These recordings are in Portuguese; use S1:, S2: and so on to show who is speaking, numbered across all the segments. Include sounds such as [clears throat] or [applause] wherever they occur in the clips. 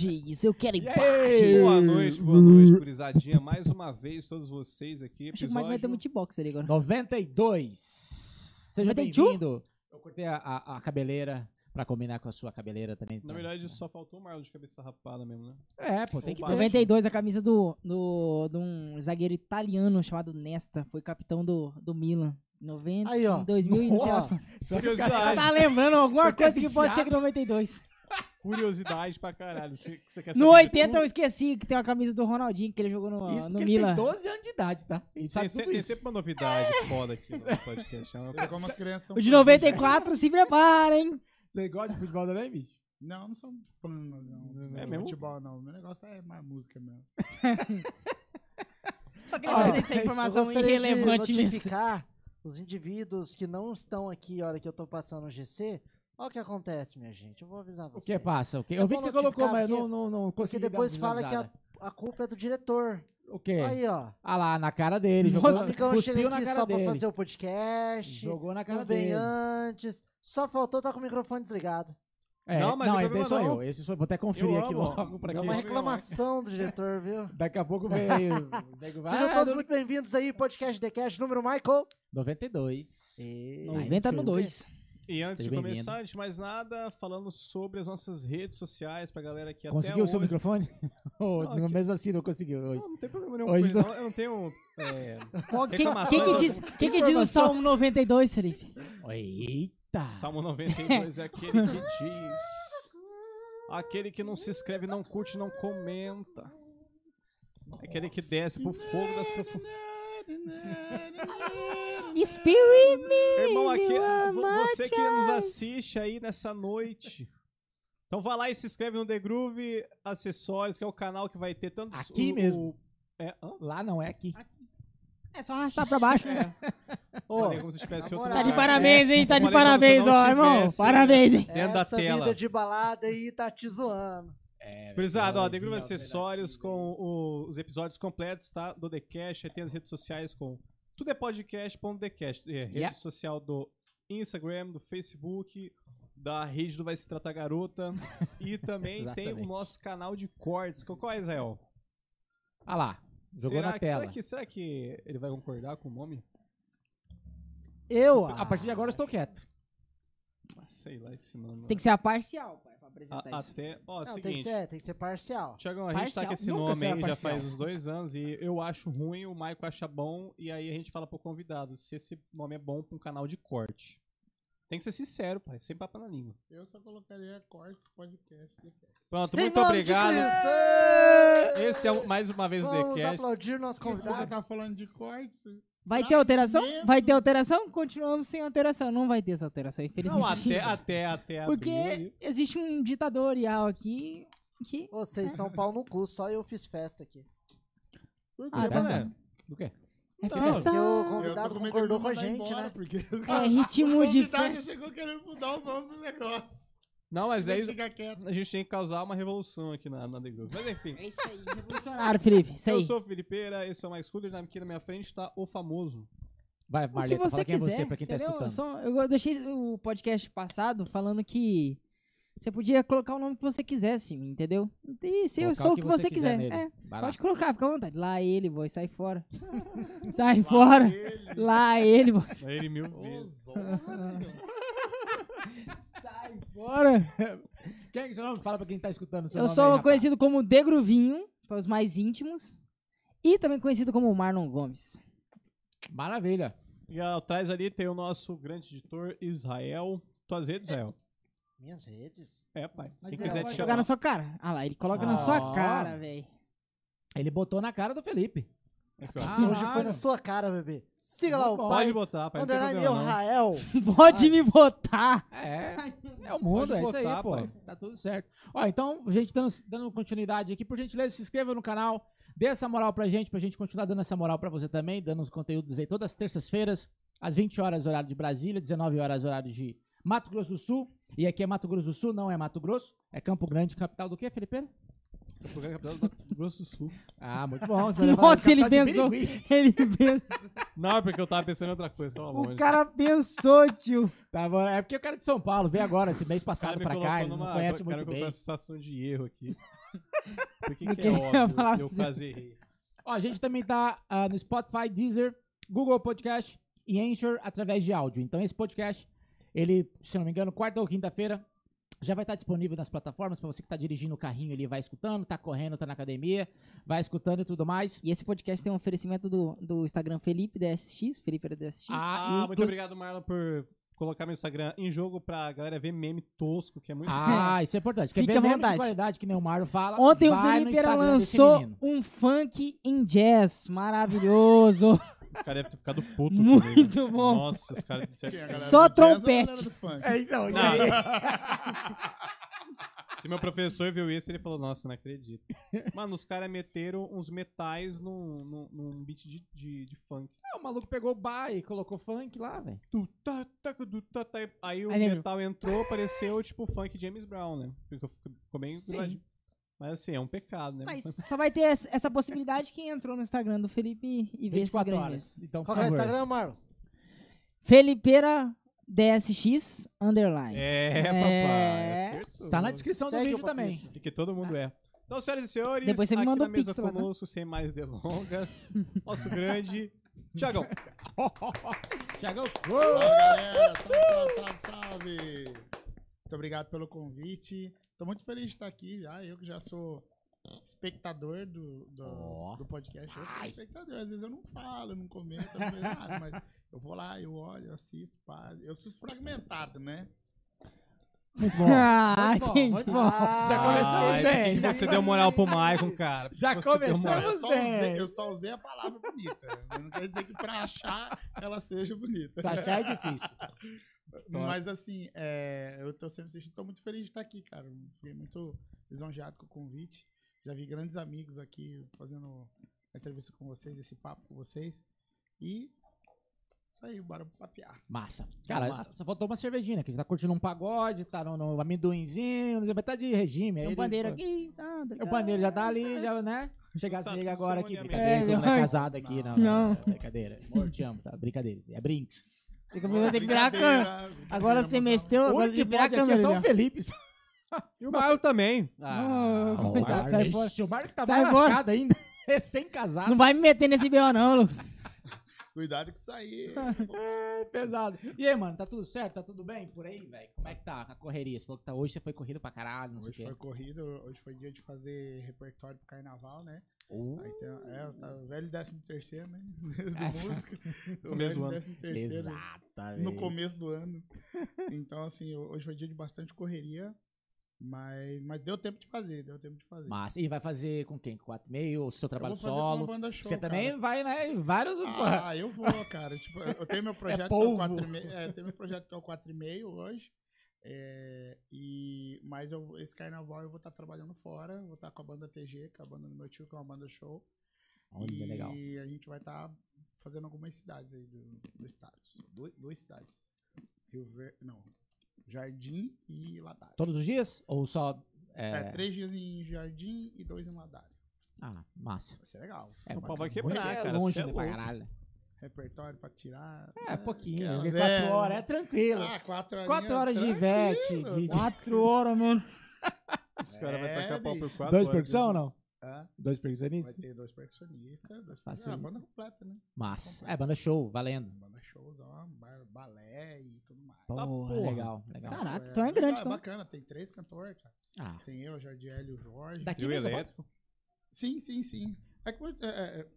S1: imagens, eu quero
S2: E aí,
S1: imagens.
S2: boa noite, boa noite, gurizadinha. Mais uma vez, todos vocês aqui.
S3: Acho que o Mike vai ter
S2: Episódio...
S3: muito box ali agora.
S4: 92. Seja
S5: um?
S3: 92?
S4: bem-vindo. Eu cortei a, a- a cabeleira pra combinar com a sua cabeleira também. então.
S2: Na verdade, só faltou o Marlon de cabeça rapada mesmo, né?
S4: É, pô, tem que
S2: Opa.
S4: ver.
S3: 92, a camisa do, do, de um zagueiro italiano chamado Nesta. Foi capitão do, do Milan. 90,
S4: Aí, ó.
S3: em 2000 e
S4: Nossa,
S2: Só curiosidade.
S3: Tá lembrando alguma
S4: Só que é
S3: coisa que pode
S4: viciado.
S3: ser que 92.
S2: Curiosidade pra caralho. Você você quer
S3: No
S2: saber
S3: 80 eu esqueci que tem uma camisa do Ronaldinho que ele jogou
S5: um,
S3: no,
S4: isso
S3: no
S4: porque ele
S3: Milan.
S4: tem 12 anos de idade, tá? Ele
S2: Tem,
S4: sabe
S2: se-
S4: tudo
S2: tem
S4: isso.
S2: sempre uma novidade foda aqui no podcast. É uma
S6: É como as crianças tão
S3: O de
S6: fugindo.
S3: 94, se prepara, hein?
S4: [laughs] Você gosta de futebol também, bicho?
S6: Não, não sou fã, mas não.
S2: É
S6: É
S2: mesmo?
S6: futebol, não. Meu negócio é mais música mesmo.
S3: Só que
S5: Ó,
S3: é trazer essa informação
S5: gostaria de
S3: irrelevante mesmo.
S5: notificar os indivíduos que não estão aqui a hora que eu tô passando o GC. Olha o que acontece, minha gente. Eu vou avisar
S4: O
S5: vocês.
S4: que passa? O que?
S5: Eu
S4: Eu vi
S5: vou
S4: que você
S5: notificar
S4: colocou, mas eu
S5: porque-
S4: não, não, não
S5: Porque
S4: consegui. dar
S5: depois
S4: uma
S5: fala que a,
S4: visualizada.
S5: a culpa é do diretor.
S4: O quê?
S5: Aí, ó.
S4: Ah lá, na cara dele. Jogou,
S5: Os ficam
S4: cuspiu
S5: chegando
S4: na
S5: aqui
S4: cara
S5: só
S4: dele.
S5: pra fazer o podcast.
S4: Jogou na cara
S5: Não vem
S4: dele.
S5: antes. Só faltou estar com o microfone desligado.
S4: É,
S2: Não,
S4: não,
S2: mas
S4: mas não,
S2: eu
S4: esse daí
S2: não-
S4: sou eu. Esse sou, vou até conferir
S2: Eu
S4: Tá aqui
S2: amo.
S4: logo pra
S2: Não,
S4: quem.
S5: É uma
S2: mas-
S5: reclamação do diretor, viu?
S4: Daqui a pouco vem
S5: [laughs]
S4: aí.
S5: Sejam todos
S4: ah,
S5: muito bem-vindos aí, podcast The Cash, número Michael.
S4: 92.
S5: E...
S3: 90 no 2.
S2: E antes de
S4: Seja bem-vindo.
S2: começar, antes de mais nada, falando sobre as nossas redes sociais pra galera que até
S4: Conseguiu o
S2: hoje...
S3: [laughs]
S4: seu microfone? Ou
S2: Não,
S4: no-
S2: que-
S4: mesmo assim não conseguiu hoje.
S2: Não, não tem problema nenhum
S4: Hoje
S2: com ele, não. Eu não tenho... é,
S3: Qual- que-
S2: Reclamações-
S3: que que diz- que, que diz o Salmo 92, Felipe?
S4: Eita!
S2: Salmo 92
S3: [laughs]
S2: é aquele que diz... Aquele que não se inscreve, não curte, não comenta. É Aquele que desce pro fogo das profundezas.
S6: É, né,
S3: Spirit
S2: Irmão,
S3: me,
S2: aqui, ah,
S3: you are
S2: vo- você que nos assiste aí nessa noite... Então vai lá e se inscreve no The Groove Acessórios, que é o canal que vai ter tantos...
S4: Aqui
S2: o-
S4: mesmo.
S2: o- É, hã?
S4: Lá não é aqui.
S3: É só arrastar pra baixo.
S5: Ô,
S2: Falei como se estivesse em outro
S5: Tá
S3: Tá
S5: de
S3: de
S2: lugar.
S3: parabéns, hein? Tá de
S2: Olha, como se
S3: parabéns,
S2: eu não
S3: ó, irmão.
S2: tivesse-
S3: Parabéns, hein?
S2: dentro da
S5: essa
S2: tela.
S5: vida de balada aí tá te zoando.
S3: É,
S4: É,
S2: Curizado, ó, The Groove Acessórios com o- os episódios completos, tá? Do The Cash, aí tem as redes sociais com tudo é podcast.thecast, é, rede
S4: Yeah.
S2: social do Instagram, do Facebook, da rede do Vai Se Tratar Garota
S4: [laughs]
S2: e também tem o
S4: Exatamente.
S2: nosso canal de cortes. Qual qual é, Israel?
S4: Ah lá. Jogou
S2: será,
S4: na tela.
S2: Será que, será que ele vai concordar com o nome?
S3: tá
S5: Eu,
S4: A partir de agora eu estou quieto.
S2: Ah, Sei lá esse nome.
S3: Tem que ser imparcial, pai, pra apresentar
S2: A-
S3: isso.
S2: até, ó,
S4: é
S5: Não, tem que,
S2: seguinte.
S5: ser, tem que ser parcial.
S2: Tiagão, a gente tá
S4: Parcial.
S2: com esse
S4: Nunca
S2: nome
S4: será
S2: aí já
S4: parcial.
S2: faz uns dois anos e eu acho ruim, o Maico acha bom, e aí a gente fala pro convidado se esse nome é bom pra um canal de corte. Tem que ser sincero, pai, sem papo na língua.
S6: Eu só colocaria cortes, podcast.
S2: Pronto,
S5: Em
S2: muito
S5: nome de
S2: obrigado.
S5: Cristo!
S2: Esse é o- mais uma vez o
S5: Vamos
S2: TheCast.
S5: aplaudir nosso
S6: Você
S5: convidado.
S6: tá falando de cortes?
S3: Vai ter alteração? Vai ter alteração? Continuamos sem alteração. Não vai ter essa alteração, infelizmente.
S2: Não, até, até, até abril
S3: Porque
S2: ali.
S3: existe um ditatorial aqui que...
S5: Vocês são pau no cu, só eu fiz festa aqui.
S2: Por
S3: Ah,
S2: quê,
S3: tá.
S2: mano?
S4: Do quê?
S3: É
S2: Não,
S3: festa,
S5: Porque o
S6: Eu tô
S5: convidado
S6: com medo
S5: concordou
S6: de
S5: com a
S6: mandar
S5: gente,
S6: embora,
S5: né?
S6: Porque
S3: é
S6: o
S3: ritmo de
S6: convidado já
S3: festa.
S6: chegou querendo mudar o nome do negócio.
S2: Não, mas é isso.
S6: Fica quieto.
S2: A gente tem que causar uma revolução aqui na, na The Groove. Mas enfim.
S3: É isso aí, revolucionário, Felipe. Isso
S2: Eu
S3: aí.
S2: sou o Felipeira, esse é o Mike Scooter, aqui na minha frente tá o famoso.
S4: Vai,
S3: O que
S4: Marleta,
S3: você
S4: fala quem é
S3: quiser.
S4: você pra quem tá
S3: entendeu?
S4: escutando.
S3: Só- eu go- deixei o podcast passado falando que você podia colocar o nome que você quisesse, entendeu? E se eu
S4: Colocar
S3: sou o que você quiser.
S4: nele.
S3: É,
S4: Vai lá.
S3: pode colocar, fica à vontade. Lá ele, boy, sai
S4: [laughs]
S3: fora. sai fora. Lá ele, boy.
S2: Aí É Ele mil vezes.
S6: Ozona,
S3: Sai fora.
S4: Quem é que seu nome? Fala pra quem tá escutando. Seu
S3: Eu
S4: nome
S3: sou
S4: aí, rapaz.
S3: conhecido como Degruvinho, para os mais íntimos. E também conhecido como Marlon Gomes.
S4: Maravilha.
S2: E atrás ali tem o nosso grande editor, Israel. Tuas redes, Israel?
S5: Minhas redes.
S2: É, pai.
S6: Mas
S2: Se
S6: ele
S2: quiser
S6: vai
S2: te
S6: Deixa
S3: Jogar
S2: chamar.
S3: na sua cara. Ah lá, ele coloca na
S4: Ah.
S3: sua cara, velho.
S4: Ele botou na cara do Felipe.
S2: Aqui, ó.
S4: Ah,
S5: Hoje foi
S4: Caralho.
S5: na sua cara, bebê. Siga lá o
S4: Pode
S5: pai.
S2: Pode botar, pai. Não tem
S5: Underline
S2: problema, não.
S5: Israel.
S3: [laughs] Pode me botar.
S4: É. [laughs] É o mundo,
S2: Pode
S4: é isso
S2: botar,
S4: aí, pô.
S2: pai.
S4: Tá tudo certo. Ó, então, gente, dando, dando continuidade aqui, por gentileza, se inscreva no canal, dê essa moral pra gente, pra gente continuar dando essa moral pra você também, dando os conteúdos aí todas as terças-feiras, às 20 horas, horário de Brasília, 19 horas, horário de Mato Grosso do Sul. E aqui é Mato Grosso do Sul, não é Mato Grosso, é Campo Grande, capital do quê, Felipe?
S2: Tô com a capital do Mato Grosso do Sul.
S4: Ah, muito
S3: [laughs]
S4: bom.
S3: Nossa, ele
S4: pensou.
S3: pensou. Ele pensou.
S4: [laughs]
S2: Não, é porque eu tava pensando em outra coisa, tava longe.
S3: O cara pensou, tio.
S4: Tá bom, é porque o cara é de São Paulo veio agora, esse mês
S2: O cara
S4: passado
S2: me
S4: pra
S2: colocou
S4: cá, ele não
S2: numa-
S4: conhece
S2: o cara
S4: muito
S2: me colocou
S4: bem. [laughs]
S2: numa situação de erro aqui. Por que,
S3: Do
S2: que
S3: que
S2: é
S3: eu ia
S2: óbvio?
S3: falar
S2: Eu
S4: assim.
S3: pra você.
S2: quase errei.
S4: Ó, a gente também tá ah, no Spotify, Deezer, Google Podcast e Anchor através de áudio. Então esse podcast, ele, se não me engano, quarta ou quinta-feira já vai estar disponível nas plataformas para você que tá dirigindo o carrinho ali, vai escutando, tá correndo, tá na academia, vai escutando e tudo mais.
S3: E esse podcast tem um oferecimento do, do Instagram Felipe DSX, Felipe era DSX.
S4: Ah,
S2: Ah,
S4: e
S2: muito
S4: tu-
S2: obrigado, Marlon, por colocar meu Instagram em jogo pra galera ver meme tosco, que é muito
S4: Ah, isso é importante. Quer
S3: Fica
S4: ver
S3: à
S4: mesmo de
S3: vontade.
S4: qualidade que nem o Mário fala?
S3: Ontem o
S4: vai no
S3: Felipe era
S4: Instagram desse
S3: lançou
S4: menino.
S3: um funk em jazz maravilhoso.
S2: Os caras devem ter ficado
S4: [laughs]
S2: puto
S3: Muito
S2: comigo.
S3: bom.
S2: Nossa, os caras...
S6: Quem é a galera
S3: Só
S6: do jazz ou a
S3: trompete.
S6: galera do funk?
S4: É, então, e
S2: Não.
S4: aí?
S2: Se meu professor viu isso, ele falou, nossa, não acredito. Mano, os caras meteram uns metais num, num, num beat de, de, de funk.
S4: Ah, O maluco pegou o bar e colocou funk lá, velho.
S2: Tu, tá, tá, du, tá, tá. Aí o
S3: Aí lembro.
S2: metal entrou, pareceu tipo funk James Brown, né? Ficou, ficou bem
S3: Sim.
S2: grudadinho. Mas assim, é um pecado, né?
S3: Mas
S2: [laughs]
S3: só vai ter essa, essa possibilidade quem entrou no Instagram do Felipe e vê esses
S4: 24
S3: grandes.
S4: horas. Então,
S5: Qual
S4: por
S5: que é o
S4: favor.
S5: Instagram, Marlon?
S3: Felipeira DSX underline.
S2: É,
S3: É.
S2: papai. acertou.
S4: Tá na descrição do
S5: Segue um
S4: vídeo
S5: o papito.
S4: também.
S2: E que todo mundo é. Então, senhoras e senhores,
S3: Depois você me
S2: aqui
S3: manda
S2: na
S3: um
S2: mesa
S3: pix lá, tá?
S2: conosco, sem mais delongas,
S3: [laughs]
S2: nosso grande Tiagão.
S4: Tiagão,
S6: Fala, galera. Salve, salve, salve, salve. Muito obrigado pelo convite. Tô muito feliz de estar aqui já. Eu que já sou espectador do, do,
S4: Ó.
S6: do podcast. Eu sou espectador. Às vezes eu não falo, eu não comento, eu não vejo nada, mas eu vou lá, eu olho, eu assisto, pá. Eu sou fragmentado, né?
S4: Muito
S3: [laughs]
S4: bom.
S3: Ah,
S4: Muito bom,
S3: entendi.
S4: muito bom. Já começou
S2: Ai,
S4: bem,
S2: por que
S4: já
S2: Você deu moral pro Maicon, cara. Por que
S4: Já
S2: você deu
S4: começou
S2: moral?
S6: eu,
S4: Vamos
S6: só
S4: bem.
S6: usei, eu só usei a palavra bonita. Não quer dizer que pra achar ela seja bonita.
S4: Pra achar é difícil.
S3: Então,
S6: Mas assim, é, eu tô sempre assistindo, tô muito feliz de estar aqui, cara. Fiquei muito lisonjeado com o convite. Já vi grandes amigos aqui fazendo a entrevista com vocês, esse papo com vocês. E isso aí, bora papear.
S4: Massa. Cara,
S6: Massa.
S4: só faltou uma cervejinha, né? Que você tá curtindo um pagode, tá no, no amendoinzinho, não sei, mas tá de regime.
S3: Tem
S4: aí
S3: um
S4: ele-
S3: bandeiro aqui. tá,
S4: O pandeiro já tá ali, já, né? Chegar as
S2: Tá
S4: nega
S2: tudo
S4: agora aqui.
S2: cerimonialmente.
S4: Brincadeira,
S3: É,
S4: todo mundo
S3: não.
S4: é casado aqui. Não,
S3: Não.
S4: não, não, brincadeira. Amor, te amo, tá? Brincadeira. É brinks.
S3: Daqui a pouco tem que virar a câmera. Ah, Agora você mexeu,
S4: O
S3: agora
S4: único
S3: tem
S4: que
S3: que virar a
S4: pode aqui é
S3: câmera.
S4: só o
S3: já.
S4: Felipe. só-
S2: E o Maicon também.
S3: Ah,
S4: o
S3: coitado,
S4: Marco-
S3: sai fora.
S4: Ixi, O Marco tá
S3: Sai
S4: mais
S3: fora.
S4: lascado ainda. [laughs] Recém-casado.
S3: Não vai me meter nesse B.O. não, Lu.
S6: Cuidado com isso aí.
S3: [laughs]
S4: É pesado. E aí, mano, tá tudo certo? Tá tudo bem por aí, velho? Como é que tá a correria? Você falou que tá hoje, você foi corrido pra caralho, não
S6: Hoje
S4: sei
S6: foi
S4: o quê.
S6: corrido, hoje foi dia de fazer repertório pro carnaval, né?
S4: Uh,
S6: Aí tem, é, tá
S3: Uh.
S6: o velho 13 terceiro, né? [laughs]
S3: Ah,
S4: É.
S6: Do
S3: [laughs]
S6: músico. O
S2: Começo do
S6: velho
S2: ano.
S6: 13 terceiro.
S4: exata,
S6: no
S4: tá, velho.
S6: começo do ano. Então, assim, ho- hoje foi dia de bastante correria, mas, mas deu tempo de fazer, deu tempo de fazer.
S4: Mas, e vai fazer com quem? Com o 4,5? Ou seu
S6: eu vou
S4: trabalho
S6: fazer com uma
S4: solo?
S6: banda show,
S4: Você
S6: cara.
S4: também vai, né? em Vários. porra.
S6: Ah, eu vou, cara. Tipo, eu eu tenho
S4: [laughs]
S6: meu projeto que é
S4: polvo.
S6: o 4 e meio. É, eu tenho meu projeto que é o 4 e meio hoje. é, e, mas eu- esse carnaval eu vou estar trabalhando fora, vou estar com a banda TG, que é a banda do meu tio, que é uma banda show.
S4: Olha,
S6: e
S4: legal.
S6: a gente vai estar fazendo algumas cidades aí do, do estado. Du- Duas cidades. Rio Verde. Não. Jardim e Ladário.
S4: Todos os dias? Ou só. É...
S6: É, três dias em Jardim e dois em Ladário.
S4: Ah, massa.
S6: Vai ser legal.
S4: É,
S6: Vai
S2: pau
S6: ter
S2: vai
S6: um
S2: quebrar,
S6: monte de
S4: é
S2: cara,
S4: longe
S2: cê é
S4: né, pra
S2: louco.
S4: caralho.
S6: Repertório pra tirar.
S4: É, pouquinho.
S6: aquela-
S4: É, quatro
S6: É.
S4: horas, é tranquilo.
S6: Ah, quatro horas.
S4: quatro horas de Ivete. De, de...
S3: Quatro horas, mano.
S2: Os caras vão
S6: É,
S2: tacar pau por quatro horas.
S4: Dois percussão ou não?
S6: Hã?
S4: Dois
S6: Vai
S4: percussionistas?
S6: ter dois percussionistas, dois
S4: Facilita.
S6: ah, a banda completa, né?
S4: Massa. É, banda show, valendo.
S6: Banda shows, ó, ba- balé e tudo mais. Tá
S4: Porra,
S3: porra.
S4: legal, legal.
S3: Cara, Caraca, então é grande, então.
S6: bacana, tem três cantores, cara.
S4: Ah,
S6: Tem eu, Jardiel e o Jorge.
S4: daqui
S2: Trio
S4: mesmo.
S2: elétrico.
S6: Sim, sim, sim. É que, é, é, é,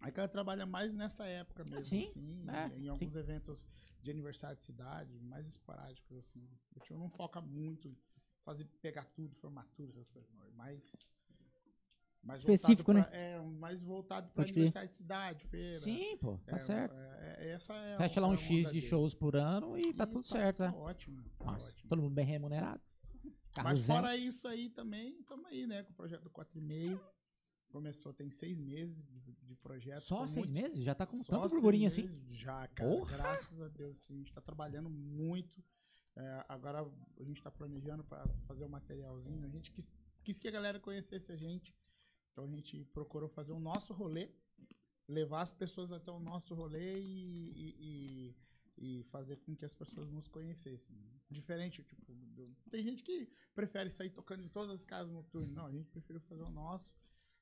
S6: a Cana trabalha mais nessa época mesmo,
S4: Ah, sim,
S6: assim,
S4: é,
S6: em alguns eventos de aniversário de cidade, mais esporádicos, assim. O tio não foca muito em fazer, pegar tudo, formatura, essas coisas, não. É mais... mais voltado
S3: Específico, né?
S6: pra- É, mais voltado para
S3: Pode crer.
S6: aniversário de cidade, feira.
S4: Sim, pô, tá
S6: É,
S4: certo.
S6: é, é, essa é a-
S4: Fecha lá
S6: é
S4: um
S6: a
S4: X
S6: onda
S4: de
S6: dele.
S4: shows por ano e tá
S6: E
S4: tudo certo,
S6: tá
S4: né?
S6: Ótimo, tá
S4: Nossa,
S6: ótimo.
S4: todo mundo bem remunerado. Carro
S6: Mas
S4: zero.
S6: fora isso aí também, estamos aí, né? Com o projeto do 4,5. Começou, tem seis meses de, de projeto.
S4: Só
S6: com
S4: seis
S6: é muito-
S4: meses? Já tá com
S6: só
S4: tanto
S6: seis
S4: burburinho assim.
S6: meses Já, cara.
S4: Porra!
S6: Graças a Deus, sim, a gente tá trabalhando muito. É, agora a gente tá planejando para fazer um materialzinho. A gente quis, quis que a galera conhecesse a gente. Então a gente procurou fazer o nosso rolê, levar as pessoas até o nosso rolê e, e- e- e fazer com que as pessoas nos conhecessem. Diferente, tipo, do- tem gente que prefere sair tocando em todas as casas noturnas. Não, a gente preferiu fazer o nosso,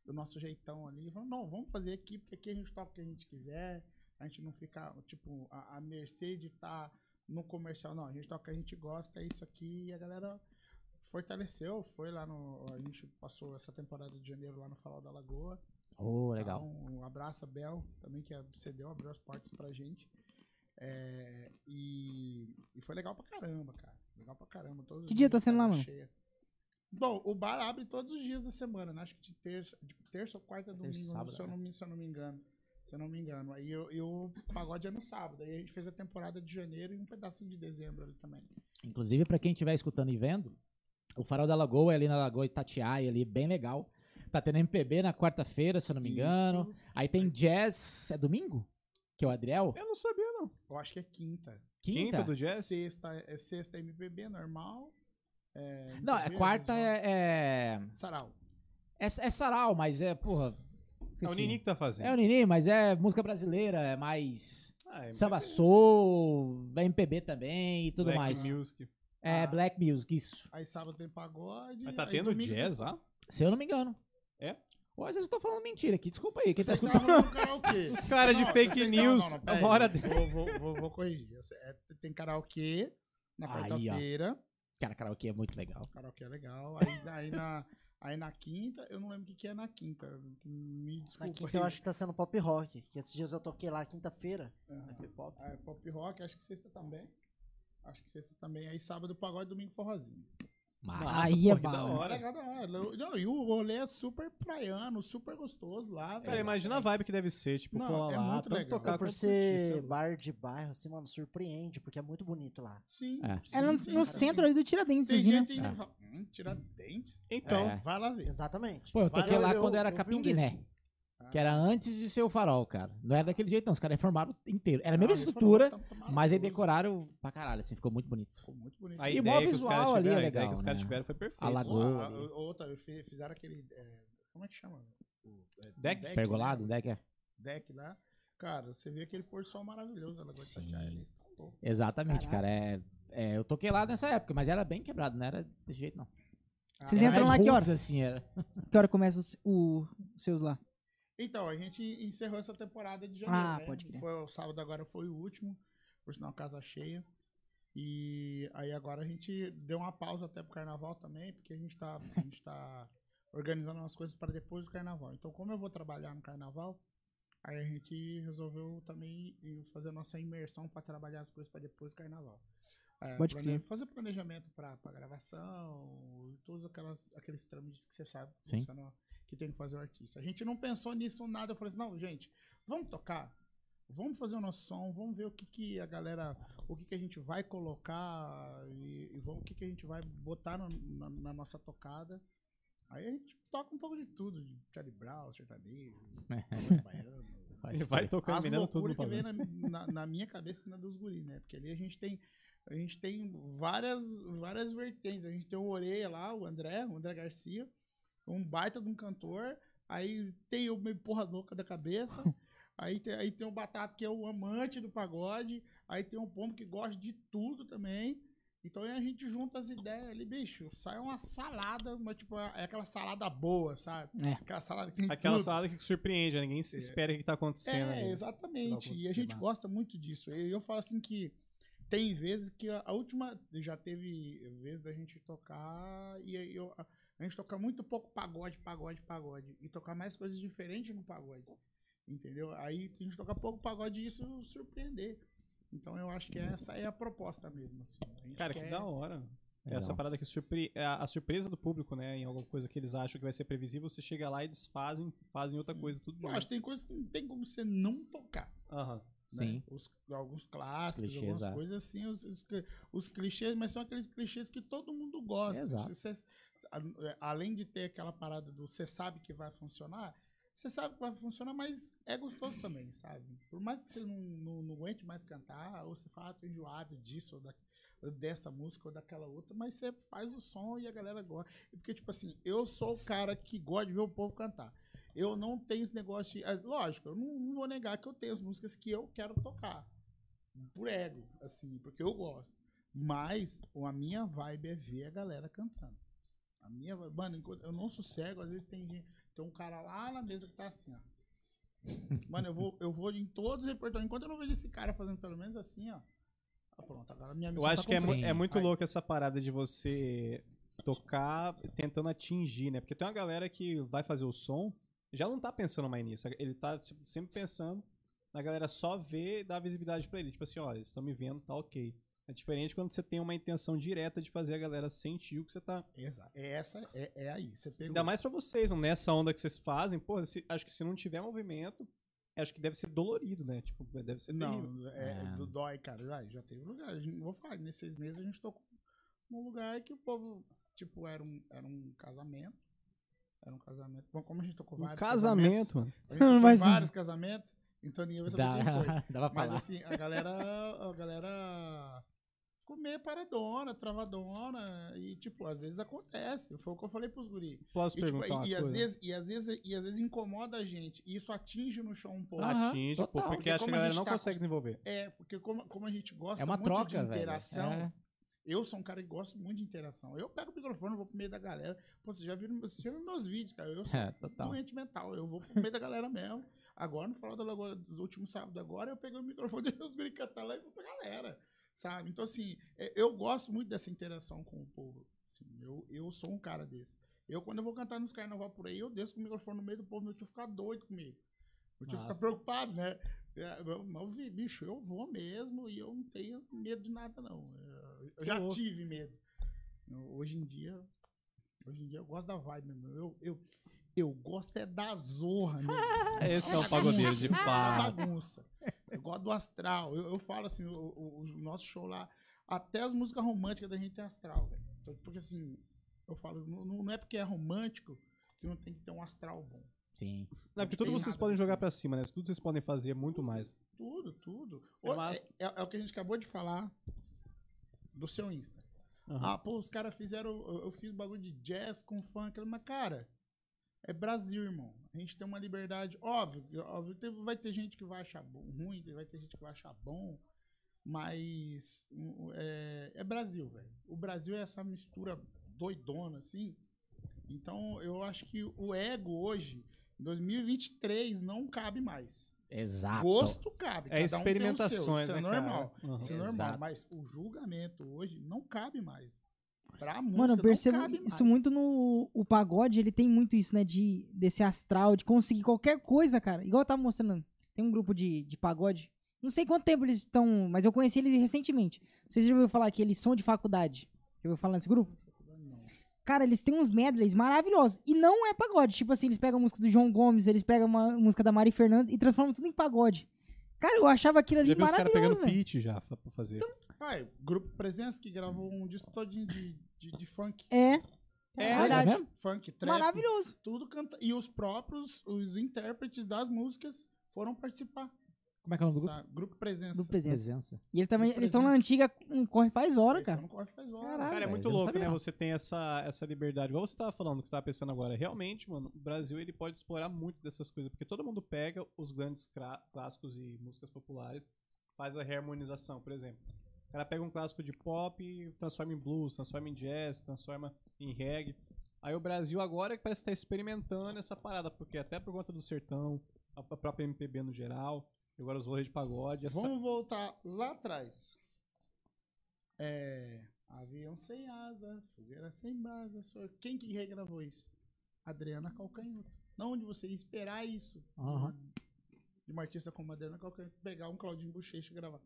S6: do nosso jeitão ali. Falou, não, vamos fazer aqui, porque aqui a gente toca o que a gente quiser. A gente não fica, tipo, a, a mercê de estar no comercial. Não, a gente toca o que a gente gosta, é isso aqui. E a galera fortaleceu, foi lá no... A gente passou essa temporada de janeiro lá no Farol da Lagoa.
S4: Oh,
S6: Tá?
S4: legal.
S6: Um abraço a Bel também, que cedeu, abriu as portas pra gente. É, e, e foi legal pra caramba, cara. Legal pra caramba. Todos os
S3: Que dia
S6: dias
S3: tá sendo lá,
S6: casa
S3: mano?
S6: cheia. Bom, o bar abre todos os dias da semana, né? Acho que de terça, de terça ou quarta,
S4: Terça e
S6: domingo,
S4: sábado, né?
S6: se, eu não, me- se eu não me engano. Se eu não me engano. Aí eu, e o pagode é no sábado. Aí a gente fez a temporada de janeiro e um pedacinho de dezembro ali também.
S4: Inclusive, pra quem estiver escutando e vendo, o Farol da Lagoa é ali na Lagoa Itatiaia, ali, bem legal. Tá tendo MPB na quarta-feira, se eu não me engano.
S6: Isso.
S4: Aí tem jazz. É domingo? Que é o Adriel?
S2: Eu não sabia, não.
S6: Eu acho que é quinta.
S2: Quinta, do
S6: É
S2: Jazz?
S6: sexta, é sexta MPB normal. É,
S4: Não, é
S6: MPB,
S4: quarta
S6: visual.
S4: é, é.
S6: Sarau.
S4: É, é sarau, mas é, porra.
S2: É o
S4: esqueci.
S2: Nini que tá fazendo.
S4: É o Nini, mas é música brasileira, é mais
S2: Ah, é
S4: samba soul, é MPB também e tudo
S2: Black
S4: mais.
S2: Music.
S4: É
S6: Ah.
S4: black music, isso.
S6: Aí sábado tem pagode.
S2: Mas tá
S6: aí
S2: tendo
S6: domingo
S2: jazz lá?
S4: Se eu não me engano.
S2: É?
S4: Ou às vezes eu tô falando mentira aqui, desculpa aí. Quem tá
S6: Vocês
S4: escutando.
S6: estavam no karaokê.
S2: Os caras de
S6: Não, eu
S2: fake
S6: sei- não,
S2: news,
S6: não, não,
S2: é
S6: pera
S2: uma hora
S6: aí.
S2: dele.
S6: Vou, vou- vou- vou corrigir. Eu sei- é, tem karaokê na
S4: Aí, ó.
S6: quarta-feira.
S4: Cara, karaokê é muito legal.
S6: Karaokê é legal. Aí, aí na, aí na quinta, eu não lembro o que, que é na quinta. Me desculpa.
S5: Na quinta eu
S6: aí.
S5: acho que tá sendo pop rock, que esses dias eu toquei lá quinta-feira.
S6: Aham.
S5: Foi pop.
S6: Ah, é pop rock, acho que sexta também. Acho que sexta também. Aí sábado pagode, domingo forrozinho.
S4: Mas.
S3: Aí é
S2: que da
S3: bom.
S2: hora.
S6: Olha, cada hora. Não, e o rolê é super praiano, super gostoso lá.
S2: Cara,
S6: velho.
S2: imagina a vibe que deve ser, tipo,
S6: Não,
S2: colar
S6: é
S2: lá,
S6: muito
S2: tanto
S6: legal.
S2: tocar
S6: É
S5: por
S2: quanto curtir,
S5: ser
S2: sabe?
S5: bar de bairro, assim, mano, surpreende, porque é muito bonito lá.
S6: Sim.
S4: É.
S6: sim,
S3: É no,
S6: sim,
S3: no
S6: sim.
S3: centro ali do Tiradentes,
S6: Tem
S3: assim, né?
S6: gente ainda
S4: É.
S6: que fala, hum, tirar dentes?
S2: Então,
S4: É.
S6: Vai lá ver.
S5: Exatamente.
S4: Pô, eu toquei
S5: Valeu,
S4: lá
S5: eu-
S4: quando era
S5: eu vi um
S4: Capinguiné,
S5: desses.
S6: Ah,
S4: que era antes de ser o farol, cara. Não era daquele jeito, não. Os caras reformaram inteiro. Era a mesma
S6: Ah,
S4: estrutura,
S6: reformou, tá
S4: mas é aí
S6: maravilhoso.
S4: decoraram pra caralho, assim, ficou muito bonito.
S6: Ficou muito bonito.
S2: a
S4: E mó
S2: ideia que os
S4: visual
S2: caras
S4: ali é
S2: tiveram, a ideia
S4: legal,
S2: que os caras
S4: né?
S2: tiveram foi perfeita.
S4: A lagoa.
S6: Ou a-
S4: ali.
S6: ou- outra, fi- fizeram aquele. é, como é que chama? O- é,
S2: Deck?
S6: né?
S4: Pergolado, né? que é?
S6: Deck lá. Cara, você vê aquele pôr do sol maravilhoso. Ela gosta
S4: Sim.
S6: de Tatiaia, eles tão loucos.
S4: Exatamente, cara. É, é, eu toquei lá nessa época, mas era bem quebrado, não era de jeito não.
S3: Vocês
S6: Ah,
S4: Era
S3: entram
S4: mais
S3: lá que
S4: roots, assim, era.
S3: Que hora começa os- o, os seus lá?
S6: Então, a gente encerrou essa temporada de janeiro.
S3: Ah,
S6: né?
S3: pode crer.
S6: Foi, o sábado agora foi o último, por sinal, casa cheia. E aí agora a gente deu uma pausa até pro carnaval também, porque a gente tá, a gente tá [laughs] organizando umas coisas para depois do carnaval. Então, como eu vou trabalhar no carnaval, aí a gente resolveu também ir fazer a nossa imersão para trabalhar as coisas para depois do carnaval. É,
S3: Pode
S6: plane-
S3: crer.
S6: Fazer planejamento para gravação, todos aquelas, aqueles trâmites que você sabe que
S4: Sim.
S6: funcionam que tem que fazer o artista. A gente não pensou nisso nada. Eu falei assim, não, gente, vamos tocar, vamos fazer o nosso som, vamos ver o que, que a galera, o que, que a gente vai colocar e, e vamos, o que, que a gente vai botar no- na, na nossa tocada. Aí a gente toca um pouco de tudo, de Charlie Brown, sertanejo, pagode baiano,
S2: Ele vai tocando,
S6: as
S2: mirando tudo no
S6: loucuras que
S2: pavão.
S6: vem na, na- na minha cabeça e na dos guris, né? Porque ali a gente tem, a gente tem várias, várias vertentes. A gente tem o Oreia lá, o André, o André Garcia, um baita de um cantor. Aí tem o meio porra louca
S2: [laughs]
S6: da cabeça. Aí tem, aí tem o Batata, que é o amante do pagode. Aí tem o Pombo, que gosta de tudo também. Então aí a gente junta as ideias ali, bicho. Sai uma salada, mas tipo, é aquela salada boa, sabe?
S3: É.
S6: Aquela salada que tem
S2: Aquela
S6: tudo.
S2: salada que surpreende, né? ninguém se espera o que tá acontecendo.
S6: É,
S2: ali. Final
S6: exatamente. E a
S2: acontecer,
S6: gente
S2: massa.
S6: gosta muito disso. E eu falo assim que tem vezes que a, a última. Já teve vezes da gente tocar. E aí eu, a, a gente toca muito pouco pagode, pagode, pagode. E tocar mais coisas diferentes no pagode. Entendeu? Aí a gente toca pouco pagode e isso surpreender. Então eu acho que essa é a proposta mesmo. assim. A gente
S2: Cara, que
S6: quer-
S2: da hora. né?
S4: Legal.
S2: Essa parada que surpre... é a a surpresa do público, né? Em alguma coisa que eles acham que vai ser previsível, você chega lá e desfazem, fazem outra
S6: Sim.
S2: coisa, tudo
S6: Eu
S2: bem.
S6: acho que tem coisas que não tem como você não tocar.
S2: Aham.
S6: né?
S4: Sim.
S6: Os- alguns clássicos,
S4: clichês,
S6: algumas
S4: é.
S6: coisas assim, os, os cli- os clichês, mas são aqueles clichês que todo mundo gosta.
S4: Exato.
S6: Se você- a- é, além de ter aquela parada do você sabe que vai funcionar, você sabe que vai funcionar, mas é gostoso também, sabe? Por mais que você não, não, não aguente mais cantar, ou você fala, ah, tô enjoado disso, ou da, dessa música, ou daquela outra, mas você faz o som e a galera gosta. E Porque, tipo assim, eu sou o cara que gosta de ver o povo cantar. Eu não tenho esse negócio. De, ah, lógico, eu não, não vou negar que eu tenho as músicas que eu quero tocar. por ego, assim, porque eu gosto. Mas o- a minha vibe é ver a galera cantando. A minha vibe, mano, enquanto- eu não sossego, às vezes tem gente, tem um cara lá na mesa que tá assim, ó. Mano, eu vou, eu vou em todos os repertórios. Enquanto eu não vejo esse cara fazendo pelo menos assim, ó. Ah, pronto, agora minha
S2: Eu
S6: missão
S2: acho
S6: tá
S2: que é, mu-
S6: cumprida.
S2: é muito
S6: Aí,
S2: louco essa parada de você tocar tentando atingir, né? Porque tem uma galera que vai fazer o som, já não tá pensando mais nisso. Ele tá tipo, sempre pensando na galera só ver e dar visibilidade pra ele. Tipo assim, ó, eles estão me vendo, tá ok. É diferente quando você tem uma intenção direta de fazer a galera sentir o que você tá.
S6: Exa, é essa, é, é aí. Você pegou.
S2: Ainda mais pra vocês, não nessa onda que vocês fazem. Porra, se- acho que se não tiver movimento, acho que deve ser dolorido, né? Tipo, deve ser terrível.
S6: Não, é,
S4: É.
S6: do- dói, cara. Já, já teve lugar. A gente- Não vou falar, que nesses seis meses a gente tocou num lugar que o povo, tipo, era um, era um casamento. Era um casamento. Bom, como a gente tocou
S2: Um
S6: vários
S2: casamento,
S6: casamentos.
S2: mano.
S6: A gente
S2: [laughs]
S6: tocou
S3: Mas-
S6: vários casamentos, então ninguém vai saber
S4: [laughs]
S6: quem foi.
S4: Dá, dá pra
S6: Mas
S4: falar.
S6: assim, a galera. A galera ficou meio paradona, travadona. E, tipo, às vezes acontece. Foi o que eu falei pros guri.
S2: Posso
S6: E, tipo,
S2: perguntar uma
S6: e, e
S2: coisa?
S6: às vezes, e, às vezes, e às vezes incomoda a gente. E isso atinge no show um pouco.
S4: Aham,
S2: Ah, atinge, pô,
S4: total.
S2: porque
S6: Porque
S2: acho que
S6: como
S2: a
S6: a
S2: galera
S6: gente
S2: não
S6: tá
S2: consegue desenvolver.
S6: É, porque como, como a gente gosta
S4: É uma
S6: muito de
S4: troca, velho.
S6: interação,
S4: É.
S6: eu sou um cara que gosta muito de interação. Eu pego o microfone, vou pro meio da galera. Pô, vocês já viram, vocês já viram meus vídeos, cara. Eu sou
S4: [laughs] É, total.
S6: doente mental, eu vou pro meio da galera mesmo. Agora, no final da Lagoa, dos últimos sábados agora, eu peguei o microfone, [laughs] deixei os gringos cantar lá e vou pra galera, sabe? Então, assim, é, eu gosto muito dessa interação com o povo. Assim, eu, eu sou um cara desse. Eu, quando eu vou cantar nos carnaval por aí, eu desço com o microfone no meio do povo, meu tio fica doido comigo. Meu tio fica
S2: Nossa.
S6: preocupado, né? É, eu- Mas, eu vi, bicho, eu vou mesmo e eu não tenho medo de nada, não. Eu- Eu já
S2: louco.
S6: tive medo. Eu- Hoje em dia. Hoje em dia eu gosto da vibe, meu. Eu, eu, eu gosto é da zorra, né?
S2: [laughs] Esse é o pagodeiro,
S6: [laughs]
S2: de
S6: A
S2: fato.
S6: bagunça. Eu gosto do astral. Eu, eu falo assim, o, o- o nosso show lá, até as músicas românticas da gente é astral, velho. Então, Porque assim, eu falo, não, não- não é porque é romântico que não tem que ter um astral bom.
S4: Sim.
S2: Não, porque tudo
S6: tem
S2: vocês
S6: nada,
S2: podem
S6: não
S2: jogar
S6: tem.
S2: pra cima, né? Tudo vocês podem fazer muito mais.
S6: Tudo, tudo.
S2: Eu
S6: Ô,
S2: acho-
S6: é, é- é o que a gente acabou de falar do seu Insta.
S2: Aham.
S6: Ah, pô, os caras fizeram. Eu, eu fiz bagulho de jazz com funk. Mas, cara, é Brasil, irmão. A gente tem uma liberdade. Óbvio, que- óbvio que tem- vai ter gente que vai achar bom- ruim, vai ter gente que vai achar bom. Mas um, é, é Brasil, velho. O Brasil é essa mistura doidona, assim. Então, eu acho que o ego hoje, em 2023, não cabe mais.
S4: Exato.
S6: Gosto cabe.
S2: É
S6: cada um tem o seu,
S2: experimentações,
S6: isso
S2: né,
S6: é normal.
S2: cara? Aham.
S6: Isso é
S4: Exato.
S6: normal, mas o julgamento hoje não cabe mais. Pra música
S3: Mano, eu percebo
S6: não cabe
S3: isso
S6: mais.
S3: muito no o pagode, ele tem muito isso, né, de desse astral, de conseguir qualquer coisa, cara. Igual eu tava mostrando, tem um grupo de, de pagode, não sei quanto tempo eles estão, mas eu conheci eles recentemente. Vocês já ouviram falar aquele som de faculdade? Já ouviu falar nesse grupo?
S6: Não.
S3: Cara, eles têm uns medleys maravilhosos. E não é pagode. Tipo assim, eles pegam a música do João Gomes, eles pegam uma música da Mari Fernandes e transformam tudo em pagode. Cara, eu achava aquilo ali
S2: Já vi os caras
S3: maravilhoso,
S2: pegando
S3: velho.
S2: pitch já fa- pra fazer.
S6: Pai, o grupo Presença que gravou um disco todinho de, de, de funk.
S3: É,
S2: É,
S4: É,
S3: verdade.
S4: mesmo?
S6: Funk, trap.
S3: maravilhoso.
S6: Tudo canta. E os próprios, os intérpretes das músicas foram participar.
S4: Como é que é o nome do grupo?
S6: sabe? Grupo Presença.
S3: Do presença.
S4: Presença.
S3: E ele também,
S6: Grupo
S3: eles estão na antiga, um corre faz hora,
S6: Eles
S3: cara.
S6: foram corre faz hora.
S4: Caralho.
S2: Cara, é
S4: velho,
S2: muito
S4: Ah, eu não
S2: louco,
S4: sabia
S2: né?
S4: não.
S2: Você tem essa, essa liberdade. Igual você tava falando, que eu tava pensando agora. Realmente, mano, o Brasil ele pode explorar muito dessas coisas. Porque todo mundo pega os grandes cra- clássicos e músicas populares, faz a reharmonização, por exemplo. O cara pega um clássico de pop, e transforma em blues, transforma em jazz, transforma em reggae. Aí o Brasil agora que parece estar experimentando essa parada, porque até por conta do sertão, a a própria MPB no geral, e agora os rolês de pagode, essa
S6: Vamos voltar lá atrás. É, avião sem asa, fogueira sem brasa, senhor. Quem que regravou isso? Adriana Calcanhoto. Não onde você ia esperar isso.
S4: Aham.
S6: [laughs] De uma artista como Adriana Calcanhoto pegar um Claudinho Bochecha e gravar.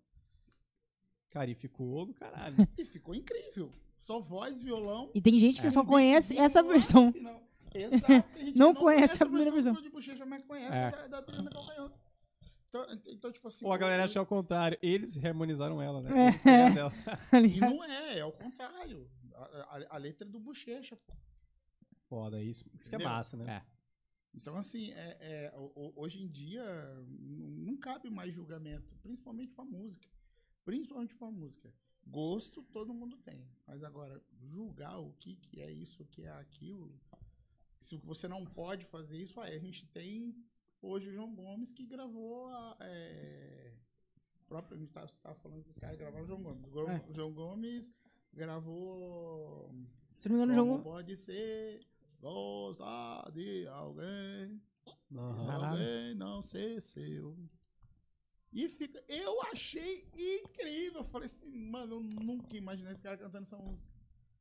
S2: carificou do caralho. né?
S6: E ficou incrível. Só voz, violão.
S3: E tem gente que
S2: É.
S6: um
S3: só conhece
S6: beatzinho
S3: essa
S6: lá no
S3: versão.
S6: final. Exato. Tem gente
S3: Não
S6: que
S3: conhece a
S6: do
S3: primeira versão.
S6: Claudinho Bochecha, mas conhece
S4: É.
S6: a da, da Adriana Calcanhoto. Então, então, tipo assim.
S2: Ou a galera
S6: eu-
S2: achar o contrário. Eles harmonizaram ela,
S3: É.
S2: né? Eles criaram ela. [laughs]
S6: E não é, é o contrário. A, a- a letra é do Bochecha, pô.
S2: Foda, isso, isso que é
S6: Entendeu?
S2: massa, né?
S4: É.
S6: Então, assim, é, é, o- o- hoje em dia não, não cabe mais julgamento, principalmente pra música. Principalmente pra música. Gosto todo mundo tem. Mas agora, julgar o que, que é isso, o que é aquilo. Se você não pode fazer isso, aí a gente tem hoje o João Gomes que gravou a, é, próprio, a gente estava falando que os caras gravaram o João Gomes. O Go- o João Gomes gravou.
S3: Se não me engano,
S6: Como
S3: jogou.
S6: pode ser gostar de alguém? Se
S2: Aham.
S4: Caralho.
S6: alguém não ser seu. E fica. Eu achei incrível. Eu falei assim, mano, eu nunca imaginei esse cara cantando essa música.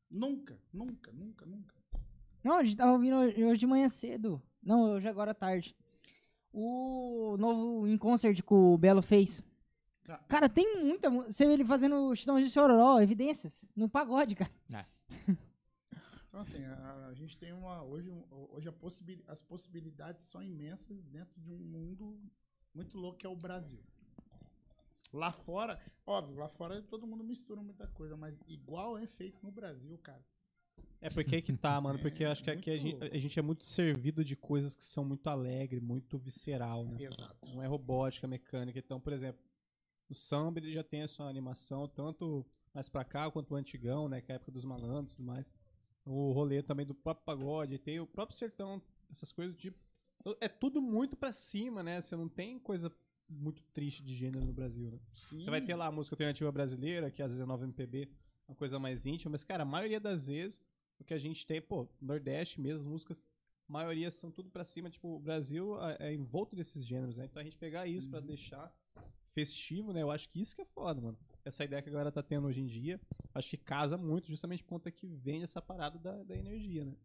S6: Nunca, nunca, nunca, nunca.
S3: Não, a gente tava ouvindo hoje hoje de manhã cedo. Não, hoje agora à tarde. O novo In Concert que o Belo fez.
S6: Tá.
S3: Cara, tem muita. mu- Você vê ele fazendo o Chitão de Chororó, evidências. No pagode, cara.
S6: Então, assim, a, a gente tem uma. Hoje, um, hoje a possibi- as possibilidades são imensas dentro de um mundo muito louco que é o Brasil. Lá fora, óbvio, lá fora todo mundo mistura muita coisa, mas igual é feito no Brasil, cara.
S2: É porque aí que tá, mano. Porque
S6: É,
S2: eu acho que aqui a
S6: muito
S2: gente, a gente é muito servido de coisas que são muito alegre, muito visceral, né?
S6: Exato.
S2: Não é robótica, mecânica. Então, por exemplo, o samba ele já tem a sua animação, tanto mais pra cá quanto o antigão, né? Que é a época dos malandros e tudo mais. O rolê também do próprio pagode, tem o próprio sertão, essas coisas tipo. É tudo muito pra cima, né? Você não tem coisa muito triste de gênero no Brasil, né? Você vai ter lá a música alternativa brasileira, que às vezes é 9 MPB, uma coisa mais íntima, mas, cara, a maioria das vezes, o que a gente tem, pô, Nordeste mesmo, as músicas, a maioria são tudo pra cima, tipo, o Brasil é- é envolto desses gêneros, né? Então a gente pegar isso
S6: Uhum.
S2: pra deixar festivo, né? Eu acho que isso que é foda, mano. Essa ideia que a galera tá tendo hoje em dia, acho que casa muito, justamente por conta que vem essa parada da, da energia, né?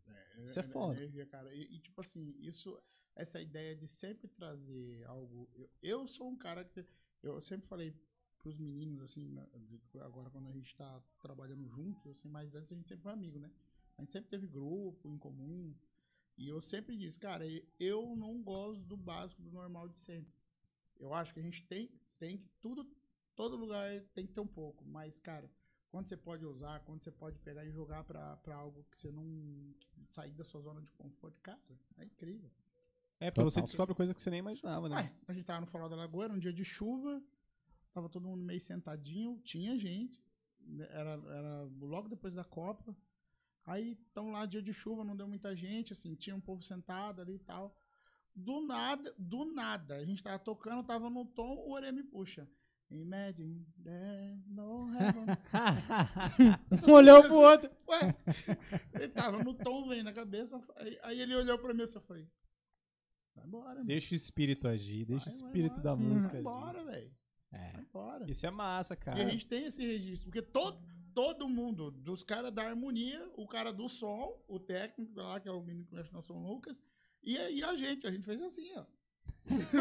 S2: Isso é
S6: da
S2: foda.
S6: energia, cara. E, e, tipo assim, isso, essa ideia de sempre trazer algo. Eu, eu sou um cara que. Eu sempre falei pros meninos, assim, na- de- agora quando a gente tá trabalhando juntos, assim, mas antes a gente sempre foi amigo, né? A gente sempre teve grupo em comum. E eu sempre disse, cara, e- eu não gosto do básico, do normal de sempre. Eu acho que a gente tem, tem que tudo, todo lugar tem que ter um pouco, mas, cara, quando você pode usar, quando você pode pegar e jogar pra, pra algo que você não sair da sua zona de conforto, cara, é incrível.
S2: É, porque você
S4: Total.
S2: descobre coisa que você nem imaginava, né?
S6: Ué, a gente tava no Farol da Lagoa, era um dia de chuva, tava todo mundo meio sentadinho, tinha gente, né, era, era logo depois da Copa. Aí estão lá, dia de chuva, não deu muita gente, assim, tinha um povo sentado ali e tal. Do nada, do nada, a gente tava tocando, tava no tom, o orelha me puxa. Imagine there's no heaven.
S3: [laughs] Um olhou pro
S6: assim,
S3: outro.
S6: Ué, ele tava no tom, vem na cabeça. Aí, aí ele olhou pra mim assim, eu falei, vai embora, mano.
S2: Deixa o espírito agir, deixa
S6: Vai,
S2: o
S6: vai,
S2: espírito
S6: vai.
S2: da
S3: Hum.
S2: música
S6: Vai
S2: agir.
S6: embora, velho.
S4: É.
S6: Vai embora.
S2: Isso é massa, cara.
S6: E a gente tem esse registro, porque todo, todo mundo, dos caras da harmonia, o cara do som, o técnico lá, que é o menino que mexe no São Lucas, e, e a gente, a gente fez assim, ó.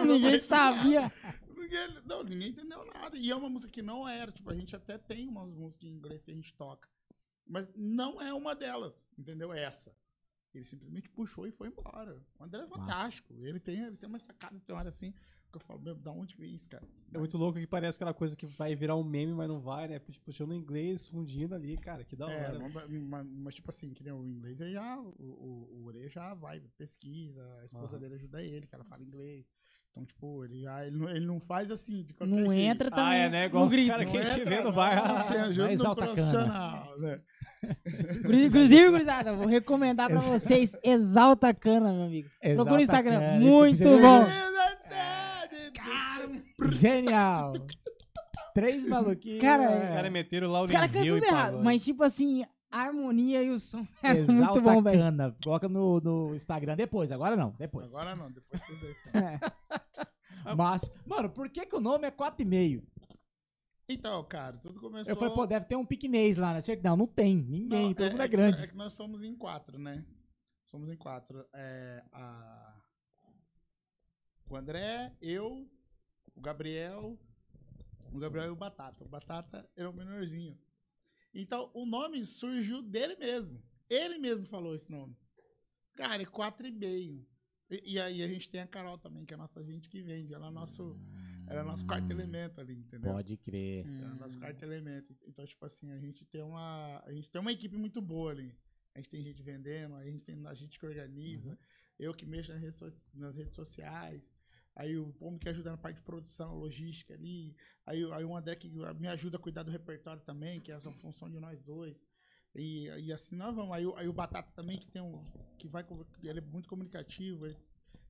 S3: Ninguém sabia.
S6: Ninguém, não, ninguém entendeu nada. E é uma música que não era, tipo, a gente até tem umas músicas em inglês que a gente toca. Mas não é uma delas, entendeu? É Essa. Ele simplesmente puxou e foi embora. O André é fantástico. Ele tem, ele tem uma sacada, tem hora assim, que eu falo, meu, da onde que vem isso, cara?
S2: É muito louco que parece aquela coisa que vai virar um meme, mas não vai, né? Tipo, Puxando em inglês, fundindo ali, cara, que da
S6: É,
S2: hora.
S6: mas, mas- mas, tipo assim, que nem o inglês ele já. O, o, o Ore já vai, pesquisa, a esposa
S2: Aham.
S6: dele ajuda ele, que ela fala inglês. Então, tipo, ele já. Ele não, ele não faz assim, de qualquer
S3: Não
S6: jeito.
S3: entra também.
S2: ah, é, né? Igual
S3: no
S2: os
S3: grito.
S2: caras que
S6: Não
S2: estiver
S6: entra,
S2: no
S6: não,
S2: bar.
S6: [laughs] Você ajuda
S4: Mas
S6: um
S4: alta cana.
S6: profissional, né?
S3: Inclusive, gurizada, vou recomendar pra vocês Exalta a Cana, meu amigo. Procura no
S4: Exalta
S3: Instagram,
S4: Cana,
S3: muito
S4: inclusive,
S3: bom.
S6: É.
S4: um Genial. Três maluquinhos.
S3: Cara,
S2: né? Os
S4: é.
S2: caras meteram lá o
S3: Os caras
S2: Lauren
S3: cantam
S2: Hill e
S3: tudo errado,
S2: pagode.
S3: mas tipo assim, a harmonia e o som [laughs] é
S4: Exalta
S3: muito bom,
S4: a
S3: velho.
S4: cana. Coloca no, no Instagram depois. Agora não, depois.
S6: Agora não, depois vocês dois. são.
S4: É. Mas, mano, por que, que o nome é 4,5?
S6: Então, cara, tudo começou.
S4: Eu falei, pô, deve ter um piquenês lá, né? Certo? Não, não tem.
S6: Não,
S4: Ninguém, todo mundo é
S6: que-
S4: grande.
S6: É que nós somos em quatro, né? Somos em quatro. É, a... O André, eu, o Gabriel, o Gabriel e o Batata. O Batata é o menorzinho. Então, o nome surgiu dele mesmo. Ele mesmo falou esse nome. Cara, é quatro e meio. E, e aí a gente tem a Carol também, que é a nossa gente que vende. Ela é nosso, ela é nosso
S4: Hum.
S6: quarto elemento ali, entendeu?
S4: Pode crer.
S6: É o nosso quarto elemento. Então, tipo assim, a gente tem uma. A gente tem uma equipe muito boa ali. A gente tem gente vendendo, a gente tem a gente que organiza, eu que mexo nas redes, so- nas redes sociais, aí o Pomo que ajuda na parte de produção, logística ali, aí, o- aí o André que me ajuda a cuidar do repertório também, que é essa função de nós dois. E, e assim nós vamos. Aí, o- aí o Batata também, que tem um. que vai. com- Ele é muito comunicativo, ele,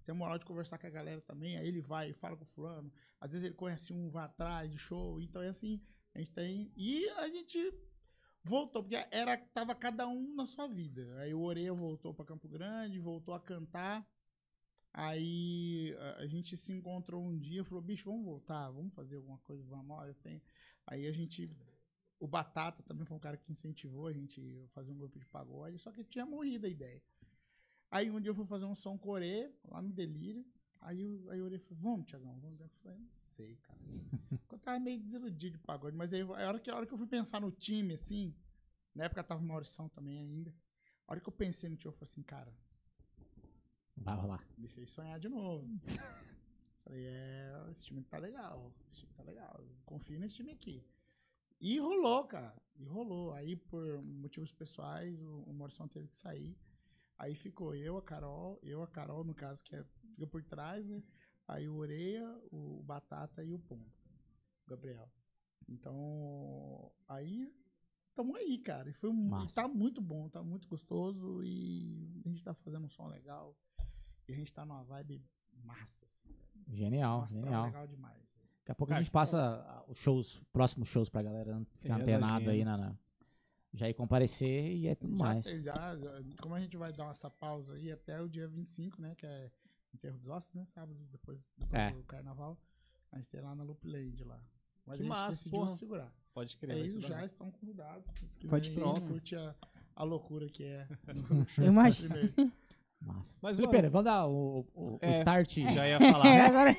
S6: tem a moral de conversar com a galera também. Aí ele vai, fala com o fulano. Às vezes ele conhece um, vai atrás de show. Então é assim, a gente tem. E a gente voltou, porque era, tava cada um na sua vida. Aí o Oreia voltou para Campo Grande, voltou a cantar. Aí a- a gente se encontrou um dia e falou, bicho, vamos voltar, vamos fazer alguma coisa, vamos, ó, eu tenho. Aí a gente. O Batata também foi um cara que incentivou a gente a fazer um grupo de pagode, só que tinha morrido a ideia. Aí um dia eu fui fazer um som corê, lá no Delírio. Aí, o- aí eu olhei e falei, vamos, Tiagão, vamos. Eu falei, não sei, cara. Eu tava meio desiludido de pagode, mas aí a hora que, a hora que eu fui pensar no time, assim, na época tava o Maurição também ainda. A hora que eu pensei no time, eu falei assim, cara,
S4: Vai rolar.
S6: me fez sonhar de novo. Falei, é, esse time tá legal, esse time tá legal, eu confio nesse time aqui. E rolou, cara, e rolou. Aí, por motivos pessoais, o, o Morrison teve que sair. Aí ficou eu, a Carol, eu, a Carol, no caso, que é, fica por trás, né? Aí o Oreia, o Batata e o Pombo, o Gabriel. Então, aí, tamo aí, cara. E foi, mu-
S4: Massa.
S6: tá muito bom, tá muito gostoso e a gente tá fazendo um som legal. E a gente tá numa vibe massa, assim. velho.
S4: Genial,
S6: Nossa, tá
S4: genial.
S6: legal demais. velho.
S4: Daqui a pouco a
S6: Cara,
S4: gente passa ah, os shows, próximos shows pra galera an- ficar
S2: Beleza,
S4: antenado
S2: agenda.
S4: aí na, na- Já ir comparecer e é tudo
S6: Já-
S4: mais.
S6: Já, já- como a gente vai dar essa pausa aí até o dia 25, né? Que é enterro dos ossos, né? Sábado, depois, depois
S4: É.
S6: do carnaval. A gente tem lá na Loopland lá. Mas
S2: Que
S6: a gente
S2: massa,
S6: decidiu
S2: porra.
S6: segurar.
S2: Pode crer. vai
S6: Eles
S2: ser da
S6: É já
S2: hora.
S6: estão convidados. Se vocês
S2: Pode
S6: quiserem,
S2: pronto.
S6: curte a, a loucura que é.
S3: Eu imagino.
S6: Primeiro.
S4: Massa.
S2: Mas,
S4: Felipe,
S2: mano-
S4: vamos dar o, o- o
S2: É.
S4: start.
S2: Já ia
S3: É,
S2: falar. né?
S3: agora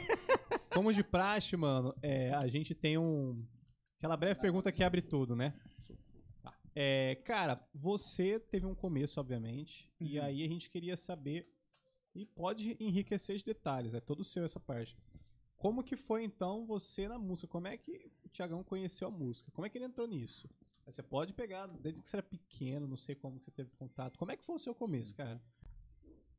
S2: Como de praxe, mano, é, a gente tem um. Aquela breve pergunta que abre tudo, né? É, cara, você teve um começo, obviamente, e
S6: Uhum.
S2: aí a gente queria saber, e pode enriquecer de detalhes, é todo seu essa parte. Como que foi então você na música? Como é que o Tiagão conheceu a música? Como é que ele entrou nisso? Aí Você pode pegar, desde que você era pequeno, não sei como que você teve contato. Como é que foi o seu começo, cara?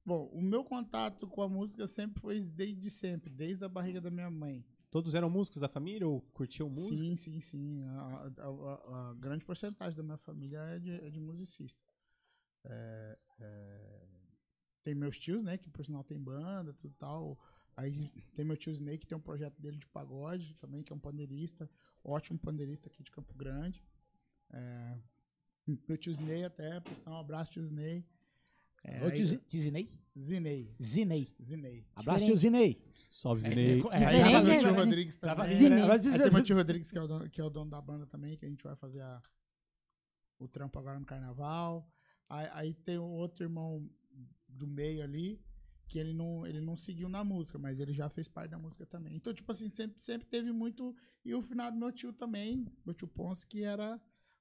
S6: Bom, o meu contato com a música sempre foi desde sempre, desde a barriga da minha mãe.
S2: Todos eram músicos da família ou curtiam música?
S6: Sim, sim, sim. A, a- a- a grande porcentagem da minha família é de, é de musicista. É, é, tem meus tios, né? Que por sinal tem banda, tudo tal. Aí tem meu tio Snake, que tem um projeto dele de pagode também, que é um pandeirista. Ótimo pandeirista aqui de Campo Grande. É, meu tio Snei até, por sinal, um abraço, tio Snei. É,
S4: Ô,
S6: aí-
S4: tio Zi- tio Zinei?
S6: Zinei.
S4: Zinei.
S6: Zinei.
S4: Abraço, tio Zinei.
S2: Salve,
S4: É,
S2: Zinei.
S4: é,
S6: Aí tem meu
S3: né,
S6: tio
S3: velho?
S6: Rodrigues também.
S3: Zinei.
S6: Aí tem meu tio
S4: é,
S6: Rodrigues, que é, o dono, que é o dono da banda também, que a gente vai fazer a- o trampo agora no carnaval. Aí, aí tem o outro irmão do meio ali, que ele não, ele não seguiu na música, mas ele já fez parte da música também. Então, tipo assim, sempre, sempre teve muito. E o final do meu tio também, meu tio Ponce, que era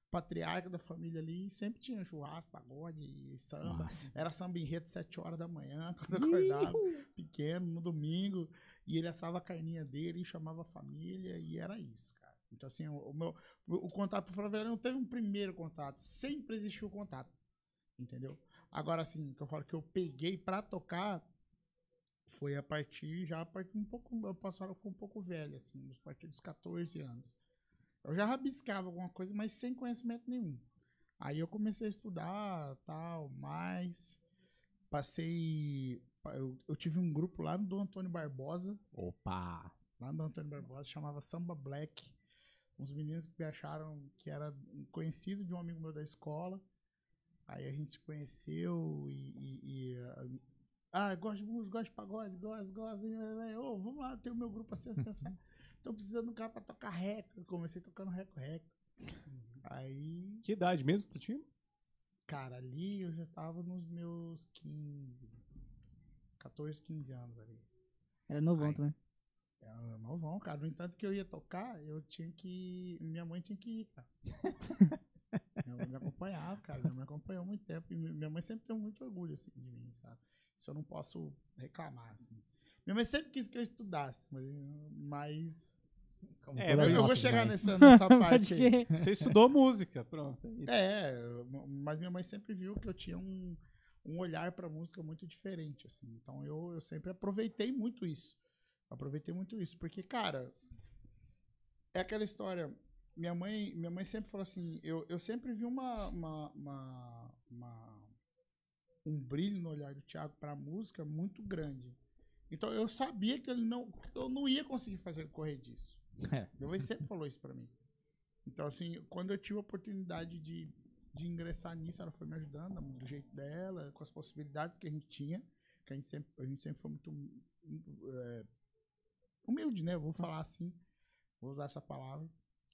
S6: patriarca da família ali, e sempre tinha churrasco, pagode e samba.
S4: Massa.
S6: Era samba enredo 7 horas da manhã, quando eu acordava, pequeno, no domingo. E ele assava a carninha dele e chamava a família, e era isso, cara. Então, assim, o, o meu o, o contato, pra falar a verdade, não teve um primeiro contato. Sempre existiu o contato, entendeu? Agora, assim, que eu falo que eu peguei pra tocar foi a partir, já a partir um pouco, eu passava um pouco velho, assim, a partir dos 14 anos. Eu já rabiscava alguma coisa, mas sem conhecimento nenhum. Aí eu comecei a estudar, tal, mais. Passei. pa- Eu, eu tive um grupo lá no do Antônio Barbosa,
S4: Opa.
S6: lá no do Antônio Barbosa, chamava Samba Black. Uns meninos que me acharam que era um conhecido de um amigo meu da escola. Aí a gente se conheceu e. e- e, ah, ah, eu gosto de música, gosto de pagode, gosto, gosto. e, e, e, Ô, vamos lá, tem o meu grupo assim, assim, assim. Tô precisando de um cara pra tocar reco. Eu comecei tocando reco-reco. Aí
S2: Que idade mesmo que tu tinha?
S6: Cara, ali eu já tava nos meus 15, 14, 15 anos ali.
S3: Era novão
S6: Ai.
S3: também.
S6: Era É um novão, cara. No entanto que eu ia tocar, eu tinha que. Minha mãe tinha que ir, cara. minha mãe me acompanhava, cara. Minha mãe acompanhou muito tempo. E mi- minha mãe sempre teve muito orgulho, assim, de mim, sabe? Isso eu não posso reclamar, assim. Minha mãe sempre quis que eu estudasse, mas. mas
S4: Como
S2: É,
S4: todas
S2: mas
S4: as
S6: eu eu vou
S4: nossas
S6: chegar
S4: mães.
S6: nessa,
S4: [laughs]
S6: nessa
S3: Pode
S6: parte aí.
S3: crer.
S2: Você estudou música, pronto. é isso.
S6: É, m- mas minha mãe sempre viu que eu tinha um, um olhar pra música muito diferente, assim. Então eu, eu sempre aproveitei muito isso. Aproveitei muito isso, porque, cara, é aquela história. Minha mãe, minha mãe sempre falou assim, eu, eu sempre vi uma, uma, uma- uma- um brilho no olhar do Thiago pra música muito grande. Então eu sabia que ele não, que eu não ia conseguir fazer correr disso.
S4: É.
S6: Meu avô sempre falou isso pra mim. Então, assim, quando eu tive a oportunidade de, de ingressar nisso, ela foi me ajudando do jeito dela, com as possibilidades que a gente tinha, que a gente sempre, a gente sempre foi muito eh, humilde, né? Eu vou falar assim, vou usar essa palavra.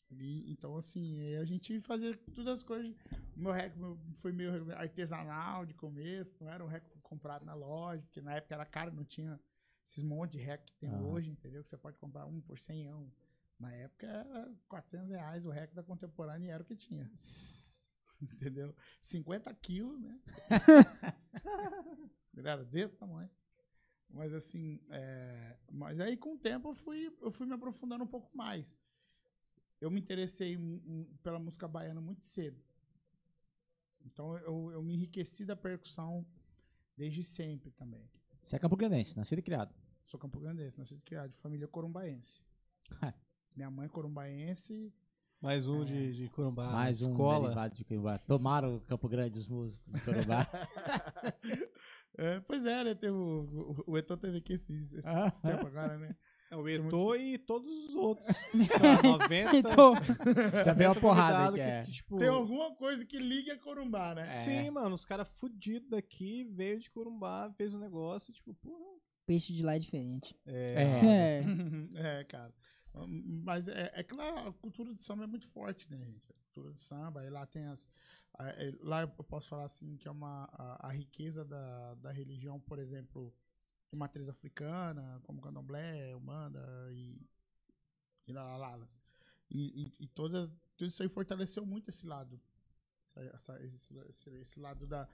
S6: E, então, assim, eh, a gente fazia todas as coisas. O meu rec meu- foi meio artesanal de começo, não era um rec comprado na loja, que na época era caro, não tinha esses monte de rec que tem
S4: Ah.
S6: hoje, entendeu? Que você pode comprar um por 100 ão. Na época era 400 reais o rec da contemporânea e era o que tinha. Entendeu? 50 quilos, né? Ele era desse tamanho. Mas assim, é, mas aí com o tempo eu fui, eu fui me aprofundando um pouco mais. Eu me interessei mu- mu- pela música baiana muito cedo. Então eu, eu me enriqueci da percussão desde sempre também.
S4: Você é campograndense, nascido e criado.
S6: Sou campograndense, nascido e criado de família corumbaense. Minha mãe é corumbaense,
S2: Mais um de, de Corumbá.
S4: Mais um
S2: escola.
S4: derivado de Corumbá. Tomaram o Campo Grande os músicos de Corumbá.
S6: É, pois é, né? Teve o, o, o Eton teve aqui esse, esse, esse
S4: Ah.
S6: tempo agora, né?
S2: é o Eto
S6: muito-
S2: e todos os
S4: [laughs]
S2: outros. Tá, 90.
S3: Então,
S4: Já veio uma
S2: 90
S4: porrada
S2: convidado
S4: aí, que é.
S2: tipo,
S6: Tem um- alguma coisa que ligue a Corumbá, né?
S2: Sim, mano, os caras fudidos daqui, veio de Corumbá, fez um negócio e tipo, porra.
S3: peixe de lá é diferente.
S4: É.
S3: É.
S6: [laughs] é, cara. Mas é, é que lá a cultura do samba é muito forte, né, gente? A cultura do samba, aí lá tem as. a- é, Lá eu posso falar assim que é uma. A, a riqueza da, da religião, por exemplo, de matriz africana, como candomblé, umbanda e. e lalalas. E, e, e todas, tudo isso aí fortaleceu muito esse lado. Essa- essa- esse, esse- esse lado da,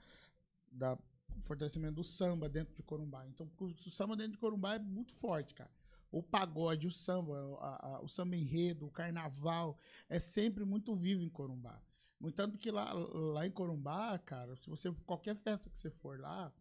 S6: da fortalecimento do samba dentro de Corumbá. Então, o samba dentro de Corumbá é muito forte, cara o pagode, o samba, a- a- o samba enredo, o carnaval, é sempre muito vivo em Corumbá. No entanto que lá, lá em Corumbá, cara, se você qualquer festa que você for lá,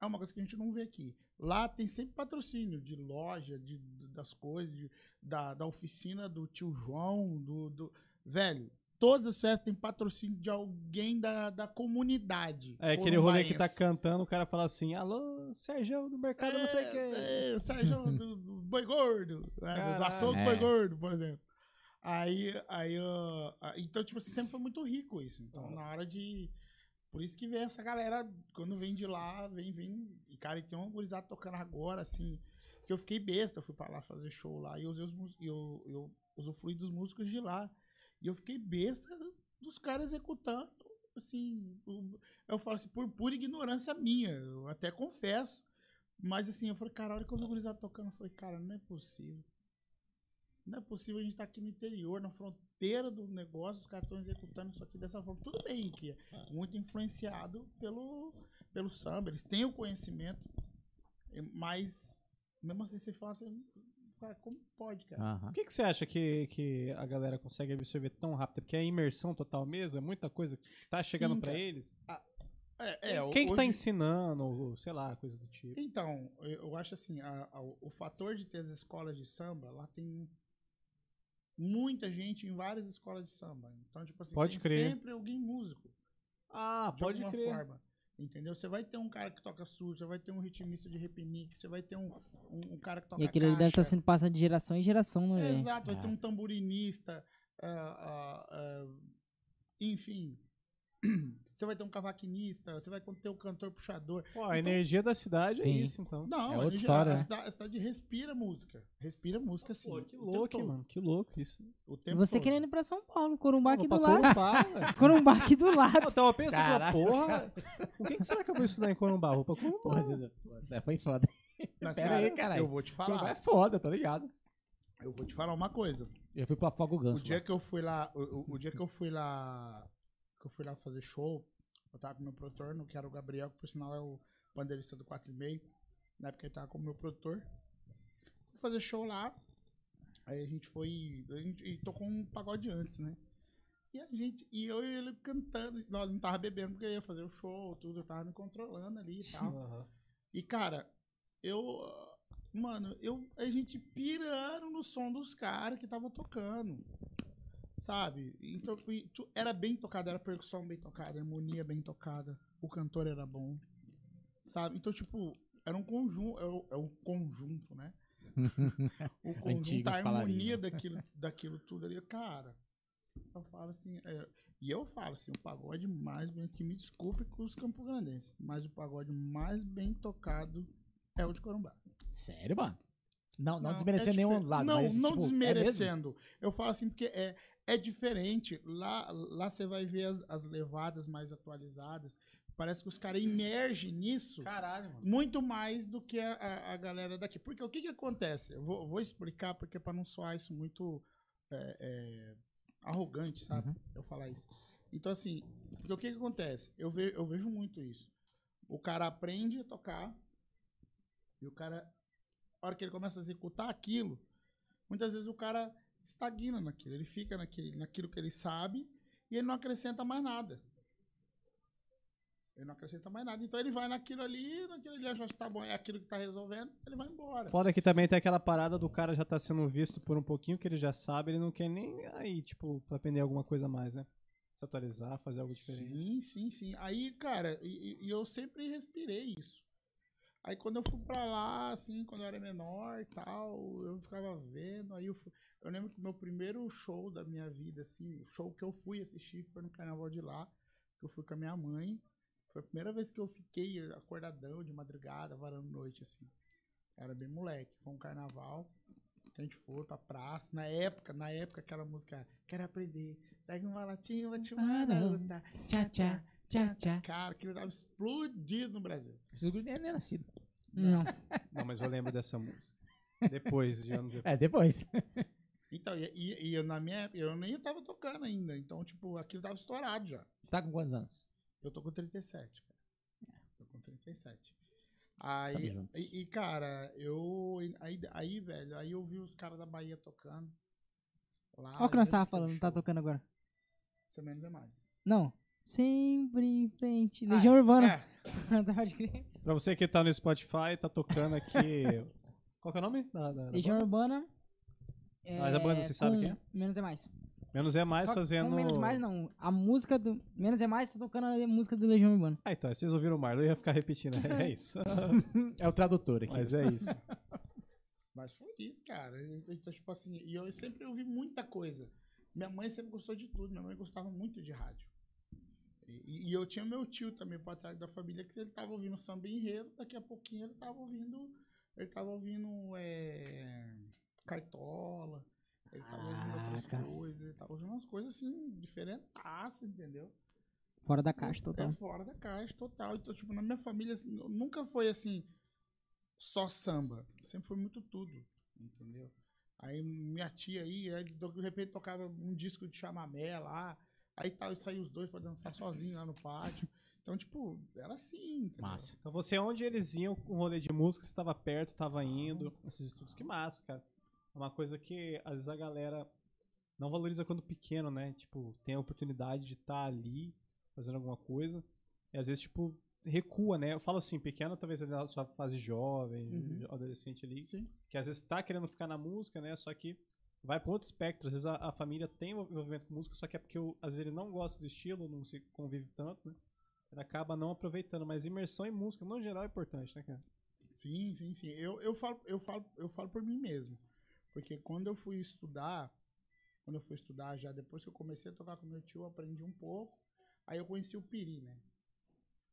S6: é uma coisa que a gente não vê aqui. Lá tem sempre patrocínio de loja, de, de- das coisas, de- da, da oficina do tio João, do, do- Velho, todas as festas têm patrocínio de alguém da, da comunidade.
S2: É aquele rolê que tá
S6: corumbaense.
S2: cantando, o cara fala assim: alô, Sérgio do mercado, não sei o quê.
S6: É, é, Sérgio
S2: [laughs]
S6: do, do Boi Gordo, né, do
S2: Caralho.
S6: Açougue
S4: É.
S6: Boi Gordo, por exemplo. Aí, aí, ó, a- então, tipo assim, sempre foi muito rico isso. Então,
S2: Uhum.
S6: na hora de. Por isso que vem essa galera, quando vem de lá, vem, vem. E, cara, e tem um gurizado tocando agora, assim. Que eu fiquei besta, eu fui pra lá fazer show lá e eu usei os mus- e eu, eu usufruí dos músicos de lá. E eu fiquei besta dos caras executando, assim. o- Eu falo assim, por pura ignorância minha, eu até confesso. Mas assim, eu falei, cara, a hora que eu vi o gurizado tocando, eu falei, cara, não é possível. Não é possível a gente tá aqui no interior, na fronteira do negócio, os caras estão executando isso aqui dessa forma. Tudo bem que é muito influenciado pelo, pelo samba, eles têm o conhecimento, eh, mas mesmo assim você fala assim, cara, como pode, cara?
S4: Aham.
S2: Por que, que você acha que, que a galera consegue absorver tão rápido? É Porque é imersão total mesmo? É muita coisa que tá
S6: Sim,
S2: chegando pra
S6: cara.
S2: eles?
S6: É, é,
S2: Quem que tá
S6: hoje-
S2: ensinando? Ou, sei lá, coisa do tipo.
S6: Então, eu- eu acho assim, a- a- o fator de ter as escolas de samba, lá tem muita gente em várias escolas de samba. Então, tipo assim,
S2: Pode
S6: tem
S2: crer.
S6: sempre alguém músico,
S2: Ah,
S6: de
S2: pode
S6: alguma
S2: crer.
S6: forma. Entendeu? Você vai ter um cara que toca surdo, você vai ter um ritmista de repinique, você vai ter um, um, um cara que toca
S3: E aquilo ali deve tá estar
S6: caixa.
S3: sendo passado de geração em geração, não é?
S6: Exato, vai
S4: É.
S6: ter um tamborinista, ah, ah, ah, enfim. [clears throat] Você vai ter um cavaquinista, você vai ter um cantor puxador.
S2: Pô, a energia da cidade é
S4: Sim.
S2: isso, então.
S6: Então Não,
S4: É
S6: a
S4: outra
S6: gente-
S4: história,
S6: a,
S4: né?
S6: a, cida- a cidade respira música. Respira música, sim.
S2: Pô, assim, que
S6: o tempo
S2: louco,
S6: todo,
S2: mano. Que louco isso.
S6: O
S3: E
S6: tempo
S3: você
S6: todo.
S3: querendo ir pra São Paulo, Corumbá Tá aqui do
S2: Pra
S6: [laughs]
S3: lado.
S2: Corumbá,
S3: [laughs]
S2: velho.
S3: Corumbá aqui do lado.
S2: Eu tava pensando,
S4: Caralho,
S2: porra, o que, que será que eu vou estudar em Corumbá? Vou pra Corumbá.
S4: Porra, Dudu, Você foi foda.
S6: Mas,
S4: Pera
S6: cara,
S4: aí, caralho.
S6: Eu vou te
S4: Corumbá é
S6: falar.
S4: foda, tá ligado?
S6: Eu vou te falar uma coisa.
S4: Eu fui pra Fogo
S6: O
S4: Ganso.
S6: dia que eu fui lá, o, o- o dia que eu fui lá, que eu fui lá fazer show, eu tava com meu produtor, né, que era o Gabriel, que por sinal é o pandeirista do 4 e meio. Na época ele tava como meu produtor. Fui fazer show lá. Aí a gente foi. A gente e tocou um pagode antes, né? E a gente. E eu e ele cantando. Nós não tava bebendo porque eu ia fazer o show, tudo. Eu tava me controlando ali e tal.
S2: Aham.
S6: E, cara, eu. ah, Mano, eu, a gente pirando no som dos caras que estavam tocando. Sabe? Então, e tu- era bem tocado, era percussão bem tocada, harmonia bem tocada, o cantor era bom. Sabe? Então, tipo, era um conjunto, é o- é um
S4: [laughs]
S6: conjunto, né? o conjunto,
S4: Antigos
S6: a harmonia
S4: falarinhos.
S6: daquilo, daquilo tudo ali, cara. Eu falo assim, é, e eu falo assim, o pagode mais bem, que me desculpe com os campograndenses, mas o pagode mais bem tocado é o de Corumbá.
S4: Sério, mano? Não, não,
S6: é
S4: desmerecendo nenhum
S6: difer-
S4: lado.
S6: Não,
S4: mas, tipo,
S6: não
S4: é mesmo?
S6: desmerecendo. eu falo assim porque é, é diferente. Lá lá você vai ver as, as levadas mais atualizadas. Parece que os caras imergem nisso
S2: Caralho, mano.
S6: muito mais do que a, a- a galera daqui. Porque o que, que acontece? Eu vou, vou explicar porque para não soar isso muito é, é, arrogante, sabe?
S4: Uhum.
S6: Eu falar isso. Então, assim, porque o que, que acontece? Eu, ve- eu vejo muito isso. O cara aprende a tocar e o cara, a hora que ele começa a executar aquilo, muitas vezes o cara estagna naquilo. Ele fica naquele, naquilo que ele sabe e ele não acrescenta mais nada. Ele não acrescenta mais nada. Então ele vai naquilo ali, naquilo ele acha que tá bom, é aquilo que tá resolvendo, ele vai embora.
S2: Foda que também tem aquela parada do cara já tá sendo visto por um pouquinho que ele já sabe, ele não quer nem aí, tipo, pra aprender alguma coisa a mais, né? Se atualizar, fazer algo diferente.
S6: Sim, sim, sim. Aí, cara, e, e- e eu sempre respirei isso. Aí quando eu fui pra lá, assim, quando eu era menor e tal, eu ficava vendo. Aí eu, fui- eu lembro que o meu primeiro show da minha vida, assim, o show que eu fui assistir foi no carnaval de lá, que eu fui com a minha mãe. Foi a primeira vez que eu fiquei acordadão de madrugada, varando noite, assim. Era bem moleque. Foi um carnaval. que A gente foi pra praça. Na época, na época, aquela música, quero aprender. Pega uma latinha, vou te
S4: Ah,
S6: mandar
S4: não.
S6: lutar.
S4: Tchá, tchá, tchá, tchá.
S6: Cara, aquilo tava explodido no Brasil.
S4: Esses guri nem nem nascido.
S3: Não.
S2: Não, mas eu lembro dessa música. Depois, de anos depois.
S4: É, depois.
S6: Então, e, e- e eu, na minha época, eu nem tava tocando ainda. Então, tipo, aquilo tava estourado já.
S4: Você tá com quantos anos?
S6: Eu tô com 37, cara.
S3: É.
S6: Tô com 37.
S4: Estamos
S6: Aí,
S4: juntos.
S6: e, e, cara, eu. Aí, aí, velho, aí eu vi os caras da Bahia tocando. Lá,
S3: Olha o que nós
S6: eu
S3: tava
S6: fiquei
S3: falando, tá
S6: show.
S3: tocando agora.
S6: Isso é menos é mais.
S3: Não. Sempre em frente.
S6: Ah,
S3: Legião Urbana. tá,
S6: É,
S3: [laughs] Pode crer.
S2: Pra você que tá no Spotify, tá tocando aqui. Qual que é o nome? Da, da- da
S3: Legião Urbana.
S2: Mas a banda, você sabe
S3: com
S2: quem é?
S3: Menos é mais.
S2: banda? Menos é mais
S3: Só que
S2: fazendo.
S3: Com menos é mais, não. A música do. Menos é mais tá tocando a música do Legião Urbana.
S2: Ah, então, vocês ouviram o Marlon, eu ia
S3: [laughs]
S2: ficar repetindo. É isso.
S3: Tá
S4: É o tradutor aqui.
S2: Mas é isso.
S6: mas foi isso, cara. Então, tipo assim, e eu sempre ouvi muita coisa. Minha mãe sempre gostou de tudo. Minha mãe gostava muito de rádio. E, e eu tinha meu tio também por trás da família, que se ele tava ouvindo samba enredo, daqui a pouquinho ele tava ouvindo. Ele tava ouvindo é, cartola, ele tava ouvindo outras
S4: Caraca.
S6: coisas, ele tava ouvindo umas coisas assim, diferentaças, entendeu?
S3: Fora da caixa, total.
S6: É fora da caixa, total. Então, tipo, na minha família assim, nu- nunca foi assim, só samba. Sempre foi muito tudo, entendeu? Aí minha tia aí, aí, do- de repente tocava um disco de chamamé lá. Aí tal, e saíam os dois pra dançar sozinho lá no pátio. Então, tipo, era assim, entendeu?
S4: Massa.
S2: Então você, onde eles iam com o rolê de música, você tava perto, tava indo, esses estudos, que massa, cara. É uma coisa que às vezes a galera não valoriza quando pequeno, né? Tipo, tem a oportunidade de estar ali fazendo alguma coisa, e às vezes, tipo, recua, né? Eu falo assim, pequeno, talvez ali na sua fase jovem,
S6: Uhum.
S2: adolescente ali,
S6: Sim.
S2: que às vezes tá querendo ficar na música, né? Só que vai para outro espectro. Às vezes a, a família tem envolvimento com música, só que é porque o- às vezes ele não gosta do estilo, não se convive tanto, né? Ele acaba não aproveitando, mas imersão em música, no geral, é importante, né, cara?
S6: Sim, sim, sim. Eu, eu, falo, eu, falo, eu falo por mim mesmo. Porque quando eu fui estudar, quando eu fui estudar já, depois que eu comecei a tocar com meu tio, eu aprendi um pouco. Aí eu conheci o Piri, né?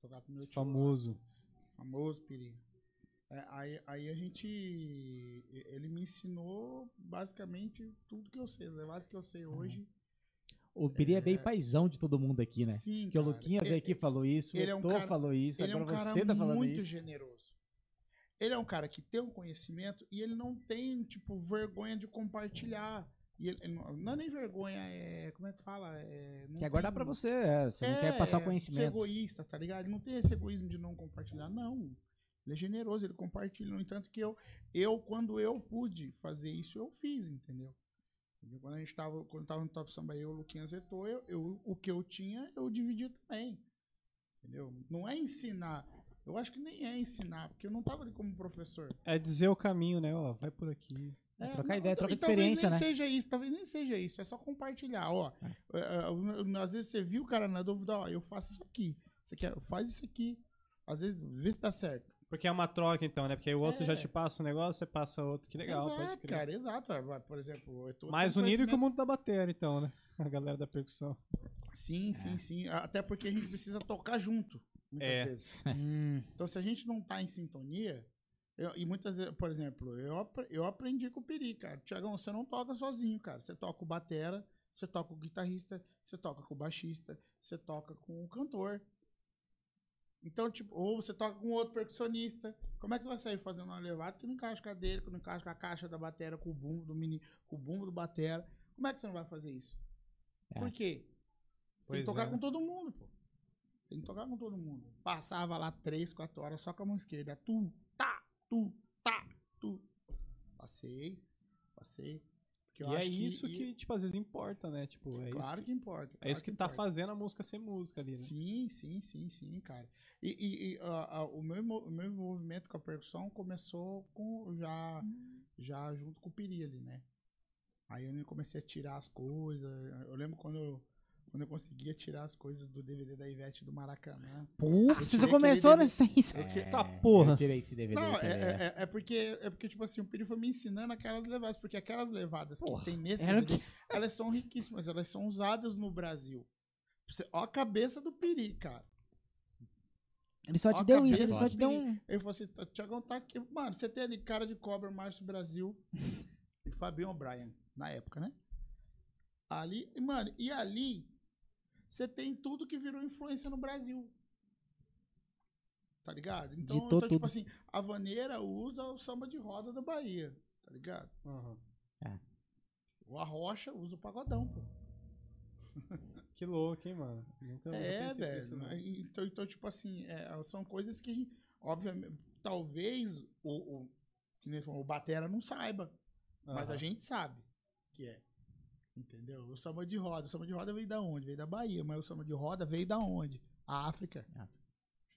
S6: Tocar com meu tio. lá.
S2: Famoso.
S6: Famoso Piri. É, aí, aí a gente. e- Ele me ensinou basicamente tudo que eu sei, as levadas que eu sei hoje.
S4: O Piri é bem paizão de todo mundo aqui, né?
S6: Sim,
S4: Porque o
S6: cara.
S4: Luquinha
S6: E-
S4: veio aqui e falou isso,
S6: ele é
S4: o
S6: um
S4: Tô
S6: cara-
S4: falou isso,
S6: Ele é um
S4: agora
S6: cara
S4: você tá falando
S6: muito
S4: isso.
S6: generoso. Ele é um cara que tem um conhecimento e ele não tem, tipo, vergonha de compartilhar. E ele- ele não, não é nem vergonha, é. Como é que fala? É, não
S4: Quer guardar
S6: tem-
S4: pra você, é, você não
S6: É,
S4: quer passar o
S6: é,
S4: conhecimento.
S6: ser egoísta, tá ligado? Ele não tem esse egoísmo de não compartilhar, não. Ele é generoso, ele compartilha. No entanto, que eu, eu quando eu pude fazer isso, eu fiz, entendeu? Entendeu? Quando a gente tava, quando tava no Top Samba, eu, o Luquinha Zetou, eu, eu- o que eu tinha, eu dividi também. Entendeu? Não é ensinar. Eu acho que nem é ensinar, porque eu não tava ali como professor.
S2: É dizer o caminho, né? Ó, vai por aqui.
S6: É,
S4: trocar ideia,
S6: e
S4: troca de
S6: talvez
S4: experiência,
S6: nem
S4: né?
S6: seja isso, talvez nem seja isso, é só compartilhar, ó. É, é, Às vezes você viu o cara na dúvida, ó, eu faço isso aqui. Você quer, faz isso aqui. Às vezes, vê se dá certo.
S2: Porque é uma troca, então, né? Porque aí o outro
S6: É.
S2: já te passa um negócio, você passa outro. Que legal, pode
S6: exato,
S2: crer.
S6: cara, exato. Ah, Por exemplo, eu tô
S2: Mais
S6: tenho
S2: unido que o
S6: conhecimento-
S2: mundo da bateria, então, né? [laughs] A galera da percussão.
S6: Sim, sim, sim. Até porque a gente precisa tocar junto, muitas
S2: É.
S6: vezes.
S3: Hum.
S6: Então, se a gente não tá em sintonia, eu- e muitas vezes, por exemplo, eu, apre- eu aprendi com o Piri, cara. Tiagão, você não toca sozinho, cara. Você toca o batera, você toca o guitarrista, você toca com o baixista, você toca com o cantor. Então, tipo, ou você toca com outro percussionista. Como é que você vai sair fazendo uma levada que não encaixa com a dele, que não encaixa com a caixa da batera, com o bumbo do mini, com o bumbo do batera? Como é que você não vai fazer isso?
S4: É.
S6: Por quê? Você tem
S2: Pois
S6: que tocar
S2: é, né?
S6: com todo mundo, pô. Tem que tocar com todo mundo. Passava lá 3, 4 horas só com a mão esquerda. Tu, tá, tu, tá, tu. Passei, passei. Porque
S2: e é isso que, tipo, às vezes importa, né? Tipo, é
S6: Claro
S2: isso.
S6: que importa.
S2: É isso que tá
S6: importa.
S2: fazendo a música ser música ali, né?
S6: Sim, sim, sim, sim, cara. E, e- e, ah, ah, o, meu, emo- o meu envolvimento com a percussão começou com já,
S2: Hum.
S6: já junto com o Piri ali, né? Aí eu comecei a tirar as coisas. Eu lembro quando eu, quando eu conseguia tirar as coisas do DVD da Ivete do Maracanã.
S3: Pô,
S6: Eu
S3: você
S6: tirei
S3: começou
S6: aquele
S3: nessa isso.
S6: Eu que-
S2: tá, porra.
S4: É, Eu tirei esse DVD.
S6: Não, é,
S4: também, né?
S6: é, é- é porque, é porque, tipo assim, o Piri foi me ensinando aquelas levadas, porque aquelas levadas
S3: Porra,
S6: que tem nesse
S3: Era o
S6: DVD,
S3: que-
S6: elas são riquíssimas, elas são usadas no Brasil. Você- Ó a cabeça do Piri, cara.
S3: Ele só
S6: Ó
S3: te
S6: a
S3: deu isso,
S6: cabeça
S3: ele só
S6: do
S3: te deu
S6: Piri.
S3: um.
S6: Ele falou assim, "Tá, Tiagão tá aqui. Mano, você tem ali cara de cobra, Márcio Brasil e Fabinho O'Brien, na época, né? Ali, e, mano, e ali você tem tudo que virou influência no Brasil. Tá ligado? Então,
S4: Ditou
S6: então, tipo
S4: tudo.
S6: assim, a vaneira usa o samba de roda da Bahia, tá ligado?
S2: Aham.
S6: O Arrocha usa o pagodão, pô.
S2: Que louco, hein, mano? Nunca nunca
S6: É,
S2: pensei nisso,
S6: velho.
S2: não.
S6: né? Então, então, tipo assim, é, são coisas que, obviamente, talvez o, o, que nem falou, o Batera não saiba. Mas
S2: Aham.
S6: a gente sabe que é. Entendeu? O samba de roda. O samba de roda veio da onde? Veio da Bahia, mas o samba de roda veio da onde? A África.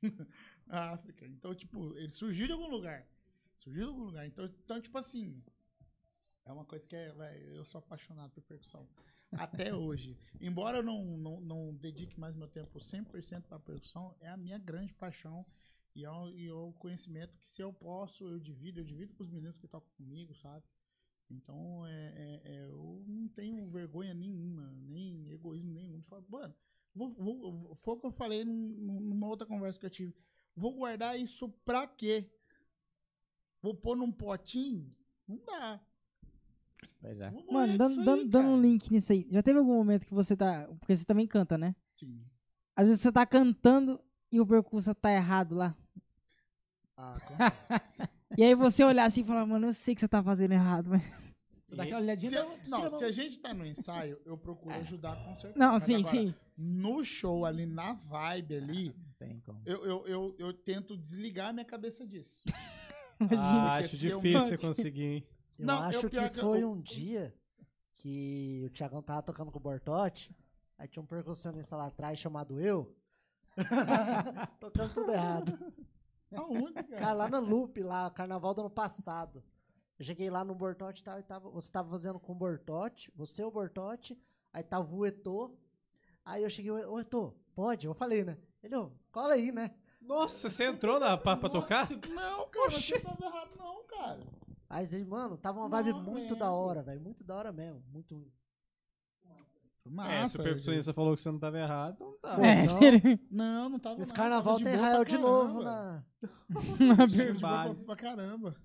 S6: [laughs] a África. Então, tipo, ele surgiu de algum lugar. Surgiu de algum lugar. Então, então tipo assim. É uma coisa que é, vai, eu sou apaixonado por percussão. Até hoje. Embora eu não, não, não dedique mais meu tempo 100% para percussão, é a minha grande paixão. E é, o, e é o conhecimento que, se eu posso, eu divido. Eu divido com os meninos que tocam comigo, sabe? Então, é, é- é, eu não tenho vergonha nenhuma, nem egoísmo nenhum de falar, mano, vou, vou- vou- foi o que eu falei num- num- numa outra conversa que eu tive. Vou guardar isso pra quê? Vou pôr num potinho? Não dá.
S4: Pois é.
S6: Vou morrer
S3: Mano,
S6: disso
S3: dando,
S6: aí,
S3: dando, dando um
S6: cara.
S3: link nisso aí. Já teve algum momento que você tá. Porque você também canta, né?
S6: Sim.
S3: Às vezes você tá cantando e o percurso tá errado lá.
S6: Ah, acontece.
S3: [laughs]
S6: [laughs]
S3: E aí você olhar assim e falar, mano, eu sei que você tá fazendo errado, mas. [laughs]
S4: Você dá aquela olhadinha.
S6: se eu- não,
S4: tira a mão.
S6: se a gente tá no ensaio, eu procuro ajudar com certeza.
S3: um- É. Não,
S6: Mas
S3: sim,
S6: agora,
S3: sim.
S6: No show ali, na vibe ali,
S4: Não tem como.
S6: eu, eu, eu, eu tento desligar a minha cabeça disso.
S3: Imagina.
S2: Ah,
S6: porque
S2: acho
S6: se eu-
S2: difícil eu conseguir, hein?
S5: Eu
S6: Não, eu
S5: acho
S6: pior
S5: que
S6: que eu-
S5: foi
S6: eu-
S5: um dia que o Thiagão tava tocando com o Bortotti, aí tinha um percussionista lá atrás chamado eu, [laughs] tocando tudo errado.
S6: Aonde,
S5: Cara,
S6: cara?
S5: lá na Loop, lá, carnaval do ano passado. Eu cheguei lá no Bortotti e tal, e tava, você tava fazendo com o Bortotti, você o Bortotti, aí tava o Etô, aí eu cheguei, ô Etô, pode? Eu falei, né? Ele, ô, cola aí, né?
S2: Nossa, você entrou na, pra, pra tocar?
S6: Não, cara, você não tava errado, não, cara.
S5: Aí, ele, mano, tava uma vibe
S6: Não,
S5: muito
S6: é.
S5: da hora, velho, muito da hora mesmo, muito...
S2: é, se o percussionista falou que você não tava errado,
S4: [laughs]
S2: então tá.
S3: [laughs]
S5: Pô,
S3: É,
S5: não.
S3: sério.
S6: Não, não tava.
S5: Esse
S6: não, tava
S5: carnaval
S6: de
S5: tem
S6: boa pra
S5: Israel de novo né?
S6: caramba.
S5: na...
S6: Tava
S2: é
S6: de boa
S2: Chimbales.
S6: pra- pra caramba.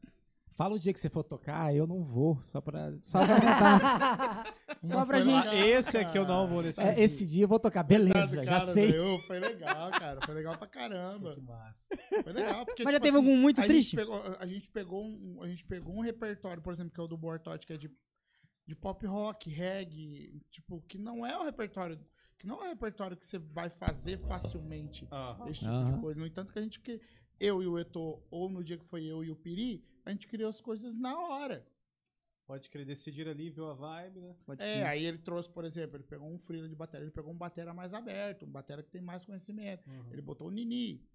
S4: Fala o dia que você for tocar, eu não vou. Só pra.
S3: Só pra cantar. Só
S6: [laughs]
S5: né? [laughs]
S6: Não,
S3: pra
S6: foi
S3: gente-
S6: legal,
S2: Esse aqui eu não
S6: cara.
S2: vou nesse.
S4: É,
S2: dia.
S4: esse dia eu vou tocar. Beleza,
S6: Coitado,
S4: já
S6: cara,
S4: sei.
S6: meu, foi legal, cara. Foi legal pra caramba.
S2: Que massa.
S6: Foi legal. Porque,
S3: Mas já
S6: tipo
S3: teve
S6: assim,
S3: algum muito
S6: a
S3: triste?
S6: Gente pegou, a, gente pegou um, a gente pegou um repertório, por exemplo, que é o do Bortotti, que é de, de pop rock, reggae, tipo, que não é o repertório. Que não é um repertório que você vai fazer facilmente.
S2: Aham.
S6: esse tipo
S4: Aham.
S6: de coisa. No entanto, que a gente que eu e o Eto, ou no dia que foi eu e o Piri, a gente criou as coisas na hora.
S2: Pode querer decidir ali, viu a vibe, né? Pode
S6: É, aí ele trouxe, por exemplo, ele pegou um freela de bateria, ele pegou um batera mais aberto, um batera que tem mais conhecimento. Uhum. Ele botou o Nini,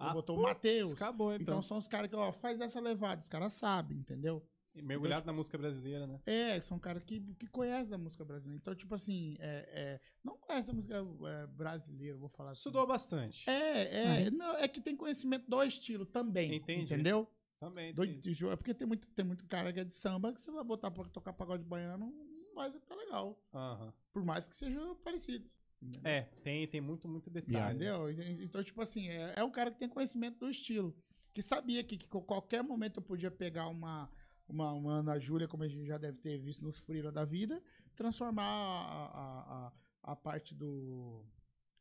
S6: ele botou o Matheus.
S2: Ah, Acabou,
S6: Então
S2: então.
S6: são os caras que, ó, faz essa levada, os caras sabem, entendeu?
S2: E mergulhado na música brasileira, né?
S6: É, são um cara que, que conhece a música brasileira. Então, tipo assim, é, é, não conhece a música é, brasileira, vou falar assim.
S2: Estudou bastante.
S6: É, é, não, é que tem conhecimento do estilo também.
S2: Entendi.
S6: Entendeu?
S2: Também.
S6: Do,
S2: entendi.
S6: de- é porque tem muito, tem muito cara que é de samba que você vai botar pra tocar pagode baiano, não vai ficar legal.
S2: Aham.
S6: Por mais que seja parecido. Entendeu?
S2: É, tem, tem muito, muito detalhe. né?
S6: Entendeu? E- Então, tipo assim, é, é um cara que tem conhecimento do estilo. Que sabia que, que a qualquer momento eu podia pegar uma, uma, uma Ana Júlia, como a gente já deve ter visto nos Freela da vida, transformar a, a, a, a parte do.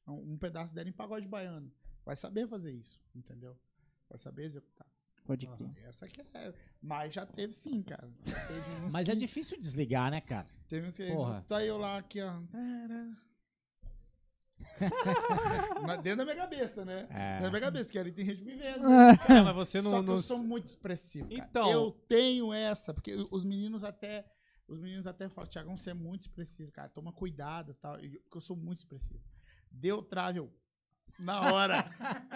S6: um pedaço dela em pagode baiano. Vai saber fazer isso, entendeu? Vai saber executar.
S3: Pode
S2: Aham.
S3: crer.
S6: Essa que é. Mas já teve sim, cara. Já teve uns
S4: Mas é
S6: que-
S4: difícil desligar, né, cara?
S6: Teve uns que.
S4: Porra.
S6: Tá eu lá aqui, ó.
S2: [laughs]
S6: Mas dentro da minha cabeça, né?
S4: É.
S6: Dentro da minha cabeça, porque ali tem gente me vendo.
S3: [laughs]
S2: Cara, mas Ah, você não.
S6: Só que
S2: não-
S6: eu sou muito expressivo. cara.
S2: Então-
S6: Eu tenho essa, porque os meninos até. Os meninos até falam, Tiagão, você é muito expressivo, cara. Toma cuidado e tal. e eu- Porque eu sou muito expressivo. Deu trave, eu. Na
S2: [laughs]
S6: hora.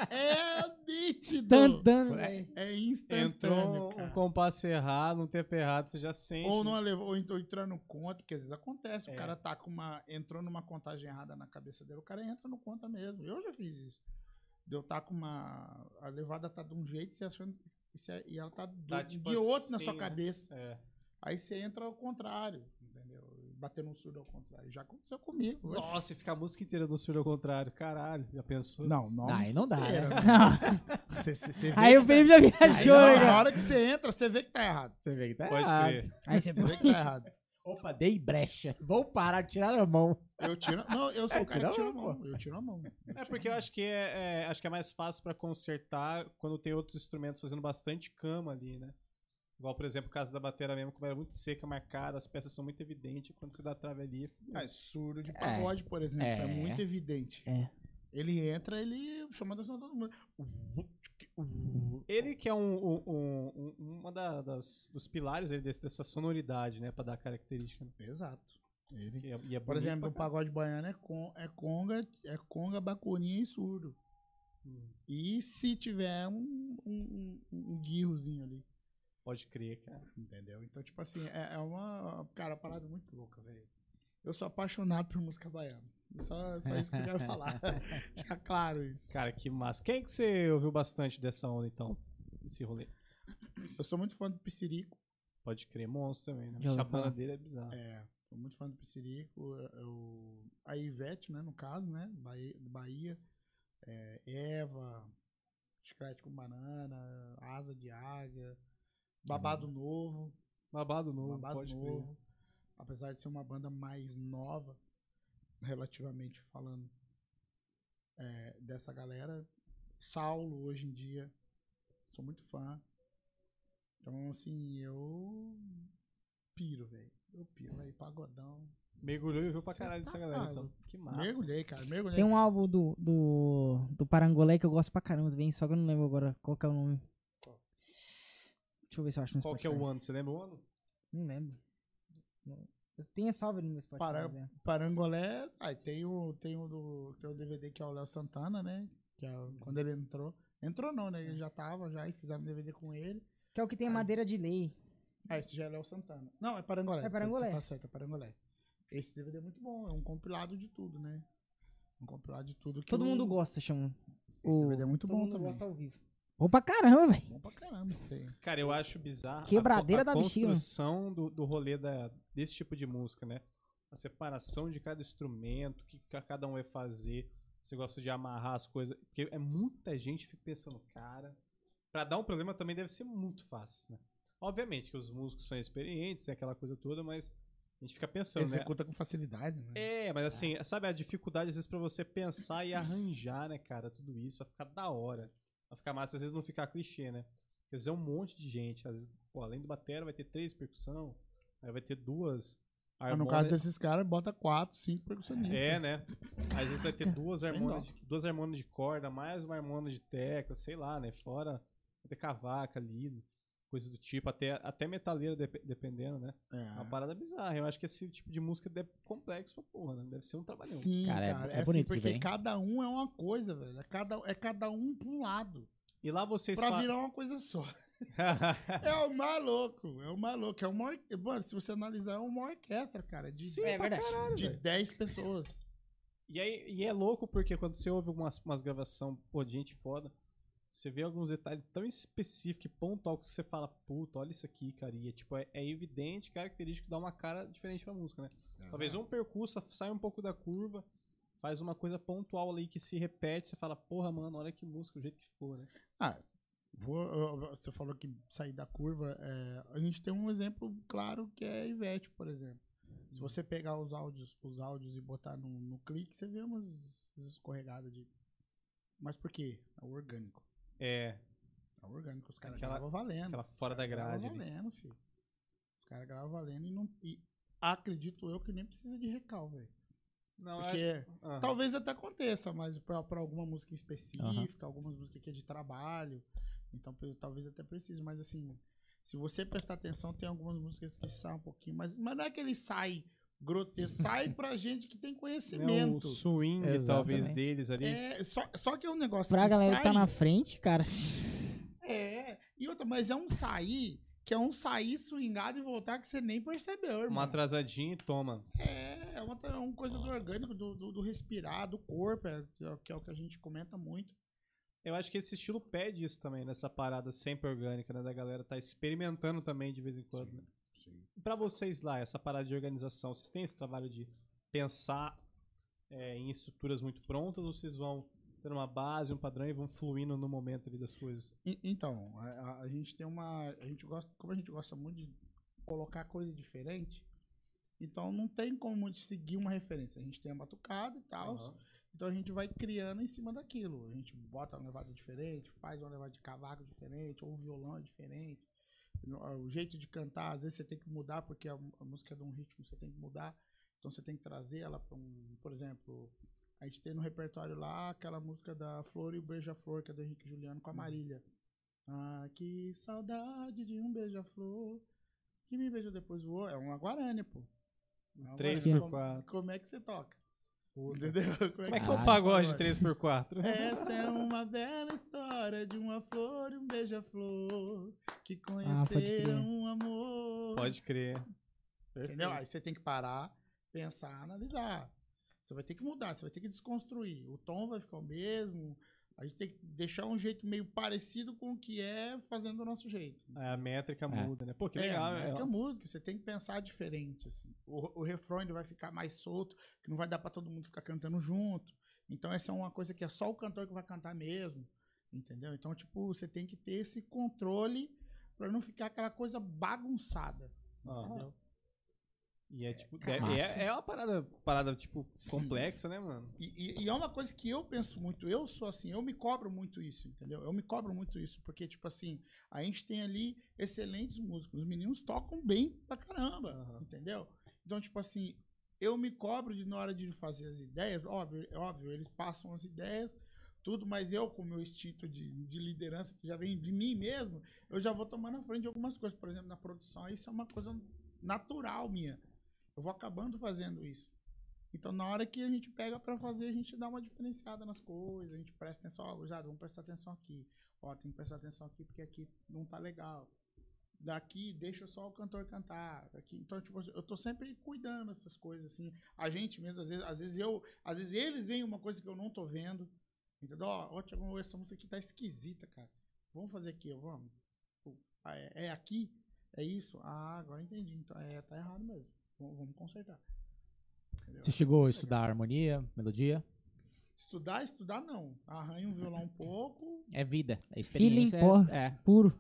S6: é nítido.
S3: Instantâneo,
S2: É,
S3: velho.
S6: É
S2: Entrou
S6: instantâneo,
S2: um
S6: cara.
S2: compasso errado, um tempo errado, você já sente.
S6: Ou não
S2: né?
S6: levou, ou entrou entrando no conto, porque às vezes acontece,
S2: É.
S6: o cara tá com uma. entrou numa contagem errada na cabeça dele, o cara entra no conta mesmo. Eu já fiz isso. De eu tá com uma. A levada tá de um jeito, você achando. E, você- e ela tá, do,
S2: Tá, tipo
S6: de outro na
S2: assim,
S6: sua
S2: né?
S6: cabeça.
S2: É.
S6: Aí você entra ao contrário, entendeu? Batendo um surdo ao contrário. Já aconteceu comigo. oxe.
S2: Nossa, e ficar a música inteira no surdo ao contrário. Caralho, já pensou?
S6: Não, não.
S4: Não, aí não dá, [laughs] né?
S6: Você-
S2: [laughs]
S6: você- você vê
S3: Aí o
S6: que
S3: Felipe já
S6: tá- aí
S3: viajou,
S6: na-
S3: né,
S6: Na
S3: cara?
S6: hora que você entra, você vê que tá errado.
S4: Você vê que tá
S6: é.
S2: Pode
S4: errado.
S2: crer.
S3: Aí você
S6: Você vê que tá errado.
S4: Opa, dei brecha. Vou parar de tirar a mão.
S6: Eu tiro. Não, eu sou o cara que
S4: tira
S6: tira
S4: a
S6: a
S4: mão,
S6: mão. Eu tiro a mão.
S2: É porque eu acho que é, é- acho que é mais fácil pra consertar quando tem outros instrumentos fazendo bastante cama ali, né? Igual, por exemplo, o caso da bateria mesmo, como era muito seca, marcada, as peças são muito evidentes, quando você dá a trave ali,
S6: Ah, surdo de pagode, por exemplo, isso é
S4: É.
S6: muito evidente.
S3: É.
S6: Ele entra, ele chama a atenção de todo mundo.
S2: Ele que é um, um- um- um- uma da- das, dos pilares aí desse- dessa sonoridade, né? Pra dar característica. né?
S6: Exato. Ele.
S2: Que é- e é
S6: Por
S2: bonito
S6: exemplo,
S2: pra
S6: o pagode baiano é, con, é conga, é conga, bacurinha e surdo.
S2: Hum.
S6: E se tiver um, um, um, um guirrozinho ali,
S2: caralho. Pode crer, cara.
S6: entendeu? Então, tipo assim, é, é uma, cara, uma parada muito louca, velho. Eu sou apaixonado por música baiana. Só, só isso que eu quero falar. [laughs] Fica claro isso.
S2: Cara, que massa. Quem que você ouviu bastante dessa onda, então? Esse rolê?
S6: Eu sou muito fã do Piscirico.
S2: Pode crer, monstro também, né?
S3: Já
S2: A
S3: ouvi
S2: chapana
S3: falar.
S2: dele é bizarra.
S6: É, sou muito fã do Pissirico. eu- eu- a Ivete, né, no caso, né? Bahia, Bahia é, Eva, Chiclete com Banana, Asa de Águia, Babado Novo,
S2: Babado Uhum. novo,
S6: Babado
S2: pode crer.
S6: Novo. Apesar de ser uma banda mais nova, relativamente falando, é, dessa galera. Saulo, hoje em dia, sou muito fã. Então, assim, eu piro, velho. Eu piro, aí pagodão.
S2: Mergulhou e ouviu pra
S3: é
S6: Cê
S2: caralho
S6: tá
S2: dessa galera,
S6: maluco.
S2: então. Que massa.
S6: Mergulhei, cara, mergulhei.
S3: Tem um álbum do, do, do Parangolé que eu gosto pra caramba também, só que eu não lembro agora qual que é o nome. Deixa eu ver se eu acho no
S2: Qual que é
S3: Spotify.
S2: o ano? Você lembra o ano?
S3: Não lembro. Eu tenho salve no meu Spotify.
S6: Para-
S3: né?
S6: Parangolé, aí tem o, tem o do tem o DVD que é o Léo Santana, né? Que é o- quando ele entrou. Entrou não, né?
S3: É.
S6: Ele já tava, já, e fizeram um DVD com ele.
S3: Que é o que tem a madeira de lei.
S6: Ah, esse já é Léo Santana. Não, é Parangolé.
S3: É Parangolé.
S6: Você Tá certo, é Parangolé. Esse DVD é muito bom, é um compilado de tudo, né? Um compilado de tudo que
S3: Todo
S6: o-
S3: mundo gosta, chama.
S6: Esse
S3: O-
S6: DVD é muito
S3: Todo
S6: bom
S3: mundo
S6: também.
S3: gosta ao vivo. Bom pra caramba, velho.
S6: Bom pra caramba esse daí.
S2: Cara, eu acho bizarro. a
S3: Quebradeira
S2: co- a
S3: da bexiga.
S2: construção do, do rolê da, desse tipo de música, né? A separação de cada instrumento, o que ca- cada um vai fazer. Você gosta de amarrar as coisas. Porque é muita gente fica pensando, cara. Pra dar um problema também deve ser muito fácil, né? Obviamente que os músicos são experientes, tem aquela coisa toda, mas a gente fica pensando, né?
S6: Executa com facilidade, né?
S2: É, mas assim, sabe a dificuldade às vezes pra você pensar e arranjar, né, cara, tudo isso, vai ficar da hora. Vai ficar massa, às vezes não ficar clichê, né? Quer dizer, é um monte de gente, às vezes, pô, além do batera vai ter três percussão, aí vai ter duas
S6: Mas Ah, no
S2: harmônicas.
S6: caso desses caras, bota quatro, cinco percussionistas.
S2: né? É, né? Às vezes vai ter duas
S6: Sem
S2: harmônicas, de- duas harmônicas de corda, mais uma harmônica de tecla, sei lá, né? Fora vai ter cavaca ali, coisa do tipo, até até metaleira dep- dependendo, né?
S6: É.
S2: É uma parada bizarra. Eu acho que esse tipo de música deve complexo pra porra, né? Deve ser um trabalhão.
S6: Sim,
S4: Cara,
S6: cara,
S4: é- é
S6: é, assim,
S4: bonito de ver,
S6: porque
S4: hein?
S6: cada um é uma coisa, velho. É cada, é cada um pra um lado.
S2: E lá vocês
S6: pra
S2: fa-
S6: virar uma coisa só. [laughs] É um maluco, é um maluco. É uma or... Mano, se você analisar, é uma orquestra, cara, de,
S2: Sim,
S1: É
S2: pra
S1: verdade.
S2: caralho,
S6: de
S2: velho.
S6: 10 pessoas.
S2: [laughs] E, aí, e é louco porque quando você ouve umas, umas gravações, pô, de gente foda, você vê alguns detalhes tão específicos e pontual que você fala, puta, olha isso aqui, cara. E é, tipo, é, é evidente, característico, dá uma cara diferente pra música, né? Talvez um percurso sai um pouco da curva, faz uma coisa pontual ali que se repete, você fala, porra, mano, olha que música, o jeito que ficou, né?
S6: Ah, vou- eu- eu- você falou que sair da curva. é, a gente tem um exemplo claro que é a Ivete, por exemplo. Se
S2: Uhum.
S6: você pegar os áudios, os áudios e botar no, no clique, você vê umas escorregadas de. Mas por quê? É o orgânico.
S2: É,
S6: É o orgânico. Os caras
S2: Aquela-
S6: gravam valendo.
S2: aquela fora da
S6: Os caras
S2: grade
S6: gravam
S2: ali.
S6: valendo, filho. Os caras gravam valendo e não. e acredito eu que nem precisa de recal, velho.
S2: Não, é- eu acho-
S6: Porque é,
S2: Aham.
S6: talvez até aconteça, mas pra, pra alguma música específica, algumas músicas que é de trabalho. Então pe- talvez até precise, mas assim, se você prestar atenção, tem algumas músicas que saem um pouquinho, mas, mas não é que ele sai grotesco,
S2: [laughs]
S6: sai pra gente que tem
S2: né, o
S6: conhecimento.
S2: swing,
S4: Exatamente.
S2: talvez, deles ali.
S6: É, só, só que é um negócio
S3: Pra
S6: que
S3: galera que tá
S6: sai-
S3: na frente, cara.
S6: É, e outra, mas é um sair, que é um sair swingado e voltar que você nem percebeu, irmão.
S2: Uma atrasadinha e toma.
S6: É, é uma, é uma coisa do orgânico, do, do, do respirar, do corpo, é, que é- que é o que a gente comenta muito.
S2: Eu acho que esse estilo pede isso também, nessa parada sempre orgânica, né? Da galera tá experimentando também de vez em quando, né? E Pra vocês lá, essa parada de organização, vocês têm esse trabalho de pensar é, em estruturas muito prontas ou vocês vão ter uma base, um padrão e vão fluindo no momento ali das coisas?
S6: E- então, a, a- a gente tem uma. A gente gosta, como a gente gosta muito de colocar coisa diferente, então não tem como de seguir uma referência. A gente tem a batucada e tal,
S2: Aham.
S6: então a gente vai criando em cima daquilo. A gente bota uma levada diferente, faz uma levada de cavaco diferente, ou um violão diferente. No- ah, O jeito de cantar, às vezes você tem que mudar, porque a, mu- a música é de um ritmo, você tem que mudar. Então você tem que trazer ela para um. Por exemplo, a gente tem no repertório lá aquela música da Flor e o Beija-Flor, que é do Henrique Juliano
S2: Uhum.
S6: com a Marília. Ah, que saudade de um beija-flor que me beijou depois voou. É uma Guarânia, pô. É uma
S2: Três
S6: guarânia.
S2: por quatro.
S6: Como é que você toca? Entendeu?
S2: Como é que é
S4: Caralho.
S2: o pagode 3x4?
S6: Essa é uma bela história de uma flor e um beija-flor que
S3: Ah, pode crer.
S6: conheceram um amor.
S2: Pode crer.
S6: Entendeu? Aí você tem que parar, pensar, analisar. Você vai ter que mudar, você vai ter que desconstruir. O tom vai ficar o mesmo. A gente tem que deixar um jeito meio parecido com o que é fazendo do nosso jeito.
S2: Aí É, A métrica muda, né? Pô, que
S6: é,
S2: legal.
S6: é,
S2: é-
S6: a música, você tem que pensar diferente, assim. O, o refrão ele vai ficar mais solto, que não vai dar pra todo mundo ficar cantando junto. Então essa é uma coisa que é só o cantor que vai cantar mesmo, entendeu? Então, tipo, você tem que ter esse controle pra não ficar aquela coisa bagunçada.
S2: Aham.
S6: entendeu?
S2: E é tipo.
S4: cara,
S2: é-
S4: massa.
S2: É, é uma parada, parada tipo,
S6: Sim.
S2: complexa, né, mano?
S6: E, e- e é uma coisa que eu penso muito, eu sou assim, eu me cobro muito isso, entendeu? Eu me cobro muito isso, porque, tipo assim, a gente tem ali excelentes músicos, os meninos tocam bem pra caramba,
S2: Aham.
S6: entendeu? Então, tipo assim, eu me cobro de, na hora de fazer as ideias, óbvio, é óbvio, eles passam as ideias, tudo, mas eu, com o meu instinto de, de liderança, que já vem de mim mesmo, eu já vou tomando na frente de algumas coisas, por exemplo, na produção, isso é uma coisa natural minha. Eu vou acabando fazendo isso. Então, na hora que a gente pega pra fazer, a gente dá uma diferenciada nas coisas, a gente presta atenção, ó, já vamos prestar atenção aqui. Ó, tem que prestar atenção aqui porque aqui não tá legal. Daqui deixa só o cantor cantar. Daqui, então, tipo, assim, eu tô sempre cuidando dessas coisas assim. A gente mesmo às vezes, às vezes eu, às vezes eles veem uma coisa que eu não tô vendo. Entendeu? Ó, ó, Thiago, essa música aqui tá esquisita, cara. Vamos fazer aqui, ó, vamos. Pô, ah, É, é aqui? É isso? Ah, agora entendi. Então, é, tá errado mesmo. Vamos, vamos consertar. Entendeu?
S4: Você chegou a estudar harmonia, melodia?
S6: Estudar, estudar não. Arranha um
S4: [laughs]
S6: violão um pouco.
S4: É vida, é experiência.
S3: porra.
S4: é,
S3: Puro.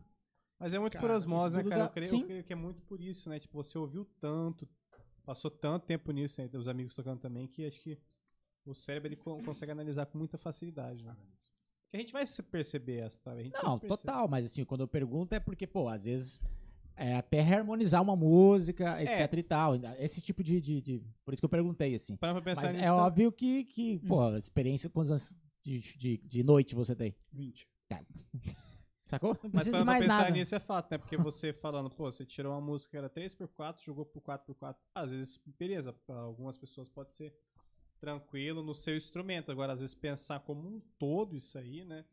S2: Mas é muito por
S6: Cara,
S2: osmose, né,
S4: estudo
S2: cara?
S4: da-
S2: Eu creio,
S4: Sim.
S2: eu creio que é muito por isso, né? Tipo, você ouviu tanto, passou tanto tempo nisso, né? Os amigos tocando também, que acho que o cérebro ele co- consegue analisar com muita facilidade, né? Porque a gente vai se perceber essa, tá? A gente
S4: Não,
S2: sempre percebe.
S4: total, mas assim, quando eu pergunto é porque, pô, às vezes é até harmonizar uma música,
S3: É.
S4: etc e tal. Esse tipo de, de- de- Por isso que eu perguntei, assim.
S2: Para pra pensar
S4: Mas
S2: nisso.
S4: é
S2: tá?
S4: óbvio que, que pô,
S3: Hum.
S4: a experiência quantos anos de, de, de noite você tem.
S6: 20.
S4: Sacou?
S3: Não
S2: Mas
S3: precisa de
S2: para pra
S3: mais
S2: pensar
S3: nada.
S2: nisso é fato, né? Porque você [laughs] falando, pô, você tirou uma música que era 3x4, jogou pro 4x4. Às vezes, beleza, pra algumas pessoas pode ser tranquilo no seu instrumento. Agora, às vezes, pensar como um todo isso aí, né?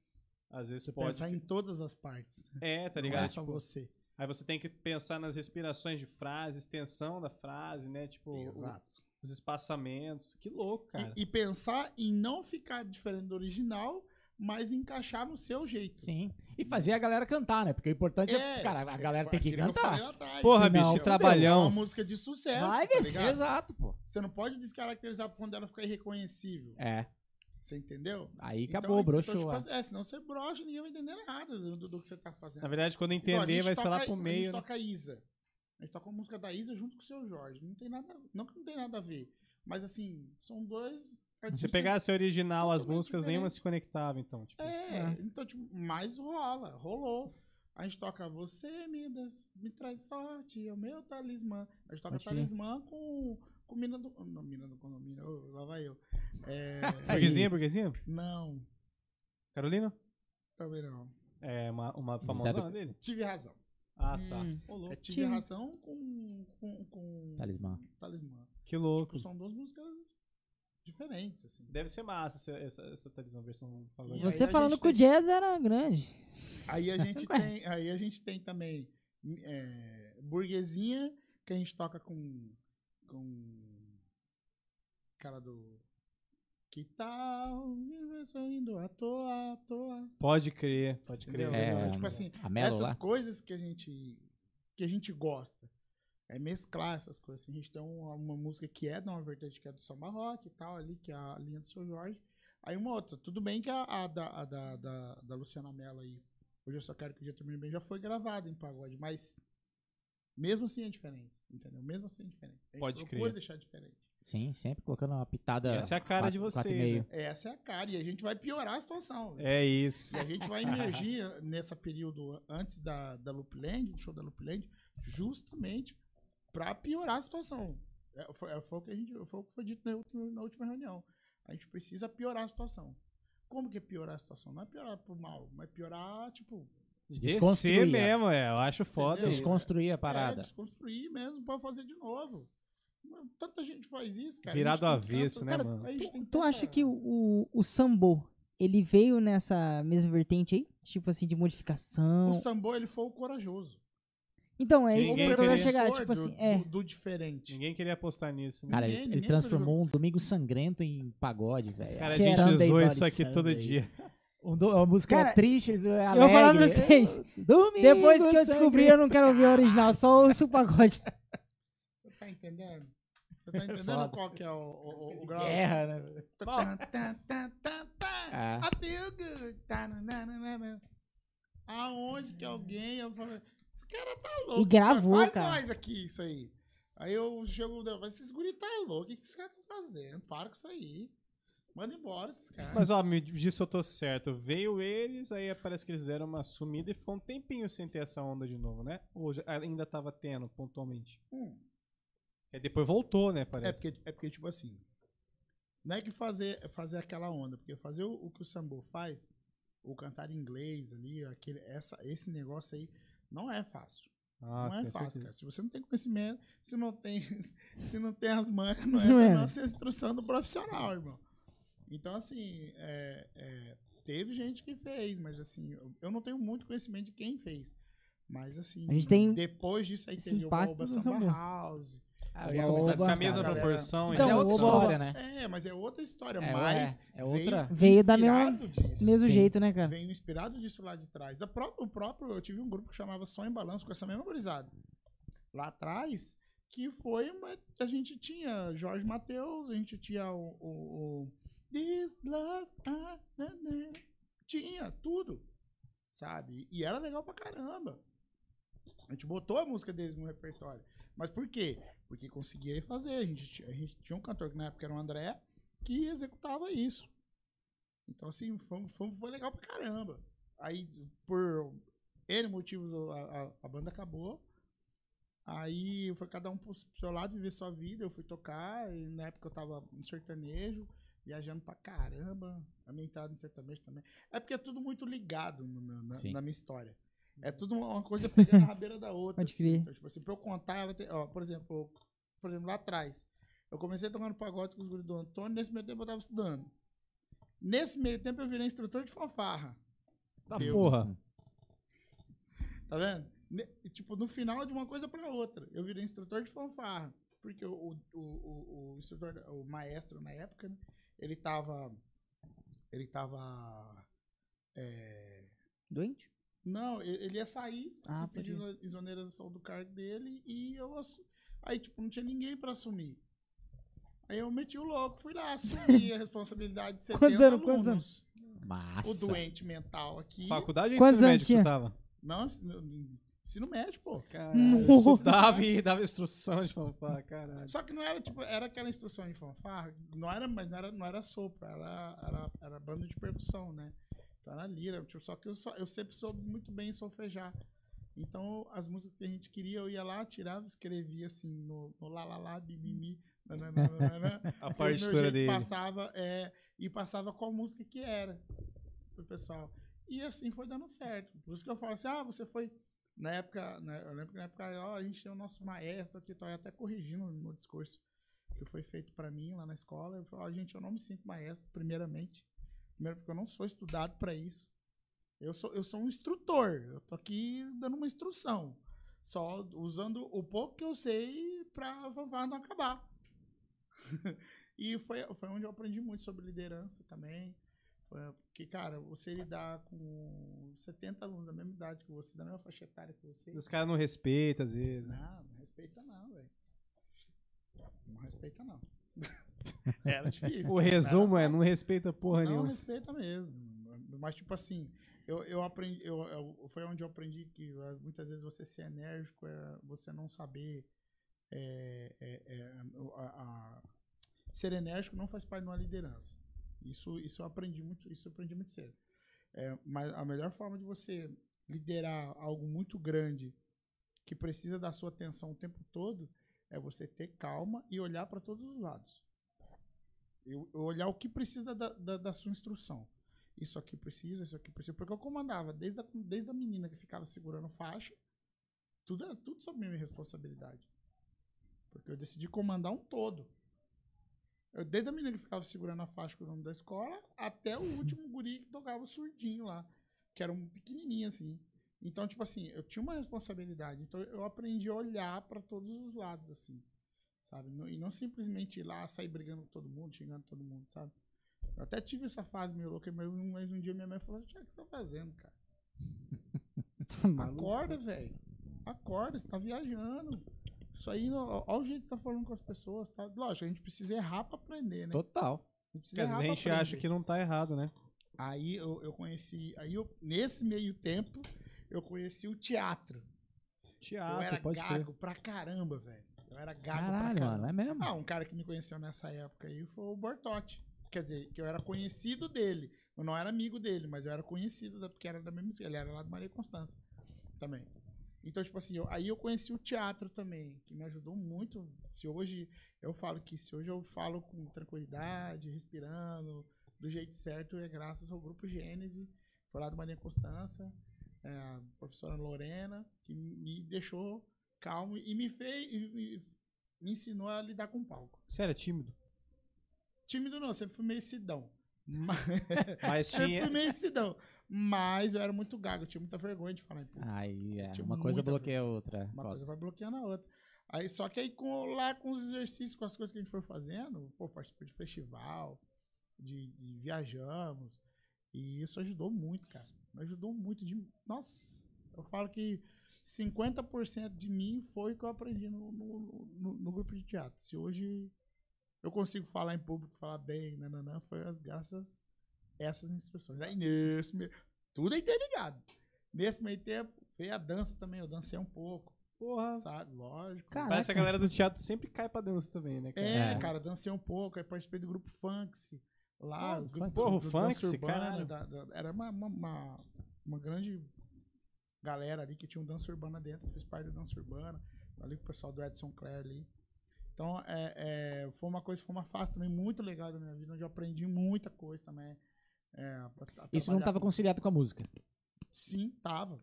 S2: Às vezes
S6: Você
S2: pode.
S6: pensar em todas as partes. né?
S2: É, tá
S6: Não
S2: ligado?
S6: é só
S2: Tipo,
S6: você.
S2: aí você tem que pensar nas respirações de frase, extensão da frase, né? Tipo, o-
S6: Exato.
S2: os espaçamentos. Que louco, cara.
S6: E, e pensar em não ficar diferente do original, mas encaixar no seu jeito.
S4: Sim. E fazer a galera cantar, né? Porque o importante é, cara, a galera tem que
S6: aquilo eu falei
S4: cantar.
S6: lá atrás.
S2: Porra,
S6: Senão,
S2: bicho, que
S6: fudeu,
S2: trabalhão.
S6: É uma música de sucesso.
S4: um Vai
S6: tá
S4: descer,
S6: ligado?
S4: exato, pô.
S6: Você não pode descaracterizar quando ela ficar irreconhecível.
S4: É,
S6: Você entendeu?
S4: aí
S6: Então,
S4: acabou,
S6: então,
S4: broxou.
S6: tipo
S4: a-
S6: assim, é, senão você brocha, ninguém vai entender nada do, do- do que você tá fazendo.
S2: Na verdade, quando
S6: Igual, Então, a
S2: entender,
S6: gente
S2: vai ser lá
S6: toca-
S2: pro
S6: A
S2: meio.
S6: gente
S2: né?
S6: toca Isa. A gente toca a música da Isa junto com o seu Jorge. Não tem nada. Não que não tem nada a ver. Mas assim, são dois.
S2: Se
S6: artistas-
S2: pegasse original, as
S6: totalmente
S2: músicas nenhuma
S6: diferente.
S2: se conectava, então. Tipo,
S6: É,
S3: É.
S6: então, tipo, mais rola, rolou. A gente toca Você, Midas, me traz sorte, é o meu talismã. A gente toca
S4: Pode crer.
S6: talismã com, com mina do. Não, mina do condomínio, ô, lá vai eu.
S2: [laughs]
S6: É,
S2: burguesinha, burguesinha?
S6: não,
S2: Carolina?
S6: também não.
S2: É uma, uma famosa
S4: Zé do-
S2: dele.
S6: Tive razão.
S2: Ah, tá.
S3: Hum.
S2: Ô, louco.
S6: É, tive
S3: Tive.
S6: razão com, com, com
S4: Talismã.
S6: talismã.
S2: Que louco.
S6: Tipo, são duas músicas diferentes, assim.
S2: Deve ser massa essa, essa, essa talismã versão favorita.
S6: aí
S3: Você
S6: a
S3: falando
S6: gente
S3: que o
S6: tem-
S3: jazz era grande.
S6: [laughs] Aí a gente
S3: conhece.
S6: tem, aí a gente tem também é, burguesinha, que a gente toca com com cara do que tal viver sorrindo à toa, à toa,
S2: Pode crer, pode crer.
S6: entendeu?
S4: É,
S6: tipo assim,
S4: A Melo
S6: essas
S4: lá.
S6: coisas que a gente que a gente gosta. É mesclar essas coisas. assim. A gente tem uma, uma música que é de uma vertente que é do samba rock e tal, ali, que é a linha do seu Jorge. Aí uma outra. Tudo bem que a, a da, a da, da, da Luciana Mello aí, hoje eu só quero que o dia termine bem, já foi gravada em pagode, mas mesmo assim é diferente, entendeu? Mesmo assim é diferente. A gente
S2: Pode
S6: procura
S2: crer.
S6: deixar diferente.
S4: Sim, sempre colocando uma pitada.
S2: Essa é a cara de
S4: quatro- quatro e
S2: vocês,
S4: meio.
S2: né?
S6: Essa é a cara, e a gente vai piorar a situação.
S2: É isso.
S6: E a gente
S2: [laughs]
S6: vai emergir nessa período antes da, da Loopland, do show da Loopland, justamente para piorar a situação. É, foi, é, foi o que a gente, foi o que foi dito na última, na última reunião. A gente precisa piorar a situação. Como que é piorar a situação? Não é piorar pro mal, mas piorar, tipo,
S2: Descer
S4: Desconstruir,
S2: mesmo, é. Eu acho foda.
S6: Entendeu?
S2: isso.
S4: Desconstruir a
S6: é,
S4: parada.
S6: desconstruir mesmo para fazer de novo. Mano, Tanta gente faz isso, cara.
S2: Virar
S6: A gente
S2: do
S6: tem tanta-
S2: avesso, né,
S6: cara,
S2: mano?
S6: a gente tem um
S3: Tu, tu acha
S6: tanta-
S3: que o, o, o sambo, ele veio nessa mesma vertente aí? Tipo assim, de modificação?
S6: o Sambo ele foi o corajoso?
S3: Então, é
S2: Que
S3: isso que
S2: ninguém
S3: eu quero
S2: queria.
S3: chegar.
S6: Professor
S3: Tipo
S6: do-
S3: assim, é.
S6: do, do diferente.
S2: Ninguém queria apostar nisso, né?
S4: Cara, ele,
S6: Ninguém-
S4: ele
S6: ninguém
S4: transformou um domingo sangrento em pagode, velho.
S2: Cara, a
S3: que
S2: gente
S3: era-
S4: Sunday
S2: usou
S4: Bloody
S2: isso aqui todo
S4: Sunday.
S2: dia.
S4: Um do- uma música
S3: Cara,
S4: triste, é
S3: Eu vou falar pra
S4: alegre.
S3: vocês.
S4: Domingo
S3: Depois que eu descobri, eu não quero ouvir o original, só ouço o
S2: [laughs]
S3: pagode.
S6: Você tá entendendo? Você tá entendendo
S4: Foda.
S6: qual que [laughs] é o, o, o, o grau?
S4: sangrento. Guerra, né?
S6: Tá, tá, tá, tá, tá.
S4: Ah,
S6: I feel good. Tá, na, na, na, na, na. Aonde que alguém... Eu falo, esse cara tá louco.
S3: E gravou,
S6: faz
S3: cara.
S6: nós aqui isso aí. Aí eu chego... eu falo, Esses guri tá louco. O que que esses caras estão fazendo? Para com isso aí. Manda embora esses caras.
S2: Mas, ó, me diz se eu tô certo. Veio eles, aí parece que eles deram uma sumida e ficou um tempinho sem ter essa onda de novo, né? Ou já- ainda tava tendo, pontualmente.
S6: Hum.
S2: E depois voltou, né,
S6: É
S2: parece.
S6: porque, é porque, tipo assim, não é que fazer, fazer aquela onda, porque fazer o, o que o sambo faz, o cantar em inglês ali, aquele, essa, esse negócio aí, não é fácil.
S2: Ah,
S6: não é
S2: tenho
S6: fácil,
S2: certeza.
S6: cara. Se você não tem conhecimento, se não tem, [laughs] se não tem as manhas, não é
S3: Não
S6: da
S3: é.
S6: nossa instrução do profissional, irmão. Então, assim, é- é, teve gente que fez, mas assim, eu- eu não tenho muito conhecimento de quem fez. Mas assim,
S3: A gente tem
S6: depois disso aí
S3: esse
S6: teve o
S3: impacto
S6: Oba
S3: do
S6: Samba
S3: Sambo.
S6: House,
S4: ah,
S6: Mas
S4: oba,
S6: Oba,
S2: Mas com a
S6: cara,
S2: mesma
S6: galera.
S2: proporção,
S3: Então,
S2: então,
S4: é outra
S3: oba,
S4: história, né?
S6: É, mas é outra história,
S4: É,
S6: mas
S4: é, é outra.
S6: veio
S3: Veio da
S6: inspirado disso.
S3: Mesmo
S4: Sim.
S3: jeito, né, cara?
S6: Veio inspirado disso lá de trás. Da própria, o próprio, eu tive um grupo que chamava Sonho em Balanço com essa mesma gurizada. Lá atrás, que foi, uma- a gente tinha Jorge Matheus, a gente tinha o, o- o This Love, ah, né, né. tinha tudo, sabe? E era legal pra caramba. A gente botou a música deles no repertório. Mas por quê? Porque conseguia fazer. A gente, ti- a gente tinha um cantor que na época era o André, que executava isso. Então, assim, foi, foi, foi legal pra caramba. Aí, por N motivos, a, a- a banda acabou. Aí foi cada um pro seu lado viver sua vida. Eu fui tocar, e na época eu tava no sertanejo, viajando pra caramba. A minha entrada no sertanejo também. É porque é tudo muito ligado no meu- na,
S4: Sim.
S6: na minha história. É tudo uma uma coisa pegando a rabeira da outra.
S3: Pode
S6: assim.
S3: crer.
S6: Então, tipo assim, pra eu contar, ela tem, ó, por exemplo, eu- por exemplo, lá atrás. Eu comecei a tocar no pagode com os guris do Antônio, nesse meio tempo eu tava estudando. Nesse meio tempo eu virei instrutor de fanfarra.
S4: Ah,
S2: Tá
S6: Deus.
S2: porra.
S6: Tá vendo? Ne- e, Tipo, no final de uma coisa pra outra. Eu virei instrutor de fanfarra. Porque o, o, o, o- o instrutor, o maestro na época, né, ele tava. Ele tava. é,
S3: Doente?
S6: não, e- ele ia sair
S3: Ah,
S6: e pedir exoneração do cargo dele e eu assu- Aí, tipo, não tinha ninguém pra assumir. Aí eu meti o louco, fui lá
S3: [laughs]
S6: assumir a responsabilidade de 70
S3: Quantos anos,
S6: alunos.
S3: quantos
S4: Massa.
S6: O doente mental aqui.
S2: Faculdade ou
S3: Quantos
S2: ensino
S3: anos
S2: médio que você
S3: tinha?
S2: tava?
S6: Não, ensino médio, pô.
S2: Caralho,
S3: Nossa.
S6: [laughs]
S2: estudava e dava instrução de fanfarra, caralho.
S6: Só que não era, tipo, era aquela instrução de fanfarra, não era, mas não era, não era sopro, era, era, era banda de percussão, né? Então era lira, tipo, só que eu, só, eu sempre soube muito bem solfejar. Então as músicas que a gente queria, eu ia lá, tirava, escrevia assim, no, no lá, lá, lá, bimimi, nananana,
S2: A
S6: E o meu
S2: partitura
S6: jeito
S2: dele.
S6: Passava, é, e passava qual música que era pro pessoal. E assim foi dando certo. Por isso que eu falo assim, ah, você foi. Na época, né, eu lembro que na época ó, a gente tinha o nosso maestro aqui, tô até corrigindo o meu discurso que foi feito pra mim lá na escola. Eu falo, ó, gente, eu não me sinto maestro, primeiramente. Primeiro porque eu não sou estudado pra isso. Eu sou, eu sou um instrutor. Eu tô aqui dando uma instrução. Só usando o pouco que eu sei pra vová não acabar. [laughs] e foi, foi onde eu aprendi muito sobre liderança também. Foi- Porque, cara, você lidar com 70 alunos da mesma idade que você, da mesma faixa etária que você.
S2: Os caras não respeitam, às vezes. né?
S6: Não, não respeita não, velho. Não
S2: [laughs]
S6: respeita não. Era difícil.
S2: O
S6: cara.
S2: resumo
S6: Era
S2: é, não respeita porra
S6: não
S2: nenhuma.
S6: respeita mesmo. Mas, tipo assim, eu, eu aprendi. Eu, eu- foi onde eu aprendi que ah, muitas vezes você ser enérgico é você não saber. é, é, é, o- a- a- ser enérgico não faz parte de uma liderança. Isso, isso eu aprendi muito, isso eu aprendi muito cedo. É, mas a melhor forma de você liderar algo muito grande que precisa da sua atenção o tempo todo é você ter calma e olhar para todos os lados. Eu, eu olhar o que precisa da, da, da sua instrução. Isso aqui precisa, isso aqui precisa. Porque eu comandava desde a, desde a menina que ficava segurando faixa, tudo, era- tudo sob minha responsabilidade. Porque eu decidi comandar um todo. Eu, desde a menina que ficava segurando a faixa com o nome da escola, até o último guri que tocava o surdinho lá, que era um pequenininho assim. Então, tipo assim, eu tinha uma responsabilidade. Então, eu aprendi a olhar para todos os lados, assim sabe? Não- E não simplesmente ir lá, sair brigando com todo mundo, xingando todo mundo, sabe? Eu até tive essa fase meio louca, mas um, mas um dia minha mãe falou, Tiago, o que você tá
S2: [laughs]
S6: fazendo, cara?
S3: Tá maluco.
S6: Acorda, velho. Acorda, você tá viajando. Isso aí, ó, ó o jeito que você tá falando com as pessoas, tá? Lógico, a gente precisa errar pra aprender, né?
S4: Total.
S6: A gente, precisa
S2: Porque às vezes a
S6: errar pra
S2: gente acha
S6: aprender.
S2: que não tá errado, né?
S6: Aí eu, eu conheci, aí eu, nesse meio tempo, eu conheci o teatro. eu era
S2: Teatro, pode ter.
S6: gago pra caramba, velho. Eu era gago pra
S4: Ah, Caralho,
S6: caramba.
S4: mano, é mesmo?
S6: Ah, um cara que me conheceu nessa época aí foi o Bortotti. Quer dizer, que eu era conhecido dele. Eu não era amigo dele, mas eu era conhecido, da- porque era da mesma escola. Ele era lá do Maria Constância também. Então, tipo assim, eu- aí eu conheci o teatro também, que me ajudou muito. Se hoje eu falo que se hoje eu falo com tranquilidade, respirando, do jeito certo, é graças ao grupo Gênese, foi lá do Maria Constância, é, a professora Lorena, que me deixou calmo e me fez. e- e- me ensinou a lidar com o palco.
S2: Você era tímido?
S6: Tímido não, sempre fui meio cidão. [laughs] Mas,
S2: Mas
S6: sempre
S2: tinha...
S6: fui meio cidão. Mas eu era muito gago, eu tinha muita vergonha de falar em público.
S4: Aí, é.
S6: Tinha
S4: Uma coisa
S6: muita
S4: bloqueia a outra.
S6: Uma
S4: É, Foda.
S6: coisa vai bloqueando a outra. Aí, só que aí com, lá com os exercícios, com as coisas que a gente foi fazendo, pô, participei de festival, de, de viajamos. E isso ajudou muito, cara. Me ajudou muito de. Nossa, eu falo que 50% de mim foi o que eu aprendi no, no, no- no grupo de teatro. Se hoje eu consigo falar em público, falar bem, nananã, foi as graças a essas instruções. Aí nesse meio, tudo é interligado. Nesse meio tempo, veio a dança também, eu dancei um pouco.
S2: Porra. tipo,
S6: Sabe? Lógico.
S3: Cara,
S2: Parece que a
S3: Caraca.
S2: galera do teatro sempre cai pra dança também, né? cara?
S6: é,
S4: É.
S6: cara, dancei um pouco, aí participei do grupo Funks. Lá,
S4: Pô,
S6: o grupo
S2: Porra, o
S6: do
S2: Funks,
S6: dança urbana,
S2: caralho.
S6: da- da- era uma, uma, uma, uma grande galera ali que tinha um dança urbana dentro, eu fiz parte do dança urbana, ali com o pessoal do Edson Clare ali. Então, é, é, foi uma coisa, foi uma fase também muito legal da minha vida, onde eu aprendi muita coisa também. é, pra- pra
S4: Isso não
S6: trabalhar
S4: tava
S6: com-
S4: conciliado com a música.
S6: Sim, tava.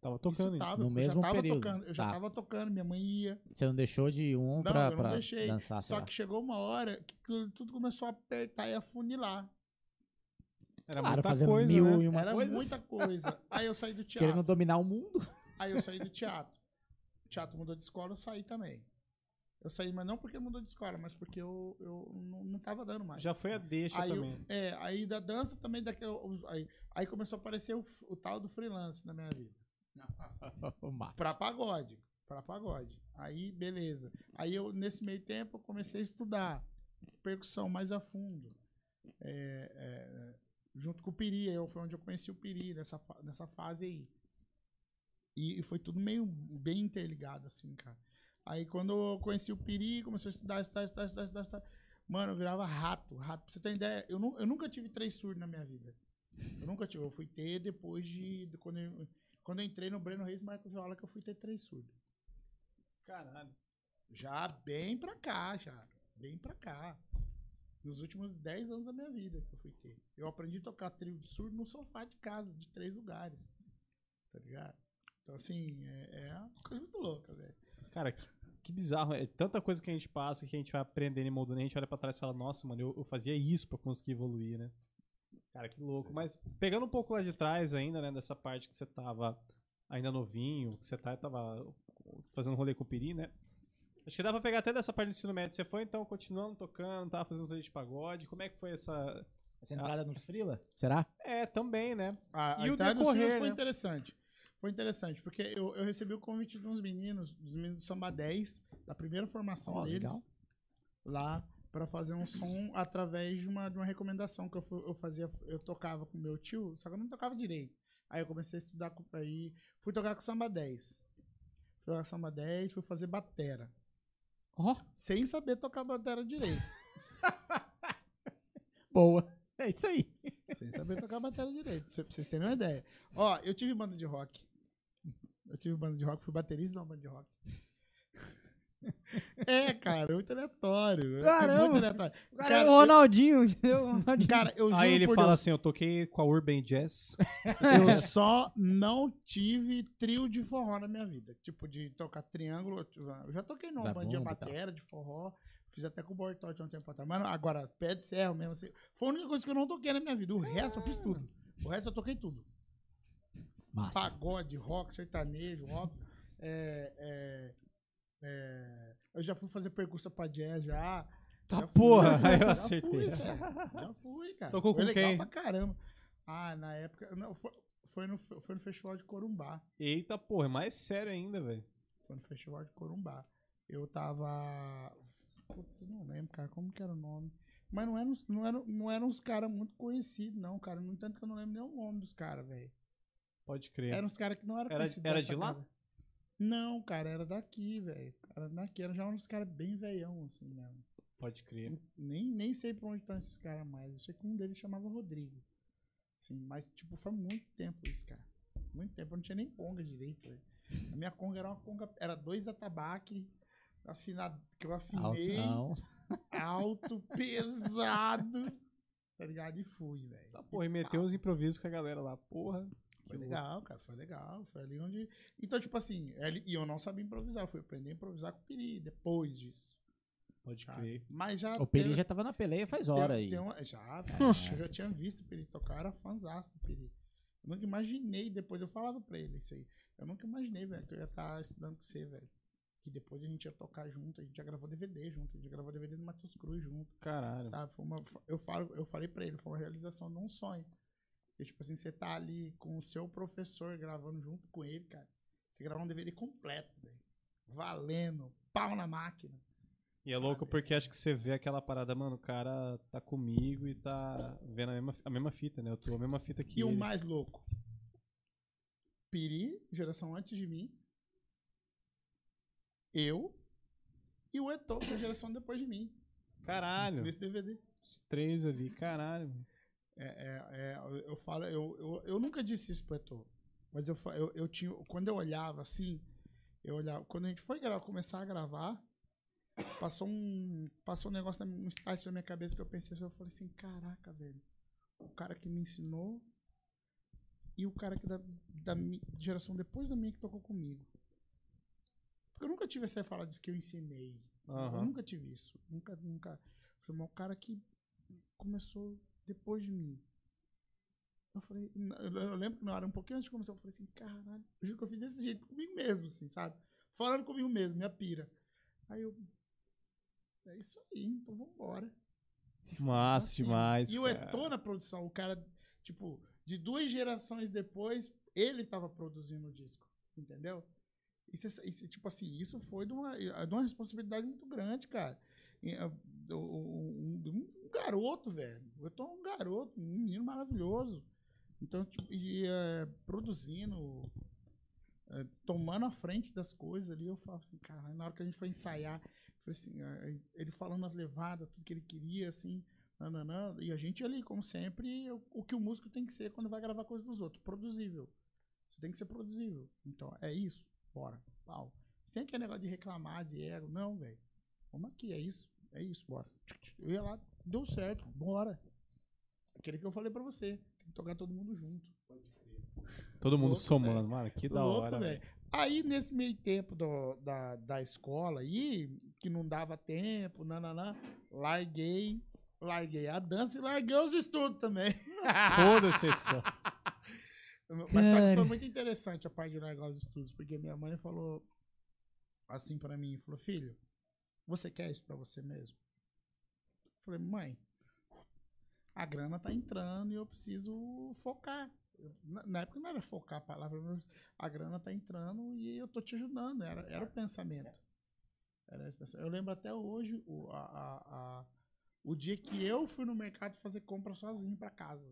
S2: Tava
S6: isso
S2: tocando hein?
S6: tava.
S4: no
S6: eu
S4: mesmo
S6: já tava
S4: período.
S6: tocando, eu já
S4: Tá.
S6: tava tocando, minha mãe ia.
S4: Você não deixou de um
S6: Não,
S4: pra,
S6: eu não
S4: pra
S6: deixei.
S4: dançar, sei
S6: Só
S4: lá.
S6: que chegou uma hora que tu- tudo começou a apertar e afunilar.
S2: Era
S4: Claro,
S2: muita
S4: fazendo
S2: coisa,
S4: mil
S2: né?
S4: e uma
S6: Era
S4: coisa.
S6: muita coisa. Aí eu saí do
S4: Querendo
S6: teatro.
S4: dominar o mundo. [laughs]
S6: Aí eu saí do teatro. O teatro mudou de escola, eu saí também. Eu saí, mas não porque mudou de escola, mas porque eu, eu não, não tava dando mais.
S2: Já foi a deixa
S6: Aí eu-
S2: também.
S6: É, aí da dança também daquele. os- Aí, aí começou a aparecer o, f- o tal do freelance na minha vida.
S4: O Marcos.
S6: Pra pagode. Pra pagode. Aí, beleza. Aí eu, nesse meio tempo, eu comecei a estudar percussão mais a fundo. É, é, junto com o Piri, aí eu, foi onde eu conheci o Piri nessa, fa- nessa fase aí. E, e foi tudo meio bem interligado, assim, cara. Aí quando eu conheci o Piri, comecei a estudar, estudar, estudar, estudar, estudar, estudar. Mano, eu virava rato, rato. Pra você ter ideia, eu, nu- eu nunca tive três surdos na minha vida. Eu nunca tive. Eu fui ter depois de. de quando, eu, quando eu entrei no Breno Reis Marco Viola, que eu fui ter três surdos.
S2: Caralho.
S6: Já bem pra cá, já. Bem pra cá. Nos últimos 10 anos da minha vida que eu fui ter. Eu aprendi a tocar trio de surdo no sofá de casa, de três lugares. Tá ligado? Então, assim, é, é uma coisa muito louca, velho.
S2: Cara, que, que bizarro. É tanta coisa que a gente passa, que a gente vai aprendendo e moldando. e A gente olha pra trás e fala, nossa, mano, eu, eu fazia isso pra conseguir evoluir, né? Cara, que louco. Mas pegando um pouco lá de trás ainda, né? Dessa parte que você tava ainda novinho, que você tá- tava fazendo rolê com o Piri, né? Acho que dá pra pegar até dessa parte do ensino médio. Você foi, então, continuando tocando, tava fazendo rolê de pagode. Como é que foi essa...
S4: Essa entrada nos frila? Será?
S2: É, também, né?
S6: A,
S2: E
S6: e
S2: o
S6: a entrada dos
S2: decorrer,
S6: filhos foi
S2: né?
S6: interessante. Foi interessante, porque eu, eu recebi o convite de uns meninos, dos meninos do Samba 10, da primeira formação
S4: Ó,
S6: deles,
S4: legal.
S6: lá, pra fazer um som através de uma, de uma recomendação que eu, fu- eu fazia, eu tocava com meu tio, só que eu não tocava direito. Aí eu comecei a estudar, com- aí fui tocar com o Samba 10. Fui tocar com o Samba 10, fui fazer batera.
S4: Ó,
S6: Sem saber tocar batera direito.
S4: boa. É isso aí.
S6: Sem saber tocar bateria direito, pra cê- pra vocês terem uma ideia. Ó, eu tive banda de rock. Eu tive banda de rock, fui baterista de uma banda de rock. É, cara, é muito aleatório. É
S3: Caramba.
S6: muito aleatório.
S3: O cara,
S6: Cara,
S3: é o Ronaldinho, entendeu? O
S6: eu,
S3: Ronaldinho.
S6: cara, eu juro
S2: Aí ele
S6: por
S2: fala
S6: Deus,
S2: assim, eu toquei com a Urban Jazz.
S6: eu só não tive trio de forró na minha vida. Tipo, de tocar triângulo. Eu já toquei numa banda de
S4: Zabumba e tal.
S6: batera, de forró. Fiz até com o Bortotti há um tempo atrás. Mas não- agora, pé de serra mesmo assim. Foi a única coisa que eu não toquei na minha vida. O resto eu fiz tudo.
S3: Ah.
S6: O resto eu toquei tudo.
S4: Massa.
S6: pagode, rock, sertanejo, rock. É, é, é, eu já fui fazer percussa pra jazz já.
S2: Tá
S6: Já fui,
S2: porra, eu
S6: [laughs] já
S2: acertei.
S6: Fui, velho, já fui, cara.
S2: Tocou
S6: foi
S2: com
S6: legal
S2: quem?
S6: pra caramba. Ah, na época. Não, foi, foi no, foi no festival de Corumbá.
S2: Eita, porra, é mais sério ainda, velho.
S6: Foi no festival de Corumbá. Eu tava. Putz, eu não lembro, cara, como que era o nome. Mas não eram, uns- não eram, não eram uns caras muito conhecidos, não, cara. No entanto, que eu não lembro nem o nome dos caras, velho.
S2: Pode crer.
S6: Eram uns caras que não eram
S2: Era-
S6: conhecidos.
S2: era
S6: dessa
S2: de lá?
S6: casa. Não, cara, era daqui, velho. Era daqui, era já uns caras bem veião, assim mesmo.
S2: Pode crer.
S6: Nem, nem sei pra onde estão esses caras mais. Eu sei que um deles chamava Rodrigo. Assim, mas, tipo, faz muito tempo isso, cara. Muito tempo. Eu não tinha nem conga direito, velho. A minha conga era uma conga. Era dois atabaque afinado, que eu afinei
S4: Altão.
S6: alto, [laughs] pesado. Tá ligado? E fui, velho.
S2: Tá, porra, e meteu uns improvisos com a galera lá, porra.
S6: Foi legal, cara, foi legal. Foi ali onde. Então, tipo assim, ali- e eu não sabia improvisar, eu fui aprender a improvisar com o Piri depois disso.
S2: Pode
S6: tá?
S2: crer.
S6: Mas já.
S4: O Peri
S6: teve-
S4: já tava na peleia faz
S6: tem-
S4: hora aí.
S6: tem uma-
S4: [laughs]
S6: já, bicho, eu já tinha visto o Piri tocar, eu era fãzasto do Piri. Eu nunca imaginei, depois eu falava pra ele isso aí. Eu nunca imaginei, velho, que eu ia estar estudando com você, velho. Que depois a gente ia tocar junto, a gente já gravou DVD junto, a gente já gravou DVD do Matheus Cruz junto.
S2: Caralho.
S6: Sabe? Foi uma- eu, falo, eu falei pra ele, foi uma realização, não um sonho. E, tipo assim, você tá ali com o seu professor gravando junto com ele, cara. Você gravar um DVD completo, velho. Valendo, pau na máquina.
S2: E é louco
S6: sabe?
S2: porque acho que você vê aquela parada, mano, o cara tá comigo e tá vendo a mesma, a mesma fita, né? Eu tô a mesma fita que
S6: E o
S2: ele.
S6: mais louco? Piri, geração antes de mim. Eu. E o Eto, que é a geração depois de mim.
S2: Caralho.
S6: Nesse DVD.
S2: Os três ali, caralho.
S6: É, é, eu- eu falo, eu, eu, eu nunca disse isso pro Etor, mas eu, fa- eu, eu tinha, quando eu olhava assim, eu olhava, quando a gente foi gra- começar a gravar, passou um, passou um negócio, na- um start na minha cabeça que eu pensei, assim, eu falei assim, caraca, velho, o cara que me ensinou e o cara que da, da mi- geração depois da minha que tocou comigo. Porque eu nunca tive essa fala disso que eu ensinei. Eu
S2: Aham.
S6: nunca tive isso. Nunca, nunca. Foi um cara que começou depois de mim. Eu falei, na- eu eu lembro que na hora, um pouquinho antes de começar, eu falei assim, caralho, eu juro que eu fiz desse jeito comigo mesmo, assim, sabe? Falando comigo mesmo, minha pira. Aí eu. É isso aí, então vambora.
S2: Massa
S6: Assim,
S2: demais.
S6: E o
S2: cara.
S6: Etor na produção, o cara, tipo, de duas gerações depois, ele tava produzindo o disco, entendeu? Isso, é- isso, tipo assim, isso foi de uma, de uma responsabilidade muito grande, cara. E, ah, o- o- Um, um garoto, velho. O Etor é um garoto, um menino maravilhoso. Então, tipo, e, eh, produzindo, eh, tomando a frente das coisas ali, eu falava assim, cara, na hora que a gente foi ensaiar, eu falei assim, ah, ele falando as levadas, tudo que ele queria, assim, nananã, e a gente ali, como sempre, o, o que o músico tem que ser quando vai gravar coisa dos outros, produzível. Você tem que ser produzível. Então, é isso, bora, pau. Sem aquele negócio de reclamar, de ego, não, velho. Vamos aqui, é isso, é isso, bora. Tch, tch, Eu ia lá, deu certo, bora. Aquele que eu falei pra você, tem que tocar todo mundo junto.
S2: Todo mundo
S6: é Louco,
S2: somando, mano. Que da
S6: Louco,
S2: hora.
S6: velho. Aí, nesse meio tempo do- da, da escola aí, que não dava tempo, nananã, larguei, larguei a dança e larguei os estudos também.
S2: Foda-se esse cara.
S6: Mas só que
S3: Cara.
S6: foi muito interessante a parte de largar os estudos, porque minha mãe falou assim pra mim, falou, filho, você quer isso pra você mesmo? Eu falei, mãe, a grana tá entrando e eu preciso focar. Eu- na, na época não era focar a palavra, mas a grana tá entrando e eu tô te ajudando, era, era o pensamento. Era esse pensamento. eu lembro até hoje o, a- a- a- o dia que eu fui no mercado fazer compra sozinho pra casa.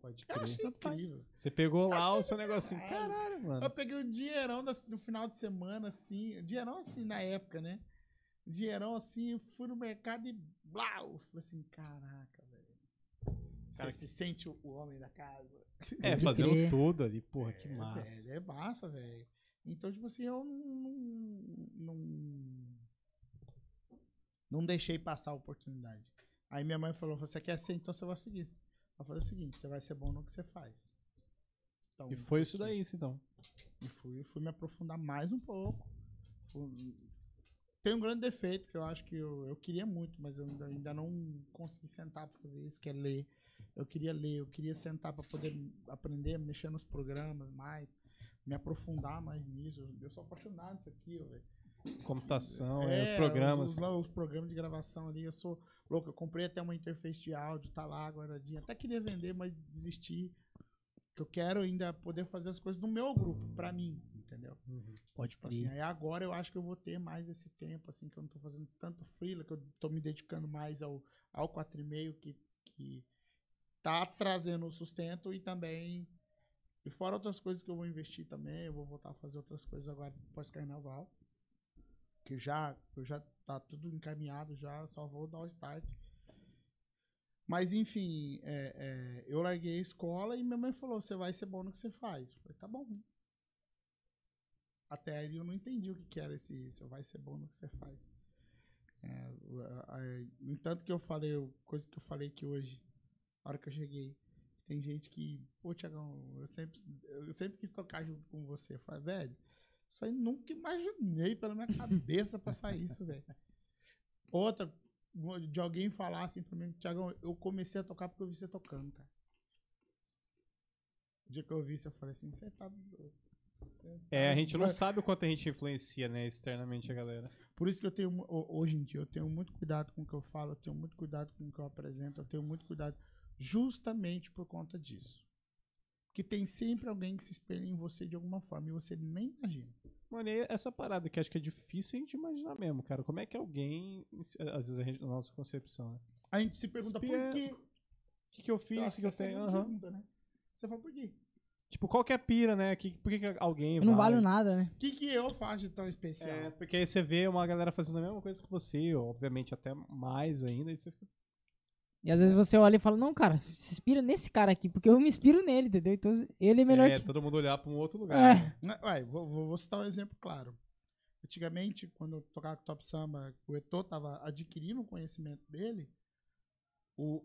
S2: Pode
S6: Eu
S2: crer.
S6: achei incrível.
S2: Você pegou lá
S6: Achei
S2: o seu negocinho.
S6: caralho.
S2: Caralho,
S6: Eu
S2: mano.
S6: peguei o dinheirão da- do final de semana, assim. Dinheirão assim, na época, né? Dinheirão assim, fui no mercado e blau! Falei assim, caraca, velho. Você
S2: Cara,
S6: se sente o o homem da casa.
S2: É,
S3: Pode
S2: fazendo
S3: crer.
S2: tudo ali. Porra, que
S6: É,
S2: massa.
S6: velho, é massa, velho. Então, tipo assim, eu não, não. Não deixei passar a oportunidade. Aí minha mãe falou: você quer ser, então você vai seguir. Ela falou o seguinte: você vai ser bom no que você faz. Então,
S2: E foi isso
S6: daí.
S2: daí, isso, então.
S6: E fui, fui me aprofundar mais um pouco. Fui- Tem um grande defeito que eu acho que eu, eu queria muito, mas eu ainda, ainda não consegui sentar para fazer isso, que é ler. Eu queria ler, eu queria sentar para poder aprender, mexer nos programas mais, me aprofundar mais nisso. Eu sou apaixonado nisso aqui, ó, velho.
S2: Computação, é, os
S6: É,
S2: programas.
S6: Os, os, os programas de gravação ali, eu sou louco. Eu comprei até uma interface de áudio, tá lá guardadinha. Até queria vender, mas desisti. Que eu quero ainda poder fazer as coisas do meu grupo, para mim, entendeu?
S3: Pode
S6: Tipo assim,
S3: crer.
S6: aí agora eu acho que eu vou ter mais esse tempo, assim, que eu não tô fazendo tanto freela, que eu tô me dedicando mais ao, ao 4,5, que, que tá trazendo o sustento e também. E fora outras coisas que eu vou investir também, eu vou voltar a fazer outras coisas agora pós-carnaval. Que já, eu já tá tudo encaminhado, já só vou dar o start. Mas enfim, é, é, eu larguei a escola e minha mãe falou: você vai ser bom no que você faz. Eu falei, tá bom. Até aí eu não entendi o que, que era esse você vai ser bom no que você faz. É, o- a- a- no entanto que eu falei, eu- coisa que eu falei que hoje, na hora que eu cheguei, tem gente que, pô, Tiagão, eu sempre, eu sempre quis tocar junto com você. Eu falei, velho, isso aí nunca imaginei pela minha cabeça passar isso, velho. Outra, de alguém falar assim pra mim, Tiagão, eu comecei a tocar porque eu vi você tocando, cara. O dia que eu vi isso, eu falei assim, você tá doido. Cê
S2: É, a
S6: tá
S2: gente não
S6: doido."
S2: sabe o quanto a gente influencia, né, externamente a galera.
S6: Por isso que eu tenho, mu- ho- hoje em dia, eu tenho muito cuidado com o que eu falo, eu tenho muito cuidado com o que eu apresento, eu tenho muito cuidado justamente por conta disso. Que tem sempre alguém que se espelha em você de alguma forma e você nem imagina.
S2: Mano, e essa parada que acho que é difícil a gente imaginar mesmo, cara. Como é que alguém, às vezes a gente, na nossa concepção, né?
S6: A gente se pergunta
S2: Espia-
S6: por quê.
S2: O que, que eu
S6: Eu
S2: fiz? O
S6: acho
S2: que, que eu
S6: essa é a
S2: tenho?
S6: grande
S2: Aham.
S6: pergunta, né? Você fala por quê?
S2: Tipo, qual que é a pira, né? Que, por que, que alguém.
S3: Eu não
S2: vai?
S3: valho nada, né?
S6: O que, que eu faço de tão especial?
S2: É, porque aí você vê uma galera fazendo a mesma coisa que você, ou, obviamente até mais ainda, e você fica.
S3: E às vezes você olha e fala, não, cara, se inspira nesse cara aqui, porque eu me inspiro nele, entendeu? Então ele é melhor
S2: é,
S3: que.
S2: todo mundo olhar pra um outro lugar.
S3: É.
S2: né?
S6: Né, Ué, vou, vou- vou citar um exemplo claro. Antigamente, quando eu tocava com Top Samba, o Eto tava adquirindo o conhecimento dele, o,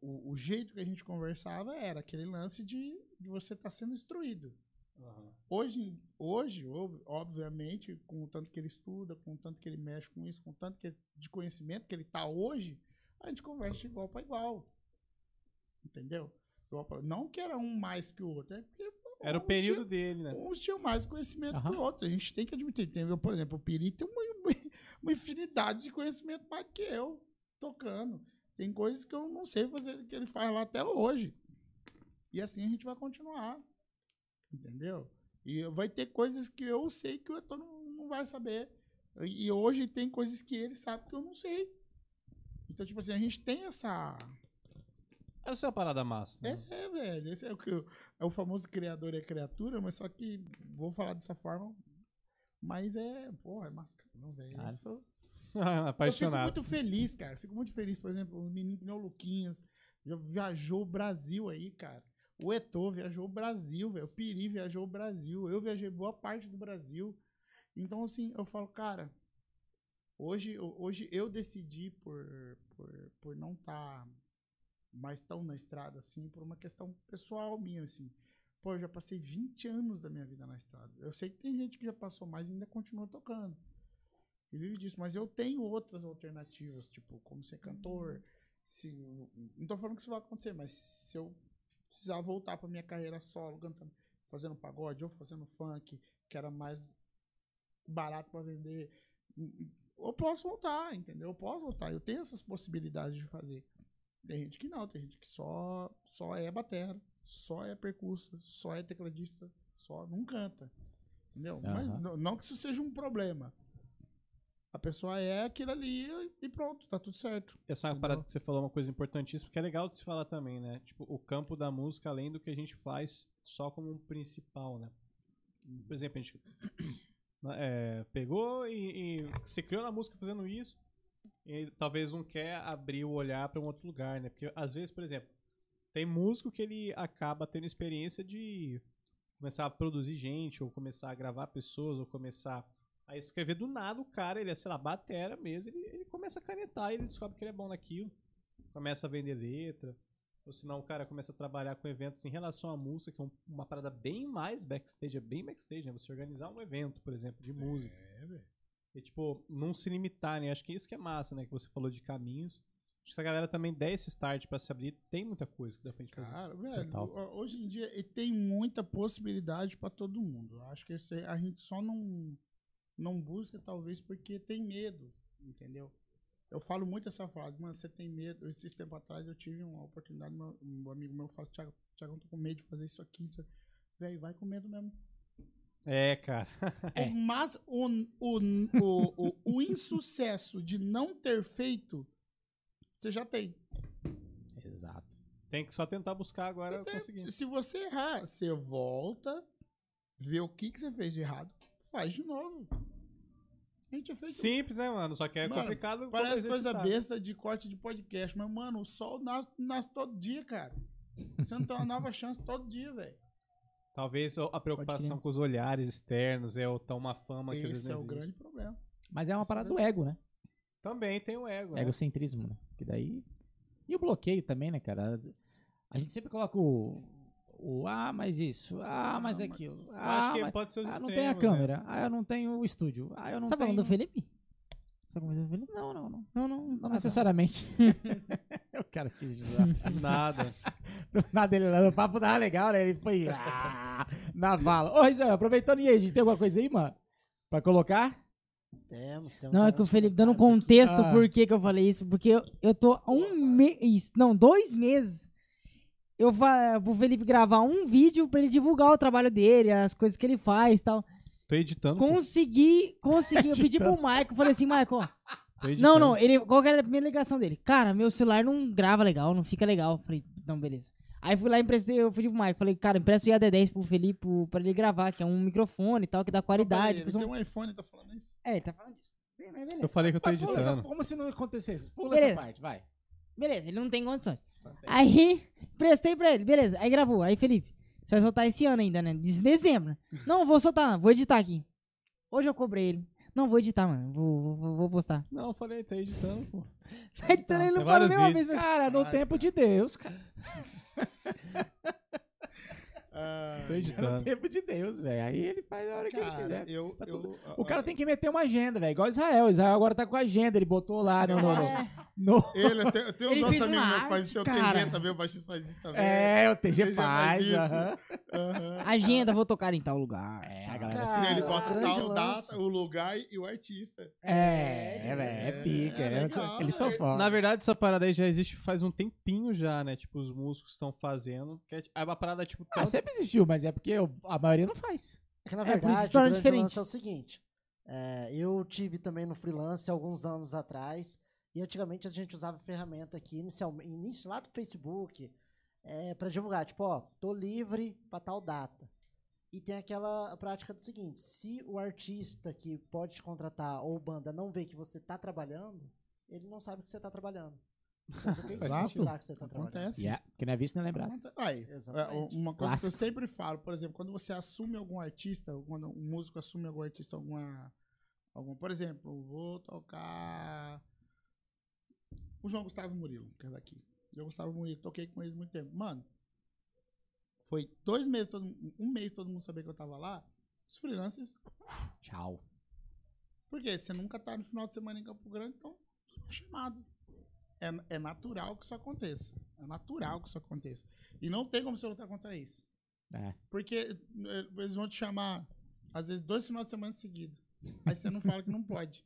S6: o, o, o jeito que a gente conversava era aquele lance de, de você estar sendo instruído. Hoje, hoje, ob- obviamente, com o tanto que ele estuda, com o tanto que ele mexe com isso, com o tanto que ele- de conhecimento que ele tá hoje, a gente conversa de igual para igual. Entendeu? Europa. Não que era um mais que o outro, é porque
S2: Era o
S6: uns
S2: período dele, né?
S6: tinham- uns tinham mais conhecimento que
S4: Aham.
S6: o outro. A gente tem que admitir. Tem, eu, por exemplo, o Piri tem uma, uma- uma infinidade de conhecimento mais que eu, tocando. Tem coisas que eu não sei fazer que ele faz lá até hoje. E assim a gente vai continuar. Entendeu? E vai ter coisas que eu sei que o Etor não, não vai saber. E e hoje tem coisas que ele sabe que eu não sei. Então, tipo assim, a gente tem essa.
S2: Era só uma parada massa. [laughs]
S6: É,
S2: né?
S6: é, velho. Esse é o que eu- é o famoso criador é criatura, mas só que vou falar dessa forma. Mas é, porra, é bacana, velho.
S4: Cara,
S6: Eu sou- Eu fico
S2: Apaixonado.
S6: muito feliz, cara. Fico muito feliz, por exemplo, o menino que nem o Luquinhas já viajou o Brasil aí, cara. O Etô viajou o Brasil, velho. O Piri viajou o Brasil. Eu viajei boa parte do Brasil. Então, assim, eu falo, cara, hoje, hoje eu decidi por, por, por não estar mais tão na estrada, assim, por uma questão pessoal minha, assim. Pô, eu já passei 20 anos da minha vida na estrada. Eu sei que tem gente que já passou mais e ainda continua tocando. E vive disso, mas eu tenho outras alternativas, tipo, como ser cantor. Se, não tô falando que isso vai acontecer, mas se eu precisar voltar pra minha carreira solo, cantando, fazendo pagode ou fazendo funk, que era mais barato pra vender, eu posso voltar, entendeu? Eu posso voltar. Eu tenho essas possibilidades de fazer. Tem gente que não, tem gente que só, só é batera, só é percussa, só é tecladista, só não canta. Entendeu? Mas
S4: Aham.
S6: não- não que isso seja um problema. A pessoa é aquilo ali e pronto, tá tudo certo.
S2: Essa
S6: Entendeu?
S2: parada que você falou é uma coisa importantíssima, que é legal de se falar também, né? Tipo, o campo da música, além do que a gente faz só como um principal, né? Por exemplo, a gente [clears throat] na- é, pegou e, e se criou na música fazendo isso, e talvez um quer abrir o olhar para um outro lugar, né? Porque às vezes, por exemplo, tem músico que ele acaba tendo experiência de começar a produzir gente, ou começar a gravar pessoas, ou começar a escrever do nada o cara, ele é, sei lá, batera mesmo, ele, ele começa a canetar e ele descobre que ele é bom naquilo, começa a vender letra, ou senão o cara começa a trabalhar com eventos em relação à música, que é um- uma parada bem mais backstage, é bem backstage, né? Você organizar um evento, por exemplo, de música.
S6: É, velho.
S2: E, tipo, não se limitar, né? Acho que isso que é massa, né? Que você falou de caminhos. Acho que essa galera também der esse start pra se abrir. Tem muita coisa que dá pra gente fazer.
S6: Cara, velho,
S4: Total.
S6: ho- hoje em dia e tem muita possibilidade pra todo mundo. Eu Acho que esse- a gente só não, não busca, talvez, porque tem medo, entendeu? Eu falo muito essa frase, mano, você tem medo. Esses tempos atrás eu tive uma oportunidade, meu- um amigo meu falou, Thiago, Thiago, eu tô com medo de fazer isso aqui. isso aqui." Velho, vai com medo mesmo.
S2: É, cara.
S4: [laughs] É.
S6: O- Mas o, o, o, o, o insucesso de não ter feito, você já tem. é.
S4: Exato.
S2: Tem que só tentar buscar agora
S6: Até
S2: conseguir.
S6: Se você errar, você volta, vê o que, que você fez de errado, faz de novo. A gente é já fez.
S2: Simples, né, mano? Só que é
S6: Mano,
S2: complicado. como
S6: Parece coisa
S2: exercitar. né?
S6: besta de corte de podcast, mas, mano, o sol nasce, nasce todo dia, cara. Você não tem uma nova chance todo dia, velho.
S2: Talvez a a preocupação
S4: crer.
S2: com os olhares externos é o tão uma fama que às vezes
S6: Esse é
S2: não
S6: o
S2: existe.
S6: grande problema.
S4: Mas é uma
S6: Isso
S4: parada
S6: mesmo.
S4: do ego, né?
S2: Também tem o ego. né?
S4: Egocentrismo, né? Que daí. E o bloqueio também, né, cara? A gente sempre coloca o. o ah, mas isso. Ah,
S6: Ah,
S4: mas
S6: mas-
S4: aquilo.
S6: eu
S2: Eu acho
S4: Ah,
S2: que
S4: mas...
S2: pode ser os
S4: ah, não
S2: extremos,
S4: tem a
S2: né?
S4: câmera. Ah, eu não tenho o estúdio. Ah, eu não
S3: Sabe a
S4: tenho.
S3: tá do Felipe? Sabe a do Felipe?
S4: Não, não, não.
S3: Não, não.
S4: Não
S3: Ah, tá. [laughs]
S4: necessariamente. o cara quis dizer.
S2: [laughs] Nada.
S4: Do nada ele lá no papo tava legal, né? Ele foi ah, na vala. Ô, Rizão, aproveitando e aí, a gente tem alguma coisa aí, mano? Pra colocar?
S5: Temos, temos.
S3: Não, é
S5: alguns
S3: que o Felipe, dando
S5: comentários aqui.
S3: contexto
S4: Ah.
S3: por que, que eu falei isso, porque eu, eu tô há um mês, não, dois meses, eu fa- pro Felipe gravar um vídeo pra ele divulgar o trabalho dele, as coisas que ele faz e tal.
S2: Tô editando. pô.
S3: Consegui, consegui, eu pedi pro Maicon, falei assim, Maicon,
S2: Tô editando.
S3: não, não, ele, qual que era a primeira ligação dele? Cara, meu celular não grava legal, não fica legal. Falei, não, beleza. Aí fui lá e emprestei, eu pedi pro Maicon, falei, cara, empresta o IAD10 pro Felipe pro- pra ele gravar, que é um microfone e tal, que dá qualidade.
S6: Ele
S3: porque são-
S6: tem um iPhone e tá falando isso.
S3: É, ele tá falando disso. Bem, mas beleza.
S2: Eu falei que eu tô
S4: Mas assim, pula essa,
S2: editando.
S4: como se não acontecesse. Pula
S3: Beleza.
S4: essa parte, vai.
S3: Beleza, ele não tem condições.
S6: Não tem.
S3: Aí, [laughs] prestei pra ele, beleza. Aí gravou. Aí, Felipe, você vai soltar esse ano ainda, né? Diz dezembro. né? Não, vou soltar, vou editar aqui. Hoje eu cobrei ele. Não, vou editar, mano. Vou, vou- vou, vou postar.
S2: Não, eu falei, tá editando, pô.
S3: Então ele não falou
S2: tem vários
S3: nenhuma
S2: vídeos.
S3: vez.
S4: Cara, no
S6: Nossa.
S4: tempo de Deus, cara.
S6: Ah,
S2: tô
S4: É o
S6: [laughs]
S2: editando.
S4: tempo de Deus, velho. Aí ele faz a hora que ele quiser.
S6: Cara, eu,
S4: Tá
S6: eu,
S4: tudo- O cara tem que meter uma agenda, velho. Igual Israel. Israel agora tá com a agenda. Ele botou lá né, no. no, no-
S3: É.
S4: no- [laughs]
S6: Ele, eu tenho, eu tenho uns
S4: Ele
S6: outros
S4: fez uma
S6: amigos meus que fazem tem o
S4: arte,
S6: TG
S4: cara.
S6: também, o baixista faz isso também.
S4: É, o
S6: O
S4: TG
S6: TG faz
S4: faz.
S6: isso.
S4: aham.
S6: Aham.
S3: Agenda, vou tocar em tal lugar.
S4: É, a galera
S6: Sim,
S5: Cara,
S6: ele
S5: o
S6: bota o
S5: grande
S6: tal,
S5: lance.
S6: data, o lugar e o artista.
S4: É, é, velho, é pica.
S6: é
S4: né?
S6: legal,
S4: Eles são
S6: é-
S4: foda.
S2: Na verdade, essa parada aí já existe faz um tempinho já, né? Tipo, os músicos estão fazendo. Que é, é uma parada, tipo,
S4: Ah, sempre existiu, mas é porque o- a maioria não faz.
S5: É que na
S3: por isso
S5: verdade,
S3: se torna
S5: o grande
S3: diferente.
S5: lance é o seguinte. é, eu tive também no freelance alguns anos atrás. E antigamente a gente usava ferramenta aqui, inicialmente, início lá do Facebook, é, para divulgar. Tipo, ó, tô livre para tal data. E tem aquela prática do seguinte: se o artista que pode te contratar ou banda não vê que você tá trabalhando, ele não sabe que você tá trabalhando. Então você tem que
S6: [laughs] Exato.
S5: mostrar que você tá trabalhando.
S6: Acontece.
S4: Yeah, que não é visto nem lembrado.
S6: Acontece. Aí, é,
S5: Exatamente.
S6: uma coisa que eu
S4: Clássico.
S6: sempre falo, por exemplo, quando você assume algum artista, ou quando um músico assume algum artista, alguma. alguma por exemplo, eu vou tocar. O João Gustavo Murilo, que é daqui. João Gustavo Murilo, toquei com eles muito tempo. Mano, foi dois meses, todo, mu- um mês todo mundo sabia que eu tava lá. Os freelancers,
S4: Tchau.
S6: porque você nunca tá no final de semana em Campo Grande, então não é chamado. É, é natural que isso aconteça. É natural que isso aconteça. E não tem como você lutar contra isso.
S4: É.
S6: Porque eh, eles vão te chamar, às vezes, dois finais de semana seguidos. Aí você não fala que não pode.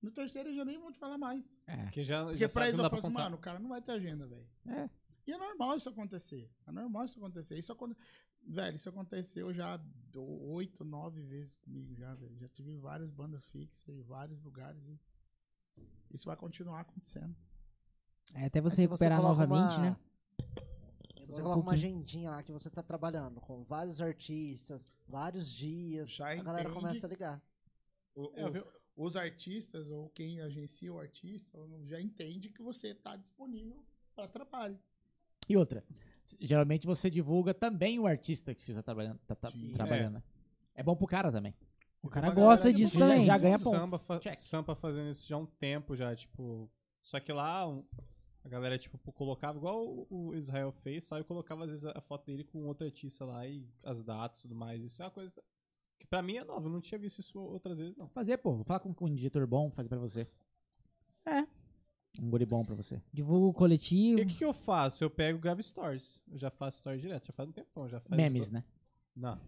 S6: No terceiro, eles já nem vão te falar mais.
S2: Que já,
S6: Porque
S2: já
S6: pra
S2: sabe que
S6: eles,
S2: não
S6: eu
S2: dá
S6: falo
S2: pra
S6: assim,
S2: contar.
S6: mano, o cara não vai ter agenda, velho.
S4: É.
S6: E é normal isso acontecer. É normal isso acontecer. Isso aconte... Velho, isso aconteceu já do- oito, nove vezes comigo já, velho. Já tive várias bandas fixas em vários lugares e isso vai continuar acontecendo.
S3: É, até
S5: Mas
S3: você
S5: se
S3: recuperar
S5: coloca
S3: novamente,
S5: uma-
S3: né? um
S5: Se você coloca uma agendinha lá que você tá trabalhando com vários artistas, vários dias,
S6: Já
S5: a galera
S6: entende.
S5: começa a ligar.
S6: O-
S2: É, eu
S6: os-
S2: vi-
S6: os artistas ou quem agencia o artista já entende que você está disponível para trabalho.
S4: E outra. s- Geralmente você divulga também o artista que você está trabalhando. Tá, tá
S6: Sim.
S4: trabalhando. né? É. bom pro cara também.
S3: O cara
S6: Uma galera
S3: gosta
S6: que
S3: disso
S6: não-
S3: também.
S4: já ganha
S2: O
S4: ponto.
S2: Samba, fa-
S4: Check.
S2: Sampa fazendo isso já há um tempo já, tipo. Só que lá um- a galera, tipo, colocava, igual o- o Israel fez, sabe? Colocava às vezes a a foto dele com outro artista lá e as datas e tudo mais. Isso é uma coisa que pra mim é nova, eu não tinha visto isso outras vezes, não.
S4: Fazer, pô. Vou falar com, com um diretor bom, fazer pra você.
S3: É.
S4: Um guri bom pra você.
S3: Divulga o coletivo.
S2: E o [laughs] que, que eu faço? Eu pego e gravo stories. Eu já faço stories direto, já faz um tempão, já faz.
S4: Memes, né?
S2: Não.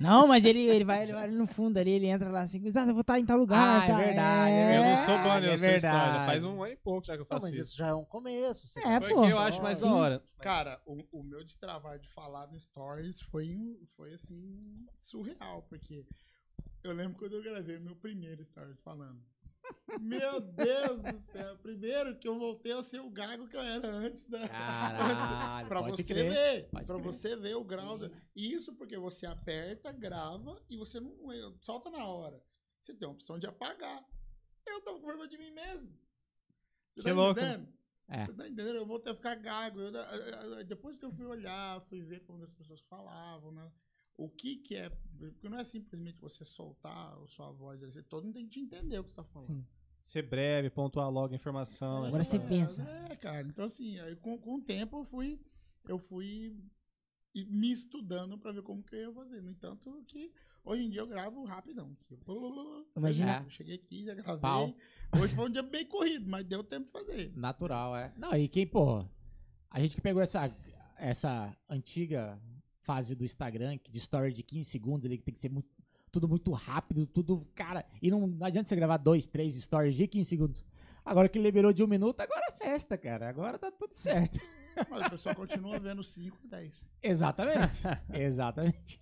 S3: Não, mas ele, ele, vai, ele vai no fundo ali, ele entra lá assim, Gustavo, eu vou estar em tal lugar.
S4: Ah, é
S3: tá?"
S4: verdade, é
S2: Eu não sou
S4: É,
S2: banner, eu sou
S4: é
S2: story. Já
S4: verdade.
S2: faz um ano e pouco já que eu
S5: Não,
S2: faço
S5: mas
S2: isso.
S5: isso já é um começo. você
S3: É,
S5: tá
S3: pô.
S2: Foi o que eu acho mais da
S3: Sim.
S2: hora.
S6: Cara, o, o meu destravar de falar no Stories foi, um- foi assim, surreal, porque eu lembro quando eu gravei meu primeiro Stories falando. Meu Deus do céu, primeiro que eu voltei a ser o gago que eu era antes da.
S4: Caralho,
S6: [laughs] pra
S4: pode
S6: você
S4: crer.
S6: ver,
S4: pode
S6: pra
S4: crer.
S6: você ver o grau. da- Isso porque você aperta, grava e você não eh, solta na hora. Você tem a opção de apagar. Eu tô com vergonha de mim mesmo. Você tá
S2: Que louco, né?
S6: entendendo?
S4: É.
S6: Você tá entendendo? Eu vou até ficar gago. Eu- eu- eu- depois que eu fui olhar, fui ver como as pessoas falavam, né? O que que é... Porque não é simplesmente você soltar a sua voz. Você, todo mundo tem que te entender o que você tá falando.
S3: Sim.
S2: Ser breve, pontuar logo a informação.
S3: Agora
S2: essa
S3: você
S6: É,
S2: parada.
S3: pensa.
S6: É, cara. Então, assim, aí com, com o tempo eu fui, eu fui e- me estudando pra ver como que eu ia fazer. No entanto, que hoje em dia eu gravo rapidão. Tipo,
S4: Imagina.
S6: eu Cheguei aqui, já gravei.
S4: Pau.
S6: Hoje foi um dia bem corrido, mas deu tempo de fazer.
S4: Natural, é. Não, e quem, porra, a gente que pegou essa, essa antiga fase do Instagram, que de story de 15 segundos ali, que tem que ser muito, tudo muito rápido, tudo, cara, e não, não adianta você gravar dois, três stories de 15 segundos. Agora que liberou de um minuto, agora é festa, cara. Agora tá tudo [laughs] certo.
S6: Mas o pessoal continua vendo 5, 10.
S4: Exatamente. Exatamente.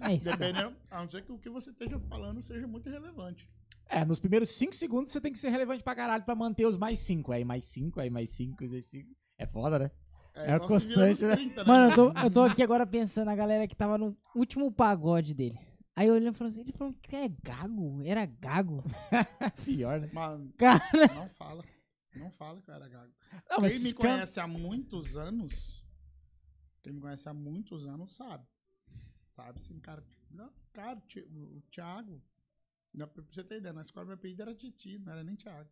S3: É isso.
S6: Dependendo, a não ser que o que você esteja falando seja muito relevante.
S4: É, nos primeiros 5 segundos você tem que ser relevante pra caralho pra manter os mais 5. Aí mais 5, aí mais 5, mais 5. É foda, né? É
S6: igual se vira nos
S4: constante, né?
S6: 30,
S3: Mano, eu tô, eu tô aqui agora pensando na galera que tava no último pagode dele. Aí eu olhando e falando assim, ele falou que é gago, era gago.
S4: Pior, né?
S6: Mano,
S3: Cara.
S6: não fala. Não fala que eu era gago.
S4: Não,
S6: quem me
S4: esses can-
S6: conhece há muitos anos, quem me conhece há muitos anos sabe. Sabe sim, cara. Não, cara, o Ti- o o Thiago. Não, pra você ter ideia, na escola meu apelido era Titi, não era nem Thiago.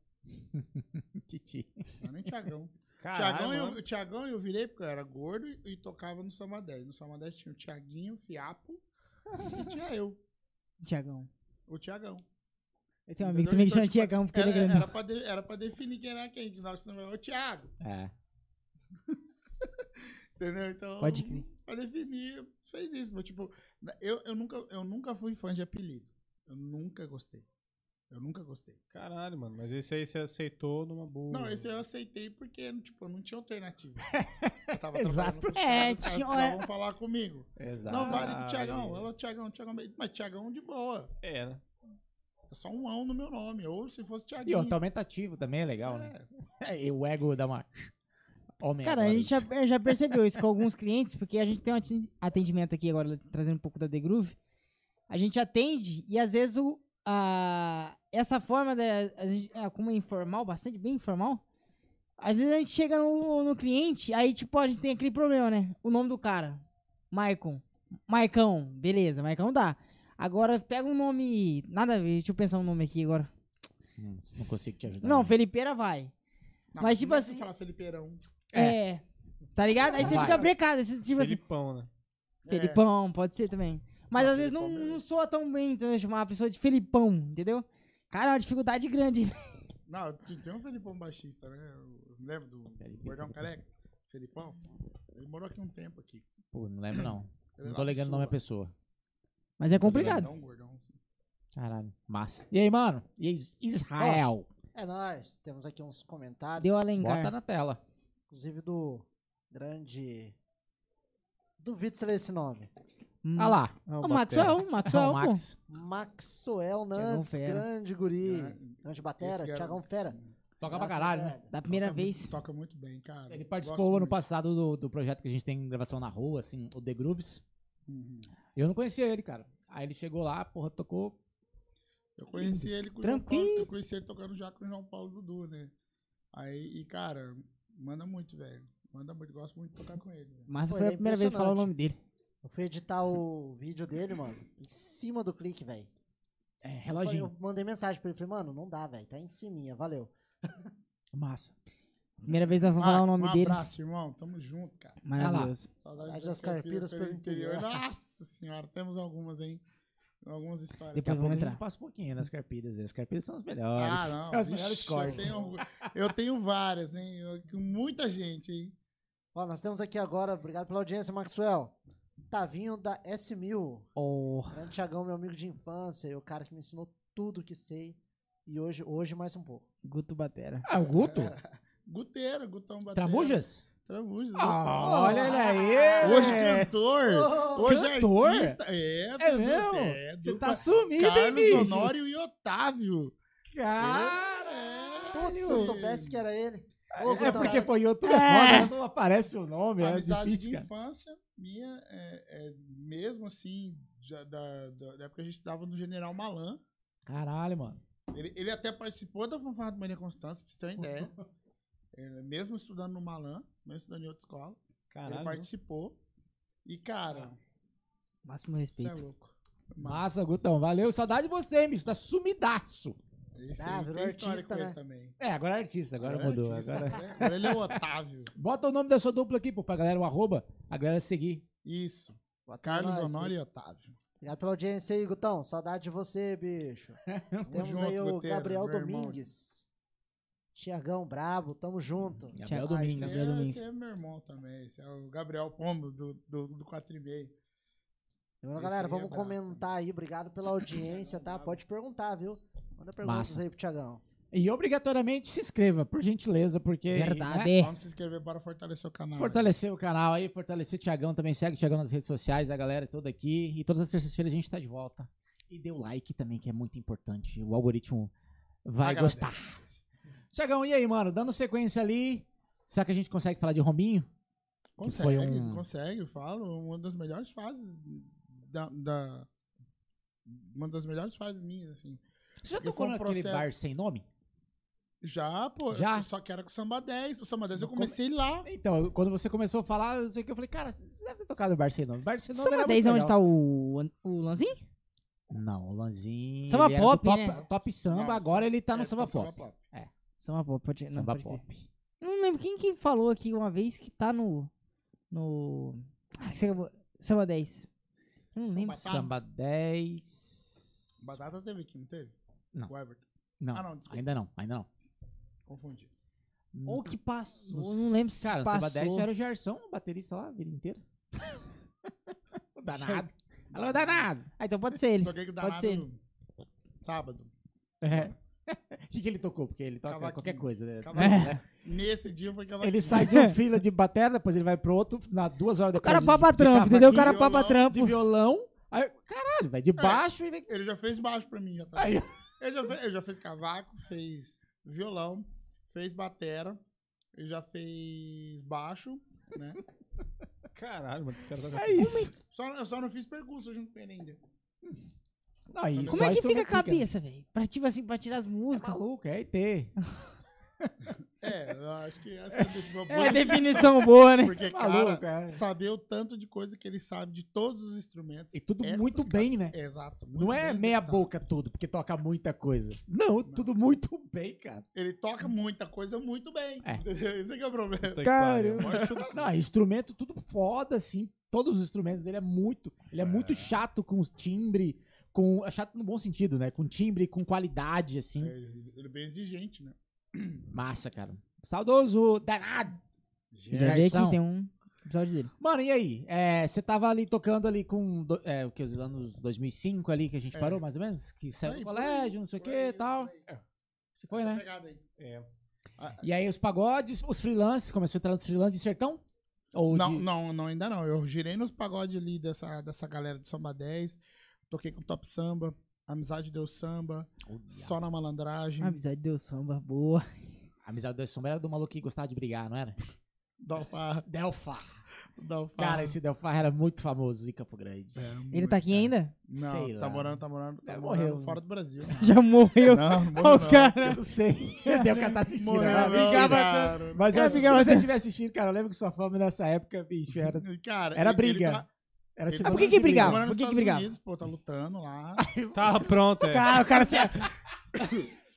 S4: Titi.
S6: Não era nem Thiagão. Tiagão
S2: mano.
S6: eu, o Thiagão eu virei porque eu era gordo e, e tocava no Samba 10. No Samba 10 tinha o Tiaguinho, o Fiapo e tinha eu,
S3: Tiagão.
S6: o Tiagão.
S3: Eu tenho um amigo que
S6: Entendeu?
S3: também que
S6: Então,
S3: chama
S6: tipo,
S3: Tiagão, porque
S6: Era,
S3: ele é
S6: era,
S3: grandão.
S6: pra de- era pra definir quem era quem, senão você não é o Thiago,
S4: É.
S6: entendeu? Então,
S3: Pode crer.
S6: pra definir, fez isso. Mas, tipo, eu, eu, nunca, eu nunca fui fã de apelido. Eu nunca gostei. Eu nunca gostei.
S2: Caralho, mano. Mas esse aí você aceitou numa boa.
S6: Não,
S2: mano.
S6: esse eu aceitei porque, tipo, eu não tinha alternativa. Eu tava
S4: Exato.
S6: trabalhando com os
S3: É,
S6: caras, os caras
S3: tinha-
S6: precisavam falar comigo.
S4: Exato.
S6: Não, vale
S2: Ah,
S6: do Tiagão.
S2: é.
S6: Ela, Tiagão, Tiagão. Mas Tiagão de boa.
S2: É, né?
S4: Tipo
S6: É só um ão no meu nome. Ou se fosse
S4: E
S6: Tiaguinho.
S4: ó, tá aumentativo também é legal, né? [laughs] E o ego dá uma. Homem
S3: Cara, a
S4: agora, né?
S3: gente é já, já percebeu isso com alguns clientes, porque a gente tem um atin- atendimento aqui agora, trazendo um pouco da The Groove. A gente atende e às vezes o, a, essa forma, da, a gente- é, como é informal, bastante bem informal, às vezes a gente chega no, no cliente, aí tipo, a gente tem aquele problema, né? O nome do cara, Maicon. Maicão, beleza, Maicão dá. Agora pega um nome, nada a ver, deixa eu pensar um nome aqui agora.
S4: Hum, Não consigo te ajudar.
S3: Não,
S4: né?
S3: Felipeira vai.
S6: Não,
S3: Mas, tipo
S6: não é pra
S3: assim-
S6: falar Felipeirão.
S3: É. Tá ligado? Aí você
S4: Vai.
S3: fica brecado, você, tipo assim,
S2: Felipão, né?
S3: Felipão, pode ser também. Mas
S6: Ah,
S3: às vezes não,
S6: Felipão, beleza.
S3: não soa tão bem entendeu? chamar a pessoa de Felipão, entendeu? Cara, é uma dificuldade grande. [laughs]
S6: É. Não, tem tem um Felipão baixista, né? Eu lembro do
S4: Felipe.
S6: Gordão Careca? Felipão. Ele morou aqui um tempo aqui.
S4: Pô, não lembro não.
S6: Ele é
S4: não
S6: era
S4: tô
S6: lá do
S4: ligando o
S6: Sul,
S4: nome à
S6: lá.
S4: pessoa.
S3: Mas é complicado.
S6: Gordão, gordão.
S4: Caralho. Massa. E aí, mano? E aí, Is- Israel?
S5: É nóis. Temos aqui uns comentários.
S3: Deu além
S4: Bota
S3: lengar.
S4: na tela.
S5: Inclusive do grande. Duvido se ler esse nome.
S4: Olha lá.
S2: Ah,
S3: O
S2: Batera.
S3: Maxwell, o Maxwell,
S4: o
S3: pô.
S4: Max.
S5: Maxwell Nantes,
S3: Fera.
S5: grande guri.
S6: Ah,
S5: Grande
S6: esse
S5: Batera,
S2: é
S6: garoto,
S5: Tiagão Fera.
S6: sim.
S4: Toca pra
S5: Abraço,
S4: caralho, né?
S5: colega.
S3: Da primeira
S6: Toca
S3: vez.
S6: Muito, toca muito bem, cara.
S4: Ele
S6: Eu
S4: participou
S6: gosto
S4: ano
S6: muito.
S4: passado do, do projeto que a gente tem em gravação na rua, assim, o The Grooves.
S6: Uhum.
S4: Eu não conhecia ele, cara. Aí ele chegou lá, porra, tocou.
S6: Eu conheci ele com o João
S3: Tranquilo.
S6: Paulo- eu conheci ele tocando já com o João Paulo Dudu, né? Aí, e cara, manda muito, velho. Manda muito, gosto muito de tocar com ele. velho.
S3: Mas
S5: Pô,
S3: foi
S5: ele
S3: a
S5: é
S3: primeira vez que falou o nome dele.
S5: Eu fui editar o vídeo dele, mano. Em cima do clique, velho.
S4: É,
S5: Eu falei-
S4: reloginho.
S5: Eu mandei mensagem pra ele, falei, mano, não dá, velho. Tá em cima, valeu.
S4: Massa.
S3: Primeira vez que eu vou falar o nome
S6: um
S3: dele.
S6: abraço, irmão. Tamo junto, cara.
S3: Maravilhoso.
S5: Saudade das carpidas pelo
S6: [laughs]
S5: interior.
S6: Nossa senhora, temos algumas, hein? Algumas histórias.
S3: Depois
S4: Daqui a
S3: vamos
S4: pouco a
S3: entrar.
S4: gente passa um pouquinho nas carpidas. As carpidas são as melhores.
S6: Ah, não.
S4: É os
S6: vixe,
S4: melhores
S6: eu
S4: cortes.
S6: tenho orgulho. Eu tenho várias, hein? Eu- com muita gente, hein?
S5: Ó, nós temos aqui agora, obrigado pela audiência, Maxwell. Tavinho da S1000.
S4: Oh,
S5: Grande Tiagão, meu amigo de infância, e o cara que me ensinou tudo que sei. E hoje, hoje mais um pouco.
S3: Guto Batera.
S4: Ah, o Guto?
S6: Guteiro, Gutão Batera.
S4: Tramujas?
S6: Tramujas.
S4: Ah, olha ele aí!
S6: Hoje cantor. Hoje
S4: É. Cantor?
S6: artista. É,
S4: É
S6: Dudu,
S4: mesmo?
S6: é,
S4: Você
S6: Dudu.
S4: tá sumido, hein,
S6: Carlos
S4: bicho?
S6: Honório e Otávio.
S4: Cara!
S5: Putz, se eu soubesse que era ele. Ô,
S4: É
S5: Gutão,
S4: porque foi YouTube,
S3: É.
S4: é foda, né? não aparece o nome, é
S6: amizade
S4: difícil,
S6: de
S4: cara.
S6: infância minha é, é mesmo assim, já da, da, da época que a gente estava no General Malan.
S4: Caralho, mano.
S6: Ele, ele até participou da fanfarra do Maria Constância, pra você ter uma
S4: [laughs]
S6: ideia. Ele, mesmo estudando no Malan, mesmo estudando em outra escola, ele
S2: Caralho.
S6: participou. E, cara,
S3: Máximo
S6: você é
S3: respeito.
S6: louco.
S4: Massa, Gutão, valeu. Saudade de você, hein, bicho? Tá sumidaço.
S6: Esse
S5: Ah,
S6: aí
S5: virou
S6: tem história
S5: artista,
S6: com
S5: né?
S6: ele também.
S4: É, agora é artista, agora,
S6: é
S4: mudou.
S6: artista,
S4: agora-
S6: né? Agora ele é o Otávio.
S4: Bota o nome da sua dupla aqui, pô, pra galera, o arroba, a galera seguir.
S6: Isso.
S5: Boa tarde,
S6: Carlos
S5: nós,
S6: Honório e Otávio.
S5: Obrigado pela audiência aí, Gutão. Saudade de você, bicho.
S6: [laughs] Tamo
S5: Temos aí
S6: junto,
S5: o
S6: Guteiro,
S5: Gabriel
S6: meu irmão.
S5: Domingues. Tiagão Brabo, tamo junto.
S4: Gabriel
S3: Ah,
S6: Esse
S4: Domingues.
S6: é-
S3: Gabriel Domingues.
S6: Esse é meu irmão também. Esse é o Gabriel Pombo, do, do, do 4 e meio.
S5: Então,
S6: Esse
S5: galera,
S6: aí é
S5: vamos
S6: brabo.
S5: comentar aí. Obrigado pela audiência, tá? Pode perguntar, viu? Manda perguntas
S4: Massa.
S5: aí pro Tiagão.
S4: E obrigatoriamente se inscreva, por gentileza, porque. né?
S3: Verdade.
S6: Vamos se inscrever para fortalecer o canal.
S4: Fortalecer o canal aí, fortalecer o Tiagão também. Segue o Tiagão nas redes sociais, a galera toda aqui. E todas as terças-feiras a gente tá de volta. E dê o like também, que é muito importante. O algoritmo vai
S6: Agradece.
S4: gostar. Tiagão, e aí, mano? Dando sequência ali. Será que a gente consegue falar de Rominho?
S6: Consegue,
S4: foi um-
S6: consegue, eu falo. Uma das melhores fases da, da- Uma das melhores fases minhas, assim.
S4: Você já
S6: Porque
S4: tocou
S6: foi um
S4: naquele
S6: processo-
S4: bar sem nome?
S6: Já, pô,
S4: Já?
S6: eu só que era com o Samba 10. O Samba 10 eu
S4: No
S6: comecei lá.
S4: Então, eu- quando você começou a falar, eu sei que eu falei, cara, você deve ter tocado no bar sem nome. Bar sem nome
S3: Samba
S4: era
S3: 10 é
S4: muito
S3: onde
S4: legal.
S3: tá o, o Lanzinho?
S4: Não, o Lanzinho.
S3: Samba
S4: ele era do
S3: pop,
S4: top,
S3: né?
S4: top samba,
S6: Não,
S4: agora ele tá no
S6: É,
S4: samba
S6: samba
S4: pop.
S6: pop.
S3: Samba Pop, pode não,
S4: Samba
S3: pode crer.
S4: pop.
S3: Não, não lembro quem que falou aqui uma vez que tá no. No. Ah, que você acabou- Samba 10. Eu não lembro.
S6: Batata.
S4: Samba 10.
S6: Batata teve aqui, não teve?
S4: Não.
S6: O Everton.
S4: Não,
S6: Ah, não, desculpa.
S4: ainda não, ainda não.
S6: Confundi.
S3: Ou que passou. eu Não lembro se
S4: Cara, o
S3: passou.
S4: Samba 10 era o Gerson, o baterista lá, a vida inteira. [laughs] danado. Alô, danado.
S3: Ah, então pode ser ele.
S6: Toquei com o
S3: Pode ser.
S6: é danado sábado.
S4: É. O que, que ele tocou? Porque ele toca
S6: Cavaquinho.
S4: qualquer coisa, né?
S6: Cavaquinho.
S4: É.
S6: Nesse dia foi cavaquinho.
S4: [laughs] Ele sai de um fila de bateria, depois ele vai pro outro, na duas horas
S3: O
S4: depois.
S3: cara
S4: de-
S3: papa
S4: de
S3: trampo, entendeu? O cara
S6: cavaquinho,
S3: papa
S4: cavaquinho, De
S3: trampo.
S4: violão. Aí, caralho, vai
S6: É.
S4: de baixo e vem.
S6: Ele já fez baixo pra mim, já tá.
S4: Aí,
S6: Ele já, fez, ele já fez cavaco, fez violão, fez batera, ele já fez baixo, né?
S2: Caralho, mano. Cara, tá-
S4: é isso.
S6: Só, eu só não fiz percurso junto com ele ainda.
S4: Não, e
S6: Como
S3: Como
S4: só
S3: é que fica a
S4: instrumento
S3: cabeça, velho? Pra, tipo assim, pra tirar as
S4: É
S3: músicas.
S4: maluco, é ET.
S6: É, eu acho que essa é a definição
S3: É
S6: boa,
S3: definição boa, né?
S6: Porque,
S4: maluco,
S6: cara,
S4: é.
S6: saber o tanto de coisa que ele sabe de todos os instrumentos.
S4: E tudo
S6: é
S4: muito
S6: complicado.
S4: bem, né?
S6: É, exato. muito
S4: Não é
S6: bem
S4: meia
S6: executado.
S4: boca tudo, porque toca muita coisa. Não, tudo muito bem, cara.
S6: Ele toca muita coisa muito bem.
S4: É.
S6: entendeu? [laughs] Esse é que é
S2: [laughs]
S6: o problema.
S2: Puta que
S3: Cara,
S2: pariu. Maior chute-
S4: Não, é instrumento tudo foda, assim. Todos os instrumentos dele é muito. Ele é, muito chato com os timbre, com. É chato no bom sentido, né? Com timbre, com qualidade, assim.
S6: É, Ele ele é bem exigente, né?
S4: Massa, cara. Saudoso, danado.
S3: Já vi
S4: Gerson.
S3: aqui, tem um episódio dele.
S4: Mano, e aí? É, Você tava ali tocando ali com do- é, o que, os anos 2005 ali que a gente
S6: É.
S4: parou, mais ou menos? Que saiu do
S6: Aí,
S4: colégio, não sei o
S6: por
S4: que
S6: aí,
S4: e tal.
S6: por aí.
S4: Foi,
S6: Essa
S4: né?
S6: pegada aí.
S2: É.
S4: E aí os pagodes, os freelances, começou a entrar nos freelances de sertão? Ou
S6: Não,
S4: de...
S6: não, não, ainda não. Eu girei nos pagodes ali dessa, dessa galera do Samba 10. Toquei com Top Samba, Amizade Deu Samba,
S4: Olha,
S6: Só na Malandragem,
S3: Ah,
S6: [laughs]
S3: Amizade deu samba, boa.
S4: A amizade do Sombra era do maluco que gostava de brigar, não era?
S6: Dolfar,
S4: Delfar.
S6: Dolfar.
S4: Cara, esse Delfar era muito famoso em Campo Grande.
S6: É,
S3: Ele
S6: muito,
S3: tá aqui
S6: cara.
S3: ainda? [laughs]
S6: Não,
S4: Sei
S6: tá
S4: lá.
S6: morando, tá morando, tá
S4: Deve
S6: morando
S4: morrer,
S6: fora do Brasil.
S3: Já morreu.
S6: [laughs] Não,
S4: [laughs]
S3: Ó,
S6: não morreu,
S3: o
S6: não.
S3: cara.
S4: não
S6: [laughs]
S4: sei. Deu que ela tá assistindo.
S6: Morreu,
S4: ela
S6: não,
S4: brigava tanto.
S6: cara.
S4: Mas
S3: Ela
S4: ó, se
S3: brigava
S4: você estiver assistindo, cara, eu lembro que sua fama nessa época, bicho, era,
S6: Cara,
S4: era
S6: ele-
S4: briga.
S6: Ele tá,
S4: era
S6: ele-
S4: segunda
S6: Ah, por
S3: que que
S4: de briga.
S6: tá
S3: brigava?
S6: morando
S3: Por
S6: nos
S3: que que
S6: Estados
S3: brigava?
S6: Unidos, pô, tá lutando
S4: [laughs]
S6: lá.
S2: Tá pronto, é.
S3: Cara, o cara se.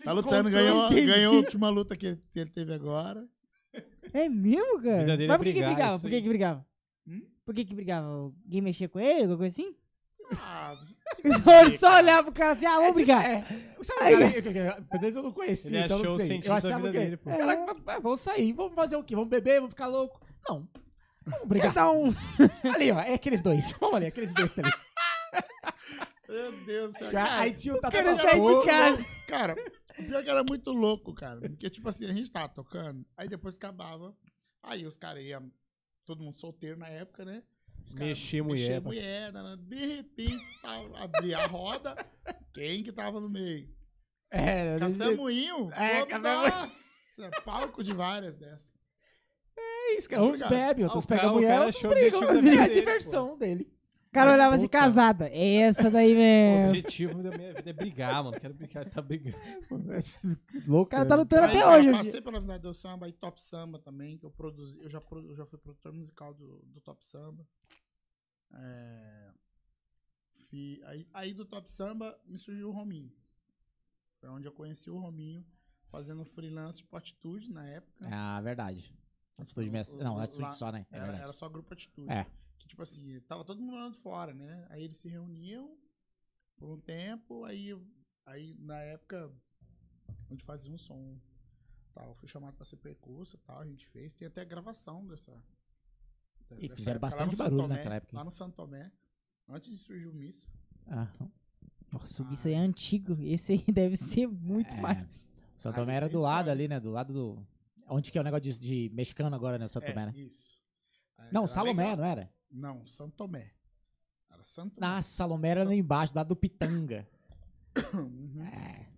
S6: tá lutando, ganhou, ganhou a última luta que ele, que ele teve agora.
S3: É mesmo, cara?
S2: vida dele é
S3: Mas por que, que
S2: brigar,
S3: brigava?
S2: isso
S3: Por que,
S2: aí.
S3: que brigava?
S6: Hum?
S3: Por que, que brigava? Alguém mexia com ele, alguma coisa assim?
S6: Ah,
S3: Ele só olhava pro cara assim, ah, vamos brigar.
S4: É, sabe, cara, eu- eu- eu- pelo menos eu não
S2: Ele
S4: conhecia, então eu
S2: achou
S4: não
S2: o
S4: sei.
S2: sentido
S4: Eu
S2: da
S4: achava
S2: vida
S4: que... é,
S2: dele, pô.
S4: Caraca, vamos sair, vamos fazer o quê? Vamos beber, vamos ficar louco? Não. Vamos brigar.
S3: Cada um.
S4: ali, ó, é aqueles dois. [laughs] Vamos ali, aqueles dois também.
S6: meu Deus do céu.
S4: Já,
S6: Cara,
S4: aí tá tinha o Tata
S3: cara
S4: Tata
S3: sai de
S4: Boa.
S3: casa.
S6: Cara, o pior é que era muito louco, cara. Porque, tipo assim, a gente tava tocando, aí depois acabava. Aí os caras iam, todo mundo solteiro na época, né? Os caras
S2: Mexer
S6: mexia
S2: mulher. mano.
S6: mulher, nanã. de repente tava, abria a roda, quem que tava no meio?
S4: É,
S6: Café
S4: é
S6: Moinho?
S4: É,
S6: Pô,
S4: Café
S6: nossa, palco de várias dessas.
S4: isso, cara. Uns
S6: Obrigado.
S4: bebem,
S2: Ah,
S4: outros
S2: o cara-
S4: pegam a
S2: o
S4: mulher,
S2: cara
S4: outros
S2: achou o
S4: brigam.
S2: objetivo da
S4: [laughs] É
S2: vida
S4: a
S2: dele,
S4: diversão dele.
S3: O cara
S2: Ai,
S3: olhava assim,
S2: puta.
S3: casada. É essa daí
S2: O
S3: mesmo.
S2: objetivo da minha vida é brigar, mano. Quero brigar, tá brigando.
S4: [laughs] Louco, né?
S3: O cara tá lutando
S6: Aí,
S3: até
S6: cara,
S3: hoje.
S6: eu
S3: hoje.
S6: passei pela amizade do samba e top samba também, que eu produzi, eu já, pro- eu já fui produtor musical do, do top samba. É, fi- aí, aí do top samba me surgiu o Rominho. Foi onde eu conheci o Rominho, fazendo freelance tipo Atitude na época.
S4: Ah, verdade. Atitude minha- Não, atitude só, né? É
S6: Era,
S4: verdade.
S6: era só grupo Atitude.
S4: É.
S6: Que, tipo assim, tava todo mundo lá de fora, né? Aí eles se reuniam por um tempo, aí, aí na época, a gente fazia um som. Tal. Fui chamado pra ser percurso e tal, a gente fez. Tem até gravação dessa. da-
S4: E
S6: dessa
S4: fizeram
S6: época lá
S4: bastante
S6: no Santo
S4: barulho
S6: Tomé,
S4: naquela época.
S6: Lá no Santo Tomé, antes de surgir o Miss.
S4: Ah,
S3: Nossa, isso aí é antigo. Esse aí [laughs] deve ser muito
S4: É.
S3: mais.
S4: Santo
S6: Aí
S4: Tomé era
S6: tem
S4: do lado
S6: história.
S4: ali, né? Do lado do. Onde que é o negócio de, de mexicano agora, né? Santo Tomé, né?
S6: É, isso. Aí
S4: Não,
S6: era
S4: Salomé,
S6: legal.
S4: não era?
S6: Não, Santo Tomé. Era Santo Tomé.
S4: Ah, Salomé era
S6: Sa-
S4: lá embaixo, do lado do Pitanga.
S6: Uhum.
S4: É.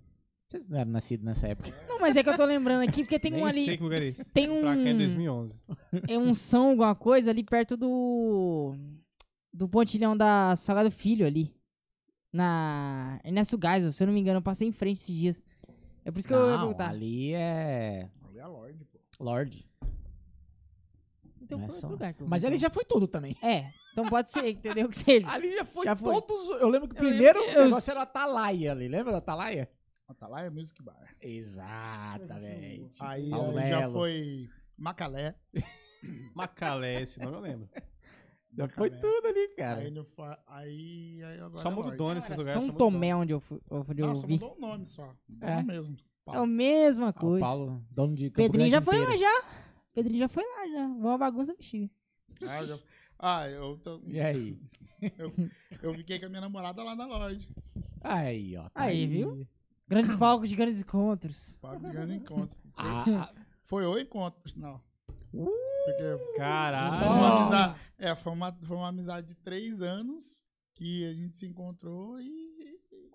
S4: Vocês não eram nascidos nessa época.
S3: Não, mas é que eu tô lembrando aqui, porque tem
S2: Nem
S3: um ali.
S2: sei que lugar é esse.
S3: tem
S2: Pra cá é
S3: um-
S2: 2011.
S3: é um São alguma coisa ali perto do do pontilhão da Salgado Filho ali. Na Ernesto Geisel, se eu não me engano, eu passei em frente esses dias. É por isso que eu ia
S4: Não,
S3: perguntar.
S4: ali é.
S6: Ali é a Lorde, pô.
S4: Lorde.
S3: Então
S4: não é
S3: foi outro
S4: só-
S3: lugar que eu
S4: Mas
S3: vou
S4: ali
S3: então.
S4: já foi tudo também.
S3: É, então pode ser, entendeu? Que
S4: [laughs]
S3: seja.
S4: Ali já foi
S3: Já foi.
S4: todos. Eu lembro que
S3: Eu lembro
S4: primeiro
S3: que
S4: o
S3: eu-
S4: negócio era o Atalaia ali. Lembra do
S6: Ah,
S4: Atalaia?
S6: Atalaia tá é Music Bar.
S4: Exatamente.
S6: Aí
S4: Paulo
S6: aí já
S4: Melo.
S6: foi Macalé.
S2: Macalé, esse nome eu lembro.
S4: Já foi
S6: Macalé.
S4: tudo ali, cara.
S6: Aí, não fa- aí, aí agora.
S2: Só
S6: é
S2: muda o
S6: Lorde.
S2: dono
S3: Cara,
S2: nesses lugares. só
S3: São
S2: muda o
S3: Tomé, onde eu, fui, onde eu
S6: Não, só
S3: vi.
S6: mudou o nome só. O
S4: É.
S6: nome mesmo.
S3: É a mesma
S4: Ah, o
S3: coisa.
S4: Paulo, dono de Campo
S3: Pedrinho
S4: Grande
S3: já foi lá
S4: inteiro.
S3: já. Pedrinho já foi lá já. Uma bagunça bexiga.
S6: Ah, eu, ah, eu,
S4: [laughs]
S6: tô-
S4: E aí?
S6: eu fiquei com a minha namorada lá na Lorde.
S4: Aí, ó. tá
S3: Aí, viu? Grandes palcos de grandes encontros.
S6: Pagando encontros.
S4: [laughs] Ah,
S3: [laughs]
S4: ah,
S6: Foi o encontro, por sinal.
S4: Uh!
S6: Porque
S2: nome. Caralho.
S6: foi uma
S4: Ah.
S6: amizade, é, foi uma, foi uma amizade de três anos que a gente se encontrou e.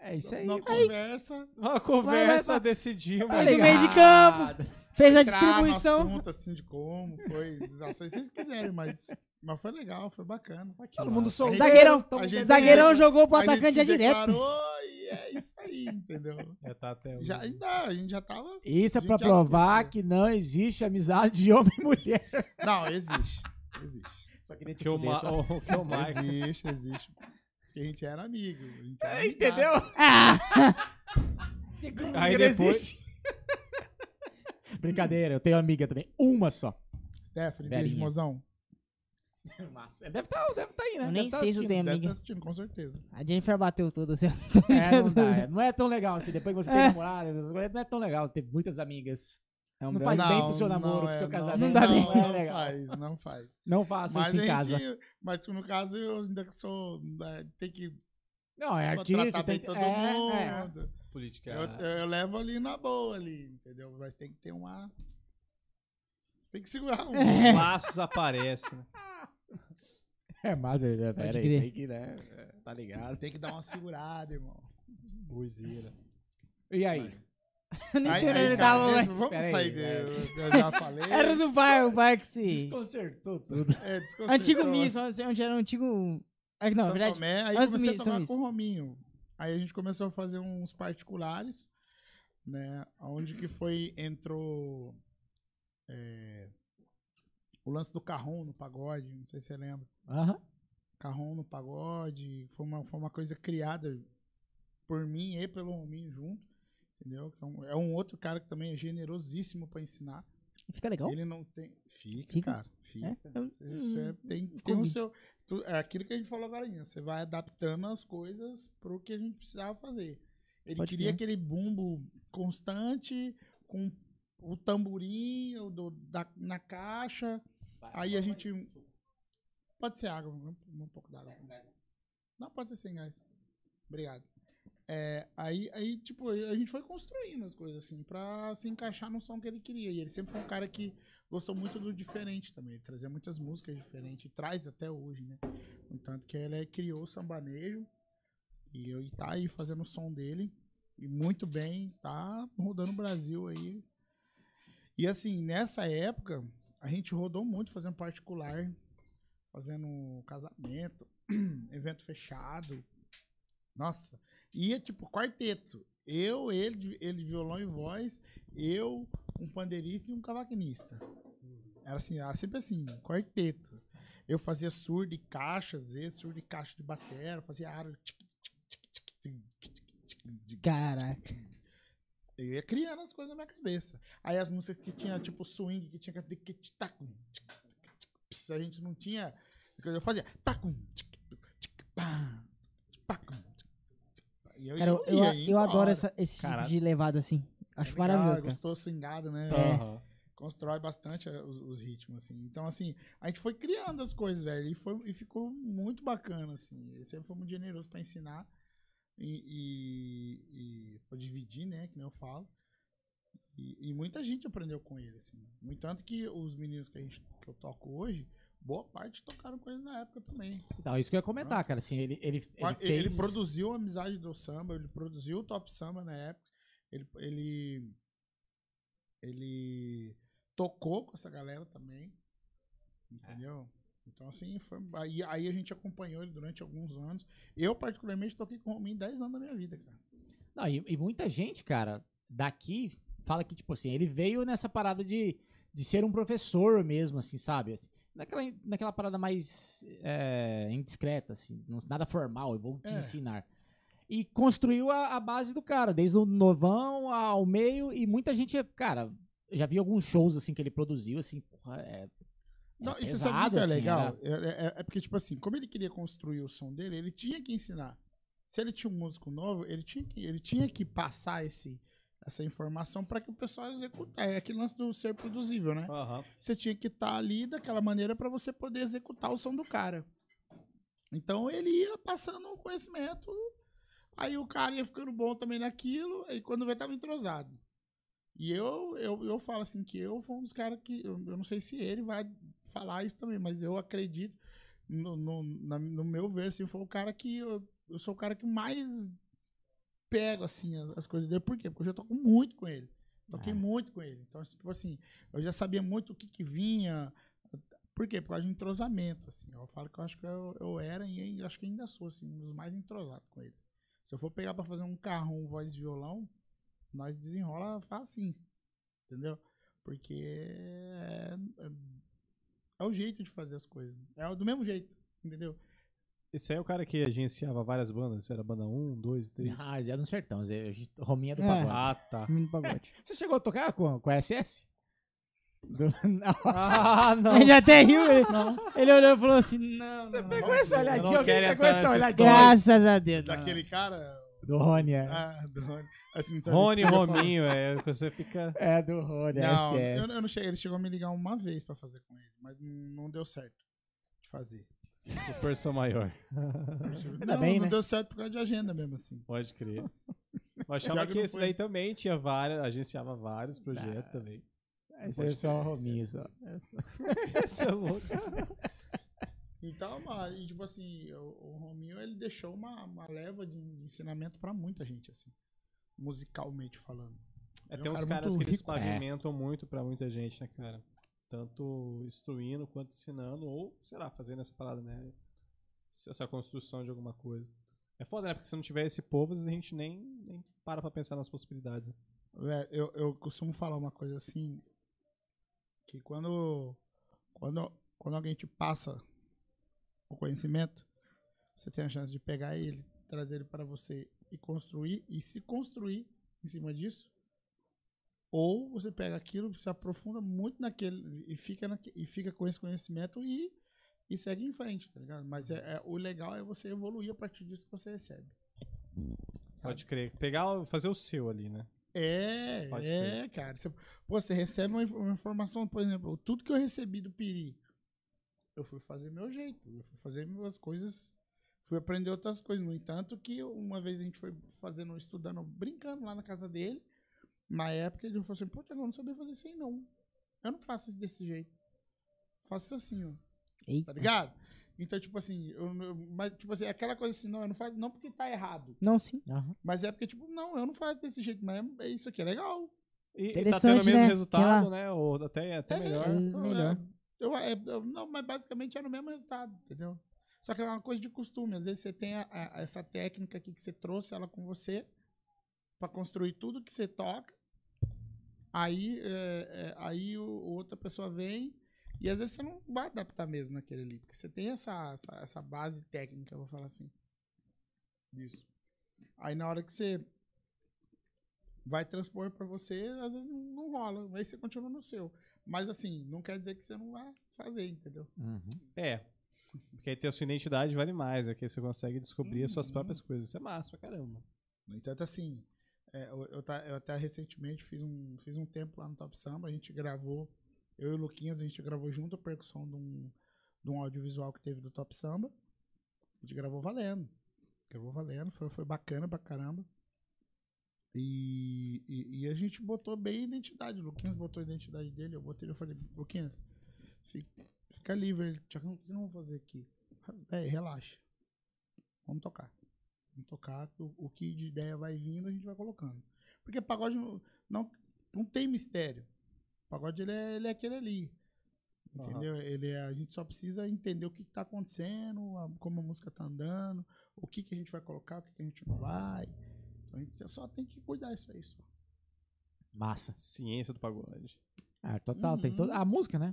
S4: é isso aí.
S6: Numa
S4: pô.
S6: conversa.
S2: Uma conversa,
S4: vai-
S2: decidiu.
S4: Tá
S3: Faz o meio de
S4: ligado.
S3: Fez a
S6: entrar no
S3: distribuição.
S6: assunto, assim, de como foi. Não sei se vocês quiserem, mas, mas foi legal, foi bacana.
S4: Todo mundo solteiro.
S3: Zagueirão.
S4: todo mundo-
S6: gente-
S3: Zagueirão
S6: A
S3: jogou pro
S6: A gente
S3: atacante
S6: se
S3: já direto.
S6: declarou E é isso aí, entendeu?
S2: Já tá até hoje.
S6: Já, ainda, a gente já tava.
S4: Isso é
S6: A
S4: pra
S6: gente já
S4: provar que
S6: discutiu.
S4: não existe amizade de homem e mulher.
S6: Não, existe. Existe.
S4: Só queria te
S2: Que o,
S4: fuder,
S2: Ma- o,
S4: só.
S2: o que o Michael.
S6: Existe, existe. Porque a gente era amigo. a gente era
S4: É, Entendeu?
S3: [laughs]
S6: amigaço.
S2: Aí
S4: Aí
S2: depois-
S4: depois... [laughs] Brincadeira, eu tenho amiga também. Uma só.
S6: Stephanie, beijo,
S4: Verinha.
S6: mozão.
S4: Massa. Deve estar deve tá aí, né?
S3: Eu nem
S4: Deve tá
S3: sei se eu tenho
S4: assistindo.
S6: Deve estar
S3: amiga.
S6: assistindo, com certeza.
S3: A Jennifer bateu assim, [laughs] todas elas.
S4: É, não, dá, é. não é tão legal assim. Depois que você tem
S3: É.
S4: namorada, essas coisas, não é tão legal ter muitas amigas. Não,
S6: dá.
S4: faz bem pro
S6: Não,
S4: seu
S6: não
S4: namoro,
S6: é,
S4: pro seu
S6: não.
S4: casamento.
S3: Não dá bem. né,
S6: Não,
S4: é
S6: não
S4: legal.
S6: faz, não faz.
S4: Não faça
S6: Mas,
S4: isso em
S6: a
S4: casa.
S6: gente, mas no caso, eu ainda sou. né, Tem que
S4: Não, é
S6: tratar
S4: artista,
S6: bem
S4: tem
S6: todo
S4: é, é.
S6: mundo.
S2: Política.
S6: Eu, eu- eu levo ali na boa ali, entendeu? Mas tem que ter uma. Você tem que segurar
S3: [laughs]
S6: um. [laughs]
S2: Os laços aparecem, né?
S4: É, mas é, pera aí,
S3: crer.
S4: tem que, né? é, Tá ligado?
S6: Tem que dar uma
S3: [laughs]
S6: segurada, irmão.
S2: Buzeira.
S4: E aí?
S3: Eu nem
S6: Aí-
S3: sei onde
S6: aí,
S3: ele um
S6: cara,
S3: tava,
S6: esse-
S3: mas...
S6: Vamos
S4: Pera aí,
S6: sair de,
S4: velho.
S6: eu, eu
S3: [laughs]
S6: já falei.
S3: Era do bar, o bar que se...
S4: Desconcertou tudo.
S6: É,
S3: [laughs]
S6: desconcentrou.
S3: Antigo Miss, onde era o antigo... É que não, na
S6: São
S3: verdade...
S6: Tomé, aí
S3: antes do
S6: comecei
S3: Miss,
S6: a
S3: São
S6: tocar
S3: Miss.
S6: com o Rominho. Aí a gente começou a fazer uns particulares, né? Onde que foi, entrou é, o lance do carrão no pagode, não sei se você lembra.
S4: Aham.
S6: Carrão no pagode. Foi uma, foi uma coisa criada por mim e pelo Rominho junto. Entendeu? Que é um- É um outro cara que também é generosíssimo pra ensinar.
S3: Fica legal.
S6: Ele não tem. Fica,
S3: Então? Fica?
S6: cara. Fica.
S3: É?
S6: Isso é, tem, tem o
S3: combina.
S6: seu. tu- é aquilo que a gente falou agora. Você vai adaptando as coisas pro que a gente precisava fazer. Ele
S3: Pode
S6: queria
S3: crer.
S6: aquele bumbo constante, com o tamborinho do- da, na caixa. aí a gente. Pode ser água, um, um pouco d'água. Não, pode ser sem gás. Obrigado. É, aí, aí, tipo, a gente foi construindo as coisas, assim, pra se encaixar no som que ele queria. E ele sempre foi um cara que gostou muito do diferente também. Ele trazia muitas músicas diferentes, e traz até hoje, né? No Tanto que ele é, criou o sambanejo e ele tá aí fazendo o som dele. E muito bem, tá rodando o Brasil aí. E assim, nessa época, a gente rodou muito fazendo particular, fazendo casamento, evento fechado. Nossa, ia tipo quarteto. Eu, ele, de- ele de violão e voz, eu, um pandeirista e um cavaquinista. Era assim, era sempre assim, quarteto. Eu fazia surdo e caixa, às vezes, surdo e caixa de batera, fazia área.
S3: Caraca.
S6: Eu ia criando as coisas na minha cabeça. Aí as músicas que tinha, tipo, swing, que tinha. que- que- que- tacum, tic, tic, tic, ps, A gente não tinha. Eu fazia. tacum, tic, tic, tic, pá, tacum, tic, tic, pá. E
S3: Cara, eu,
S6: ia
S3: eu,
S6: indo
S3: eu adoro
S6: embora.
S3: essa- esse tipo
S2: Caralho.
S3: de levada assim. Acho
S6: É legal,
S3: maravilhoso,
S6: é
S3: cara.
S6: Gostoso, swingado, né?
S2: Aham.
S6: Constrói bastante eh, os, os ritmos, assim. Então, assim, a gente foi criando as coisas, velho. E, foi, e ficou muito bacana, assim. Ele sempre foi muito generoso pra ensinar e, e, e pra dividir, né? Que nem eu falo. E, e muita gente aprendeu com ele, assim. No entanto que os meninos que, a gente, que eu toco hoje, boa parte tocaram com ele na época também.
S4: Então, isso que eu ia comentar, cara. Assim, ele, ele, ele
S6: Ele,
S4: fez...
S6: ele produziu a Amizade do Samba, ele produziu o Top Samba na época. Ele, ele, ele tocou com essa galera também. Entendeu? Então, assim, foi, aí, aí a gente acompanhou ele durante alguns anos. Eu, particularmente, toquei com o Rominho 10 anos da minha vida, cara.
S4: Não, e, e muita gente, cara, daqui fala que, tipo assim, ele veio nessa parada de, de ser um professor mesmo, assim, sabe? Assim, naquela, naquela parada mais é, indiscreta, assim, não- nada formal, eu vou te
S6: É.
S4: ensinar. E construiu a, a base do cara, desde o novão ao meio, e muita gente, cara, eu já vi alguns shows assim que ele produziu, assim, porra, é. é
S6: Não, e você sabe o
S4: pesado,
S6: que é
S4: assim,
S6: legal?
S4: era-
S6: É, é- é porque, tipo assim, como ele queria construir o som dele, ele tinha que ensinar. Se ele tinha um músico novo, ele tinha que, ele tinha que passar esse, essa informação para que o pessoal executar. É aquele lance do ser produzível, né?
S2: Aham.
S6: Você tinha que estar ali daquela maneira para você poder executar o som do cara. Então ele ia passando o conhecimento, aí o cara ia ficando bom também naquilo, aí quando vê tava entrosado. E eu, eu, eu falo assim que eu fui um dos caras que. Eu, eu não sei se ele vai falar isso também, mas eu acredito, no, no, na- no meu ver, assim, foi o cara que. Eu, eu sou o cara que mais pego assim as, as coisas dele. Por quê? Porque eu já toco muito com ele. Toquei
S4: Ah.
S6: muito com ele. Então, tipo assim, eu já sabia muito o que, que vinha. Por quê? Por causa de entrosamento, assim. Eu falo que eu acho que eu, eu era e eu acho que ainda sou, assim, um dos mais entrosados com ele. Se eu for pegar pra fazer um carro, um voz e violão, nós desenrola facinho. Entendeu? Porque é, é, é o jeito de fazer as coisas. É o- do mesmo jeito, entendeu?
S2: Esse aí é o cara que agenciava várias bandas. Era banda 1, 2, 3.
S4: [laughs] Ah, Zé do Sertão, Zé, a gente- Rominha do
S3: É.
S4: Pagode.
S2: Ah, tá.
S3: Menino do pagode.
S4: Você chegou a tocar com, com a SS? Do- Não. Ah, não.
S3: Ele até riu, né? ele,
S6: Não.
S3: ele olhou e falou assim: não.
S4: Você
S3: não,
S4: pegou
S3: não.
S2: Eu
S4: essa
S2: não
S4: olhadinha, alguém
S2: quero
S4: pegou
S2: entrar
S4: essa
S2: nessa
S4: olhadinha.
S3: Graças a Deus. não, não.
S6: é Daquele cara.
S4: Do Rony, é.
S6: Ah, do Rony. Assim, não sabe
S2: Rony
S6: se eu ia falar.
S2: Rominho, é. Você fica.
S4: É, do Rony,
S6: Não,
S4: SS.
S6: eu, eu não cheguei. Ele chegou a me ligar uma vez pra fazer com ele, mas n- não deu certo de fazer.
S2: com Força maior.
S6: não,
S4: bem,
S6: não
S4: né?
S6: deu certo por causa de agenda mesmo, assim.
S2: Pode crer. Eu achava
S6: Pior que
S2: que
S6: não
S2: esse
S6: foi.
S2: daí também tinha várias, agenciava vários projetos também.
S4: Esse Ah, é só o Rominho, só.
S2: [laughs] Esse é louco.
S6: Então, mano, e tipo assim, o, o Rominho, ele deixou uma, uma leva de ensinamento pra muita gente, assim. Musicalmente falando.
S2: É,
S6: Ele é
S2: tem
S6: um
S2: uns
S6: cara
S2: caras que
S6: muito
S2: eles
S6: rico.
S2: pavimentam muito pra muita gente, né, cara? Tanto instruindo quanto ensinando, ou, sei lá, fazendo essa parada, né? Essa construção de alguma coisa. É foda, né? Porque se não tiver esse povo, às vezes a gente nem, nem para pra pensar nas possibilidades. né?
S6: Vé, eu, eu costumo falar uma coisa assim, que quando, quando, quando alguém te passa o conhecimento, você tem a chance de pegar ele, trazer ele para você e construir, e se construir em cima disso, ou você pega aquilo, se aprofunda muito naquele e fica, naque- e fica com esse conhecimento e, e segue em frente, tá ligado? Mas é, é- o legal é você evoluir a partir disso que você recebe.
S2: Pode crer. Pegar, o- fazer o seu ali, né?
S6: É,
S2: Pode
S6: é, cara. Você, pô, você recebe uma, inf- uma informação, por exemplo, tudo que eu recebi do Piri, eu fui fazer meu jeito, eu fui fazer minhas coisas, fui aprender outras coisas. No entanto, que uma vez a gente foi fazendo, estudando, brincando lá na casa dele, na época ele falou assim, pô, Thiago, eu não sabia fazer isso aí não. Eu não faço isso desse jeito. Eu Faço assim, ó tá
S3: Eita.
S6: ligado? Então, tipo assim, eu, eu- mas, tipo assim, aquela coisa assim, não, eu não faço, não porque tá errado,
S3: Não, sim.
S4: Aham.
S6: mas é porque, tipo, não, eu não faço desse jeito, mas é- isso aqui é legal.
S2: E, e tá tendo o
S3: Interessante,
S2: mesmo
S3: né?
S2: resultado, né? Ou até, até
S6: É,
S2: melhor.
S3: às vezes
S6: Não,
S3: melhor.
S6: é, eu- é, eu- não, mas basicamente era o mesmo resultado, entendeu? Só que é uma coisa de costume. Às vezes você tem a- a- essa técnica aqui que você trouxe ela com você pra construir tudo que você toca. Aí, é, é, aí o, o outra pessoa vem e às vezes você não vai adaptar mesmo naquele ali, porque você tem essa, essa, essa base técnica, eu vou falar assim. Isso. Aí na hora que você vai transpor pra você, às vezes não, não rola. Aí você continua no seu. Mas assim, não quer dizer que você não vai fazer, entendeu?
S4: Uhum.
S2: É. Porque aí ter a sua identidade vale mais, é que você consegue descobrir as
S3: Uhum.
S2: suas próprias coisas. Isso é massa pra caramba.
S6: No entanto, assim, é, eu, eu tá- eu até recentemente fiz um, fiz um tempo lá no Top Samba, a gente gravou, eu e o Luquinhas, a gente gravou junto a percussão de um, de um audiovisual que teve do Top Samba. A gente gravou valendo. Gravou valendo, foi, foi bacana pra caramba. E, e, e a gente botou bem a identidade. O Luquinhas botou a identidade dele, eu botei, eu falei, Luquinhas, fi- fica, livre. Ele, Tiagão, o que nós vamos fazer aqui? Véi, relaxa. Vamos tocar. Vamos tocar, o, o que de ideia vai vindo, a gente vai colocando. Porque pagode não, não, não tem mistério. Pagode ele é, ele é aquele ali.
S2: Aham.
S6: Entendeu? Ele é- a gente só precisa entender o que está acontecendo, a- como a música tá andando, o que, que a gente vai colocar, o que, que a gente não vai. Então a gente só tem que cuidar isso aí. Só.
S4: Massa.
S2: Ciência do pagode.
S4: Ah, total, tem
S6: Uhum.
S4: toda a música, né?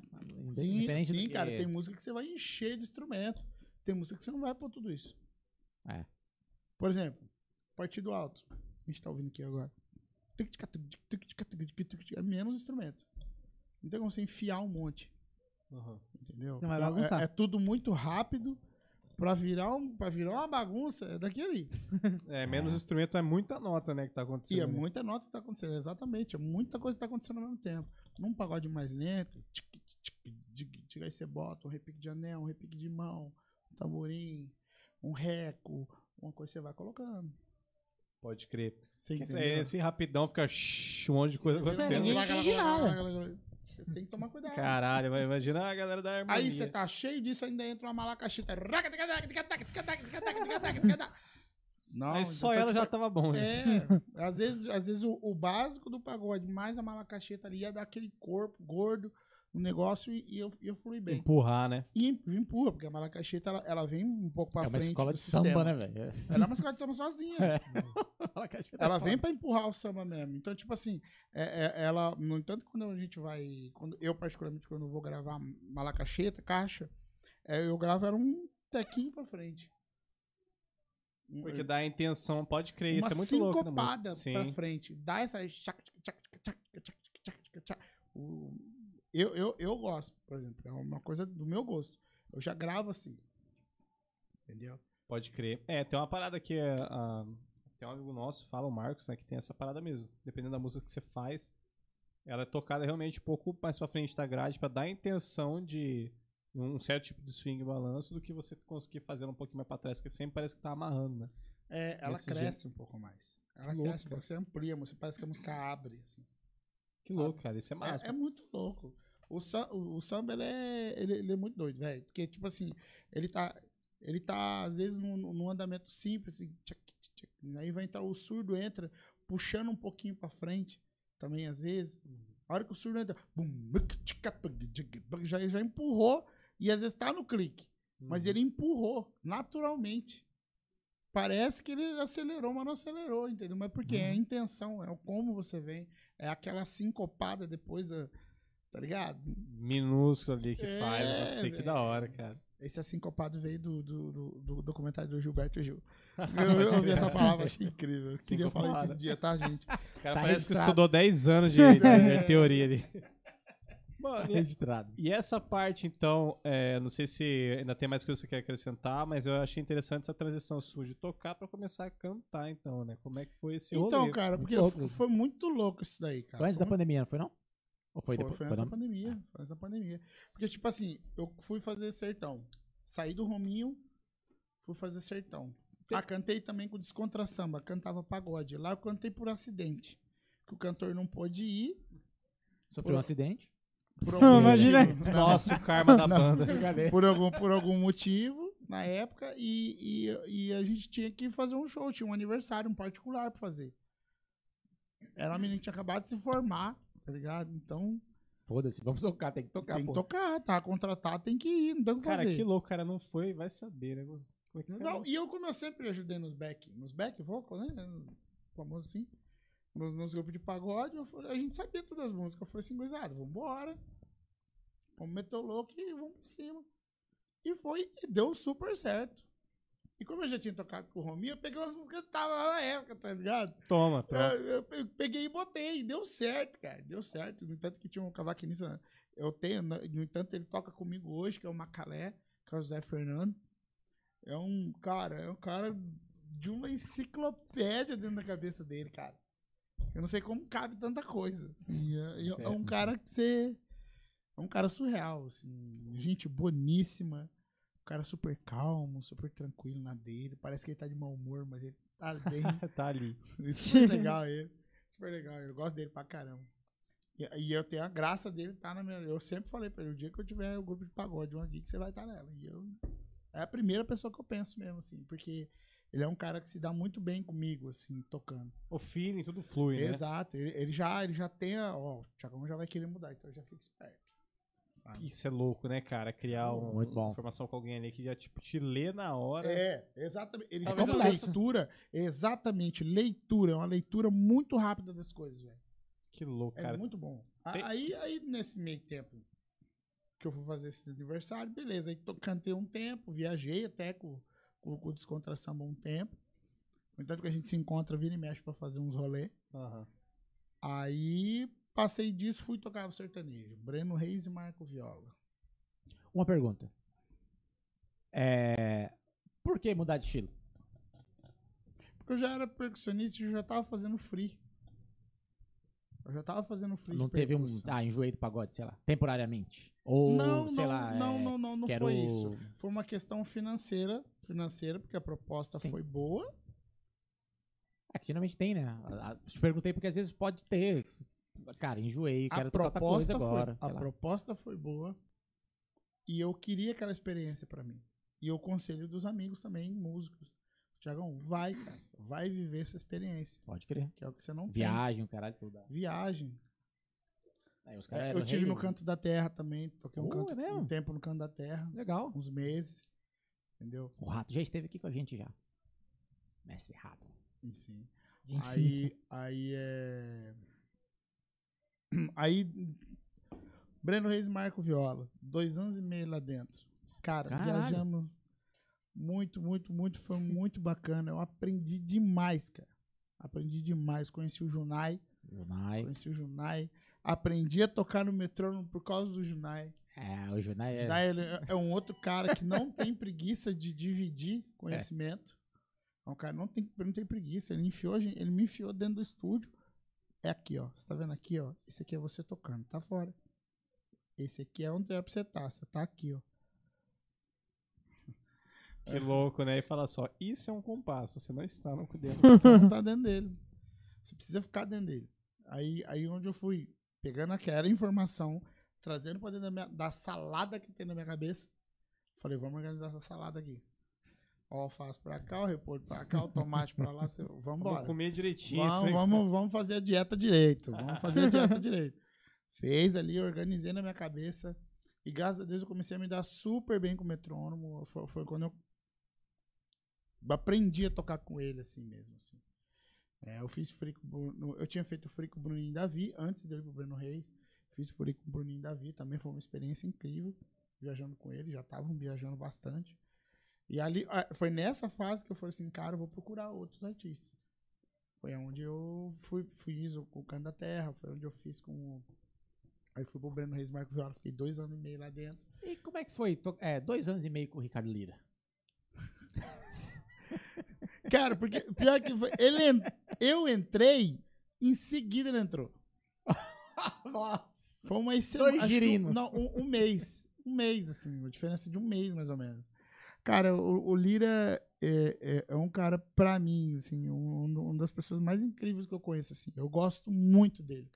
S6: Sim,
S4: Independente do
S6: sim,
S4: que-
S6: cara. Tem música que você vai encher de instrumento. Tem música que você não vai pôr tudo isso.
S4: É.
S6: Por exemplo, Partido Alto. A gente tá ouvindo aqui agora. É menos instrumento. Não tem como você enfiar um monte,
S2: Aham.
S6: entendeu?
S4: Não vai
S6: É-
S4: bagunçar.
S6: É, é tudo muito rápido. Pra virar, um, pra virar uma bagunça, é daqui ali.
S2: É, menos instrumento é muita nota, né, que tá acontecendo.
S6: E é
S2: né?
S6: muita nota que tá acontecendo, exatamente. É muita coisa que tá acontecendo ao mesmo tempo. Num pagode mais lento, tic, tic, tic, tic, aí você bota um repique de anel, um repique de mão, um tamborim, um reco, uma coisa que você vai colocando.
S2: Pode crer.
S6: Você
S2: Esse,
S6: entendeu?
S2: assim, rapidão, fica shh, um monte de coisa acontecendo.
S3: ninguém entende nada.
S6: Você tem que tomar cuidado.
S2: Caralho, vai imaginar a galera da harmonia.
S6: É. Aí você tá cheio disso, ainda entra uma malacachita. Não,
S2: Mas só
S6: então,
S2: ela já
S6: tipo,
S2: tava bom, né?
S4: [laughs]
S6: É, às vezes, às vezes o, o básico do pagode, mais a malacacheta ali, ia dar aquele corpo gordo no negócio e, e eu, e eu fui bem.
S2: Empurrar, né?
S6: E em- empurra, porque a malacacheta ela, ela vem um pouco pra
S4: É uma
S6: frente.
S4: escola
S6: do
S4: de samba,
S6: sistema.
S4: né, É. velho? [laughs]
S6: Ela é uma escola de samba sozinha.
S4: tá
S6: Ela vem pra empurrar o samba mesmo. Então, tipo assim, é- é- ela. No entanto, quando a gente vai. Quando, eu, particularmente, quando eu vou gravar malacacheta, caixa, é, eu gravo era um tequinho pra frente. Um-
S2: Porque dá a intenção, pode crer,
S6: uma
S2: isso é muito louco. na
S6: sincopada
S2: música.
S6: pra
S2: Sim.
S6: frente. Dá essa. tchac, tchac, tchac, tchac, tchac, tchac, tchac. O- Eu, eu, eu gosto, por exemplo. É uma coisa do meu gosto. Eu já gravo assim. Entendeu?
S2: Pode crer. É, tem uma parada que é. ah, tem um amigo nosso, fala o Marcos, né? Que tem essa parada mesmo. Dependendo da música que você faz, ela é tocada realmente um pouco mais pra frente da grade pra dar a intenção de um certo tipo de swing e balanço do que você conseguir fazer um pouquinho mais pra trás, que sempre parece que tá amarrando, né?
S6: É, ela
S2: Desse
S6: cresce um pouco mais. Ela
S2: louco,
S6: cresce, porque você amplia, você parece que a música abre. assim.
S2: Que
S6: Sabe?
S2: louco, cara. Isso é massa.
S6: É, é muito louco. O, sam- o- o samba, ele é, ele, ele é muito doido, velho. Porque, tipo assim, ele tá, ele tá às vezes, num, num andamento simples. assim, tchac, tchac, tchac. aí vai entrar, o surdo entra, puxando um pouquinho pra frente, também, às vezes. A hora que o surdo entra, bum, buc, tchica, bug, dig, bug, já, já empurrou, e às vezes tá no clique. Mas
S2: Uhum.
S6: ele empurrou, naturalmente. Parece que ele acelerou, mas não acelerou, entendeu? Mas porque é a intenção, é o como você vem, é aquela sincopada depois da. Tá ligado?
S2: Minúsculo ali que
S6: É,
S2: faz, pode ser que
S6: velho.
S2: da hora, cara.
S6: Esse sincopado veio do, do, do- do documentário do Gilberto Gil. Eu, eu ouvi essa palavra, achei incrível. Eu Queria falar
S2: Sincopada.
S6: esse dia, tá, gente?
S2: O cara
S4: Tá
S2: parece que
S4: registrado.
S2: estudou 10 anos
S6: [laughs]
S2: de, de- de
S6: É.
S2: teoria ali. Mano, e-
S4: Registrado.
S6: Tá
S2: E essa parte, então, é, não sei se ainda tem mais coisa que você quer acrescentar, mas eu achei interessante essa transição sua de tocar pra começar a cantar, então, né? Como é que foi esse rolê?
S6: Então, cara, porque
S4: Muito
S6: f-
S4: louco.
S6: foi muito louco isso daí, cara.
S4: Foi antes
S6: Foi
S4: da pandemia, não foi não? Ou foi,
S6: Foi,
S4: depois?
S6: foi
S4: Foi
S6: antes da
S4: não?
S6: pandemia. Foi antes da pandemia. Porque, tipo assim, eu fui fazer sertão. Saí do Rominho, fui fazer sertão. Ah, cantei também com descontra samba, cantava pagode. Lá eu cantei por acidente. Que o cantor não pôde ir.
S4: Sofreu um
S6: [laughs]
S4: acidente.
S6: Por algum
S3: Imagina.
S6: motivo. [laughs] Não,
S2: Nossa, o karma da banda.
S6: por, algum, por algum motivo, na época, e, e, e a gente tinha que fazer um show, tinha um aniversário, um particular pra fazer. Era uma menina que tinha acabado de se formar, tá ligado? Então,
S4: Foda-se, vamos tocar, tem que tocar,
S6: tem que
S4: pô.
S6: tocar, tá contratado, tem que ir, não tem o que
S2: Cara,
S6: fazer.
S2: que louco, o cara não foi, vai saber, né? Como é que
S6: Não, e eu, como eu sempre ajudei nos back, nos back vocal, né? Famoso assim. Nos, nos grupos de pagode, eu falei- a gente sabia todas as músicas. Eu falei assim, gurizada, vambora. Vamos meter o louco e vamos pra cima. E foi, e deu super certo. E como eu já tinha tocado com o Rominho, eu peguei umas músicas que tava lá na época, tá ligado?
S2: Toma, pronto.
S6: Ah, Eu, eu pe- peguei e botei, deu certo, cara, deu certo. No entanto, que tinha um cavaquinista, eu tenho, no no entanto, ele toca comigo hoje, que é o Macalé, que é o Zé Fernando. É um cara, é um cara de uma enciclopédia dentro da cabeça dele, cara. Eu não sei como cabe tanta coisa. assim, é, é- é um
S4: Certo.
S6: cara que você. É um cara surreal, assim. Gente boníssima. Um cara super calmo, super tranquilo na dele. Parece que ele tá de mau humor, mas ele tá bem.
S2: [laughs] tá ali.
S6: [laughs] Super legal ele. Super legal. Eu gosto dele pra caramba. E, e eu tenho a graça dele tá na minha. Eu sempre falei pra ele: o dia que eu tiver o grupo de pagode, uma gig, você vai estar nela. E eu. É a primeira pessoa que eu penso mesmo, assim. Porque ele é um cara que se dá muito bem comigo, assim, tocando.
S2: O feeling, tudo flui, né?
S6: Exato. Ele, ele já, ele já tem a. Ó, o Thiagão já vai querer mudar, então eu já fico esperto. Sabe?
S2: Isso é louco, né, cara? Criar um-
S4: Muito bom.
S2: uma informação com alguém ali que já, tipo, te lê na hora.
S6: É, exatamente. Ele
S2: Talvez
S6: tem uma
S2: eu
S4: faça-
S6: leitura, exatamente, leitura, é uma leitura muito rápida das coisas, velho.
S2: Que louco,
S6: É
S2: cara.
S6: muito bom. A-
S2: tem-
S6: Aí, aí, nesse meio tempo que eu fui fazer esse aniversário, beleza. Aí to- cantei um tempo, viajei até com, com, com o Descontra Samba um tempo. No entanto que a gente se encontra, vira e mexe pra fazer uns rolê.
S2: Aham.
S6: Aí passei disso, fui tocar sertanejo. Breno Reis e Marco Viola.
S4: Uma pergunta. É, Por que mudar de estilo?
S6: Porque eu já era percussionista e eu já tava fazendo free. Eu já tava fazendo free.
S4: Não
S6: de
S4: teve um.
S6: percussão.
S4: Ah, enjoei do pagode, sei lá. Temporariamente. Ou,
S6: não,
S4: sei
S6: não,
S4: lá.
S6: não,
S4: é,
S6: não, não, não
S4: quero-
S6: foi isso. Foi uma questão financeira, financeira, porque a proposta
S4: Sim.
S6: foi boa.
S4: É, que geralmente tem, né? A- a- Te perguntei porque às vezes pode ter. Cara, enjoei,
S6: A
S4: quero tocar outra coisa
S6: proposta,
S4: agora.
S6: foi,
S4: sei
S6: a
S4: lá.
S6: proposta foi boa. E eu queria aquela experiência pra mim. E o conselho dos amigos também, músicos. Tiagão, vai, cara. Vai viver essa experiência,
S4: Pode crer.
S6: que é o que você não
S4: Viagem, o caralho, tudo.
S6: tem. Viagem.
S4: Aí os
S6: É,
S4: caras
S6: eu
S4: eram
S6: tive no
S4: rei,
S6: Canto da Terra também. Toquei um,
S4: Uh,
S6: canto-
S4: é mesmo?
S6: um tempo no Canto da Terra,
S4: Legal.
S6: uns meses. Entendeu?
S4: O rato já esteve aqui com a gente já. Mestre rato.
S6: E Sim.
S4: Gente finíssima.
S6: Aí, aí é. [clears throat] Aí. Breno Reis e Marco Viola. Dois anos e meio lá dentro. Cara,
S4: Caralho.
S6: viajamos muito, muito, muito. Foi muito bacana. Eu aprendi demais, cara. Aprendi demais. Conheci o Junai.
S4: Junai.
S6: Conheci o Junai. Aprendi a tocar no metrônomo por causa do Junai.
S4: É, o Junai é.
S6: Junai ele é- é um outro cara que não tem preguiça de dividir conhecimento. É um cara que não tem, não tem preguiça. Ele enfiou, a gen- ele me enfiou dentro do estúdio. É aqui, ó. Você tá vendo aqui, ó? Esse aqui é você tocando, tá fora. Esse aqui é onde era pra você estar. Você tá aqui, ó. É.
S2: Que louco, né? E fala só, isso é um compasso, você não está
S6: [laughs]
S2: no dedo.
S6: Você não tá dentro dele. Você precisa ficar dentro dele. Aí, aí onde eu fui pegando aquela informação, trazendo pra dentro da, minha- da salada que tem na minha cabeça. Falei, vamos organizar essa salada aqui. Ó, o alface pra cá, o repolho pra cá, o tomate pra lá. Você,
S2: Vamos
S6: vambora.
S2: comer direitinho assim. isso
S6: Vamos,
S2: aí.
S6: vamos, vamos fazer a dieta direito. Vamos fazer a dieta direito. [laughs] Fez ali, organizei na minha cabeça. E graças a Deus eu comecei a me dar super bem com o metrônomo. Foi, foi quando eu aprendi a tocar com ele assim mesmo. assim. É, eu fiz free com o Bruno, Eu tinha feito free com o Bruninho Davi antes de eu ir pro Bruno Reis. Fiz free com o Bruninho Davi, também foi uma experiência incrível. Viajando com ele, já estavam viajando bastante. E ali ah, foi nessa fase que eu falei assim, cara, eu vou procurar outros artistas. Foi onde eu fui, fiz o, o Canto da Terra, foi onde eu fiz com. o- Aí fui pro Breno Reis Marco Viola, fiquei dois anos e meio lá dentro.
S4: E como é que foi? To- É, dois anos e meio com o Ricardo Lira.
S6: Cara, porque pior que foi, ele en- eu entrei, em seguida ele entrou.
S4: [laughs] Nossa.
S6: Foi uma
S4: Dois
S6: semana.
S4: girinos.
S6: Não, um, um mês. Um mês, assim, a diferença de um mês, mais ou menos. Cara, o, o Lira é, é- é um cara, pra mim, assim, um, um- uma das pessoas mais incríveis que eu conheço, assim. Eu gosto muito dele.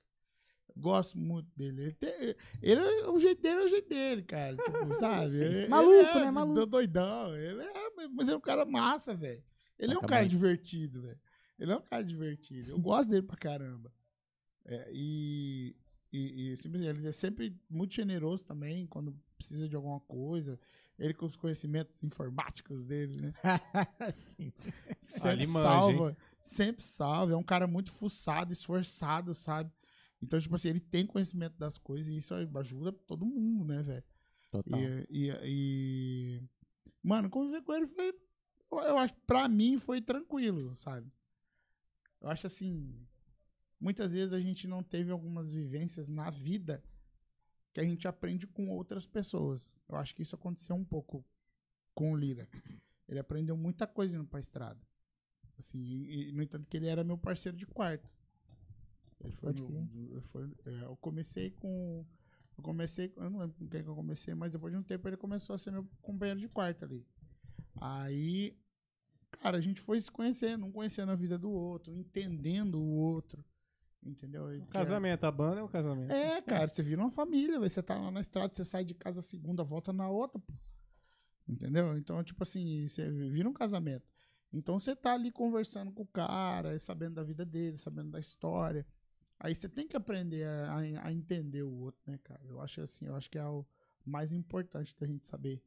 S6: Gosto muito dele. Ele, tem- ele é o jeito dele, é o jeito dele,
S3: [laughs]
S6: cara. tipo, sabe?
S4: Sim.
S6: Ele- ele
S3: Maluco,
S6: é
S3: né? Maluco.
S6: do- Doidão. Ele é, mas ele é um cara massa, velho. Ele é um
S4: Taca
S6: cara
S4: muito.
S6: divertido, velho. Ele é um cara divertido. Eu gosto dele pra caramba. É, e, e, e simplesmente, ele é sempre muito generoso também quando precisa de alguma coisa. Ele com os conhecimentos informáticos dele, né?
S4: Sim.
S6: Sempre
S2: Ali manja,
S6: salva. Sempre salva. É um cara muito fuçado, esforçado, sabe? Então, tipo assim, ele tem conhecimento das coisas e isso ajuda todo mundo, né, velho?
S4: Total.
S6: E, é, e, e- Mano, conviver com ele foi. eu- Eu acho, pra mim, foi tranquilo, sabe? Eu acho assim. Muitas vezes a gente não teve algumas vivências na vida que a gente aprende com outras pessoas. Eu acho que isso aconteceu um pouco com o Lira. Ele aprendeu muita coisa indo pra estrada. Assim, e, e, no entanto que ele era meu parceiro de quarto. Ele foi,
S3: Pode
S6: no- eu foi- é, eu comecei com eu comecei, eu não lembro com quem que eu comecei, mas depois de um tempo ele começou a ser meu companheiro de quarto ali. Aí, cara, a gente foi se conhecendo, um conhecendo a vida do outro, entendendo o outro, entendeu? E
S2: Um Casamento, a banda é um casamento.
S6: É, cara, você vira uma família, velho, você tá lá na estrada, você sai de casa segunda, volta na outra, pô. entendeu? Então, tipo assim, você vira um casamento. Então você tá ali conversando com o cara, sabendo da vida dele, sabendo da história. Aí você tem que aprender a, a- a entender o outro, né, cara? Eu acho assim, eu acho que é o mais importante da gente saber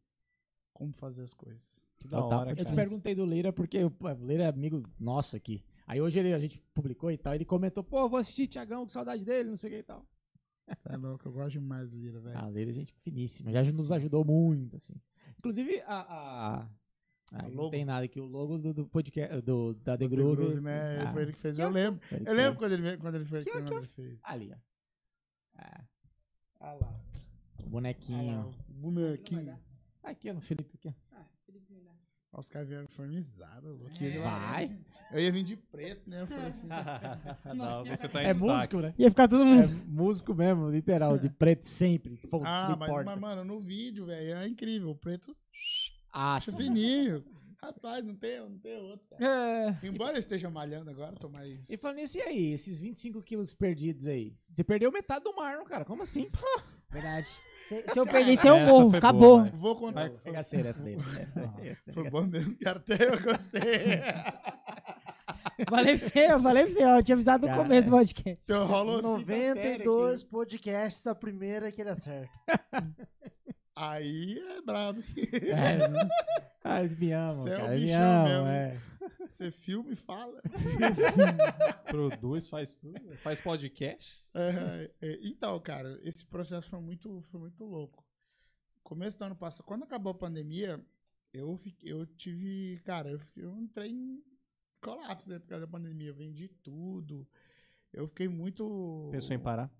S6: como fazer as coisas.
S2: Que da
S4: Total.
S2: hora,
S4: eu
S2: né, cara.
S4: te perguntei do Lira porque o pô, o Lira é amigo nosso aqui. Aí hoje ele, a gente publicou e tal, ele comentou, pô, vou assistir Tiagão, que saudade dele, não sei o que e tal.
S6: Tá louco, eu gosto demais do
S4: Ah,
S6: Lira, velho.
S4: A Leira é gente finíssima, já nos ajudou muito, assim. Inclusive, a, a- Ah,
S6: O
S4: não
S6: logo.
S4: tem nada aqui. O logo do, do podcast, do, da The
S6: The
S4: Groove.
S6: Groove, né?
S4: Ah,
S6: Foi ele que fez.
S3: Que é
S6: Eu
S3: o-
S6: lembro.
S4: podcast.
S6: Eu lembro quando ele, quando ele fez.
S4: Que é o
S6: quando
S4: que
S6: ele fez.
S4: Ali, ó.
S6: Ah lá.
S4: O
S6: Ah lá.
S4: bonequinho.
S6: O bonequinho.
S4: aqui, ó, no Felipe. Aqui. ó.
S6: Ó, Os caras vieram uniformizados. louco.
S4: É.
S6: Aquele lá.
S4: Vai.
S6: Eu ia vir de preto, né? Eu
S4: [laughs]
S6: falei assim.
S2: [laughs]
S4: Ah,
S2: não, você tá em
S4: É
S2: destaque.
S4: músico, né?
S3: Ia ficar todo
S4: É
S3: mundo.
S4: músico mesmo, literal,
S6: [laughs]
S4: de preto sempre. Foda-se,
S6: ah,
S4: não
S6: mas,
S4: importa.
S6: mas, mano, no vídeo, velho, é incrível. O preto
S4: Ah, sim.
S6: fininho. Rapaz, não tem, não tem outro, cara.
S3: É.
S6: Embora eu esteja malhando agora, tô mais.
S4: E falando nisso, e aí? Esses 25 quilos perdidos aí? Você perdeu metade do mar, cara. Como
S6: [laughs]
S4: assim? pô?
S3: Verdade.
S6: É,
S3: Se, se eu perder, isso eu
S2: Essa
S3: morro.
S2: foi boa,
S3: Acabou. [laughs]
S2: vai.
S6: Vou contar.
S4: Vai, Bagaceira essa daí. Essa daí, essa daí.
S6: Foi bom mesmo, cara. Até
S4: [laughs]
S6: eu gostei.
S3: Falei pra você, eu falei pra você, ó, eu tinha avisado no
S4: Cara,
S3: começo do podcast.
S6: Então, rolou as quinta série aqui.
S5: 92 podcasts, a primeira que ele acerta.
S6: Aí é brabo. [laughs]
S4: É, né? Ah, eles me amam,
S6: Você é o
S4: cara. me
S6: bichão
S4: amam,
S6: mesmo.
S4: é.
S6: Você filma e fala.
S2: Produz, faz tudo. Faz podcast.
S6: É, é, então, cara, esse processo foi muito, foi muito louco. Começo do ano passado, quando acabou a pandemia, eu, fi- eu tive, cara, eu, fi- eu entrei em colapso né, por causa da pandemia. Eu vendi tudo. Eu fiquei muito.
S2: Pensou em parar?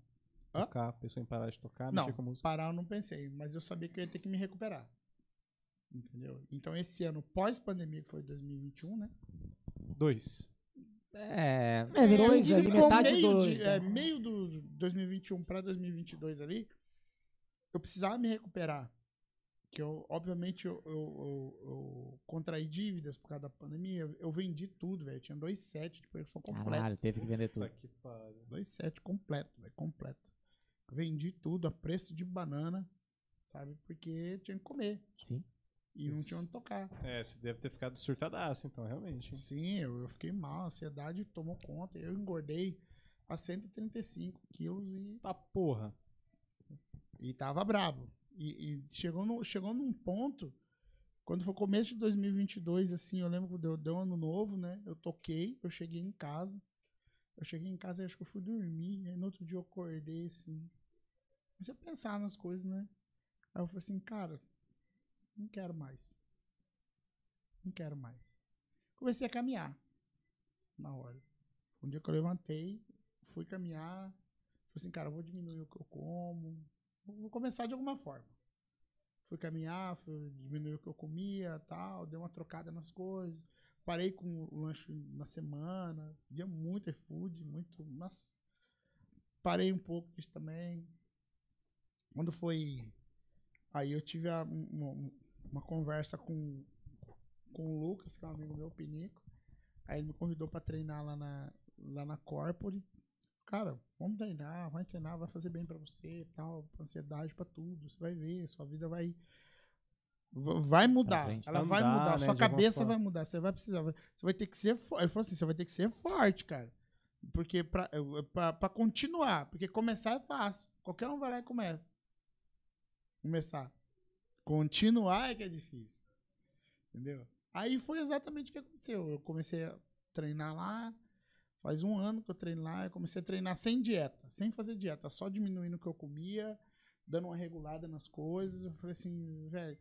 S6: Hã?
S2: Tocar, pensou em parar de tocar,
S6: Não,
S2: mexer com música.
S6: parar eu não pensei, mas eu sabia que eu ia ter que me recuperar. Entendeu? Então, esse ano, pós-pandemia, que foi 2021, né?
S2: Dois.
S4: É,
S3: É, virou
S4: dois
S3: um
S4: ali,
S3: ficou
S4: metade
S6: meio
S4: do dois.
S6: de,
S4: né?
S6: é, meio do 2021 para 2022 ali, eu precisava me recuperar. Que eu, obviamente, eu, eu- eu- eu contraí dívidas por causa da pandemia. Eu, eu vendi tudo, velho. Eu Tinha dois sets de percussão completo.
S4: Caralho, teve que vender tudo.
S2: que pariu.
S6: Dois sets completo, velho. Completo. Vendi tudo a preço de banana, sabe? Porque tinha que comer.
S4: Sim.
S6: E não
S2: Isso.
S6: tinha onde tocar.
S2: É, você deve ter ficado surtadaço, então, realmente.
S6: Sim, eu, eu fiquei mal. A ansiedade tomou conta. Eu engordei a 135 quilos e
S2: Tá porra.
S6: E tava brabo. E, e chegou, no, chegou num ponto, quando foi começo de 2022, assim, eu lembro que deu, deu ano novo, né? Eu toquei, eu cheguei em casa. Eu cheguei em casa e acho que eu fui dormir. Aí no outro dia eu acordei, assim. Comecei a pensar nas coisas, né? Aí eu falei assim, cara, não quero mais. Não quero mais. Comecei a caminhar na hora. Um dia que eu levantei, fui caminhar. Falei assim, cara, eu vou diminuir o que eu como, vou começar de alguma forma. Fui caminhar, fui diminuir o que eu comia, tal, dei uma trocada nas coisas. Parei com o lanche na semana, dia muito iFood, muito, mas parei um pouco disso também. Quando foi aí eu tive a- uma, uma conversa com com o Lucas, que é um amigo meu, o Pinico. Aí ele me convidou pra treinar lá na lá na Corpore cara, vamos treinar, vai treinar, vai fazer bem pra você, e tal, pra ansiedade pra tudo, você vai ver, sua vida vai va- vai mudar,
S4: frente,
S6: ela
S2: vai
S6: vai
S2: mudar,
S6: mudar,
S2: né,
S6: sua
S2: de alguma
S6: cabeça
S2: forma.
S6: vai mudar, você vai precisar, vai- você vai ter que ser, fo- ele falou assim, você vai ter que ser forte, cara, porque pra, eu- pra, pra continuar, porque começar é fácil, qualquer um vai lá e começa, começar, continuar é que é difícil, entendeu? Aí foi exatamente o que aconteceu, eu comecei a treinar lá, Faz um ano que eu treino lá, eu comecei a treinar sem dieta, sem fazer dieta, só diminuindo o que eu comia, dando uma regulada nas coisas. Eu falei assim, velho,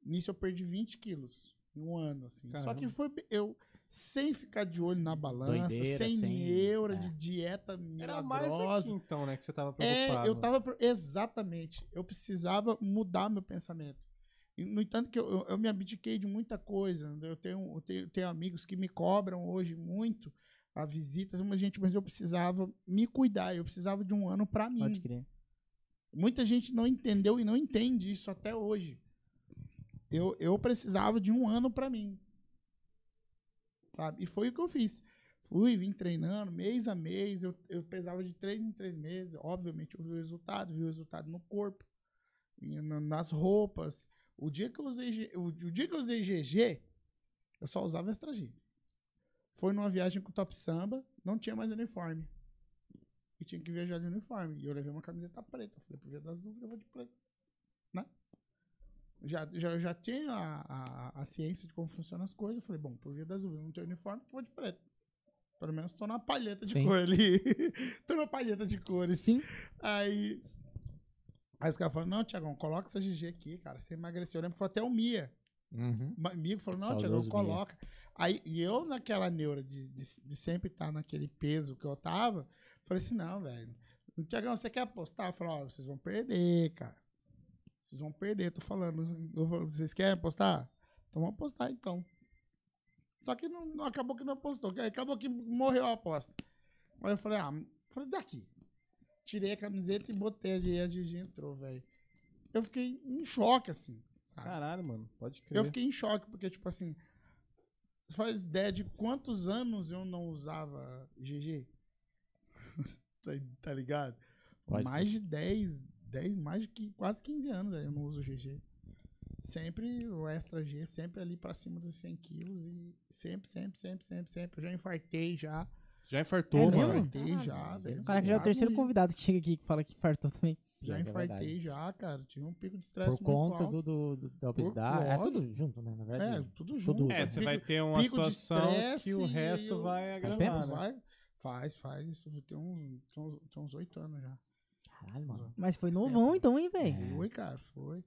S6: nisso eu perdi 20 quilos em um ano, assim. Só
S2: Caramba.
S6: que foi be- eu sem ficar de olho na balança,
S4: Doideira,
S6: sem,
S4: sem-
S6: neura
S4: é.
S6: de dieta
S2: Era mais
S6: milagrosa.
S2: aqui, então, né, que você tava preocupado.
S6: É, eu tava. pre- Exatamente. Eu precisava mudar meu pensamento. E, No entanto, que eu, eu- eu me abdiquei de muita coisa. né? Eu tenho, eu tenho, tenho amigos que me cobram hoje muito a visitas, mas, gente, mas eu precisava me cuidar, eu precisava de um ano pra mim.
S3: Pode crer.
S6: Muita gente não entendeu e não entende isso até hoje. Eu, eu precisava de um ano pra mim. Sabe? E foi o que eu fiz. Fui, vim treinando mês a mês. Eu, eu pesava de três em três meses. Obviamente, eu vi o resultado, vi o resultado no corpo, e na- nas roupas. O dia que eu usei, G- o, o dia que eu usei GG, eu só usava Estragil. Foi numa viagem com o Top Samba, não tinha mais uniforme e tinha que viajar de uniforme. E eu levei uma camiseta preta. Eu falei, por via das dúvidas, eu vou de preto. Né? Já, já, eu já tinha a, a, a ciência de como funcionam as coisas. Eu falei, bom, por via das dúvidas, eu não tenho uniforme, eu vou de preto. Pelo menos tô na palheta de
S4: Sim.
S6: cor ali. [laughs] tô na palheta de cores.
S3: Sim.
S6: Aí. Aí os caras falaram, não, Tiagão, coloca essa GG aqui, cara. Você emagreceu. Eu lembro que foi até o Mia.
S4: Uhum.
S6: Ma- Amigo falou, não, Thiago,
S4: Saudoso
S6: eu coloca. Aí, e eu, naquela neura de, de, de sempre estar naquele peso que eu tava, falei assim, não, velho. Tiagão, você quer apostar? Eu falei, ó, vocês vão perder, cara. Vocês vão perder, tô falando. Eu falo, vocês querem apostar? Então vamos apostar, então. Só que não, não- acabou que não apostou. que- Acabou que morreu a aposta. Aí eu falei, ah, falei, daqui. Tirei a camiseta e botei ali, a Gigi entrou, velho. Eu fiquei em choque, assim, sabe?
S2: Caralho, mano. Pode crer.
S6: Eu fiquei em choque, porque, tipo assim, você faz ideia de quantos anos eu não usava GG? [laughs] tá, tá ligado?
S4: Pode
S6: mais de 10, 10, mais de qui- quase 15 anos aí eu não uso GG. Sempre o extra G, sempre ali pra cima dos 100 quilos e sempre, sempre, sempre, sempre, sempre. Eu já infartei já.
S2: Já infartou,
S3: É
S2: mano.
S3: mesmo?
S6: Infartei já, velho.
S3: Caraca, já é o
S6: Já
S3: terceiro
S6: morri.
S3: convidado que chega aqui que fala que infartou também.
S6: Já
S4: É verdade.
S6: infartei já, cara. Tive um pico de estresse
S4: Por
S6: muito
S4: conta do,
S6: alto.
S4: do- do- da obesidade. É
S6: lógico.
S4: tudo junto, né? Na
S6: É,
S4: verdade.
S6: tudo junto.
S4: Tudo.
S2: É,
S6: cara.
S2: você
S6: Pico-
S2: vai ter uma
S6: pico de
S2: situação que
S6: estresse
S2: o
S6: e
S2: resto
S6: o-
S2: vai
S4: Faz
S2: agravar,
S4: tempo,
S2: né?
S6: Vai, faz, faz. Isso tem uns, tem uns, tem uns oito anos já.
S4: Caralho, mano.
S3: Mas foi
S6: Faz
S3: novão
S6: tempo.
S3: então, hein, velho?
S4: É.
S6: Foi, cara, foi.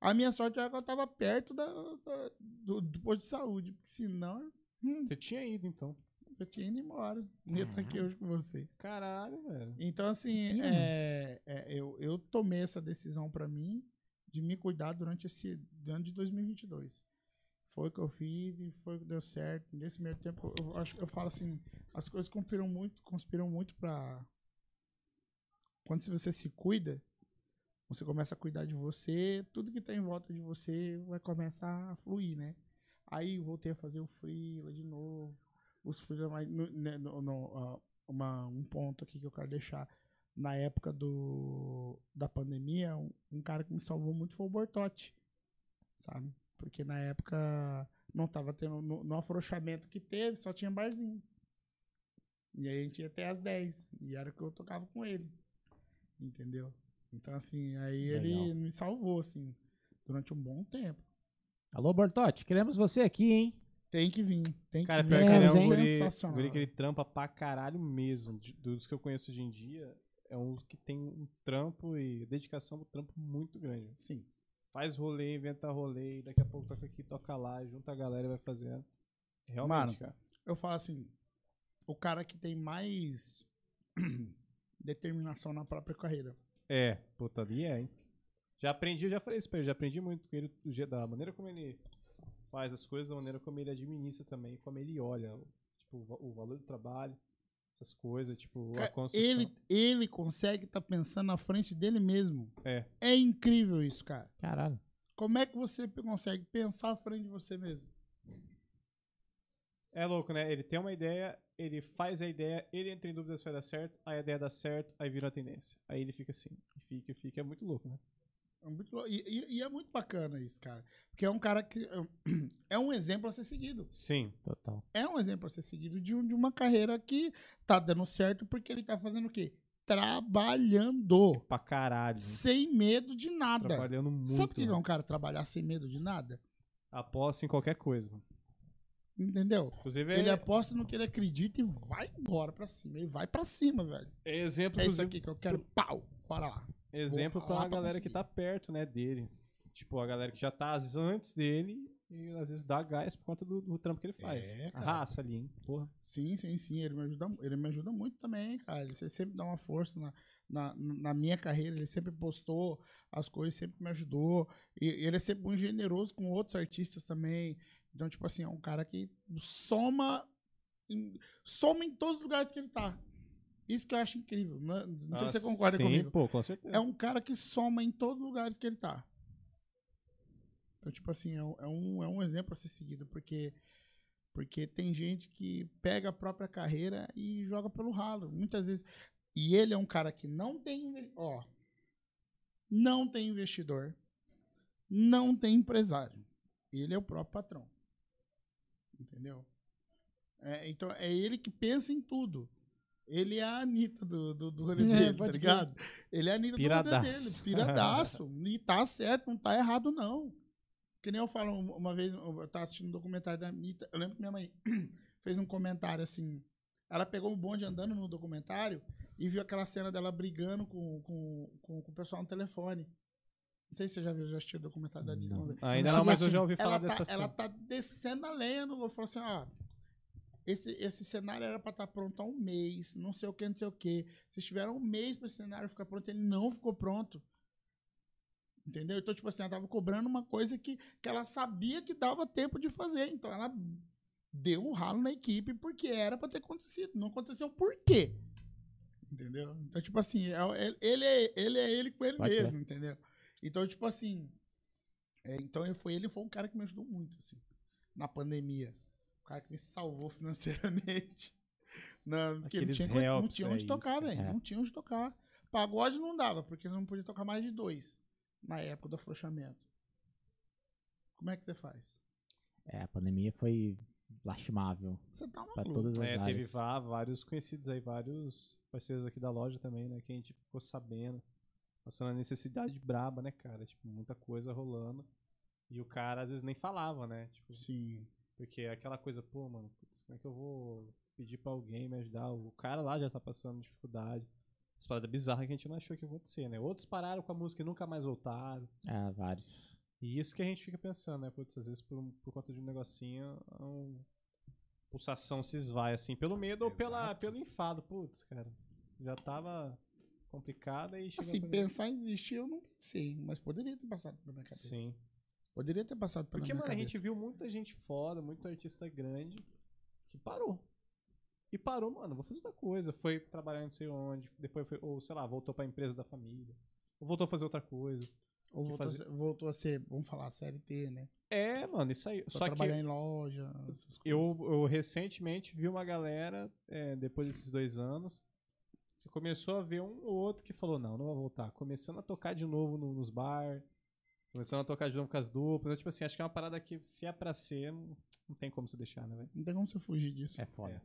S6: A minha sorte era que eu tava perto da, da- do, do posto de saúde, porque senão hum,
S2: Você tinha ido, então.
S6: eu tinha ido embora. Nem tá aqui hoje com vocês.
S2: Caralho, velho.
S6: Então, assim,
S3: Ih,
S6: é, é, eu, eu tomei essa decisão pra mim de me cuidar durante esse ano de 2022. Foi o que eu fiz e foi o que deu certo. Nesse meio tempo, eu acho que eu falo assim, as coisas conspiram muito, conspiram muito pra... Quando você se cuida, você começa a cuidar de você, tudo que tá em volta de você vai começar a fluir, né? Aí eu voltei a fazer o freela de novo. Os freela mais... no- né, no- no- ah, uma- um ponto aqui que eu quero deixar. Na época do, da pandemia, um, um cara que me salvou muito foi o Bortotti, sabe? Porque na época não tava tendo, no, no afrouxamento que teve, só tinha barzinho. E aí a gente ia até às 10, e era o que eu tocava com ele, entendeu? Então, assim, aí ele
S4: Legal.
S6: me salvou, assim, durante um bom tempo. É.
S4: Alô, Bortotti, queremos você aqui, hein?
S6: Tem que vir, tem
S2: Cara,
S6: que
S2: pior
S6: vir.
S2: que ele é
S3: Lemos,
S2: um
S3: hein?
S2: guri, um
S6: sensacional.
S2: guri que ele trampa pra caralho mesmo. De- Dos que eu conheço hoje em dia, é um que tem um trampo e dedicação pro trampo muito grande.
S6: Sim.
S2: Faz rolê, inventa rolê, daqui a pouco toca aqui, toca lá, junta a galera e vai fazendo. Realmente,
S6: Mano,
S2: cara.
S6: eu falo assim, o cara que tem mais [clears throat] determinação na própria carreira.
S2: É, puta, ali é, hein? Já aprendi, eu já falei isso pra ele, já aprendi muito com ele do jeito, da maneira como ele faz as coisas, da maneira como ele administra também, como ele olha, o- tipo, o va- o valor do trabalho, essas coisas, tipo, a
S6: Cara,
S2: construção.
S6: Ele, ele consegue estar pensando na frente dele mesmo.
S2: É.
S6: É incrível isso, cara.
S4: Caralho.
S6: Como é que você pe- consegue pensar à frente de você mesmo?
S2: É louco, né? Ele tem uma ideia, ele faz a ideia, ele entra em dúvida se vai dar certo, aí a ideia dá certo, aí vira a tendência. Aí ele fica assim, fica, fica, é muito louco, né?
S6: É muito lou- e, e- e é muito bacana isso, cara. Porque é um cara que. É um [clears throat] exemplo a ser seguido.
S2: Sim,
S4: Total.
S6: É um exemplo a ser seguido de, um- de uma carreira que tá dando certo porque ele tá fazendo o quê? Trabalhando.
S2: pra caralho.
S6: Sem medo de nada.
S2: Trabalhando muito. né?
S6: Sabe o que é
S2: mano.
S6: um cara trabalhar sem medo de nada?
S2: Aposta em qualquer coisa, mano.
S6: Entendeu?
S2: Inclusive,
S6: Ele
S2: ele é,
S6: aposta no que ele acredita e vai embora pra cima. Ele vai pra cima, velho.
S2: é exemplo,
S6: É isso
S2: inclusive,
S6: aqui que eu quero. Pau! Bora lá.
S2: exemplo
S6: Vou
S2: pra
S6: ralar pra
S2: galera que
S6: conseguir.
S2: tá perto, né, dele. Tipo, a galera que já tá às vezes, antes dele e às vezes dá gás por conta do, do trampo que ele faz.
S6: É, cara.
S2: Raça ali, hein? Porra.
S6: Sim, sim, sim. Ele me ajuda, ele me ajuda muito também, cara. Ele sempre dá uma força na, na, na minha carreira. Ele sempre postou as coisas, sempre me ajudou. E ele é sempre muito generoso com outros artistas também. Então, tipo assim, é um cara que soma em, soma em todos os lugares que ele tá. Isso que eu acho incrível. Não, não sei se você
S2: Nossa,
S6: concorda
S2: Ah, sim,
S6: comigo.
S2: pô, com certeza.
S6: é um cara que soma em todos os lugares que ele tá. Então, tipo assim, é um, é um, é um exemplo a ser seguido, porque, porque tem gente que pega a própria carreira e joga pelo ralo. Muitas vezes. E ele é um cara que não tem. inve- Ó. Não tem investidor. Não tem empresário. Ele é o próprio patrão. Entendeu? É, então, é ele que pensa em tudo. Ele é a Anitta do, do, do rolê
S3: É,
S6: dele, tá
S3: pode crer.
S6: ligado? Ele é a Anitta do rolê dele.
S2: Piradaço.
S6: Piradaço. e tá certo, não tá errado, não. Que nem eu falo um- uma vez, eu tava assistindo um documentário da Anitta. Eu lembro que minha mãe [clears throat] fez um comentário assim. Ela pegou um bonde andando no documentário e viu aquela cena dela brigando com, com, com, com o pessoal no telefone. Não sei se você já viu, já assistiu o documentário da Disney.
S1: Não.
S6: vamos ver.
S2: Ainda
S6: Ela
S2: não, mas
S6: tá-
S2: eu já ouvi falar
S6: ela
S2: dessa
S6: tá, ela
S2: cena.
S6: tá descendo a lenha no falou assim, ó. Esse, esse cenário era pra estar pronto há um mês, não sei o que, não sei o que. Vocês tiveram um mês pra esse cenário ficar pronto, ele não ficou pronto. Entendeu? Então, tipo assim, ela tava cobrando uma coisa que, que ela sabia que dava tempo de fazer. Então, ela deu um ralo na equipe porque era pra ter acontecido. Não aconteceu por quê? Entendeu? Então, tipo assim, é- ele- ele é ele, é ele com ele
S4: Pode
S6: mesmo, entendeu? Então, tipo assim, é, então eu fui, ele foi um cara que me ajudou muito, assim, na pandemia. O cara que me salvou financeiramente. [laughs] Não, porque não
S2: Aqueles
S6: tinha, co- não
S2: helps,
S6: tinha
S2: é
S6: onde
S2: isso,
S6: tocar, velho.
S4: É.
S6: Não tinha onde tocar. Pagode não dava, porque você não podia tocar mais de dois na época do afrouxamento. Como é que você faz?
S4: É, a pandemia foi lastimável
S6: Você tá
S4: pra
S6: maluco.
S4: todas as
S2: É, teve
S4: áreas.
S2: vá- vários conhecidos aí, vários parceiros aqui da loja também, né? Que a gente ficou sabendo. Passando a necessidade braba, né, cara? Tipo, muita coisa rolando. E o cara às vezes nem falava, né? Tipo,
S6: Sim.
S2: porque é aquela coisa, pô, mano, putz, como é que eu vou pedir pra alguém me ajudar? O cara lá já tá passando dificuldade. As paradas bizarras que a gente não achou que ia acontecer, né? Outros pararam com a música e nunca mais voltaram.
S4: É, vários.
S2: E isso que a gente fica pensando, né? Putz, às vezes por, um- por conta de um negocinho, a um- pulsação se esvai, assim, pelo medo ou pela,
S1: Exato.
S2: pelo enfado. Putz, cara, já tava complicada e chegou
S6: Assim, pensar em desistir eu não pensei, mas poderia ter passado pela minha cabeça.
S2: Sim.
S6: Poderia ter passado pela
S2: Porque,
S6: minha
S2: mano, a
S6: cabeça.
S2: gente viu muita gente foda, muito artista grande que parou. E parou, mano, vou fazer outra coisa. Foi trabalhar não sei onde, depois foi, ou sei lá, voltou pra empresa da família. Ou voltou a fazer outra coisa.
S6: Ou
S2: que
S6: voltou,
S2: fazer-
S6: a ser, voltou a ser, vamos falar, CLT, né?
S2: É, mano, isso aí.
S6: Só,
S2: Só que
S6: trabalhar em loja, essas coisas.
S2: Eu, eu recentemente vi uma galera, é, depois desses dois anos, você começou a ver um ou outro que falou, não, não vou voltar. Começando a tocar de novo no- nos bar, começando a tocar de novo com as duplas. Tipo assim, acho que é uma parada que se é pra ser, não não tem como se deixar, né, velho?
S6: Não tem como você fugir disso.
S4: É foda.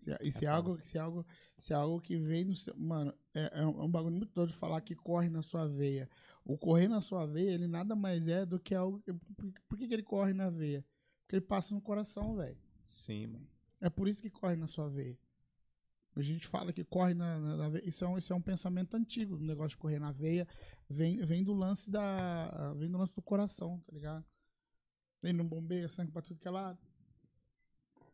S6: Se- e se é algo, se é algo, se é algo que vem no seu. Mano, é, é um é um bagulho muito doido de falar que corre na sua veia. O correr na sua veia, ele nada mais é do que algo. que- Por, por que, que ele corre na veia? Porque ele passa no coração, velho.
S2: Sim, mano.
S6: É por isso que corre na sua veia. A gente fala que corre na, na- na veia. Isso é, um, isso é um pensamento antigo, o negócio de correr na veia. Vem, vem do lance da. Vem do lance do coração, tá ligado? Vem no bombeia, sangue pra tudo que é lado.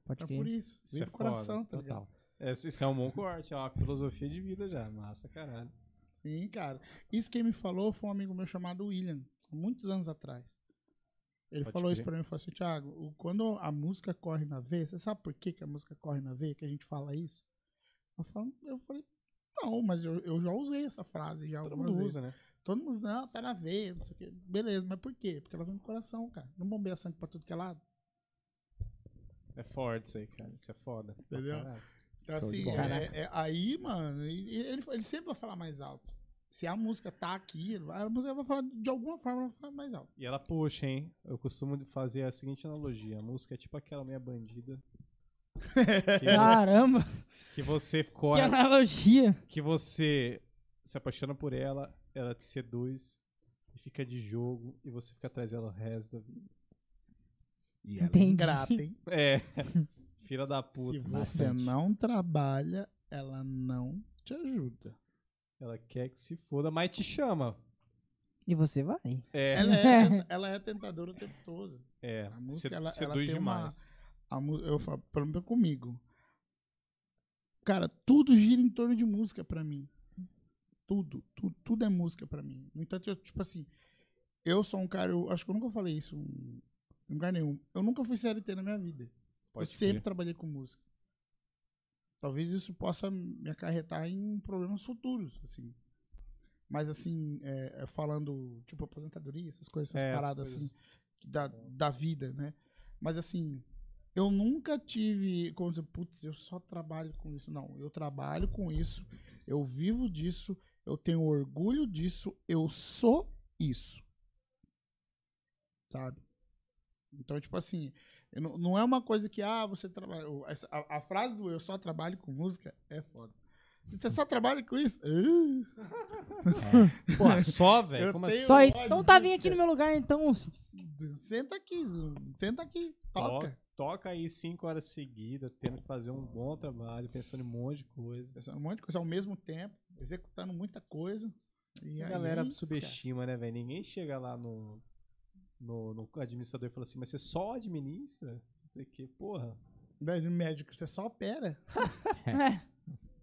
S4: Pode
S6: É por isso.
S2: Isso
S6: Vem
S2: é
S6: do coração, tá ligado?
S4: Total.
S2: Esse, esse é um bom corte, é uma filosofia de vida já. Massa, caralho.
S6: Sim, cara. Isso quem me falou foi um amigo meu chamado William, há muitos anos atrás. Ele
S2: Pode
S6: falou isso
S2: crer.
S6: pra mim, falou assim, Thiago, o- quando a música corre na veia, você sabe por que, que a música corre na veia, que a gente fala isso? Eu, falo, eu falei, não, mas eu, eu já usei essa frase já
S2: Todo
S6: algumas
S2: mundo
S6: vezes.
S2: usa, né?
S6: Todo mundo, não, tá na veia, não sei o quê. Beleza, mas por quê? Porque ela vem no coração, cara. Não bombeia sangue pra tudo que é lado.
S2: É forte isso aí, cara. Isso é foda. Pra
S6: Entendeu?
S2: caralho.
S6: Então,
S4: Show de
S6: assim,
S4: bola.
S6: é, é- aí, mano, e- e ele, ele sempre vai falar mais alto. Se a música tá aqui, a música vai falar, de alguma forma, vai falar mais alto.
S2: E ela puxa, hein? Eu costumo fazer a seguinte analogia. A música é tipo aquela meia [laughs] bandida. que você-
S3: Caramba,
S2: Que você
S3: que
S2: corre,
S3: analogia.
S2: que você se apaixona por ela, ela te seduz e fica de jogo e você fica atrás dela o resto da vida.
S1: E ela
S3: Entendi.
S6: ingrata, [laughs] hein?
S2: É. Filha da
S6: Se
S2: puta.
S6: você
S4: bastante.
S6: não trabalha, ela não te ajuda.
S2: Ela quer que se foda, mas te chama.
S3: E você vai.
S2: É,
S6: Ela [laughs] é, ten- ela é tentadora o tempo todo.
S2: é.
S6: A música,
S2: Sed-
S6: ela- ela
S2: seduz
S6: tem uma-
S2: demais.
S6: A mu- eu falo, pelo menos comigo. Cara, tudo gira em torno de música pra mim. Tudo, tudo, tudo é música pra mim. No entanto, eu, tipo assim, eu sou um cara, eu acho que eu nunca falei isso em lugar nenhum. Eu nunca fui CLT na minha vida. eu sempre [laughs] trabalhei com música. Talvez isso possa me acarretar em problemas futuros, assim. Mas, assim, é, é, falando, tipo, aposentadoria, essas coisas, essas
S2: É, essas
S6: paradas,
S2: coisas.
S6: assim, da, da vida, né? Mas, assim, eu nunca tive, como dizer, putz, eu só trabalho com isso. Não, eu trabalho com isso, eu vivo disso, eu tenho orgulho disso, eu sou isso. Sabe? Então, tipo assim, eu não, não é uma coisa que, ah, você trabalha. o- essa- A, a frase do eu só trabalho com música é foda. Você só trabalha com isso? Ah,
S2: Pô, só, velho?
S6: eu
S2: Como
S6: tenho
S2: assim?
S3: Só isso.
S6: ódio
S3: Então tá, vem
S6: disso,
S3: aqui no meu lugar, então.
S6: cara. Senta aqui, Zoom. Senta aqui. Toca.
S2: Toca aí cinco horas seguidas, tendo que fazer um bom
S6: é
S2: trabalho, pensando em um monte de coisa.
S6: Pensando Um monte de coisa ao mesmo tempo, executando muita coisa. E
S2: A
S6: aí,
S2: galera
S6: é isso,
S2: subestima, né, velho? Ninguém chega lá no, no, no administrador e fala assim, mas você só administra? Não sei o que, porra.
S6: cara. Velho, médico, você só opera.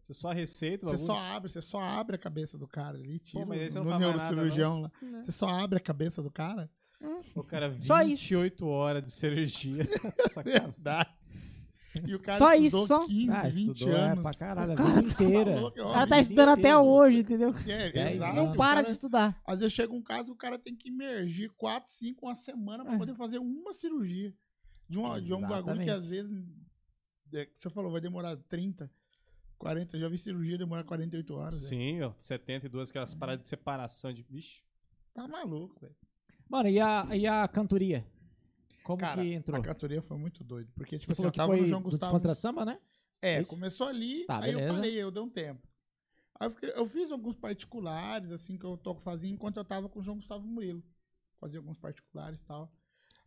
S2: Você só receita o bagulho?"
S6: Você só abre, você só abre a cabeça do cara ali, tira
S2: mas aí você
S6: o
S2: não faz mais nada,
S6: neurocirurgião lá.
S3: Né?
S6: Você só abre a cabeça do cara?
S2: O cara,
S6: [laughs]
S2: 28
S3: Só
S2: horas de cirurgia. [laughs] Sacanagem.
S6: Verdade. E o cara
S3: Só
S6: estudou
S3: isso, só? Ah,
S6: 15, 20
S4: é,
S6: anos.
S4: pra caralho, a
S3: O cara
S4: vida inteira.
S6: Maluco, ó,
S3: O cara tá
S4: Amigo
S3: estudando até
S4: inteiro.
S3: hoje, entendeu?
S6: é,
S4: Dez
S6: exato,
S4: anos.
S6: o
S3: Não para
S6: cara-
S3: de estudar.
S6: Às vezes chega um caso que o cara tem que imergir 4, 5, uma semana pra
S3: É.
S6: poder fazer uma cirurgia. De, uma, de um bagulho que
S4: Exatamente.
S6: às vezes. é, que você falou, vai demorar 30, 40. Eu já vi cirurgia demorar 48 horas. velho.
S2: Sim, ó, 72, aquelas paradas de separação de bicho.
S6: Tá maluco, velho.
S4: Mano, e a, e a cantoria? Como
S6: Cara,
S4: que entrou?
S6: A cantoria foi muito doido. Porque, tipo
S4: Você falou
S6: assim, eu
S4: que
S6: tava no
S4: foi
S6: João
S4: do
S6: Gustavo.
S4: Descontra Samba, né?
S6: É,
S4: Isso.
S6: começou ali,
S4: Tá,
S6: aí eu
S4: beleza.
S6: parei, eu dei um tempo. Aí eu, fiquei- eu fiz alguns particulares, assim, que eu to- fazia enquanto eu tava com o João Gustavo Murilo. Fazia alguns particulares e tal.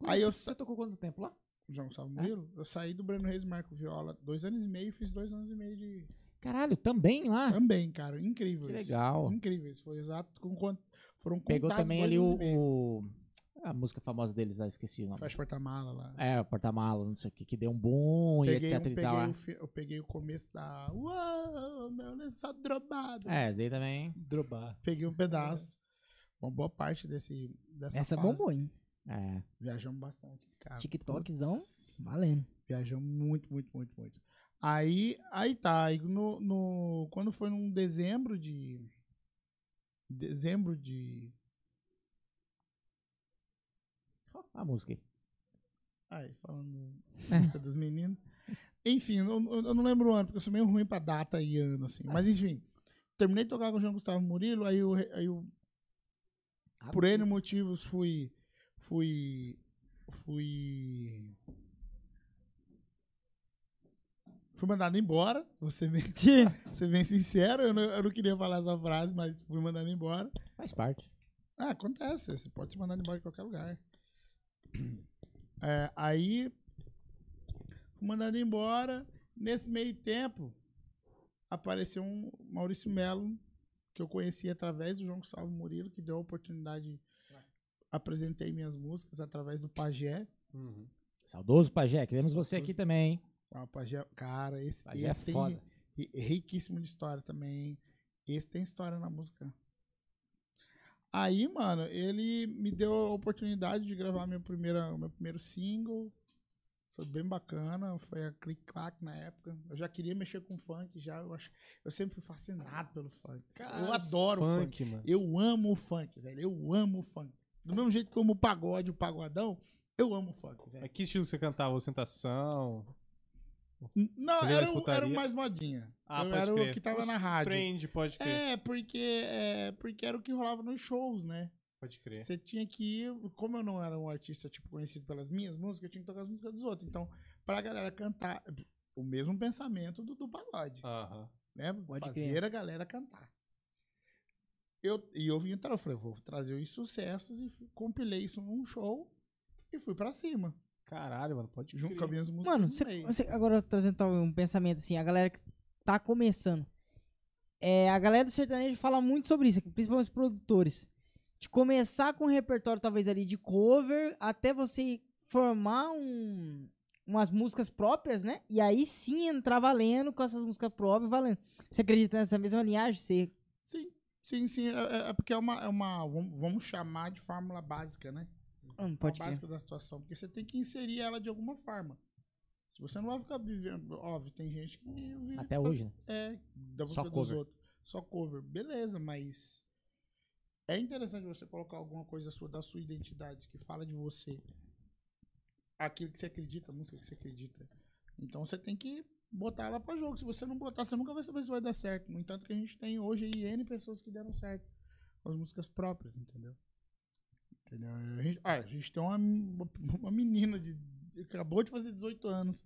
S6: Aí
S4: é Você- Você
S6: eu
S4: tocou quanto tempo lá?
S6: O João Gustavo Murilo, eu saí do Breno Reis Marco Viola dois anos e meio, fiz dois anos e meio de.
S4: Caralho, também lá?
S6: Também, cara. Incrível
S4: Ah. Que
S6: isso.
S4: legal.
S6: Incrível isso. um Foi exato com quanto. Foram
S4: Pegou
S6: contados
S4: também
S6: dois
S4: ali
S6: anos
S4: o,
S6: e meio.
S4: o- A música famosa deles, lá, esqueci o nome.
S6: Fecha porta-mala lá.
S4: É, o porta-mala, não sei o que, que deu um boom e
S6: Peguei,
S4: etc
S6: um-
S4: e
S6: peguei
S4: tal. é.
S6: o, fi- eu peguei o começo da. Uau, meu lençol drobado.
S4: É, esse daí também.
S2: Drobar.
S6: Peguei um pedaço. Uma boa parte desse, dessa
S3: Essa
S6: fase.
S3: bombou, hein?
S4: É.
S6: Viajamos bastante, cara.
S3: TikTokzão.
S6: Putz.
S3: Valendo.
S6: Viajamos muito, muito, muito, muito. Aí, aí tá. Aí no, no, quando foi num dezembro de. Dezembro de.
S4: A música aí.
S6: Ai,
S3: [laughs]
S6: falando
S3: É.
S6: música dos meninos. Enfim, eu, eu- eu não lembro o ano, porque eu sou meio ruim pra data e ano, assim. Mas enfim, terminei de tocar com o João Gustavo Murilo, aí eu, re- aí eu por N motivos fui. Fui. Fui. Fui mandado embora, [laughs] você mesmo. Ser bem sincero, eu não, eu não queria falar essa frase, mas fui mandado embora.
S4: Faz parte.
S6: Ah, acontece, você pode ser mandado embora de qualquer lugar. É, aí, fui mandado embora. Nesse meio tempo, apareceu um Maurício Melo, que eu conheci através do João Gustavo Murilo, que deu a oportunidade. Apresentei minhas músicas através do Pajé.
S2: Uhum.
S4: Saudoso, Pajé. Queremos
S6: Saudoso.
S4: você aqui também, hein?
S6: Ah, o Pajé, cara, esse,
S4: Pajé é
S6: esse tem
S4: foda.
S6: ri- é riquíssimo de história também. hein? Esse tem história na música. Aí, mano, ele me deu a oportunidade de gravar meu, primeira, meu primeiro single. Foi bem bacana, foi a Click Clack na época. Eu já queria mexer com funk, já. Eu, acho, eu sempre fui fascinado pelo funk. eu adoro o funk.
S2: funk, mano.
S6: Eu amo o funk, velho. Eu amo o funk. Do mesmo jeito que eu amo o pagode, o pagodão, eu amo o funk, velho.
S2: Mas É, que estilo que você cantava? Ostentação?
S6: N- Não,
S2: Primeira
S6: era o, era o
S2: disputaria.
S6: mais modinha.
S2: Ah,
S6: eu
S2: pode
S6: era
S2: crer.
S6: o que tava
S2: Os
S6: na rádio.
S2: Prende, pode crer.
S6: É, porque, é, porque era o que rolava nos shows, né?
S2: Pode crer.
S6: Você tinha que ir. Como eu não era um artista tipo, conhecido pelas minhas músicas, eu tinha que tocar as músicas dos outros. Então, pra galera cantar, o mesmo pensamento do, do pagode
S2: Aham.
S6: né? fazer a galera cantar. Eu, e eu vim entrar, eu falei, eu vou trazer os sucessos e fui- compilei isso num show e fui pra cima.
S2: Caralho, mano, pode crer.
S6: Junto com as minhas músicas.
S3: Mano,
S6: no
S3: cê-
S6: meio.
S3: você- agora eu trazendo tal um pensamento assim, a galera que tá começando. É, a galera do sertanejo fala muito sobre isso, principalmente os produtores. De começar com um repertório, talvez ali, de cover, até você formar um, umas músicas próprias, né? E aí sim entrar valendo com essas músicas próprias, valendo. Você acredita nessa mesma linhagem? Você...
S6: Sim, sim, sim. É, é- é porque é uma, é uma. vam- Vamos chamar de fórmula básica, né?
S3: Ah, Não, pode
S6: a
S3: crer.
S6: básica da situação. Porque você tem que inserir ela de alguma forma. Se você não vai ficar vivendo. Óbvio, tem gente que vive
S4: Até hoje, né?
S6: É, da
S4: Só
S6: música dos
S4: cover.
S6: outros. Só cover. Beleza, mas é interessante você colocar alguma coisa sua, da sua identidade, que fala de você. Aquilo que você acredita, a música que você acredita. Então você tem que botar ela pra jogo. Se você não botar, você nunca vai saber se vai dar certo. No entanto, que a gente tem hoje aí N pessoas que deram certo com as músicas próprias, entendeu? Entendeu? A gente, ah, a gente tem uma, uma menina de, de- acabou de fazer 18 anos.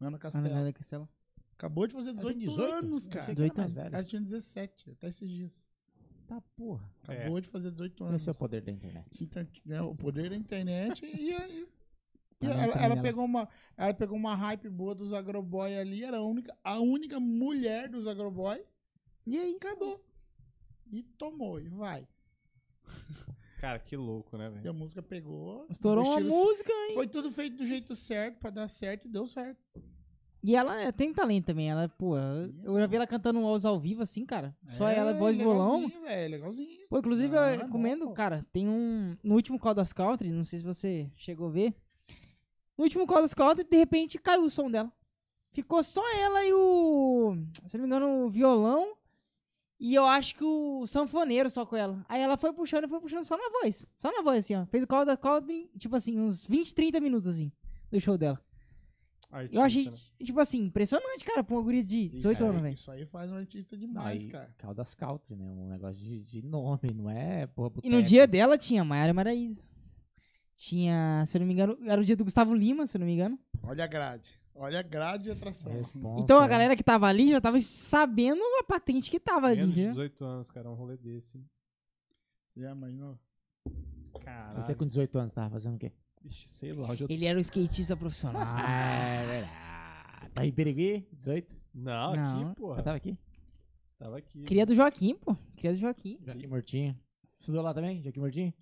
S6: Ana
S3: Ah, não,
S6: Castela.
S3: não, não, Castelo.
S6: Acabou de fazer
S4: Ela tem
S6: 18,
S4: 18?
S6: anos,
S4: Eu achei
S6: cara.
S4: que era
S3: 18
S4: mais
S3: anos.
S6: O
S4: é velho.
S6: cara tinha 17, até esses dias.
S4: Tá porra.
S6: Acabou de fazer 18 anos.
S4: Esse é o poder da internet.
S6: Então, né, o poder da internet e aí. e
S4: Tá
S6: ela,
S4: vendo também
S6: ela
S4: ela?
S6: pegou uma, ela pegou uma hype boa dos agroboy ali, era a única, a única mulher dos agroboy.
S3: E aí,
S6: Acabou. E tomou, e vai.
S2: Cara, que louco, né,
S6: E
S2: velho?
S6: a música pegou.
S3: Estourou uma
S6: investiram-
S3: música
S6: Foi tudo feito do jeito certo, pra dar certo, e deu certo.
S3: e ela é, tem talento também. Ela, pô,
S6: Sim,
S3: eu já vi ela cantando aos ao vivo assim, cara. Só
S6: É,
S3: ela, voz e violão.
S6: Legalzinho, velho, legalzinho.
S3: Pô, inclusive
S6: Ah, é
S3: eu
S6: bom,
S3: recomendo,
S6: pô.
S3: cara, tem um. No último Call das Country, não sei se você chegou a ver. No último Call das Country, de repente caiu o som dela. Ficou só ela e o. Se não me engano, o violão. E eu acho que o sanfoneiro só com ela. Aí ela foi puxando e foi puxando só na voz. Só na voz, assim, ó. Fez o Call das Country, tipo assim, uns 20, 30 minutos, assim, do show dela.
S2: Artista,
S3: Eu achei,
S2: né?
S3: tipo assim, impressionante, cara, pra uma guria de 18
S6: aí-
S3: anos, velho.
S6: Isso aí faz um artista demais,
S4: Aí,
S6: cara.
S4: Caldas Country, né? Um negócio de, de nome, não é? Porra,
S3: E no
S4: boteco.
S3: dia dela tinha Mayara Maraíza. Tinha, se eu não me engano, era o dia do Gustavo Lima, se eu não me engano.
S6: Olha a grade. Olha a grade de atração.
S4: Responsa,
S3: então a
S4: é.
S3: galera que tava ali já tava sabendo a patente que tava ali,
S2: Menos de
S3: entendeu?
S2: 18 anos, cara, um rolê desse.
S6: Você já imaginou?
S2: Caralho.
S4: né? Você com 18 anos tava fazendo o quê?
S2: Vixe, sei lá onde eu...
S3: Ele era o skatista profissional.
S4: Ah, é verdade. Tá em Birigui? 18?
S2: Não,
S3: Não.
S2: aqui, porra.
S4: Eu tava aqui?
S2: Tava aqui.
S3: Cria do Joaquim, pô. Cria do Joaquim.
S4: Joaquim Mortinho. Estudou lá também? Joaquim Mortinho?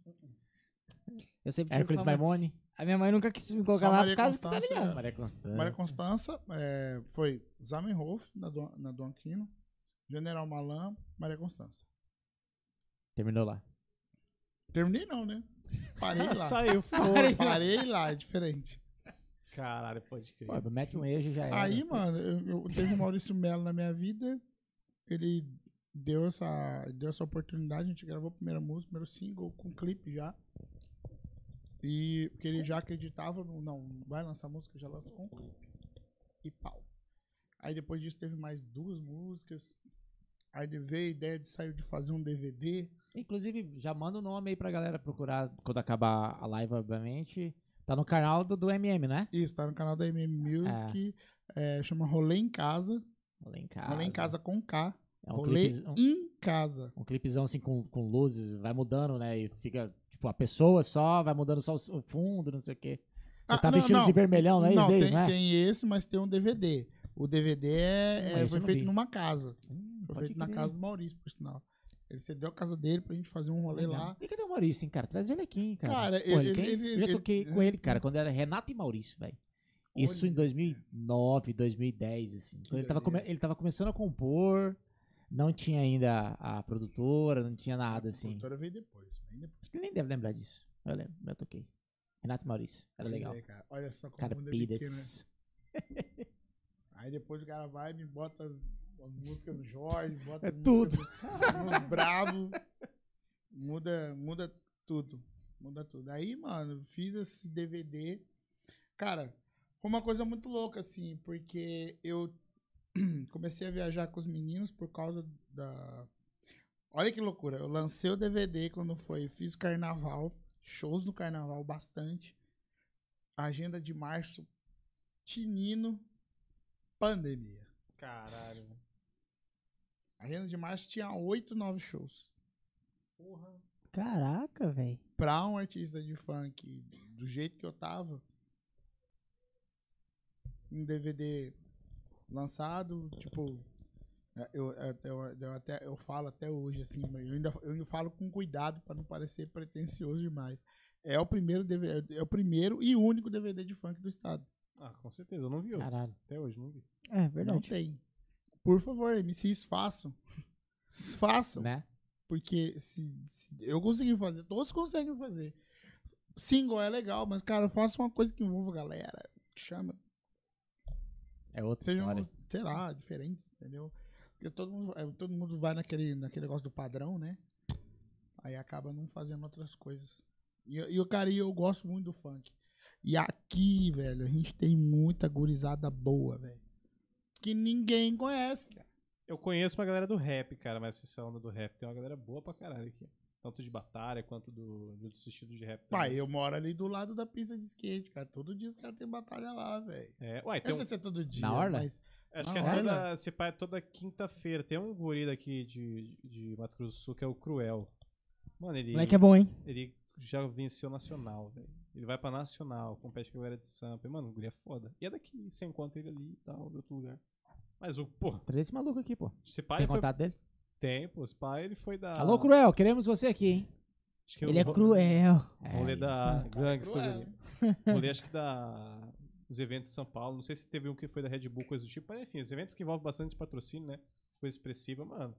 S3: Eu sempre tive
S4: Hércules
S3: fama-
S4: Maimone?
S3: A minha mãe nunca quis me colocar
S6: Só
S3: lá
S6: Maria
S3: por causa que tá
S6: Constância,
S3: ligado.
S6: É.
S4: Maria Constância.
S6: Maria Constança é, foi Zamenhof na do, na do Anquino, General Malan, Maria Constança.
S4: Terminou lá.
S6: Terminei não, né? Parei
S3: [laughs]
S2: Ah,
S6: lá.
S2: saiu fora.
S6: Parei lá, é diferente.
S2: Caralho, pode crer.
S4: Pô, mete um ejo já era.
S6: Aí,
S4: Putz.
S6: mano, eu, eu teve o Maurício Melo na minha vida. Ele deu essa, deu essa oportunidade. A gente gravou a primeira música, primeiro single, com clipe já. E porque ele já acreditava no. Não, vai lançar música, já lança com clipe. E pau. Aí depois disso teve mais duas músicas. Aí ele veio a ideia de sair de fazer um DVD.
S4: Inclusive, já manda o nome aí pra galera procurar quando acabar a live, obviamente. Tá no canal do, do MM, né?
S6: Isso, tá no canal da MM Music. é, chama Rolê em Casa.
S4: Lá em casa.
S6: Rolê em Casa com K.
S4: É um,
S6: Rolê
S4: clipezão,
S6: em Casa.
S4: um clipezão assim com, com luzes, vai mudando, né? E fica, tipo, a pessoa só, vai mudando só o o fundo, não sei o quê. Você
S6: Ah,
S4: tá
S6: não,
S4: vestido
S6: não.
S4: de vermelhão, não é isso,
S6: tem,
S4: Dave? né?
S6: tem esse, mas tem um DVD. O DVD é-
S4: Ah, esse
S6: é,
S4: eu
S6: foi
S4: não
S6: feito
S4: vi.
S6: numa casa.
S4: Hum,
S6: Foi
S4: pode
S6: feito na
S4: crer.
S6: casa do Maurício, por sinal. Ele cedeu a casa dele pra gente fazer um rolê
S4: Legal.
S6: lá.
S4: E cadê o Maurício, hein, cara? Traz ele aqui, hein, cara.
S6: Cara,
S4: Pô,
S6: ele-
S4: ele tem-
S6: ele-
S4: eu já
S6: ele-
S4: toquei
S6: ele-
S4: com ele, cara, quando era Renato e Maurício, velho. Isso em
S6: Olha.
S4: 2009, 2010, assim. Então ele tava, come-
S6: doideira.
S4: ele tava começando a compor, não tinha ainda a produtora, não tinha nada,
S6: A
S4: assim.
S6: produtora veio depois. bem depois.
S4: Acho que ele nem deve lembrar disso. Eu lembro, eu toquei. Renato e Maurício, era legal.
S6: Olha aí, cara. Olha só como
S4: Cara,
S6: o mundo é pequeno, né?
S4: pidas.
S6: Aí depois o cara vai e me bota as, as músicas do Jorge, bota
S4: É
S6: as músicas
S4: tudo.
S6: do- dos Bravo. Muda, muda tudo. Muda tudo. Aí, mano, fiz esse DVD. Cara, foi uma coisa muito louca, assim, porque eu [clears throat] comecei a viajar com os meninos por causa da. Olha que loucura. Eu lancei o DVD quando foi. Fiz o carnaval, shows no carnaval bastante. Agenda de março, Tinino, pandemia.
S2: Caralho, velho.
S6: Agenda de março tinha oito, nove shows.
S2: Porra.
S3: tá- Caraca, velho.
S6: Pra um artista de funk, do jeito que eu tava, um DVD lançado, tipo, é, eu, é, eu- eu até, eu falo até hoje, assim, mas eu ainda eu ainda falo com cuidado pra não parecer pretencioso demais. É o primeiro DVD, é o primeiro e único DVD de funk do estado.
S2: Ah, com certeza, eu não vi outro.
S4: Caralho.
S2: Até hoje, não vi.
S3: É
S6: Não
S3: verdade.
S6: tem. Por favor, MCs, façam. [laughs] Façam.
S4: Né?
S6: Porque se, se eu consegui fazer, todos conseguem fazer. Single é legal, mas, cara, faça uma coisa que envolva a galera. que Chama.
S4: É outra
S6: Seja,
S4: história.
S6: um, sei lá, diferente, entendeu? Porque todo mundo, é, todo mundo vai naquele, naquele negócio do padrão, né? Aí acaba não fazendo outras coisas. E, eu- e eu, cara, e eu gosto muito do funk. E aqui, velho, a gente tem muita gurizada boa, velho. Que ninguém conhece, cara.
S2: Eu conheço uma galera do rap, cara, mas essa onda do rap tem uma galera boa pra caralho aqui. Tanto de batalha quanto do, de outros estilos de rap.
S6: Pai,
S2: também.
S6: eu moro ali do lado da pista de skate, cara. Todo dia os caras têm batalha lá, velho.
S2: É, uai,
S6: Eu
S2: tem
S6: não
S2: um,
S6: sei se é todo dia.
S4: Na orla?
S6: Mas
S2: acho que é
S6: Não, olha.
S2: toda, se pá, é toda quinta-feira. Tem um guri daqui de, de Mato Grosso do Sul que é o Cruel. Mano, ele,
S3: Moleque é bom, hein?
S2: ele já venceu nacional, velho. Ele vai pra nacional, compete com a galera de Sampa. E, Mano, o guri é foda. E é daqui, você encontra ele ali e tal, de outro lugar. Mas o, pô,
S4: Traz esse maluco aqui, pô.
S2: se pá,
S4: Tem
S2: ele foi
S4: contato dele?
S2: Tem, Tem, pô, esse pai, ele foi da.
S4: Alô, Cruel, queremos você aqui, hein?
S2: Acho que
S3: Ele é
S2: ro-
S3: cruel.
S2: Rolê da Gangsta.
S6: Cruel.
S2: ali. Rolê, acho que da. Os eventos de São Paulo. Não sei se teve um que foi da Red Bull, coisa do tipo. Mas enfim, os eventos que envolvem bastante patrocínio, né? Coisa expressiva, mano.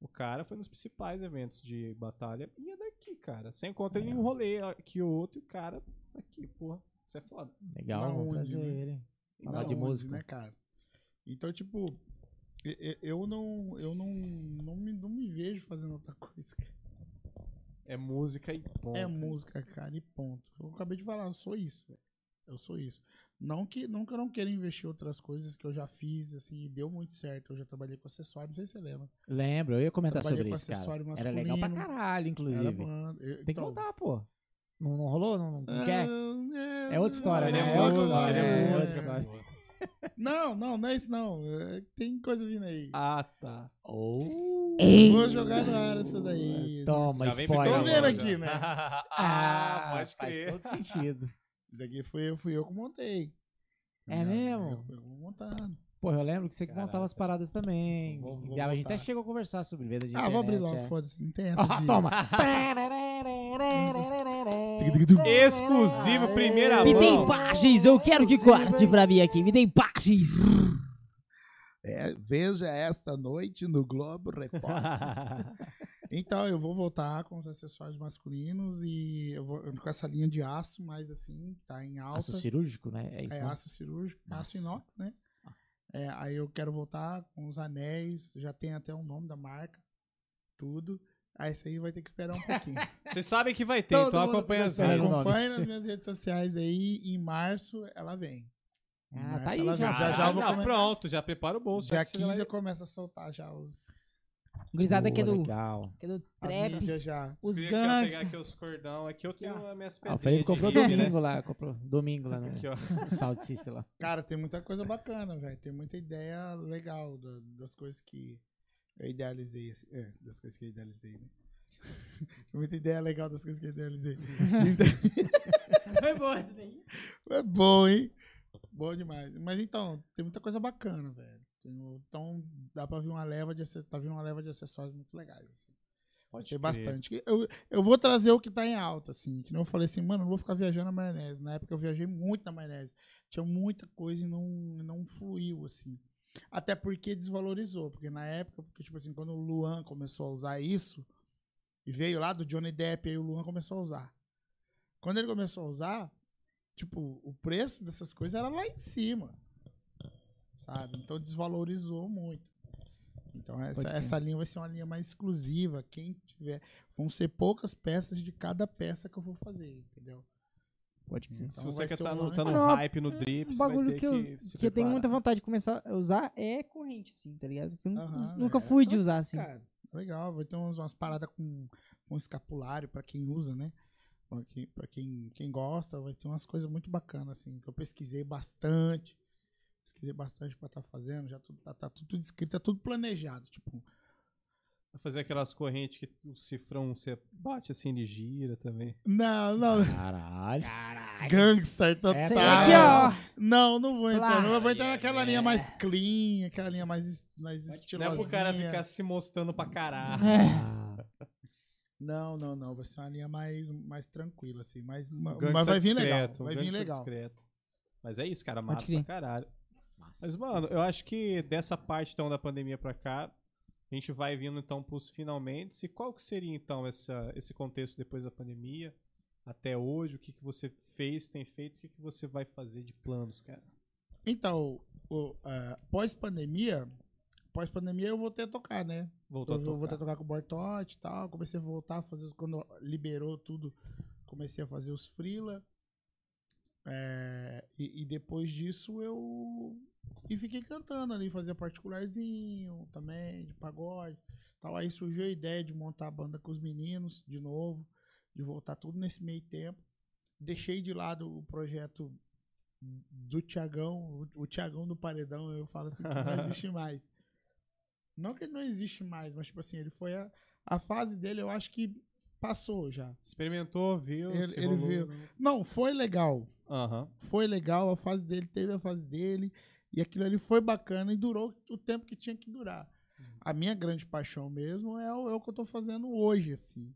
S2: O cara foi nos principais eventos de batalha e é daqui, cara. Sem conta ele em um rolê aqui ou outro e o cara tá aqui, porra. Isso é foda.
S4: Legal,
S6: Da
S4: vamos
S6: onde,
S4: trazer
S6: né?
S4: ele.
S6: E
S4: Falar
S6: da
S4: de
S6: onde,
S4: música.
S6: né, cara? Então, tipo, e- e- eu não, eu não, não me, não me vejo fazendo outra [laughs] coisa, cara.
S2: É música e ponto.
S6: É música, cara, e ponto. Eu acabei de falar, eu sou isso, velho. Eu sou isso. Não que, não que eu não queira investir em outras coisas que eu já fiz, assim, e deu muito certo. Eu já trabalhei com acessório, não sei se você lembra.
S4: Lembro, eu ia comentar
S6: Trabalhei
S4: sobre
S6: com
S4: isso, cara.
S6: acessório
S4: Era legal pra
S6: masculino.
S4: caralho,
S6: Era
S4: inclusive.
S6: banda. eu-
S4: Tem que
S6: então,
S4: voltar, pô. Não, não rolou? Não, não quer?
S6: É,
S4: É outra história,
S6: não,
S2: Ele
S4: né?
S2: é
S6: não,
S4: outra
S2: músico,
S6: não,
S2: ele
S4: é
S2: é músico.
S6: não, não,
S4: outra
S2: cara.
S6: Não, não, não é isso não. É, Tem coisa vindo aí.
S2: Ah, tá.
S4: Ou.
S6: Vou jogar no ar essa daí. né?
S4: Toma,
S2: vem
S4: spoiler.
S6: Vocês estão vendo aqui,
S2: já.
S6: né?
S2: [laughs] ah, pode crer.
S4: Faz todo [laughs] sentido.
S6: Isso aqui fui eu, fui eu que montei.
S4: É mesmo?
S6: Eu, eu vou montando.
S4: Pô, eu lembro que você que
S2: Caraca.
S4: montava as paradas também.
S6: Vou- vou
S4: E a gente até
S6: montar.
S4: chegou a conversar sobre venda de
S6: ah, vou abrir
S4: internet,
S6: logo,
S4: é.
S6: foda-se. Não
S4: [laughs]
S6: tem essa
S4: Ah,
S6: de... [laughs]
S4: toma!
S2: Exclusivo, primeira
S3: Me
S2: mão.
S3: né? tem imagens, eu quero que corte pra mim aqui. Me tem imagens.
S6: É, veja esta noite no Globo
S4: [laughs]
S6: Repórter.
S2: [laughs]
S6: então, eu vou voltar com os acessórios masculinos e eu vou com essa linha de aço, mas assim, tá em alta.
S4: Aço cirúrgico, né? É isso.
S6: É
S4: né? Ah.
S6: aço cirúrgico, aço
S4: Massa.
S6: inox, né? É, aí eu quero voltar com os anéis, já tem até o nome da marca, tudo. Aí isso aí vai ter que
S4: [laughs]
S6: esperar um pouquinho.
S2: Vocês sabem que vai ter,
S4: Todo
S2: então
S4: mundo
S2: acompanha as
S4: começou a
S2: redes.
S4: nome.
S6: Acompanhe nas minhas redes sociais aí, em março ela vem. Em
S4: Ah, Então tá
S6: março
S4: aí
S6: ela
S4: já.
S6: vem. já, já eu vou
S2: não,
S6: começar.
S2: pronto, já prepara o bolso.
S6: Dia
S2: já
S6: é
S2: que você já
S6: 15 eu
S2: vai-
S6: começo a soltar já os
S3: Gurizada que é
S4: Boa,
S3: do,
S4: Legal.
S3: que é do
S6: as
S3: trap,
S6: mídias já.
S3: os
S2: Queria que eu pegar
S3: gangs.
S2: aqui os cordão, aqui eu tenho a minha
S4: Ah, o Felipe comprou domingo lá. Comprou domingo lá no
S2: né? Aqui, ó.
S4: [laughs] Sound System lá.
S6: Cara, tem muita coisa bacana, velho. Tem muita ideia legal da- das coisas que eu idealizei. assim. É, das coisas que eu idealizei, né? [laughs] Tem muita ideia legal das coisas que
S4: [laughs]
S6: eu idealizei. Então-
S3: Foi boa essa daí.
S6: É bom, hein? Bom demais. Mas então, tem muita coisa bacana, velho. Tem o- Então, dá pra ver uma leva de acessórios. Tá vindo uma leva de acessórios muito legais, assim.
S2: Pode
S6: Tem
S2: crer.
S6: bastante. Eu, eu vou trazer o que tá em alta, assim. Que nem eu falei assim, mano, eu não vou ficar viajando na maionese. Na época eu viajei muito na maionese. Tinha muita coisa e não, não fluiu, assim. Até porque desvalorizou. Porque na época, porque, tipo assim, quando o Luan começou a usar isso, e veio lá do Johnny Depp, aí o Luan começou a usar. Quando ele começou a usar, tipo, o preço dessas coisas era lá em cima. Sabe? Então desvalorizou muito. Então essa,
S4: crer.
S6: essa linha vai ser uma linha mais exclusiva. Quem tiver. Vão ser poucas peças de cada peça que eu vou fazer, entendeu?
S4: Pode crer.
S2: Se
S6: Então
S2: você
S6: vai
S2: quer
S6: ser
S2: tá
S6: um
S2: no, tá no
S3: ano.
S2: hype, no drip,
S3: Um
S2: você vai
S3: bagulho
S2: ter
S3: que eu,
S2: se
S3: que eu tenho
S2: preparar.
S3: muita vontade de começar a usar é corrente, assim, tá ligado? Que eu nu-
S6: Aham,
S3: nunca
S6: é.
S3: fui de usar, assim.
S6: Cara, legal. Vai ter umas, umas paradas com, com escapulário pra quem usa, né? Pra quem, pra quem, quem gosta, vai ter umas coisas muito bacanas, assim, que eu pesquisei bastante. Pesquisei bastante pra estar fazendo. Já tudo- tá, tá tudo escrito, tá tudo planejado. Tipo,
S2: Vai Fazer aquelas correntes que o cifrão você bate assim, ele gira também. é
S6: não, não.
S4: Caralho.
S6: Gangster total.
S4: É,
S3: Sei
S4: tá.
S3: lá, aqui, ó.
S6: Não, não vou entrar. não. Eu vou entrar
S2: Plaia,
S6: naquela linha mais clean, aquela linha mais, es- mais
S2: Não
S6: estilosinha.
S2: é pro cara ficar se mostrando pra caralho.
S3: [laughs] É.
S4: Ah,
S6: Não, não, não. Vai ser uma linha mais, mais tranquila, assim. Mais,
S2: Um
S6: ma-
S2: gangue
S6: mas vai vir legal.
S2: discreto, um
S6: Vai vir
S2: gangue
S6: legal.
S2: discreto. Mas é isso, cara,
S3: Pode
S2: massa
S3: crer.
S2: pra caralho.
S4: massa.
S2: Mas,
S6: hum.
S2: mano, eu acho que dessa parte então da pandemia pra cá, a gente vai vindo então pros finalmente. E qual que seria então essa, esse contexto depois da pandemia? Até hoje, o que, que você fez, tem feito, o que, que você vai fazer de planos, cara?
S6: Então, o, ah, pós-pandemia, pós-pandemia eu vou ter tocar, né?
S2: Voltou
S6: Eu
S2: a tocar.
S6: vou ter tocar com o Bortote e tal. Comecei a voltar a fazer. os- Quando liberou tudo, comecei a fazer os Freela. É, e, e depois disso eu. E fiquei cantando ali, fazia particularzinho também, de pagode. Tal. Então, Aí surgiu a ideia de montar a banda com os meninos de novo, de voltar tudo nesse meio tempo. Deixei de lado o projeto do Tiagão, o, o Tiagão do Paredão, eu falo assim, que não existe mais. Não que ele não existe mais, mas tipo assim, ele foi a, a fase dele, eu acho que passou já.
S2: Experimentou, viu?
S6: Ele-
S2: se
S6: ele
S2: rolou.
S6: viu. Não, foi legal.
S2: Aham.
S6: Foi legal, a fase dele teve a fase dele, e aquilo ali foi bacana e durou o tempo que tinha que durar. A minha grande paixão mesmo é o, é o que eu tô fazendo hoje, assim.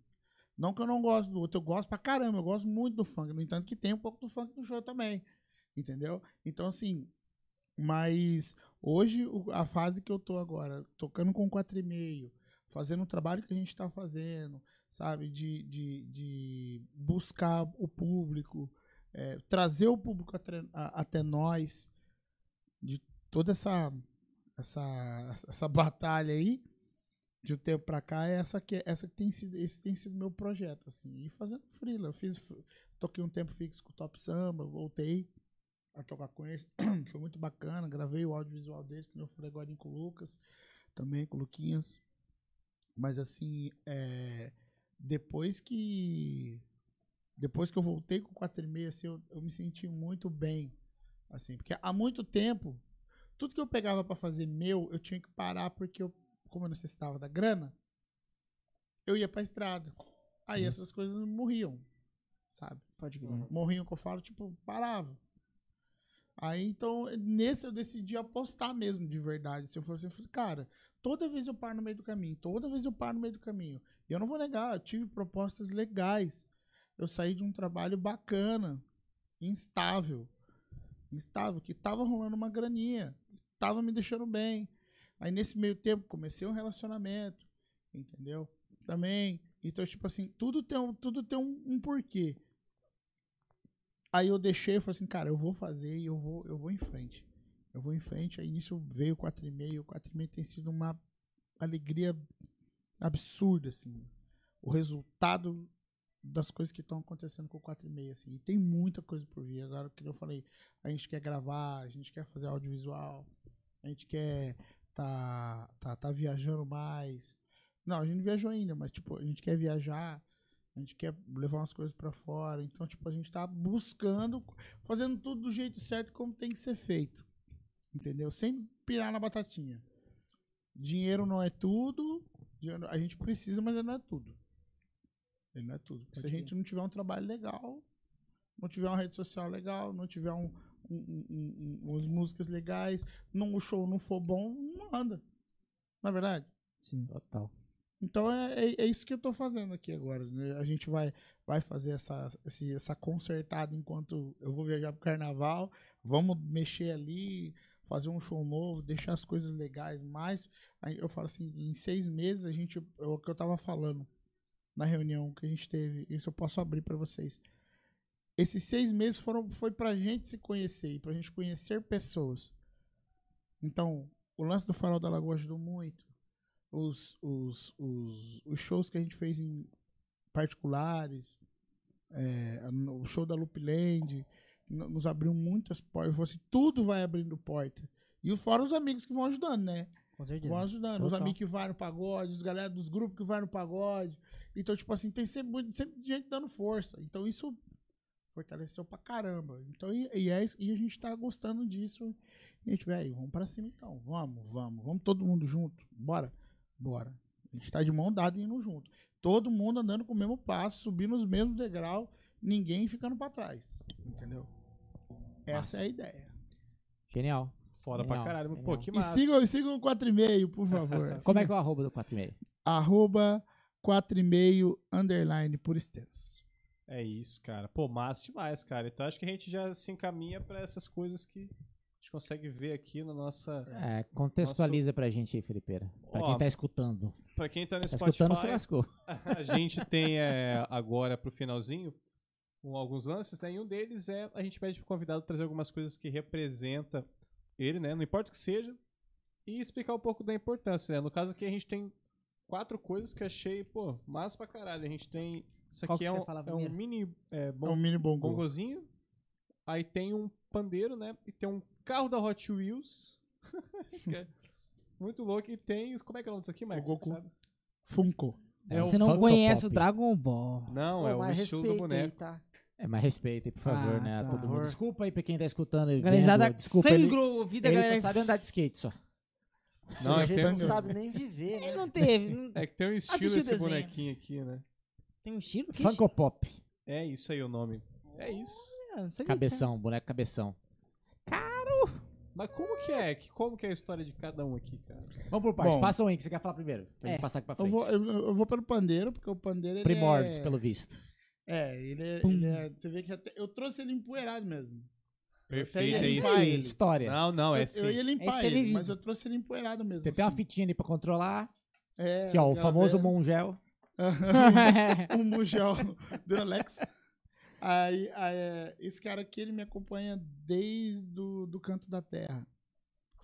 S6: Não que eu não gosto do outro, eu gosto pra caramba, eu gosto muito do funk. No entanto, que tem um pouco do funk no show também. Entendeu? Então, assim. Mas hoje, o- a fase que eu tô agora, tocando com 4,5, fazendo o trabalho que a gente tá fazendo, sabe? De, de, de buscar o público, é, trazer o público atre- a- até nós, de toda essa, essa, essa batalha aí, de um tempo pra cá, é essa que, essa que tem sido, esse tem sido meu projeto, assim. E fazendo freela. Eu fiz, toquei um tempo fixo com o Top Samba, voltei a tocar com eles. [clears throat] Foi muito bacana. Gravei o audiovisual deles, que eu falei agora com o Lucas, também com o Luquinhas. Mas assim, é, depois que. Depois que eu voltei com 4 e meia, assim, eu, eu me senti muito bem. Assim, porque há muito tempo, tudo que eu pegava pra fazer meu, eu tinha que parar porque eu, como eu necessitava da grana, eu ia pra estrada. Aí essas coisas morriam, sabe?
S3: Uhum. Pode crer.
S6: morrinho que eu falo, tipo, parava. Aí, então, nesse eu decidi apostar mesmo, de verdade. Se eu fosse, eu falei, cara, toda vez eu paro no meio do caminho, toda vez eu paro no meio do caminho. E eu não vou negar, eu tive propostas legais. Eu saí de um trabalho bacana, instável, instável, que tava rolando uma graninha, tava me deixando bem. Aí, nesse meio tempo, comecei um relacionamento, entendeu? Também. Então, tipo assim, tudo tem um, tudo tem um, um porquê. Aí eu deixei, eu falei assim, cara, eu vou fazer e eu vou, eu vou em frente. Eu vou em frente, aí nisso veio o 4,5, o 4,5 tem sido uma alegria absurda, assim. O resultado das coisas que estão acontecendo com o 4,5, assim. E tem muita coisa por vir. Agora, que eu falei, a gente quer gravar, a gente quer fazer audiovisual, a gente quer tá, tá, tá viajando mais. Não, a gente não viajou ainda, mas, tipo, a gente quer viajar, a gente quer levar umas coisas pra fora. Então, tipo, a gente tá buscando, fazendo tudo do jeito certo como tem que ser feito. Entendeu? Sem pirar na batatinha. Dinheiro não é tudo. dinheiro- A gente precisa, mas ele não é tudo. Ele não é tudo. Se a gente não tiver um trabalho legal, não tiver uma rede social legal, não tiver um, um, um- um- um- umas músicas legais, não, o show não for bom, não anda. Na verdade.
S4: Sim, total.
S6: Então é, é- é isso que eu tô fazendo aqui agora. né? A gente vai, vai fazer essa, esse- essa consertada enquanto eu vou viajar pro carnaval. Vamos mexer ali, fazer um show novo, deixar as coisas legais mais. Aí eu falo assim, em seis meses a gente. É o que eu tava falando na reunião que a gente teve. Isso eu posso abrir para vocês. Esses seis meses foram, foi pra gente se conhecer, e pra gente conhecer pessoas. Então, o lance do Farol da Lagoa ajudou muito os, os, os, os shows que a gente fez em particulares, é, no- o show da Loopland, no- nos abriu muitas portas. Eu falei assim, tudo vai abrindo porta. E fora os amigos que vão ajudando, né?
S3: Com certeza.
S6: Vão ajudando.
S2: Então tá.
S6: Os
S4: Total.
S6: amigos que vai no pagode, os galera dos grupos que vai no pagode. Então, tipo assim, tem sempre, muito- sempre gente dando força. Então, isso fortaleceu pra caramba. Então, e, e é isso- e a gente tá gostando disso. E a gente, velho, vamos pra cima então. Vamos, vamos, vamos todo mundo junto. Bora, bora. A gente tá de mão dada e indo junto. Todo mundo andando com o mesmo passo, subindo os mesmos degraus, ninguém ficando pra trás. Entendeu? Essa é a ideia.
S4: Genial.
S2: Foda pra
S4: Legal,
S2: caralho.
S4: legal.
S2: Pô, que
S6: E
S2: massa.
S6: sigam, e sigam o 4,5, por
S2: [laughs]
S6: favor.
S4: Como é que é o arroba do 4,5?
S6: arroba 4,5 underline por extenso.
S2: É isso, cara. Pô, massa demais, cara. Então acho que a gente já se encaminha pra essas coisas que a gente consegue ver aqui na nossa.
S4: É, contextualiza pra gente aí, Felipeira. Pra
S2: Ó,
S4: quem tá escutando.
S2: Pra quem tá no
S4: Tá
S2: Spotify,
S4: escutando, se lascou.
S2: a gente tem é, agora pro finalzinho um, alguns lances, né? E um deles é a gente pede pro convidado trazer algumas coisas que representa ele, né? Não importa o que seja. E explicar um pouco da importância, né? No caso aqui a gente tem quatro coisas que eu achei, pô, massa pra caralho. A gente tem. Isso
S3: Qual
S2: aqui
S3: que
S2: é
S3: você
S2: um,
S3: quer falar
S2: é um
S3: primeiro?
S2: mini é,
S6: é um
S2: bom,
S6: mini bongo.
S2: bongozinho. Aí tem um pandeiro, né? E tem um carro da Hot Wheels. [laughs] que é muito louco. E tem. Como é que é o nome disso aqui, Max? Você
S6: Goku.
S2: sabe?
S6: Funko.
S2: É
S3: Você
S2: o
S3: não
S4: Funko
S3: conhece
S4: Pop.
S3: o Dragon Ball.
S2: Não,
S5: Pô,
S2: é o
S5: mas
S2: estilo do
S5: respeita aí,
S2: boneco.
S5: tá?
S4: É, mas respeita aí, por favor,
S3: Ah,
S4: né?
S3: tá.
S4: Todo mundo. Desculpa aí pra quem tá escutando. e
S3: Organizada
S4: vendo. Desculpa, ele,
S3: sangrou o vida,
S4: ele só
S3: galera.
S4: sabe andar [laughs] de skate só.
S2: Não, é
S5: Às vezes
S2: que,
S5: não
S6: sempre-
S5: sabe nem viver, né?
S3: Ele não [laughs] teve. não-
S2: é que tem um estilo
S3: Assistiu o
S2: esse
S3: desenho.
S2: bonequinho aqui, né?
S3: Tem um estilo que
S4: Funko Pop.
S2: É isso aí o nome. É isso.
S3: Não sabia disso, né?
S4: Cabeção, boneco cabeção.
S2: Mas como que é? Que- Como que é a história de cada um aqui, cara?
S4: Vamos por partes.
S6: Bom.
S4: Passa o aí que você quer falar primeiro. Pra
S3: É.
S4: gente passar aqui pra
S6: Eu
S4: frente.
S6: vou, eu, eu vou pelo pandeiro, porque o pandeiro ele
S4: Primórdios,
S6: é...
S4: pelo visto.
S6: É, ele é,
S3: Pum.
S6: ele é- Você vê que até- eu trouxe ele empoeirado mesmo.
S2: Perfeito,
S6: Até
S2: é
S6: ia
S2: isso.
S6: limpar ele.
S4: História.
S2: Não, não, é
S6: eu, eu ia
S2: sim.
S6: limpar
S3: Esse é
S6: ele,
S3: vivido.
S6: mas eu trouxe ele empoeirado mesmo.
S4: Você tem uma
S6: assim.
S4: fitinha ali pra controlar.
S6: É,
S4: Que é o
S6: aquela
S4: famoso
S6: velha-
S4: Mongel.
S6: um Mugel [laughs] do Alex. Aí, aí, é, esse cara aqui, ele me acompanha desde o do Canto da Terra.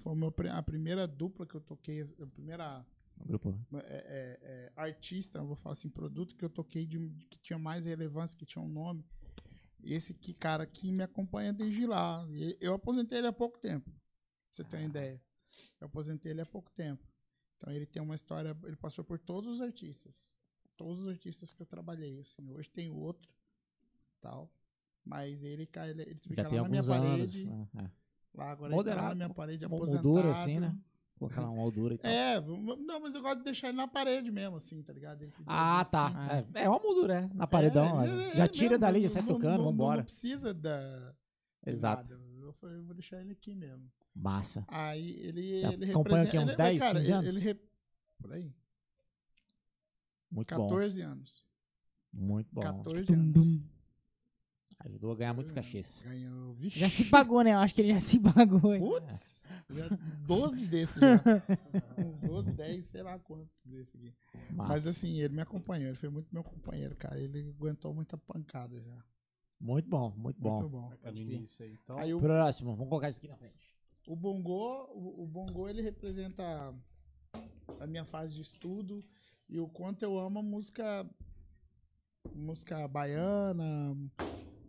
S6: Foi o meu pri- a primeira dupla que eu toquei, a primeira
S4: Grupo.
S6: é, é, é, artista, eu vou falar assim, produto que eu toquei de, um, que tinha mais relevância, que tinha um nome. Esse aqui, cara que me acompanha desde lá. E Eu aposentei ele há pouco tempo, pra você ter
S4: Ah.
S6: uma ideia. Eu aposentei ele há pouco tempo. Então ele tem uma história, ele passou por todos os artistas. Todos os artistas que eu trabalhei, assim. Hoje tem outro, tal. Mas ele, cara, ele, ele fica
S4: Já
S6: lá
S4: tem
S6: na minha
S4: alguns anos.
S6: parede.
S4: É, é.
S6: Lá agora ele tá lá na
S4: Moderado,
S6: minha parede,
S4: uma
S6: aposentado.
S4: moldura assim, né? Colocar lá uma moldura e tal.
S6: É, v- não, mas eu gosto de deixar ele na parede mesmo, assim, tá ligado? Ele pendurado
S4: Ah,
S6: assim.
S4: tá.
S3: Ah.
S4: É, é uma moldura, né? Na paredão.
S6: É,
S4: ó.
S6: ele-
S4: já
S6: ele
S4: tira
S6: mesmo,
S4: dali, já
S6: não-
S4: sai
S6: não-
S4: tocando,
S6: não-
S4: vambora.
S6: Não precisa da. de
S4: Exato.
S6: nada. Eu falei, eu vou deixar ele aqui mesmo.
S4: Massa.
S6: Aí ele.
S4: Já
S6: ele
S4: Tá, acompanha
S6: representa-
S4: aqui uns
S6: ele-
S4: 10,
S6: cara,
S4: 15
S6: ele-
S4: anos?
S6: Ele, re- Por aí.
S4: Muito bom.
S6: 14 anos.
S4: Muito bom.
S6: 14
S3: Dum,
S6: anos.
S3: dum.
S4: Ajudou a ganhar muitos cachês.
S6: Ganhou. Vixe.
S3: Já se pagou, né? Eu acho que ele já se pagou. hein?
S6: Putz.
S4: É.
S6: Já 12
S4: [laughs]
S6: desses já. Uns 12, 10, sei lá quantos desses aqui.
S4: Massa.
S6: Mas assim, ele me acompanhou. Ele foi muito meu companheiro, cara. Ele aguentou muita pancada já.
S4: Muito bom, muito bom.
S6: Muito bom.
S2: Marca no início aí, então.
S6: Aí o
S4: Próximo, vamos colocar isso aqui na frente.
S6: O bongô, o, o bongô ele representa a minha fase de estudo e o quanto eu amo a música música baiana.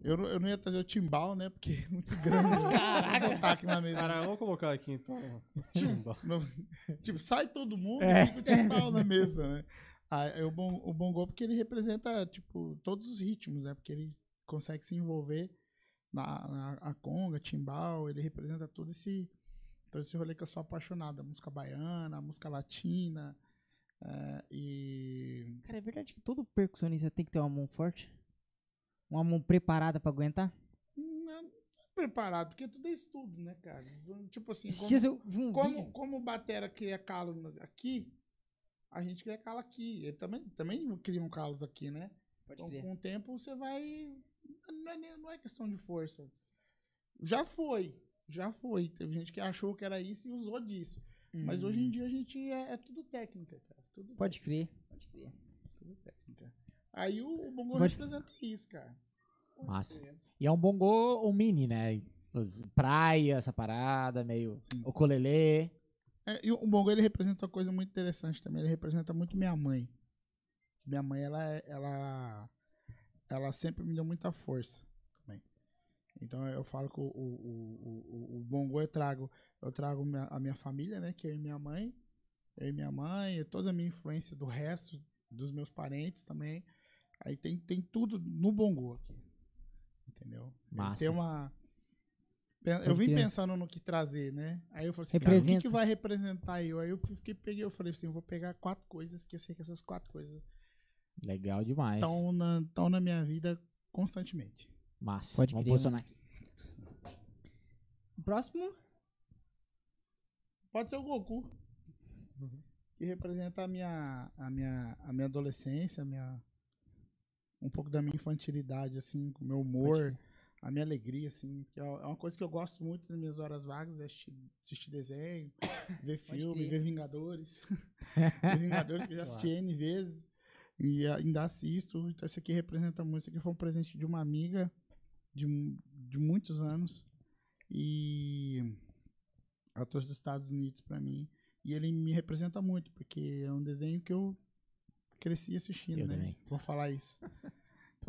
S6: Eu, não- eu não ia trazer o timbal, né? Porque é muito grande. Caraca. Vou botar aqui na mesa.
S2: Cara, vamos colocar aqui então. Timba.
S6: Não- tipo, sai todo mundo e fica o timbal na mesa, né? Ah, é o, bon, o bongô porque ele representa, tipo, todos os ritmos, né? Porque ele consegue se envolver na, na a conga, timbal, ele representa todo esse, todo esse rolê que eu sou apaixonado. A música baiana, a música latina, eh, e...
S3: Cara, é verdade que todo percussionista tem que ter uma mão forte? Uma mão preparada pra aguentar?
S6: Não, é preparado, porque tudo é estudo, né, cara? Tipo assim,
S3: Esses
S6: como-
S3: dias eu vi um
S6: Como,
S3: vídeo.
S6: como o Batera cria calo no- aqui, a gente cria calo aqui. Ele também, também criam calos aqui, né? então,
S3: crer.
S6: com o tempo, você vai. Não é, nem- não é questão de força. Já foi. Já foi. Teve gente que achou que era isso e usou disso. Mas hoje em dia a gente é, é tudo técnica, cara. Tudo
S3: Hum. Pode crer.
S6: técnica, tudo técnica. Aí o, o Bongo
S3: Pode-
S6: representa isso, cara.
S4: Massa. E é um bongô, um mini, né? Praia, essa parada, meio o colelê.
S6: É, e o Bongo ele representa uma coisa muito interessante também. Ele representa muito minha mãe. Minha mãe, ela, é- ela, ela sempre me deu muita força também. Então eu falo que o, o, o, o- o Bongo eu trago, eu trago minha- a minha família, né? Que é eu e minha mãe. Eu e minha mãe, e toda a minha influência do resto, dos meus parentes também. Aí tem, tem tudo no Bongo aqui. Entendeu? Ele
S4: Massa.
S6: Tem uma. Pen- Eu
S3: Pode
S6: vim
S3: crer.
S6: pensando no que trazer, né? Aí eu falei assim, cara, o que,
S3: Representa.
S6: que vai representar eu? Aí eu fiquei, peguei, eu falei assim, eu vou pegar quatro coisas, que eu sei que essas quatro coisas
S4: Legal demais.
S6: estão na, tão na minha vida constantemente.
S4: Massa.
S3: Pode
S4: vamos
S3: crer,
S4: posicionar aqui.
S3: Próximo?
S6: Pode ser o Goku, que representa a minha, a minha, a minha adolescência, a minha, um pouco da minha infantilidade, assim, com o meu humor, a minha alegria, assim. que É é uma coisa que eu gosto muito nas minhas horas vagas, é assistir, assistir desenho, ver filme,
S3: crer.
S6: ver Vingadores. ver Vingadores que eu já assisti N vezes e ainda assisto. Então isso aqui representa muito. Isso aqui foi um presente de uma amiga de, mu- de muitos anos e ela trouxe dos Estados Unidos pra mim. E ele me representa muito, porque é um desenho que eu cresci assistindo,
S4: Eu
S6: né?
S4: também.
S6: Vou falar isso.
S4: [laughs]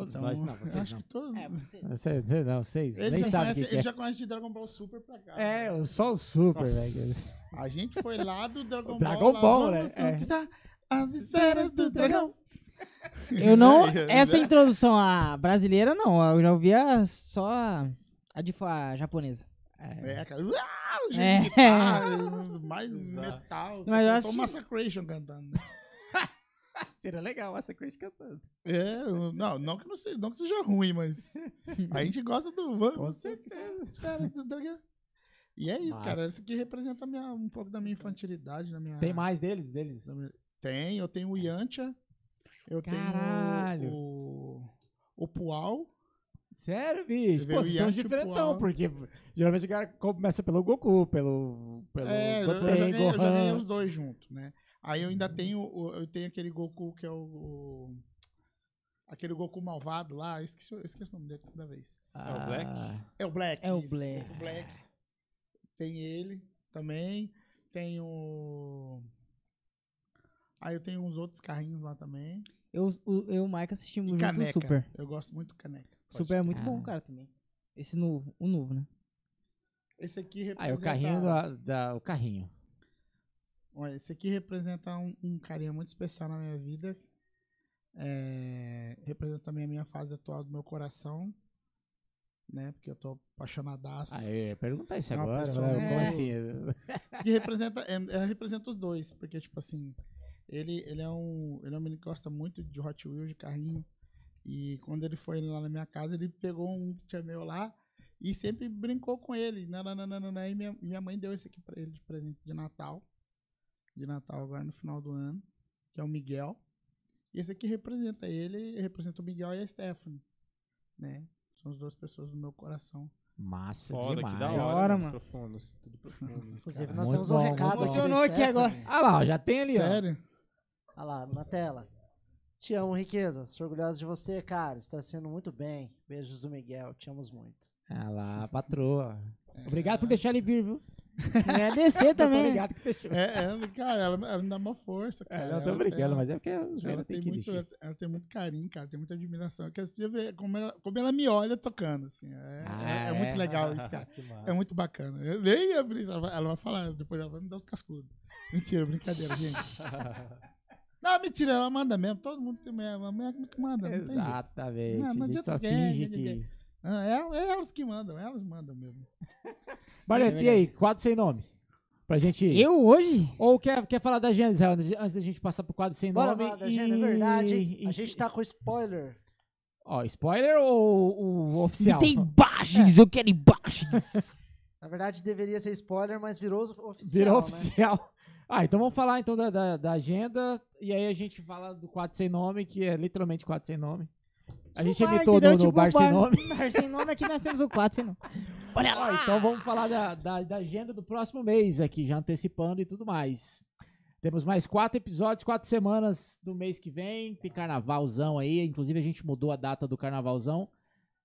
S6: Então,
S4: Todos nós, não, vocês
S6: acho
S4: não.
S6: que todos.
S3: você.
S4: Você, você não, vocês
S6: Eles,
S4: nem
S6: já
S4: sabem o
S6: conhecem,
S4: que, que
S6: eles já conhecem de Dragon Ball Super pra cá.
S4: é.
S6: né?
S4: É, só o super,
S6: Nossa.
S4: velho.
S6: A gente foi lá do Dragon
S4: [laughs]
S6: Ball.
S4: Dragon
S6: lá,
S4: Ball,
S6: vamos
S4: né? É.
S6: conquistar as esferas do dragão.
S3: Eu
S6: [laughs]
S3: não.
S6: É,
S3: Essa
S6: né?
S3: introdução a brasileira, não. Eu já ouvia só a- a, de, a japonesa.
S6: É, cara. Uau, gente,
S3: É.
S6: guitarra, mais
S2: Exato.
S6: metal.
S3: Mas eu
S6: Mas
S3: acho-
S6: Massacration cantando. né?
S4: Seria legal essa Chris cantando.
S6: É, eu- não, não que, não, seja, não que
S4: [laughs]
S6: seja ruim, mas a gente gosta do.
S4: Com
S6: Vamos, certeza. Esferas do dragão. E é isso,
S4: Massa.
S6: cara. Isso que representa a minha- um pouco da minha infantilidade, da minha.
S4: Tem mais deles? Deles?
S6: da minha- Tem, eu tenho o Yantia. Eu
S4: Caralho.
S6: tenho o, o Pual.
S4: Sério, bicho?
S6: Vê
S4: Pô,
S6: o
S4: vocês estão
S6: Yamcha,
S4: diferentão,
S6: Pual.
S4: porque geralmente o cara começa pelo Goku, pelo. pelo
S6: É, eu, eu
S4: Goten,
S6: já ganhei, eu já
S4: Gohan. Uhum.
S6: ganhei os dois junto, né? Aí eu ainda tenho, o- eu tenho aquele Goku que é o, o- aquele Goku malvado lá, eu esqueci, eu esqueci o nome dele toda vez.
S2: É o Black?
S4: Ah,
S6: É o Black.
S3: É o
S6: isso,
S3: Black.
S6: O Black. Tem ele também, tem o Aí eu tenho uns outros carrinhos lá também.
S3: Eu, o- eu e o Mike assistimos
S6: E
S3: junto o
S6: caneca.
S3: Super.
S6: Eu gosto muito do caneca.
S3: O Super é muito
S4: Ah.
S3: bom, cara, também. Esse novo, o novo, né?
S6: Esse aqui
S4: Aí
S3: Ah,
S6: representa
S4: o carrinho da, da- O carrinho.
S6: Olha, esse aqui representa um, um carinha muito especial na minha vida. É, representa também a minha fase atual do meu coração, né? Porque eu tô apaixonadaço.
S4: Ah, eu ia perguntar isso
S6: É uma
S4: agora.
S6: pessoa
S4: né?
S6: muito-
S4: Como assim?
S6: Isso aqui representa, é, é, representa os dois, porque, tipo assim, ele, ele, é um, ele é um menino que gosta muito de Hot Wheels, de carrinho. E quando ele foi lá na minha casa, ele pegou um que tinha meu lá e sempre brincou com ele. né, Nananana, e minha, minha mãe deu esse aqui pra ele de presente de Natal. De Natal, agora no final do ano, que é o Miguel. E esse aqui representa ele, representa o Miguel e a Stephanie, né? São as duas pessoas do meu coração.
S2: [laughs]
S4: Massa
S2: Foda,
S4: demais.
S2: que da hora.
S3: hora,
S2: né?
S3: mano.
S2: Profundo, isso tudo profundo.
S5: Inclusive,
S4: Cara,
S5: nós
S4: muito
S5: temos um
S4: bom,
S5: recado
S4: muito
S5: aqui.
S4: bom.
S5: da
S4: Emocionou aqui
S5: Stephanie.
S4: agora. Ah lá, ó, já tem ali, ó.
S6: Sério?
S5: Olha lá, na tela. Te amo, riqueza. Sou orgulhosa de você, cara. Está sendo muito bem. Beijos do Miguel. Te amos muito.
S4: Ah lá, patroa.
S6: É.
S4: Obrigado por deixar ele vir, viu?
S3: Agradecer é também.
S4: Obrigado que deixou.
S6: É, é, cara, ela, ela me dá uma força, cara.
S4: É, não tô brincando,
S6: ela,
S4: mas é porque os
S6: ela,
S4: velhos
S6: tem
S4: têm que
S6: muito,
S4: muito...
S6: ela, tem muito carinho, cara, tem muita admiração. Quer ver como ela, como ela me olha tocando, assim. É,
S4: Ah,
S6: é- é
S4: é?
S6: muito legal isso, cara.
S2: [laughs] que massa.
S6: É muito bacana. Eu nem ia abrir, isso, ela vai, ela vai falar, depois ela vai me dar os cascudos. Mentira,
S4: [laughs]
S6: brincadeira, gente. Não, mentira, ela manda mesmo. Todo mundo tem mulher, a mulher que manda, não tem jeito.
S4: Exatamente.
S6: Não, não
S4: a gente
S6: adianta
S4: só
S6: ninguém,
S4: finge
S6: ninguém.
S4: que.
S6: Ah, é, é elas que mandam, elas mandam mesmo.
S4: Barreto, e aí, quadro sem nome? Pra gente.
S3: [laughs] Eu hoje?
S4: Ou quer, quer falar da agenda, Israel, antes de- antes da gente passar pro quadro sem
S5: Bora,
S4: nome?
S5: Wanda, gente, é
S4: e-
S5: verdade.
S4: e-
S5: A gente tá com spoiler.
S4: Ó, spoiler ou o
S3: Me
S4: oficial?
S3: tem imagens, eu quero [laughs] imagens.
S5: Na verdade, deveria ser spoiler, mas virou oficial.
S4: Virou
S5: né?
S4: oficial. [laughs] Ah, então vamos falar então da, da, da agenda. E aí a gente fala do quadro sem nome, que é literalmente quadro sem nome. A
S5: um
S4: gente
S3: Bar,
S4: imitou
S3: entendeu?
S5: né?
S4: no, no
S3: Tipo,
S4: bar sem nome.
S3: [laughs] Bar sem nome, aqui nós temos o 4 sem nome. Ah, Olha
S4: Ó,
S3: lá.
S4: então vamos falar da, da, da agenda do próximo mês aqui, já antecipando e tudo mais. Temos mais quatro episódios, quatro semanas do mês que vem. Tem carnavalzão aí. Inclusive, a gente mudou a data do carnavalzão.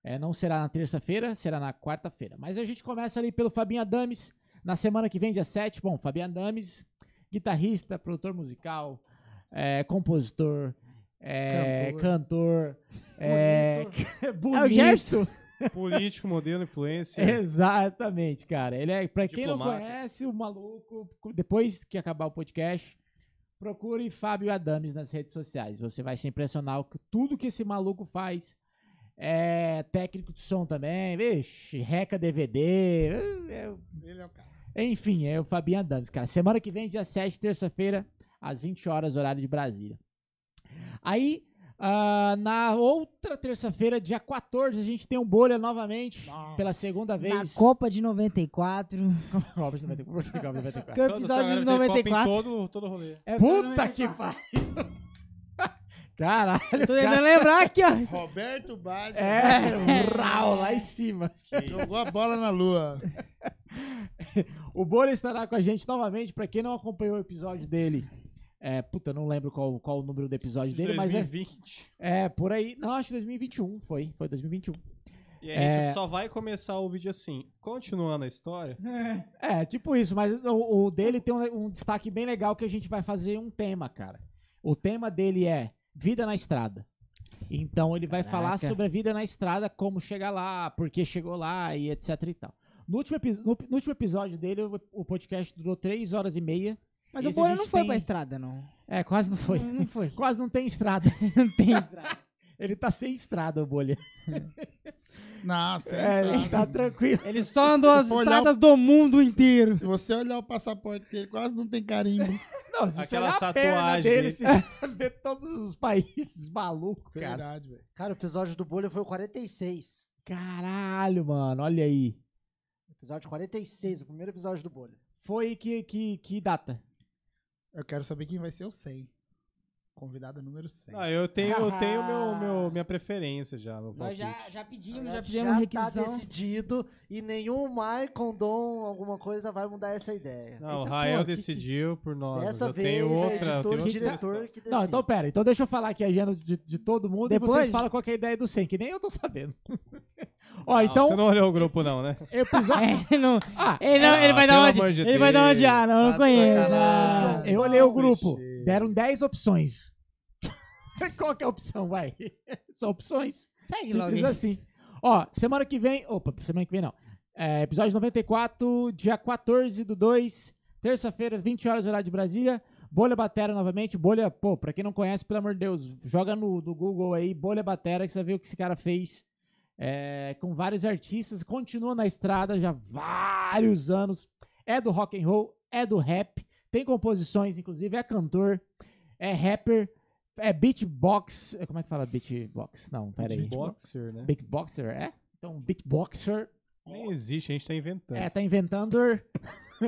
S4: É, não será na terça-feira, será na quarta-feira. Mas a gente começa ali pelo Fabinho Adames. Na semana que vem, dia 7, bom, Fabinho Adames, guitarrista, produtor musical, é, compositor, é,
S6: Cantor.
S4: cantor, é,
S5: Bonito.
S4: bonito.
S3: É o Gerson?
S2: Político, modelo, influência.
S4: É, [laughs] Exatamente, cara. Ele é, pra quem não
S2: Diplomata.
S4: conhece o maluco, depois que acabar o podcast, procure Fábio Adames nas redes sociais. Você vai se impressionar com tudo que esse maluco faz. É técnico de som também, vixe, reca DVD, é-
S6: Ele é o cara.
S4: enfim, é o Fabinho Adames, cara. Semana que vem, dia 7, terça-feira, às 20 horas, horário de Brasília. Aí, ah, na outra terça-feira, dia 14, a gente tem um bolha novamente,
S6: Nossa.
S4: pela segunda vez.
S3: Na Copa de 94.
S4: Copa de 94. Por que Copa de
S3: [laughs]
S4: 94?
S2: Todo-
S3: Episódio de
S2: agora tem Copa em
S3: 94.
S2: Todo, todo rolê.
S3: É,
S4: Puta que pariu! [laughs] Caralho,
S3: Tô
S4: cara.
S3: tentando lembrar aqui, ó.
S6: Roberto Baggio
S4: É, rau lá em cima.
S6: [laughs] jogou a bola na lua.
S4: O Bora estará com a gente novamente. Pra quem não acompanhou o episódio dele, é, puta, não lembro qual, qual o número do episódio dele, mas é,
S2: 2020.
S4: é por aí. Não, acho que 2021 foi. Foi 2021.
S2: E aí a gente só vai começar o vídeo assim. Continuando a história.
S4: É, tipo isso, mas o, o dele tem um, um destaque bem legal que a gente vai fazer um tema, cara. O tema dele é Vida na Estrada. Então ele vai
S3: Caraca.
S4: falar sobre a vida na estrada, como chegar lá, por que chegou lá e etc e tal. No último, epi- no- no último episódio dele, o, o podcast durou 3 horas e meia.
S3: Mas
S4: Esse
S3: o
S4: a
S3: Bolha
S4: gente
S3: não foi Hum.
S4: tem-
S3: pra estrada, não.
S4: É, quase não foi.
S3: Não, não foi.
S4: Quase não tem estrada. [laughs]
S3: Não [laughs] tem estrada.
S4: Ele tá sem estrada, o bolha.
S6: Nossa,
S4: É, ele tá tranquilo.
S3: Ele só andou as
S6: Se for olhar o-
S3: estradas do mundo inteiro.
S6: Se você olhar o passaporte dele, quase não tem carimbo.
S4: Não, se
S2: Aquela
S4: você olhar a perna
S2: tatuagem
S4: dele,
S2: dele.
S4: você já vê todos os países [laughs] malucos, [laughs] cara.
S6: Verdade, velho.
S5: Cara, o episódio do Bolha foi o 46.
S4: Caralho, mano, olha aí.
S5: Episódio 46, o primeiro episódio do Bolha.
S4: Foi que, que, que data?
S6: Eu quero saber quem vai ser o 100. Convidado número 100.
S2: Ah, eu tenho, eu tenho meu, meu, minha preferência já. Meu
S7: Nós já,
S2: palpite.
S7: já pedimos, já
S5: Já
S7: fizemos já
S5: tá
S7: requisição.
S5: decidido e nenhum Michael Dom alguma coisa vai mudar essa ideia.
S2: Não, o
S4: Eita,
S2: Rael
S4: pô, que-
S2: decidiu por nós. mas
S5: Dessa
S2: eu
S5: vez
S2: tenho
S5: é
S2: outra. eu
S5: editor
S2: tenho
S5: e
S2: outra
S5: diretor
S2: questão.
S5: que decide.
S4: Não, então pera. Então deixa eu falar aqui a agenda de, de todo mundo e Depois- vocês falam qual que é a ideia do 100, que nem eu tô sabendo. Ó,
S2: Ah,
S4: então,
S2: Você não olhou o grupo, não, né?
S3: [laughs]
S4: episódio...
S3: É, não,
S4: [laughs] Ah,
S3: ele, não- ele vai
S2: pelo
S3: dar uma
S2: amor
S3: de,
S2: de
S3: ele vai dar uma de,
S2: Deus.
S3: ah, não, eu não
S6: Tá
S3: conheço.
S6: sacanagem.
S4: eu olhei o grupo. Deram 10 opções. [laughs] qual que é a opção, vai? [laughs] São opções.
S7: Segue logo.
S4: Simples
S7: aí.
S4: assim. Ó, semana que vem. Opa, semana que vem não. É, episódio 94, dia 14 do 2, terça-feira, 20 horas, horário de Brasília. Bolha Batera novamente. Bolha, pô, pra quem não conhece, pelo amor de Deus, joga no, no Google aí, Bolha Batera, que você vai ver o que esse cara fez é, com vários artistas. Continua na estrada já há vários anos. É do rock and roll, é do rap, tem composições, inclusive, é cantor, é rapper, é beatbox. Como é que fala beatbox? Não, peraí.
S2: Boxer, né?
S4: Big Boxer, é? Então, Big Boxer.
S2: Nem existe, a gente tá inventando.
S4: É, tá inventando. [laughs]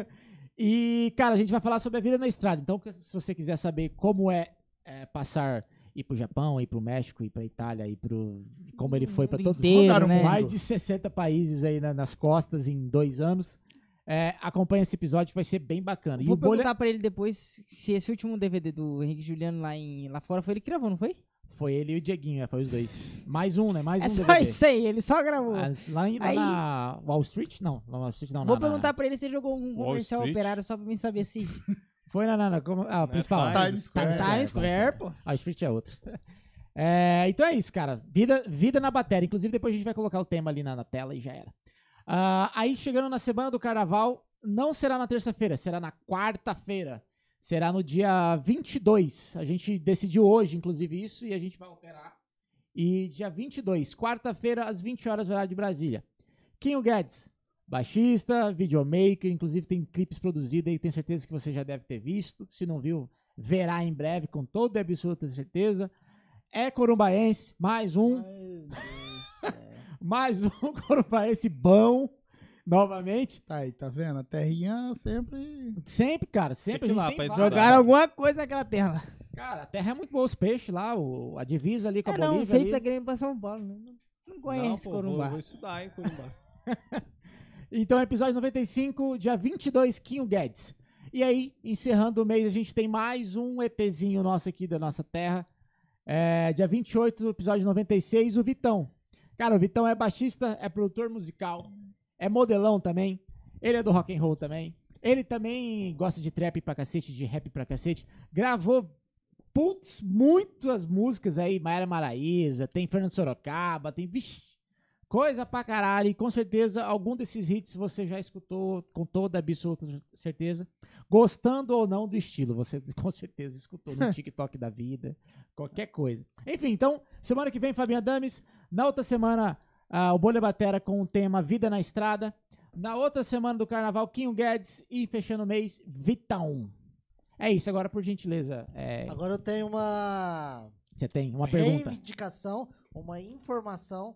S4: e, cara, a gente vai falar sobre a vida na estrada. Então, se você quiser saber como é, é, passar ir pro Japão, ir pro México, ir pra Itália, ir pro. Como ele foi pra
S3: mundo
S4: todos
S3: inteiro,
S4: rodaram
S3: né?
S4: mais de 60 países aí na- nas costas em dois anos. É, acompanha esse episódio que vai ser bem bacana. E
S3: Vou
S4: o Bolha
S3: perguntar pra ele depois se esse último DVD do Henrique Juliano lá, em, lá fora foi ele que gravou, não foi?
S4: foi ele e o Dieguinho, é, foi os dois. Mais um, né? Mais
S3: é
S4: um
S3: só
S4: DVD.
S3: isso aí, ele só gravou.
S4: As- Lá, em, lá
S3: Aí-
S4: na Wall Street? Não, na Wall Street Ah, não.
S3: Vou
S4: na- na-
S3: perguntar pra ele se ele jogou algum
S2: Wall
S3: comercial
S2: Street?
S3: operário só pra mim saber se.
S4: Foi na, na, na como, ah,
S2: Né?
S4: principal.
S2: Times
S6: Times
S2: Square.
S6: Square.
S4: Times Square,
S3: pô.
S4: A Street é outra. [laughs] É, então é isso, cara. Vida, vida na bateria. Inclusive, depois a gente vai colocar o tema ali na, na tela e já era. Ah, aí, chegando na semana do carnaval, não será na terça-feira, será na quarta-feira. Será no dia 22. A gente decidiu hoje, inclusive, isso e a gente vai alterar. E dia 22, quarta-feira, às 20 horas, horário de Brasília. Quinho Guedes, baixista, videomaker, inclusive tem clipes produzidos aí, tenho certeza que você já deve ter visto. Se não viu, verá em breve, com toda e absoluta certeza. É corumbaense, mais um, mais um [laughs] corumbaense bom, novamente.
S6: Tá aí, tá vendo? A terrinha sempre.
S4: Sempre, cara, sempre
S2: que
S4: a gente
S2: lá,
S4: tem
S2: pra
S4: vários.
S2: estudar. Jogaram
S3: alguma coisa naquela tela.
S4: Cara, a terra é muito boa, os peixes lá, o- a divisa ali com
S3: É
S4: a
S3: não, o
S4: Bolívia
S3: Felipe tá
S4: ali.
S3: querendo ir pra São Paulo, né? Não, não conhece
S2: não, pô,
S3: Corumbá.
S2: Vou, vou estudar em Corumbá.
S4: Então, episódio 95, dia 22, Quinho Guedes. E aí, encerrando o mês, a gente tem mais um ETzinho nosso aqui da nossa terra. É, dia 28, episódio 96, o Vitão. Cara, o Vitão é baixista, é produtor musical, é modelão também. Ele é do rock and roll também. Ele também gosta de trap pra cacete, de rap pra cacete. Gravou, putz, muitas músicas aí. Maera Maraíza, tem Fernando Sorocaba, tem... Vixe, Coisa pra caralho, e com certeza algum desses hits você já escutou com toda absoluta certeza, gostando ou não do estilo, você [laughs] com certeza escutou no TikTok da vida, qualquer coisa. Enfim, então, semana que vem, Fabinha Dames, na outra semana, ah, o Bolha Batera com o tema Vida na Estrada, na outra semana do Carnaval, Quinho Guedes e fechando o mês, Vitão. É isso, agora por gentileza, é,
S5: Agora eu tenho uma
S4: você tem uma pergunta?
S5: reivindicação, uma informação.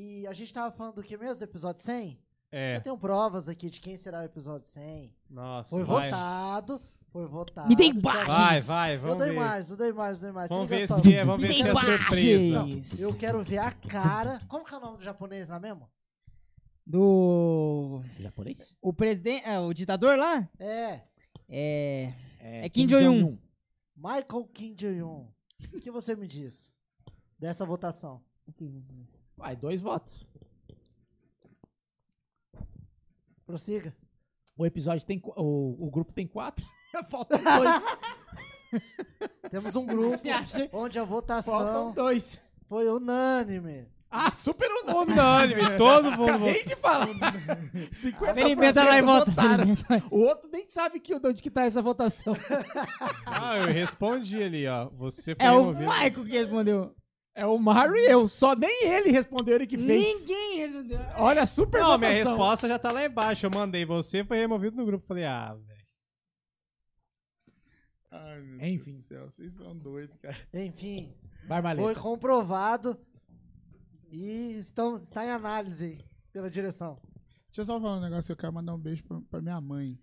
S5: E a gente tava falando do que mesmo? Do episódio 100?
S2: É.
S5: Eu tenho provas aqui de quem será o episódio 100.
S2: Nossa.
S5: Foi
S2: vai.
S5: votado, foi votado.
S3: Me dê
S5: Thiago
S3: imagens.
S2: Vai,
S5: Nunes.
S2: vai,
S5: eu
S2: vamos
S5: dou
S2: ver.
S5: imagens, eu dou imagens, dou imagens.
S2: Vamos
S5: Liga
S2: ver
S5: só.
S2: se é, vamos ver
S3: Tem
S2: se é surpresa.
S3: imagens.
S5: Eu quero ver a cara. Como que é o nome do japonês lá mesmo?
S3: Do.
S4: Japonês?
S3: O presidente. é, o ditador lá?
S5: É,
S3: É. É Kim Jong-un.
S5: Michael Kim Jong-un. O que você me diz dessa votação?
S4: Vai, dois votos.
S5: Prossiga.
S4: O episódio tem. qu- O, o grupo tem quatro. [laughs] Faltam dois.
S5: Temos
S3: [laughs]
S5: um grupo onde a
S4: Faltam
S5: votação
S4: dois.
S5: foi unânime.
S4: Ah, super unânime.
S2: Unânime, todo mundo votou.
S4: Acabei de falar. 50%
S3: Experimenta lá e volta.
S4: votaram. O outro nem sabe que, de onde que tá essa votação.
S2: Ah, eu respondi ali, ó. Você foi
S3: É o
S2: removido.
S3: Michael que respondeu.
S4: É o Mario e eu. Só nem ele respondeu ele que fez.
S3: Ninguém respondeu.
S4: Olha, super
S2: Não,
S4: votação.
S2: minha resposta já tá lá embaixo. Eu mandei você, foi removido no grupo. Falei, ah, velho.
S6: Ai, meu
S4: Enfim.
S6: Deus do céu, vocês são doidos, cara.
S5: Enfim,
S4: Vai, Maleta.
S5: foi comprovado e estamos, está em análise pela direção.
S6: Deixa eu só falar um negócio que eu quero mandar um beijo pra, pra minha mãe.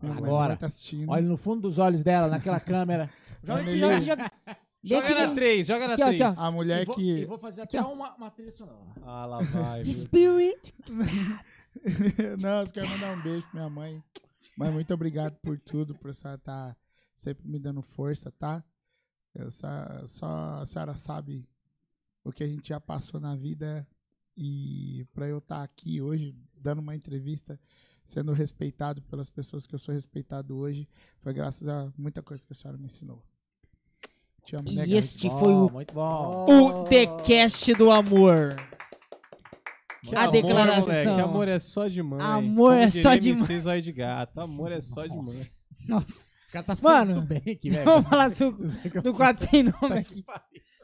S6: Minha mãe, minha
S4: Agora.
S6: mãe tá assistindo.
S4: Olha no fundo dos olhos dela, naquela câmera.
S6: Joga aqui,
S3: Joga, joga. Vê
S2: Joga
S3: que
S2: na
S3: nem-
S2: 3, joga na
S3: Aqui, ó,
S2: 3.
S3: aqui, ó.
S6: A mulher
S4: E vou,
S6: é que.
S4: e vou fazer até
S3: Aqui,
S4: uma, uma trilha sonora.
S2: Ah, lá vai. meu
S3: Spirit.
S6: [laughs] Não, eu só quero mandar um beijo pra minha mãe. Mãe, muito obrigado por tudo, por essa tá sempre me dando força, tá? Eu só, só a senhora sabe o que a gente já passou na vida e pra eu estar aqui hoje dando uma entrevista, sendo respeitado pelas pessoas que eu sou respeitado hoje, foi graças a muita coisa que a senhora me ensinou. Te amo, né,
S3: E
S6: garoto?
S3: este foi o,
S4: Muito bom.
S3: o The Cast do Amor.
S2: Que
S3: A declaração.
S2: moleque, amor é só de mãe.
S3: Amor é só de
S2: mãe. Zóio de gato. Amor é só de mãe.
S3: Nossa.
S4: O cara tá
S3: Mano,
S4: muito bem aqui, velho. [laughs]
S3: Vamos falar do, do quadro sem [laughs] nome aqui.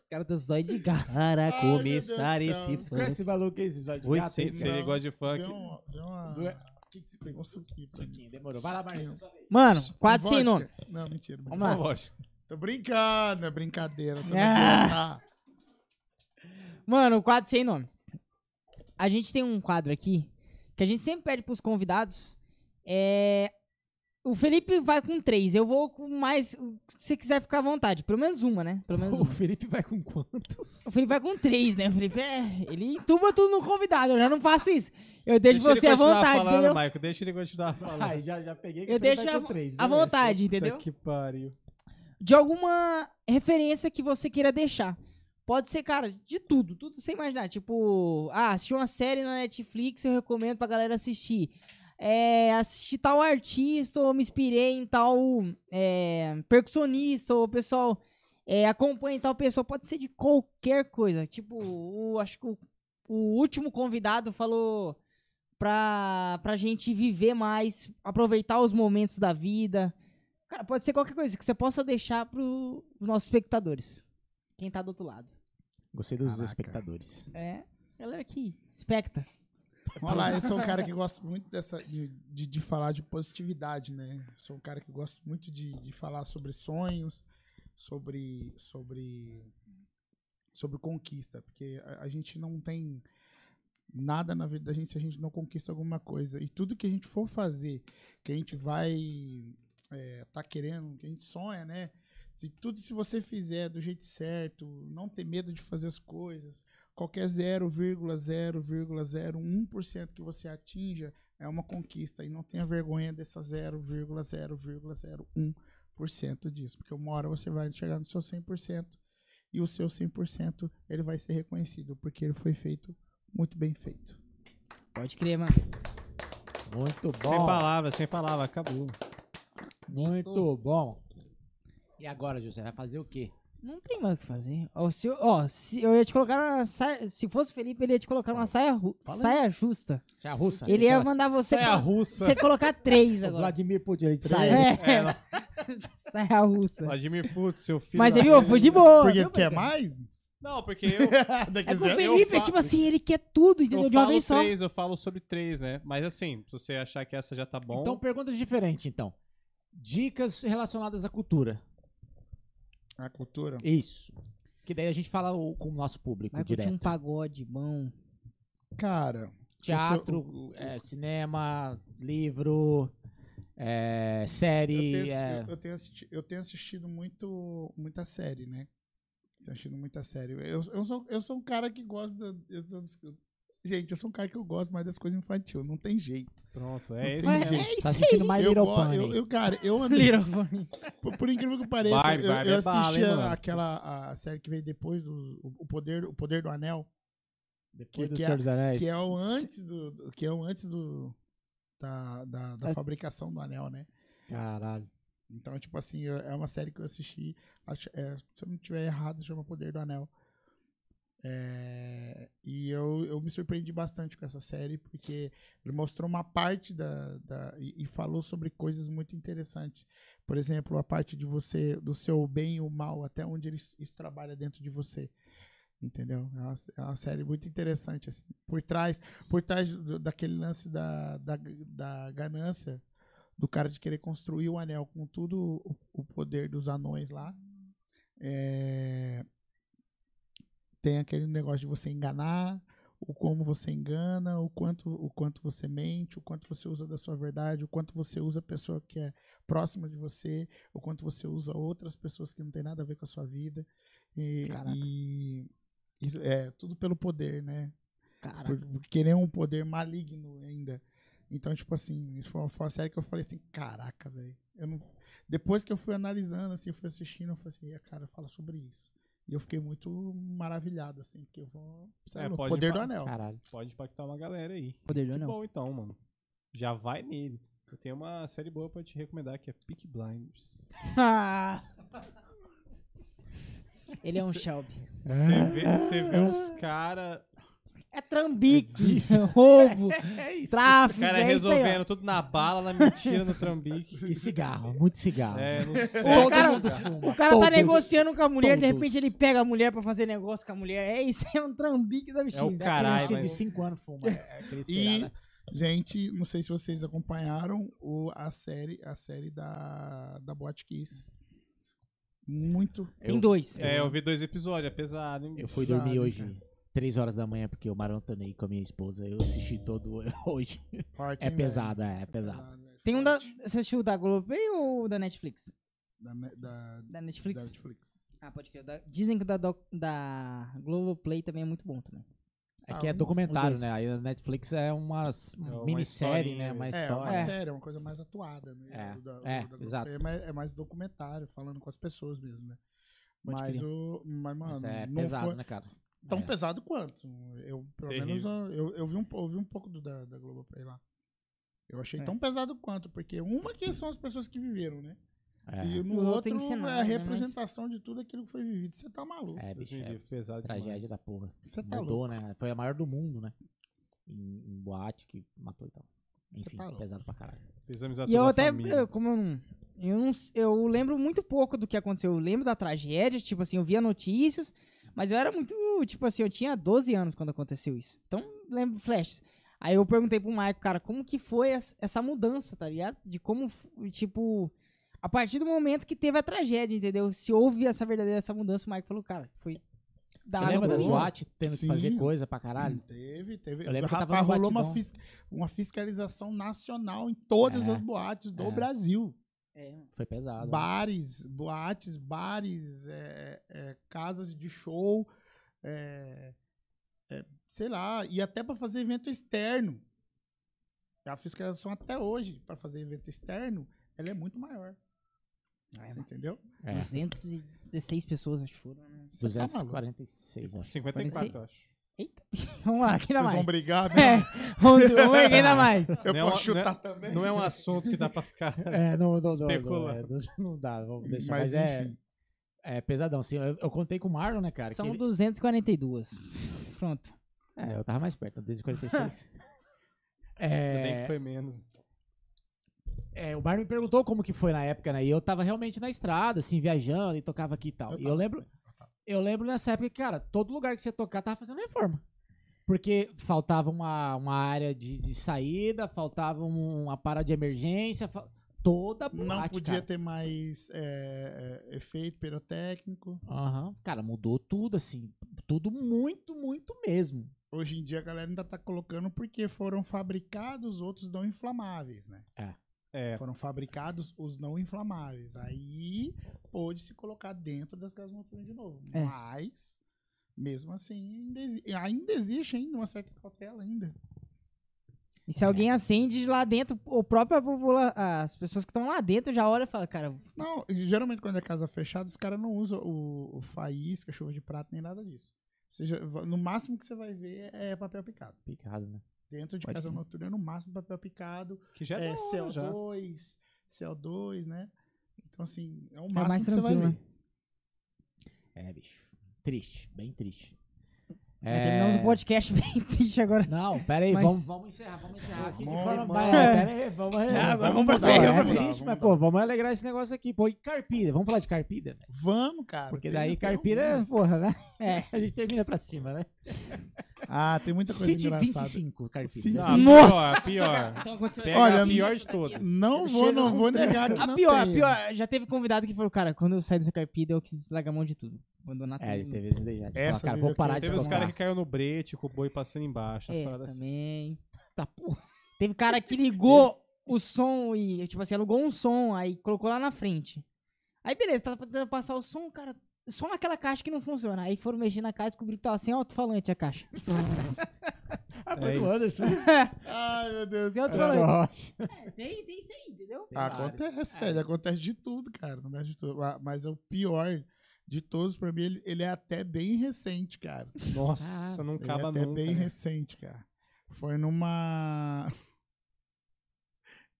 S3: Os caras do Zóio de Gato.
S6: Ai,
S7: Para
S6: meu
S7: começar
S6: Deus do céu.
S7: esse
S4: Você conhece
S7: funk.
S4: esse maluco aí, esse zóio de
S2: Oi,
S4: gato?
S2: se,
S4: aí?
S2: se ele gosta de funk.
S6: Deu uma- deu uma- que que se pegou? Um suquinho pra mim.
S4: Suquinho, Demorou. Vai lá, Marquinhos.
S3: Mano, quadro sem
S6: Vodka.
S3: nome.
S6: Não, mentira.
S3: Vamos
S6: brincadeira.
S3: lá.
S2: Não, lógico.
S6: Tô brincando, é brincadeira. Tô
S3: Ah.
S6: ah.
S3: Mano, o quadro sem nome. A gente tem um quadro aqui que a gente sempre pede pros convidados. É. O Felipe vai com três, eu vou com mais. o que você quiser ficar à vontade. Pelo menos uma, né? Pelo [laughs] menos
S4: O
S3: uma.
S4: Felipe vai com quantos?
S3: O Felipe vai com três, né? O Felipe é. Ele entuba tudo no convidado, eu já não faço isso. Eu deixo
S2: Deixa ele
S3: você à
S2: continuar
S3: vontade,
S2: falando,
S3: entendeu?
S2: Michael, deixa ele continuar falando.
S4: Ai, já, já peguei. que
S3: Eu
S4: o Felipe
S3: deixo
S4: vai
S3: a-
S4: com três,
S3: À
S4: beleza.
S3: vontade, entendeu?
S2: Puta que pariu.
S3: de alguma referência que você queira deixar. Pode ser, cara, de tudo, tudo sem imaginar. Tipo, ah, assisti uma série na Netflix, eu recomendo pra galera assistir. É, assisti tal artista, ou me inspirei em tal é, percussionista, ou o pessoal é, acompanha tal pessoa. Pode ser de qualquer coisa. Tipo, o- acho que o, o último convidado falou pra, pra gente viver mais, aproveitar os momentos da vida. Cara, pode ser qualquer coisa que você possa deixar pros nossos espectadores. Quem tá do outro lado.
S4: Gostei dos
S6: Caraca.
S4: espectadores.
S3: É, galera aqui, especta.
S6: Olha lá, eu sou um cara que gosto muito dessa, de, de, de falar de positividade, né? Sou um cara que gosto muito de, de falar sobre sonhos, sobre, sobre, sobre conquista, porque a, a gente não tem nada na vida da gente se a gente não conquista alguma coisa. E tudo que a gente for fazer, que a gente vai é, tá querendo, que a gente sonha, né? Se tudo se você fizer do jeito certo, não ter medo de fazer as coisas, qualquer 0,0,01% que você atinja é uma conquista e não tenha vergonha dessa 0,0,01% disso, porque uma hora você vai chegar no seu 100% e o seu 100% ele vai ser reconhecido, porque ele foi feito muito bem feito.
S3: Pode crer, mano.
S4: Muito
S2: Sem
S4: bom.
S2: palavras, sem palavras, acabou.
S4: Muito bom. E agora, José, vai fazer o quê?
S3: Não tem mais o que fazer. Ó, se, eu- ó, se eu ia te colocar na saia. Se fosse o Felipe, ele ia te colocar numa saia, ru-
S4: Fala aí. Tá,
S3: saia justa.
S4: Já russa.
S3: ele é ia mandar você,
S2: Saia
S3: colo-
S2: russa.
S3: você colocar três
S4: O
S3: agora.
S4: Vladimir Putin, ele sai.
S3: [laughs] É, saia russa.
S2: Vladimir Futs, seu filho.
S3: Mas
S2: da
S3: você viu?
S2: mãe.
S3: Foi de boa.
S6: porque
S3: viu,
S6: você quer
S3: Michael?
S6: mais? [laughs]
S3: [laughs]
S2: Não, porque eu,
S6: Daqui
S3: É que o
S6: zero-
S3: Felipe,
S2: falo-
S3: tipo assim, ele quer tudo, entendeu?
S2: eu
S3: De uma
S2: falo
S3: vez só.
S2: três, eu falo sobre três, né? Mas assim, se você achar que essa já tá bom...
S4: Então, perguntas diferentes, então. Dicas relacionadas à cultura.
S6: A cultura.
S4: Isso. Que daí a gente fala o- com o nosso público
S3: Vai curtir
S4: direto.
S3: um pagode bom.
S6: Cara,
S4: Teatro,
S6: O- o-
S4: é, cinema, livro, é,
S6: eu
S4: série.
S6: tenho,
S4: é,
S6: eu, eu tenho assisti- eu tenho assistido muito, muita série, né? Tenho assistido muita série. Eu, eu, sou, eu sou um cara que gosta. da- eu sou- gente, eu sou um cara que eu gosto mais das coisas infantil, não tem jeito.
S2: Pronto, é
S6: Mas-
S2: esse
S6: é
S2: jeito.
S4: tá assistindo My
S6: Eu,
S4: Little
S6: go-
S4: Pony.
S6: eu, eu, cara,
S2: [laughs]
S6: eu
S3: [laughs]
S6: andei.
S3: Little Pony.
S6: Por, por incrível que pareça,
S2: Barbie,
S6: eu,
S2: Barbie
S6: eu
S2: é bala,
S6: assisti
S2: hein,
S6: a-
S2: mano?
S6: aquela a série que veio depois, o, o, poder, o poder do Anel,
S4: Depois
S6: que-
S4: do
S6: que é-
S4: Senhor dos Anéis.
S6: que é o antes do. do- Que é o antes do. Da, da, da fabricação do anel, né?
S4: Caralho.
S6: Então, tipo assim, eu- é uma série que eu assisti. acho- é, se eu não tiver errado, chama Poder do Anel. É, e eu, eu me surpreendi bastante com essa série, porque ele mostrou uma parte da. da- e, e falou sobre coisas muito interessantes. Por exemplo, a parte de você, do seu bem e o mal, até onde ele, isso trabalha dentro de você. Entendeu? É uma, é uma série muito interessante. Assim. Por trás, por trás do- daquele lance da, da, da ganância, do cara de querer construir o anel com tudo o, o poder dos anões lá. É, Tem aquele negócio de você enganar, o como você engana, o quanto, o quanto você mente, o quanto você usa da sua verdade, o quanto você usa a pessoa que é próxima de você, o quanto você usa outras pessoas que não tem nada a ver com a sua vida. E,
S3: Caraca.
S6: e isso é tudo pelo poder, né?
S3: Cara,
S6: Por, porque ele é um poder maligno ainda. Então, tipo assim, isso foi uma, foi uma série que eu falei assim, caraca, velho. Eu não- Depois que eu fui analisando, assim, eu fui assistindo, eu falei assim, "Ih, cara, fala sobre isso. E eu fiquei muito maravilhado, assim, porque eu vou. Sabe,
S2: É,
S6: o
S2: pode
S6: poder do
S2: pa-
S6: anel.
S4: Caralho.
S2: Pode impactar uma galera aí.
S3: poder do
S2: Muito
S3: não.
S2: bom então, mano. Já vai nele. Eu tenho uma série boa pra te recomendar que é Peak Blinders.
S3: Ah. Ele é um Shelby.
S2: Você vê, você vê uns caras.
S3: É trambique, [laughs]
S2: Vício.
S3: roubo,
S6: É isso.
S3: tráfico,
S2: Os caras
S3: é isso aí, ó.
S2: resolvendo tudo na bala, na mentira, no trambique.
S4: E cigarro, muito cigarro.
S2: É, não sei.
S3: Ô, cara,
S4: fuma.
S3: O cara
S4: Todos.
S3: tá negociando com a mulher, de
S4: Todos.
S3: repente ele pega a mulher pra fazer negócio com a mulher. É isso, [laughs] é um trambique da bexiga.
S2: o
S4: É
S2: Caralho,
S4: criança de
S2: mas-
S4: 5 anos fuma. É criança
S6: E,
S4: cheirada.
S6: gente, não sei se vocês acompanharam o, a série, a série da, da Bot Kiss. Muito.
S3: Tem dois.
S2: É, eu vi dois episódios, é pesado, hein?
S4: Eu fui dormir
S6: Sabe,
S4: hoje,
S6: cara.
S4: 3 horas da manhã, porque eu maratonei com a minha esposa. Eu assisti todo [laughs] hoje.
S6: Forte,
S4: É
S6: hein, velho?
S4: pesada, é pesada.
S6: velho,
S3: Tem um da.
S6: forte.
S3: Você assistiu o da Globoplay ou da Netflix?
S6: Da, ne- da, da
S3: Da Netflix?
S6: Netflix.
S3: Ah, pode crer. Da- Dizem que o da, doc- da Globoplay também é muito bom também.
S4: É
S6: Ah,
S4: que é
S6: um-
S4: documentário,
S3: os dois.
S4: né? Aí a Netflix é uma,
S2: uma
S4: minissérie,
S2: historinha,
S4: né? Uma
S6: É, uma
S4: história.
S6: série, é uma coisa mais atuada, né?
S4: É,
S6: O da- o
S4: é,
S6: da Globo
S4: exato.
S6: É mais, é mais documentário, falando com as pessoas mesmo, né?
S4: Pode
S6: Mas
S4: crer.
S6: o. Mas, mano,
S4: Mas é
S6: não
S4: pesado,
S6: foi
S4: né, cara?
S6: tão
S4: É.
S6: pesado quanto. Eu, pelo
S2: Terrível.
S6: menos, eu, eu- eu vi um, po- eu vi um pouco do da, da Globoplay lá. Eu achei
S4: É.
S6: tão pesado quanto, porque uma que são as pessoas que viveram, né?
S4: É,
S6: E no
S3: O outro
S6: outro,
S3: encenado,
S6: é a
S3: né, mas-
S6: representação de tudo aquilo que foi vivido. Você tá maluco.
S4: é,
S2: Deus
S4: bicho,
S2: me
S4: é
S2: livre, pesado
S4: tragédia
S2: demais.
S4: da porra.
S6: Você tá louco.
S4: Mudou, né? Foi a maior do mundo, né? Em, em boate que matou e tal. Enfim,
S6: tá louco.
S4: pesado pra caralho.
S2: Fizemos a
S3: E
S2: toda
S3: eu
S2: a
S3: até,
S2: família.
S3: eu- como eu não, eu não s- eu lembro muito pouco do que aconteceu. Eu lembro da tragédia, tipo assim, eu via notícias, mas eu era muito, tipo assim, eu tinha 12 anos quando aconteceu isso. Então, lembro flashes. Aí eu perguntei pro Maico, cara, como que foi es- essa mudança, tá ligado? De como, f- tipo, a partir do momento que teve a tragédia, entendeu? Se houve essa verdadeira essa mudança, o Maico falou, cara, foi da
S4: Você
S3: água
S4: lembra
S3: pro
S4: das
S3: vinho.
S4: boates tendo que fazer
S6: Sim.
S4: coisa pra caralho?
S6: Teve, teve.
S4: Eu lembro que
S6: Rapaz,
S4: tava no
S6: rolou uma,
S4: batidão.
S6: fis- uma fiscalização nacional em todas
S4: É,
S6: as boates do
S4: é.
S6: Brasil.
S3: É, mano.
S4: Foi pesado. né?
S6: Bares, boates, bares, é, é, casas de show, é, é, sei lá, e até para fazer evento externo. A fiscalização até hoje para fazer evento externo, ela é muito maior.
S3: É,
S6: Você
S3: mano.
S6: entendeu?
S4: É.
S3: 216 pessoas, acho que foram, né?
S6: Você tá maluco.
S4: 246, acho.
S2: 54, eu acho.
S3: Eita, vamos lá, quem dá
S6: Vocês
S3: mais?
S6: vão brigar, né?
S3: É, [laughs] vamos, vamos ver [laughs] quem dá mais.
S6: Eu
S2: Não é uma-
S6: posso
S2: não é-
S6: chutar também.
S2: Não é um assunto que dá pra ficar. [laughs]
S4: É, não, não, não, não,
S2: Especula.
S4: é, não, não dá, [laughs] vamos
S6: Mas,
S4: deixar. Mas, é,
S6: enfim,
S4: é pesadão, sim. Eu, eu contei com o Marlon, né, cara? que
S3: São
S4: ele-
S3: 242. Pronto.
S4: É, eu tava mais perto, 246.
S2: Ainda bem que
S4: é,
S2: foi menos.
S4: é, o Marlon me perguntou como que foi na época, né? E eu tava realmente na estrada, assim, viajando e tocava aqui e tal.
S6: Eu
S4: e eu
S6: tava
S4: lembro, eu lembro nessa época que, cara, todo lugar que você tocar tava fazendo reforma. Porque faltava uma, uma área de, de saída, faltava um- uma parada de emergência, fal- toda boate,
S6: não podia
S4: cara.
S6: ter mais é, é, efeito pirotécnico.
S4: Aham. Cara, mudou tudo, assim. Tudo muito, muito mesmo.
S6: Hoje em dia a galera ainda tá colocando porque foram fabricados outros não inflamáveis, né?
S2: É,
S6: Foram fabricados os não inflamáveis. Aí pôde se colocar dentro das casas noturnas de novo.
S3: É.
S6: Mas, mesmo assim, ainda, exi- ainda existe ainda uma certa cautela ainda.
S3: E
S4: É.
S3: se alguém acende lá dentro, o próprio popula as pessoas que estão lá dentro já olham e falam, cara,
S6: Não, e geralmente quando é casa fechada, os caras não usam o, o faísca, chuva de prata, nem nada disso. Ou seja, va- no máximo que você vai ver é papel picado.
S4: Picado, né?
S6: Dentro de
S4: Pode
S6: casa
S4: crer.
S6: noturna, no máximo papel picado,
S2: que já
S6: é,
S2: é, da hora, já.
S6: CO2, CO2, né? Então, assim, é o
S3: mais
S6: máximo que você vai
S3: tranquilo,
S6: ver.
S4: É, bicho. Triste, bem triste. É.
S3: terminamos o podcast [laughs] bem triste agora.
S4: Não, pera aí,
S3: Mas-
S4: vamos, vamos encerrar, vamos encerrar aqui. de
S6: Vamos,
S4: forma-
S6: vamos.
S4: É,
S5: né?
S4: pera aí, vamos,
S3: Ah,
S4: vamos,
S3: vamos pra
S4: mudar,
S6: frente,
S4: é,
S6: vamos
S4: triste,
S6: mudar,
S4: mas
S6: vamos
S4: pô, vamos alegrar esse negócio aqui, pô, e Carpida, vamos falar de Carpida? né?
S6: Vamos, cara.
S4: Porque
S6: tem-
S4: daí
S6: tem
S4: Carpida, é,
S6: algumas.
S4: porra, né?
S3: É.
S4: [laughs] A gente termina pra cima, né?
S6: Ah, tem muita coisa
S4: City
S6: engraçada.
S4: 25, Carpida.
S6: City-
S4: né?
S2: Ah,
S3: Nossa!
S2: Pior, pior.
S3: Então aconteceu
S2: Pega
S6: Olha,
S2: a pior de todas.
S6: Não vou,
S3: Chega
S6: não
S3: com
S6: vou negar que
S3: A
S6: não
S3: pior, a
S6: tem.
S3: pior, já teve convidado que falou, cara, quando eu saí dessa carpida eu quis largar a mão de tudo. Abandonar
S4: É, ele
S3: tudo.
S4: teve esse daí já. de
S6: Essa
S4: falar, cara,
S6: daí
S4: vou
S6: eu
S4: parar de
S2: Teve os
S4: comprar.
S2: caras que caíram no brete com o boi passando embaixo. As
S3: É,
S2: paradas assim.
S3: também.
S4: Tá, porra.
S3: Teve cara que ligou o som e, tipo assim, alugou um som, aí colocou lá na frente. Aí beleza, tava tentando passar o som, cara, só naquela caixa que não funciona. Aí foram mexer na caixa e descobriram que tava sem alto-falante a caixa.
S4: Ah,
S2: É
S4: foi do
S2: isso.
S4: Anderson.
S6: Ai, meu Deus.
S3: Sem
S6: cara.
S3: alto-falante.
S4: Rocha.
S3: Tem, tem isso aí, entendeu?
S6: Acontece, velho. Acontece de tudo, cara. Não de tudo. Ah, Mas é o pior de todos, pra mim, ele, ele é até bem recente, cara.
S2: assim. Nossa, não
S6: Ele é
S2: acaba
S6: até
S2: nunca.
S6: bem
S2: né?
S6: recente, cara. Foi numa. [laughs]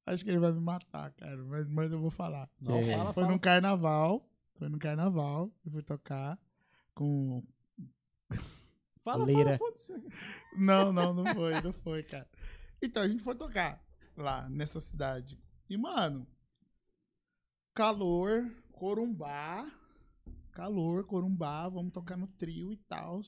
S6: Acho que ele vai me matar, cara. Mas, mas eu vou falar.
S2: Não,
S4: É.
S2: fala,
S6: Foi
S2: fala.
S6: num carnaval. Foi num carnaval. Eu fui tocar com.
S2: Fala,
S4: Leira.
S2: fala, foda-se.
S6: Não, não, não foi, não foi, cara. Então, a gente foi tocar lá nessa cidade. E, mano, calor, corumbá. Calor, corumbá, vamos tocar no trio e tal.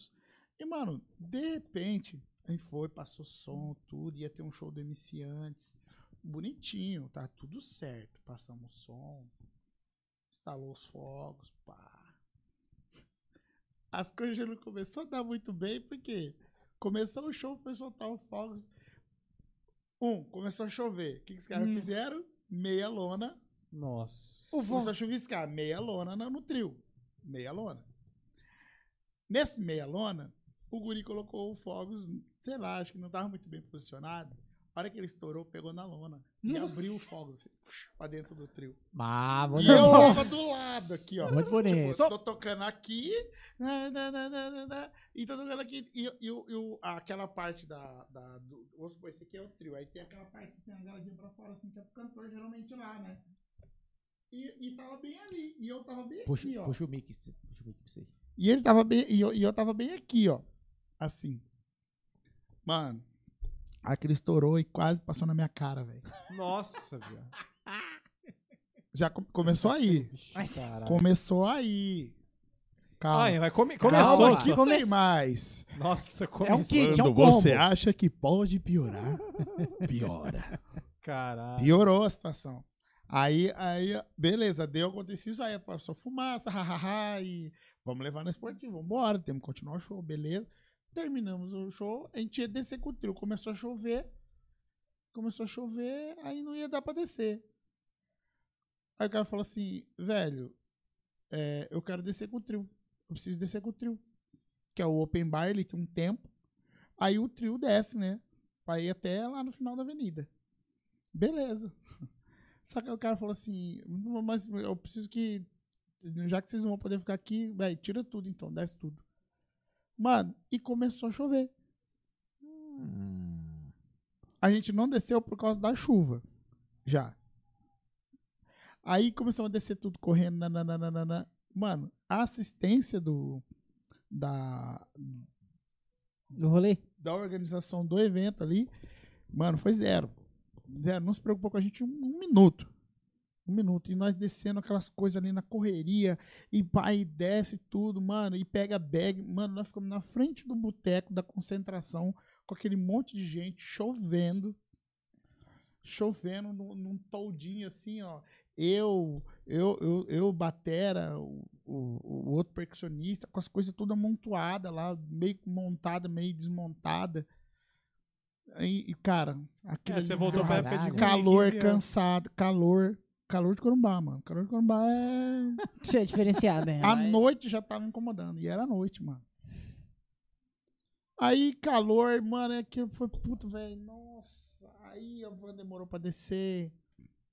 S6: E, mano, de repente, a gente foi, passou som, tudo, ia ter um show do MC antes. Bonitinho, tá tudo certo. Passamos som, instalou os fogos, pá. As coisas já não começou a dar muito bem, porque começou o show, foi soltar os fogos. Um, começou a chover. O que, que os caras fizeram? Meia lona
S2: Nossa.
S6: o Começou a chuviscar. Meia lona no, no trio. Meia lona. Nesse meia lona, o guri colocou o fogos, sei lá, acho que não tava muito bem posicionado. A hora que ele estourou, pegou na lona. E
S3: Nossa.
S6: abriu o fogos assim, puxa, pra dentro do trio.
S4: Ah, vou
S6: E
S4: dar-
S6: eu tava do lado aqui, ó.
S4: Muito bonito.
S6: Tipo, tô tocando aqui. né, na, na, na, na, na, na, né, e tô tocando aqui. E, e o- e o- aquela parte da. da do, vamos supor, esse aqui é o trio. Aí tem aquela parte que tem a galadinha pra fora, assim, que é o cantor geralmente lá, né? E, e tava bem ali. E eu tava bem
S4: Puxa,
S6: aqui, ó.
S4: puxa o mic. pra você- Puxa o mic pra você.
S6: E ele tava bem. E eu, e eu tava bem aqui, ó. Assim. Mano. Aquele estourou e quase passou na minha cara, velho.
S2: Nossa, é velho.
S6: Já com- começou aí.
S3: Mas-
S2: um
S4: tá.
S2: Caralho.
S6: Começou aí. Calma.
S2: Ai, vai come...
S6: Calma
S2: Começou
S6: que
S2: aqui.
S6: tem mais.
S2: Nossa,
S4: É um
S2: começou.
S4: kit. Gente, é um
S6: Quando
S4: combo.
S6: você acha que pode piorar, piora.
S2: Caralho.
S6: Piorou a situação. Aí, aí, beleza, deu, aconteceu isso, aí passou fumaça, [laughs] hahaha, e vamos levar no esportivo, vamos embora, temos que continuar o show, beleza. Terminamos o show, a gente ia descer com o trio, começou a chover, começou a chover, aí não ia dar pra descer. Aí o cara falou assim, velho, é, eu quero descer com o trio, eu preciso descer com o trio. Que é o open bar, ele tem um tempo, aí o trio desce, né, pra ir até lá no final da avenida. Beleza. Só que o cara falou assim, "Não, mas eu preciso que. Já que vocês não vão poder ficar aqui, véi, tira tudo então, desce tudo. Mano, e começou a chover. A gente não desceu por causa da chuva. Já. Aí começou a descer tudo correndo. Nananana. Mano, a assistência do. Da,
S3: Do rolê?
S6: da organização do evento ali, mano, foi zero. Zero. Não se preocupou com a gente um, um minuto. Um minuto. E nós descendo aquelas coisas ali na correria, e vai e desce tudo, mano, e pega bag. Mano, nós ficamos na frente do boteco da concentração, com aquele monte de gente chovendo. Chovendo num, num toldinho assim, ó. Eu, eu, eu, eu Batera, o, o, o outro percussionista, com as coisas todas amontoadas lá, meio montada, meio desmontada. E, e, cara, aquilo
S2: É, você
S6: ali-
S2: voltou pra época de
S4: Caralho.
S6: calor
S2: 15 anos.
S6: cansado, calor, calor de Corumbá, mano. Calor de Corumbá é
S3: Isso é diferenciado,
S6: [laughs]
S3: né?
S6: a
S3: Mas-
S6: noite já tava incomodando e era noite, mano. Aí calor, mano, é que foi puto, velho. Nossa, aí a van demorou pra descer.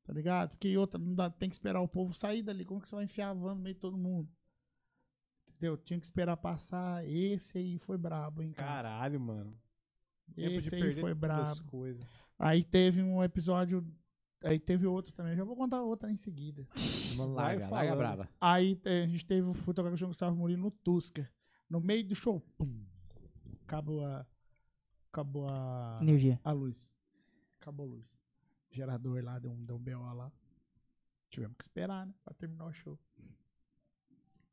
S6: Tá ligado? Porque e outra, não dá, tem que esperar o povo sair dali. Como que você vai enfiar a van no meio de todo mundo? Entendeu? Tinha que esperar passar. Esse aí foi brabo, hein, cara.
S2: Caralho, mano. Tempo de
S6: Esse aí
S2: perder
S6: foi
S2: das
S6: brabo.
S2: coisas.
S6: Aí teve um episódio. Aí teve outro também. Já vou contar outra em seguida.
S4: Vamos
S2: Vai
S4: larga, larga
S2: falando.
S4: brava.
S6: Aí eh, a gente teve o Fui tocar com o João Gustavo Murilo no Tusca. No meio do show. Pum, acabou a. Acabou a.
S3: Energia.
S6: A luz. Acabou a luz. Gerador lá, deu um, deu um BO lá. Tivemos que esperar, né? Pra terminar o show.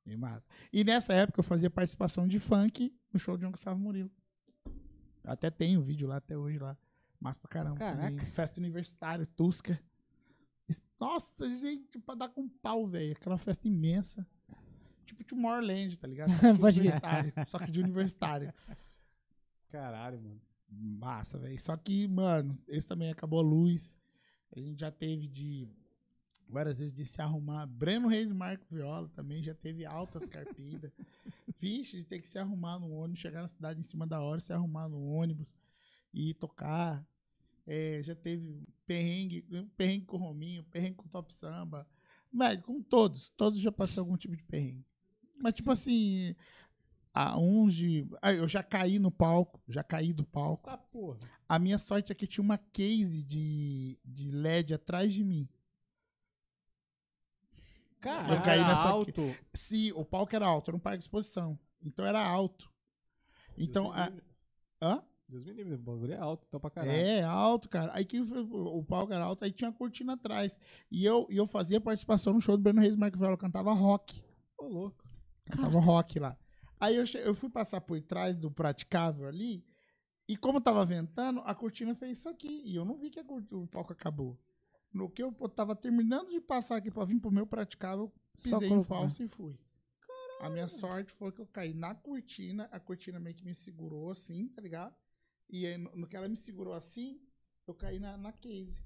S6: E massa. E nessa época eu fazia participação de funk no show de João Gustavo Murilo. Até tem o vídeo lá até hoje lá. Massa pra caramba.
S3: Caraca.
S6: também. Festa universitária, Tusca. Es- Nossa, gente, pra dar com pau, velho. Aquela festa imensa. tipo Tomorrowland, tá ligado? Só
S3: [laughs]
S6: que
S3: Pode crer.
S6: universitário, só que de universitário.
S2: Caralho, mano.
S6: Massa, velho. Só que, mano, esse também acabou a luz. A gente já teve de várias vezes de se arrumar. Breno Reis e Marco Viola também já teve altas carpidas. Vixe, de ter que se arrumar no ônibus, chegar na cidade em cima da hora, se arrumar no ônibus e tocar. É, já teve perrengue, perrengue com o Rominho, perrengue com o Top Samba. Velho, com todos. Todos já passei algum tipo de perrengue. Mas, tipo assim, a uns de. ah, eu já caí no palco, já caí do palco.
S2: Tá porra.
S6: A minha sorte é que tinha uma case de, de LED atrás de mim.
S2: Caralho,
S6: caí
S2: era
S6: nessa
S2: alto.
S6: Se o palco era alto, era um parque de exposição. Então era alto. Então,
S2: Deus me
S6: a-
S2: livre.
S6: hã?
S2: Deus me livre, o bagulho é alto, então pra caralho.
S6: É, alto, cara. Aí que o o palco era alto, aí tinha uma cortina atrás. E eu, e eu fazia participação no show do Breno Reis e Marco Viola, eu cantava rock.
S2: Ô, louco.
S6: Cantava rock lá. Aí eu, che- eu fui passar por trás do praticável ali, e como eu tava ventando, a cortina fez isso aqui. E eu não vi que a cort- o palco acabou. No que eu pô- tava terminando de passar aqui pra vir pro meu praticável,
S3: Só
S6: pisei em
S3: colocou.
S6: falso e fui. A minha sorte foi que eu caí na cortina, a cortina meio que me segurou assim, tá ligado? E aí, no no que ela me segurou assim, eu caí na, na case.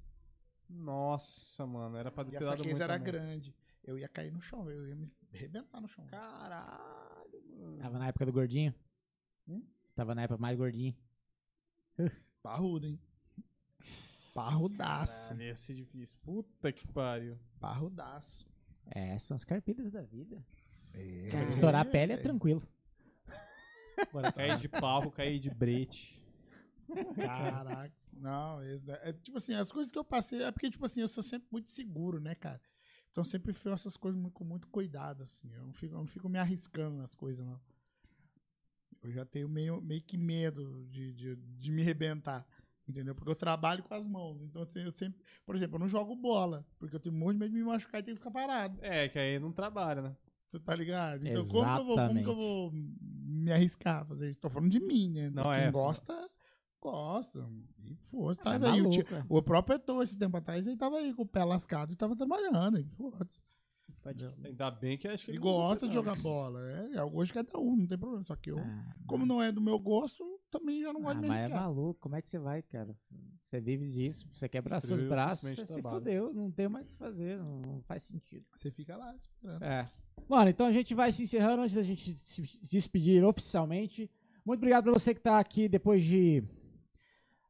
S2: Nossa, mano, era pra ter
S6: E essa
S2: cuidado muito.
S6: case era
S2: também.
S6: grande. Eu ia cair no chão, eu ia me arrebentar no chão.
S2: Caralho, mano.
S4: Tava na época do gordinho.
S6: Hum?
S4: Tava na época mais gordinho.
S6: Parrudo, hein? Parrudaço.
S2: Caralho, ia ser difícil. Puta que pariu.
S6: Parrudaço.
S4: É, são as carpidas da vida.
S6: É.
S4: Estourar a pele é tranquilo.
S2: Mano,
S6: tá.
S2: cair de palco, cair de brete.
S6: Caraca. Não, esse da- é, tipo assim, as coisas que eu passei é porque, tipo assim, eu sou sempre muito seguro, né, cara? Então eu sempre fiz essas coisas muito- com muito cuidado, assim. Eu não fico, eu não fico me arriscando nas coisas, não. Eu já tenho meio, meio que medo de, de, de me arrebentar. Entendeu? Porque eu trabalho com as mãos. Então, assim, eu sempre. Por exemplo, eu não jogo bola. Porque eu tenho um monte de medo de me machucar e tenho que ficar parado.
S2: É, que aí não trabalha, né?
S6: Você tá ligado? Então, como que, eu vou, como que eu
S4: Exatamente.
S6: vou me arriscar a fazer isso? Tô falando de mim, né?
S2: Não,
S6: Quem
S2: é.
S6: gosta, gosta. E foda-se, tá
S4: É
S6: aí. O,
S4: maluco,
S6: tio-
S4: é.
S6: o próprio Eto'o, esse tempo atrás, ele tava aí com o pé lascado e tava trabalhando. E foda-se. Entendeu?
S2: Ainda bem que acho que
S6: Ele
S2: não usa
S6: gosta de
S2: pedal.
S6: jogar bola. É, é hoje cada um, não tem problema. Só que eu,
S4: Ah,
S6: como não é do meu gosto, também já não gosto
S4: ah,
S6: de me
S4: mas é
S6: arriscar.
S4: maluco, como é que você vai, cara? Você vive disso, você quebra seus
S2: Destruiu
S4: braços,
S2: principalmente
S4: você
S2: o
S4: se
S2: trabalho.
S4: fudeu, não tem mais o que fazer, não, não faz sentido.
S6: Você fica lá esperando.
S4: É. Mano, então a gente vai se encerrando antes da gente se se despedir oficialmente. Muito obrigado pra você que tá aqui depois de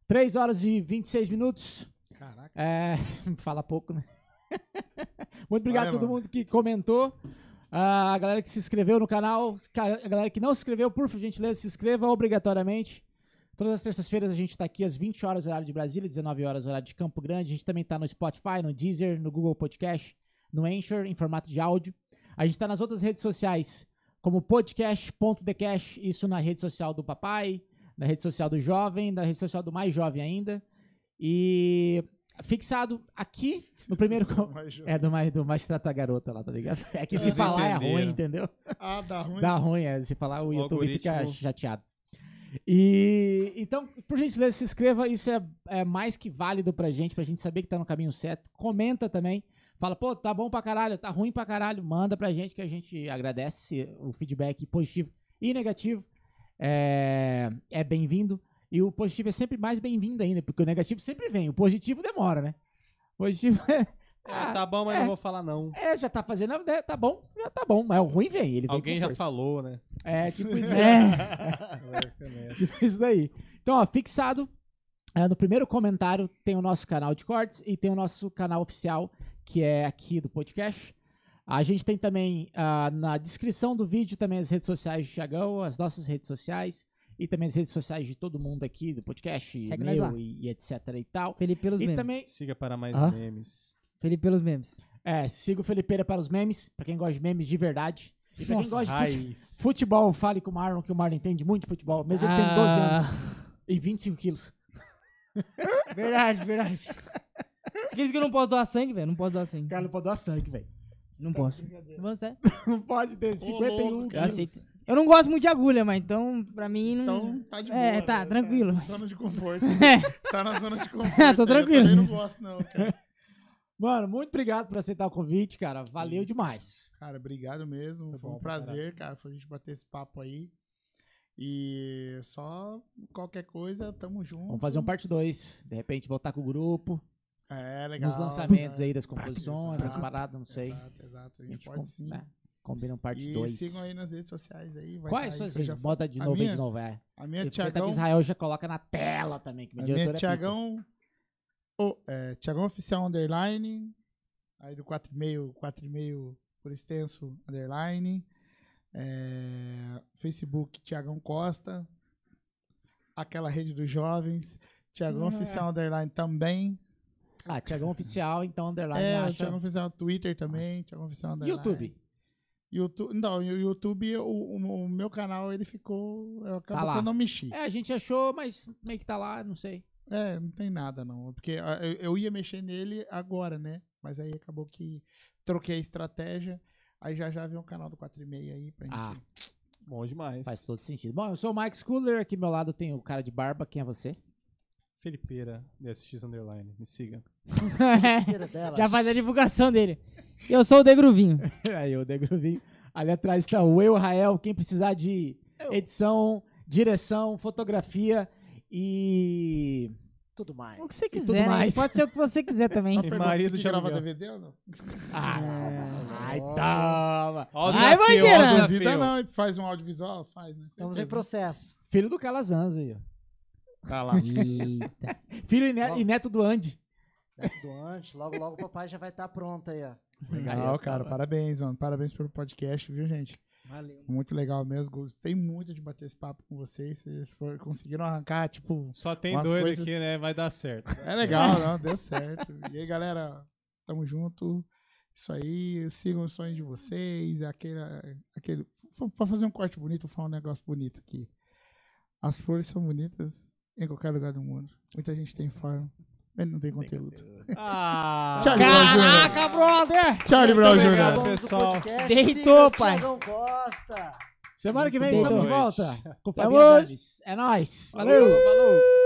S4: 3 horas e 26 minutos.
S6: Caraca.
S4: É, [laughs] fala pouco, né? [laughs] Muito obrigado a todo
S6: mano.
S4: mundo que comentou. ah, A galera que se inscreveu no canal. ca- A galera que não se inscreveu, por gentileza, se inscreva obrigatoriamente. Todas as terças-feiras a gente tá aqui às 20 horas, horário de Brasília, 19 horas, horário de Campo Grande. A gente também tá no Spotify, no Deezer, no Google Podcast, no Anchor, em formato de áudio. A gente tá nas outras redes sociais, como podcast.decash, isso na rede social do papai, na rede social do jovem, na rede social do mais jovem ainda. E fixado aqui no primeiro.
S6: Sou mais
S4: [laughs]
S6: jovem.
S4: É do mais, do mais trata garota lá, tá ligado? É que se
S6: Vocês
S4: falar é ruim,
S2: entenderam.
S4: entendeu?
S6: Ah, dá ruim.
S4: Dá ruim, é. Se falar, o
S2: O
S4: YouTube fica
S2: algoritmo-
S4: chateado. E então, por gentileza, se inscreva. Isso é, é mais que válido pra gente, pra gente saber que tá no caminho certo. Comenta também. Fala, pô, tá bom pra caralho, tá ruim pra caralho. Manda pra gente que a gente agradece o feedback positivo e negativo. É, é bem-vindo. E o positivo é sempre mais bem-vindo ainda, porque o negativo sempre vem. O positivo demora, né? O positivo [laughs] é.
S2: É, tá bom, mas
S4: é.
S2: não vou falar não.
S4: É, já tá fazendo a ideia, tá bom, já tá bom. Mas o ruim vem, ele vem
S2: Alguém
S4: com
S2: já
S4: força.
S2: falou,
S4: [laughs]
S2: né?
S4: É, tipo isso,
S6: [laughs]
S4: é, [laughs]
S2: É,
S4: tipo isso daí. Então, ó, fixado, é, no primeiro comentário tem o nosso canal de cortes e tem o nosso canal oficial, que é aqui do podcast. A gente tem também ah, na descrição do vídeo também as redes sociais do Thiagão, as nossas redes sociais e também as redes sociais de todo mundo aqui do podcast, e
S3: Segue nós lá.
S4: meu e, e etc e tal.
S3: Felipe pelos
S4: E
S3: memes.
S4: também
S2: Siga para mais
S4: Ah.
S2: memes.
S3: Felipe pelos memes.
S4: É, siga o Felipeira para os memes, pra quem gosta de memes de verdade. E pra quem
S3: Nossa. [laughs]
S4: gosta de fute-
S2: Raiz.
S4: futebol, fale com o Marlon, que o Marlon entende muito de futebol, mesmo ele
S3: Ah.
S4: tendo 12 anos e 25 quilos.
S3: Verdade, verdade. Esqueci que eu não posso doar sangue, velho. Não posso doar sangue.
S4: O cara não pode dar sangue, velho.
S3: Não posso. Mano, sério.
S4: Não pode ter 51
S6: louco, assim.
S3: Eu
S6: cara.
S4: quilos.
S3: aceito. Eu não gosto muito de agulha, mas então, pra mim, não.
S6: Então tá de boa.
S3: É, tá,
S6: né?
S3: tranquilo.
S4: [laughs]
S6: Tá na zona de conforto.
S3: É.
S6: tá na zona de conforto. aí,
S3: tranquilo.
S6: Eu também não gosto, não, cara.
S4: Mano, muito obrigado por aceitar o convite, cara. Valeu
S6: Isso,
S4: demais.
S6: Cara, obrigado mesmo.
S4: Foi
S6: Foi,
S4: bom
S6: um
S4: pra
S6: prazer, cara. Foi a gente bater esse papo aí. E só qualquer coisa, tamo junto.
S4: Vamos fazer um parte 2. De repente voltar com o grupo.
S6: É, legal.
S4: Nos lançamentos
S6: né?
S4: aí das composições,
S6: exato,
S4: as paradas, não sei.
S6: Exato, exato. A
S4: A
S6: gente,
S4: gente
S6: pode
S4: com-
S6: sim.
S4: né, Combina um parte
S6: e
S4: 2.
S6: sigam aí nas redes sociais aí. Vai
S4: Quais
S6: tá aí,
S4: são as
S6: que eu
S4: redes?
S6: já-
S4: Bota de
S6: A
S4: novo aí
S6: minha-
S4: de novo, é.
S6: A minha
S4: Eu Tiagão... que
S6: Tiagão.
S4: Israel já coloca na tela também, que
S6: A
S4: meu
S6: minha
S4: diretor é
S6: Tiagão. o- é, Tiagão Oficial Underline. Aí do 4,5, 4,5 por extenso Underline. É, Facebook Tiagão Costa. Aquela rede dos jovens. Tiagão
S4: Hum, é.
S6: Oficial Underline também.
S4: pica. Ah, Tiagão Oficial, então, underline,
S6: é, o
S4: acha.
S6: Tiagão Oficial Twitter também. Tiagão Oficial Underline.
S4: Ah. YouTube.
S6: YouTube, não, o YouTube, o, o- o meu canal, ele ficou. Eu acabo
S4: lá.
S6: que eu não mexi.
S4: É, a gente achou, mas meio que tá lá, não sei.
S6: É, não tem nada não. Porque ah, eu, eu ia mexer nele agora, né? Mas aí acabou que troquei a estratégia. Aí já já vem um canal do 4 e meia aí pra gente.
S4: Ah,
S2: Bom demais.
S4: faz todo sentido. Bom, eu sou o Mike Schooler, aqui do meu lado tem o cara de barba, quem é você?
S2: Felipeira, DSX Underline. Me siga.
S5: Tira
S3: [laughs]
S5: dela.
S3: Já faz a divulgação dele. Eu sou o Degruvinho.
S4: [laughs] Aí eu, Degruvinho. Ali atrás tá o Eu Rael, quem precisar de edição, direção, fotografia e...
S5: Tudo mais.
S3: O que você
S4: tudo
S3: quiser, né?
S4: mais.
S3: Pode ser o que você quiser também.
S6: Só pergunta,
S2: marido
S6: você
S2: de
S6: grava
S2: aluguel.
S6: DVD ou não?
S4: Ah, ai,
S5: ó.
S4: toma!
S2: Ó, o
S3: Vai,
S2: desafio, ó, o
S3: Bandeira!
S2: desafio.
S6: Vida não, e faz um audiovisual, faz. Né?
S5: Estamos em processo.
S4: Filho do Calazans aí, ó.
S6: Tá lá.
S4: Filho e, ne- e neto do Andy.
S5: Neto do Ante, logo, logo o papai já vai estar pronto aí, ó.
S6: Legal, cara. Parabéns, mano. Parabéns pelo podcast, viu, gente?
S5: Valeu.
S6: Muito legal mesmo. Gostei muito de bater esse papo com vocês. Vocês foram- conseguiram arrancar, tipo,
S2: Só tem
S6: Umas
S2: doido
S6: coisas-
S2: aqui, né? Vai dar certo.
S6: É legal, não, deu certo. E aí, galera, tamo junto. Isso aí, sigam os sonhos de vocês. Aquele, aquele, fa- pra fazer um corte bonito, vou falar um negócio bonito aqui. As flores são bonitas em qualquer lugar do mundo. Muita gente tem forma, mas não tem conteúdo.
S2: Ah,
S6: Tchau, Brown Jr.
S3: Caraca, brother!
S6: Tchau, Brown
S2: obrigado.
S6: Jr.
S2: pessoal.
S3: Deitou, pai.
S5: Não gosta.
S4: Semana que vem
S2: Muito
S4: estamos de
S2: boa noite.
S4: volta. Com
S3: Tamo
S4: Fabinho Andes. É nóis. Valeu!
S2: Falou!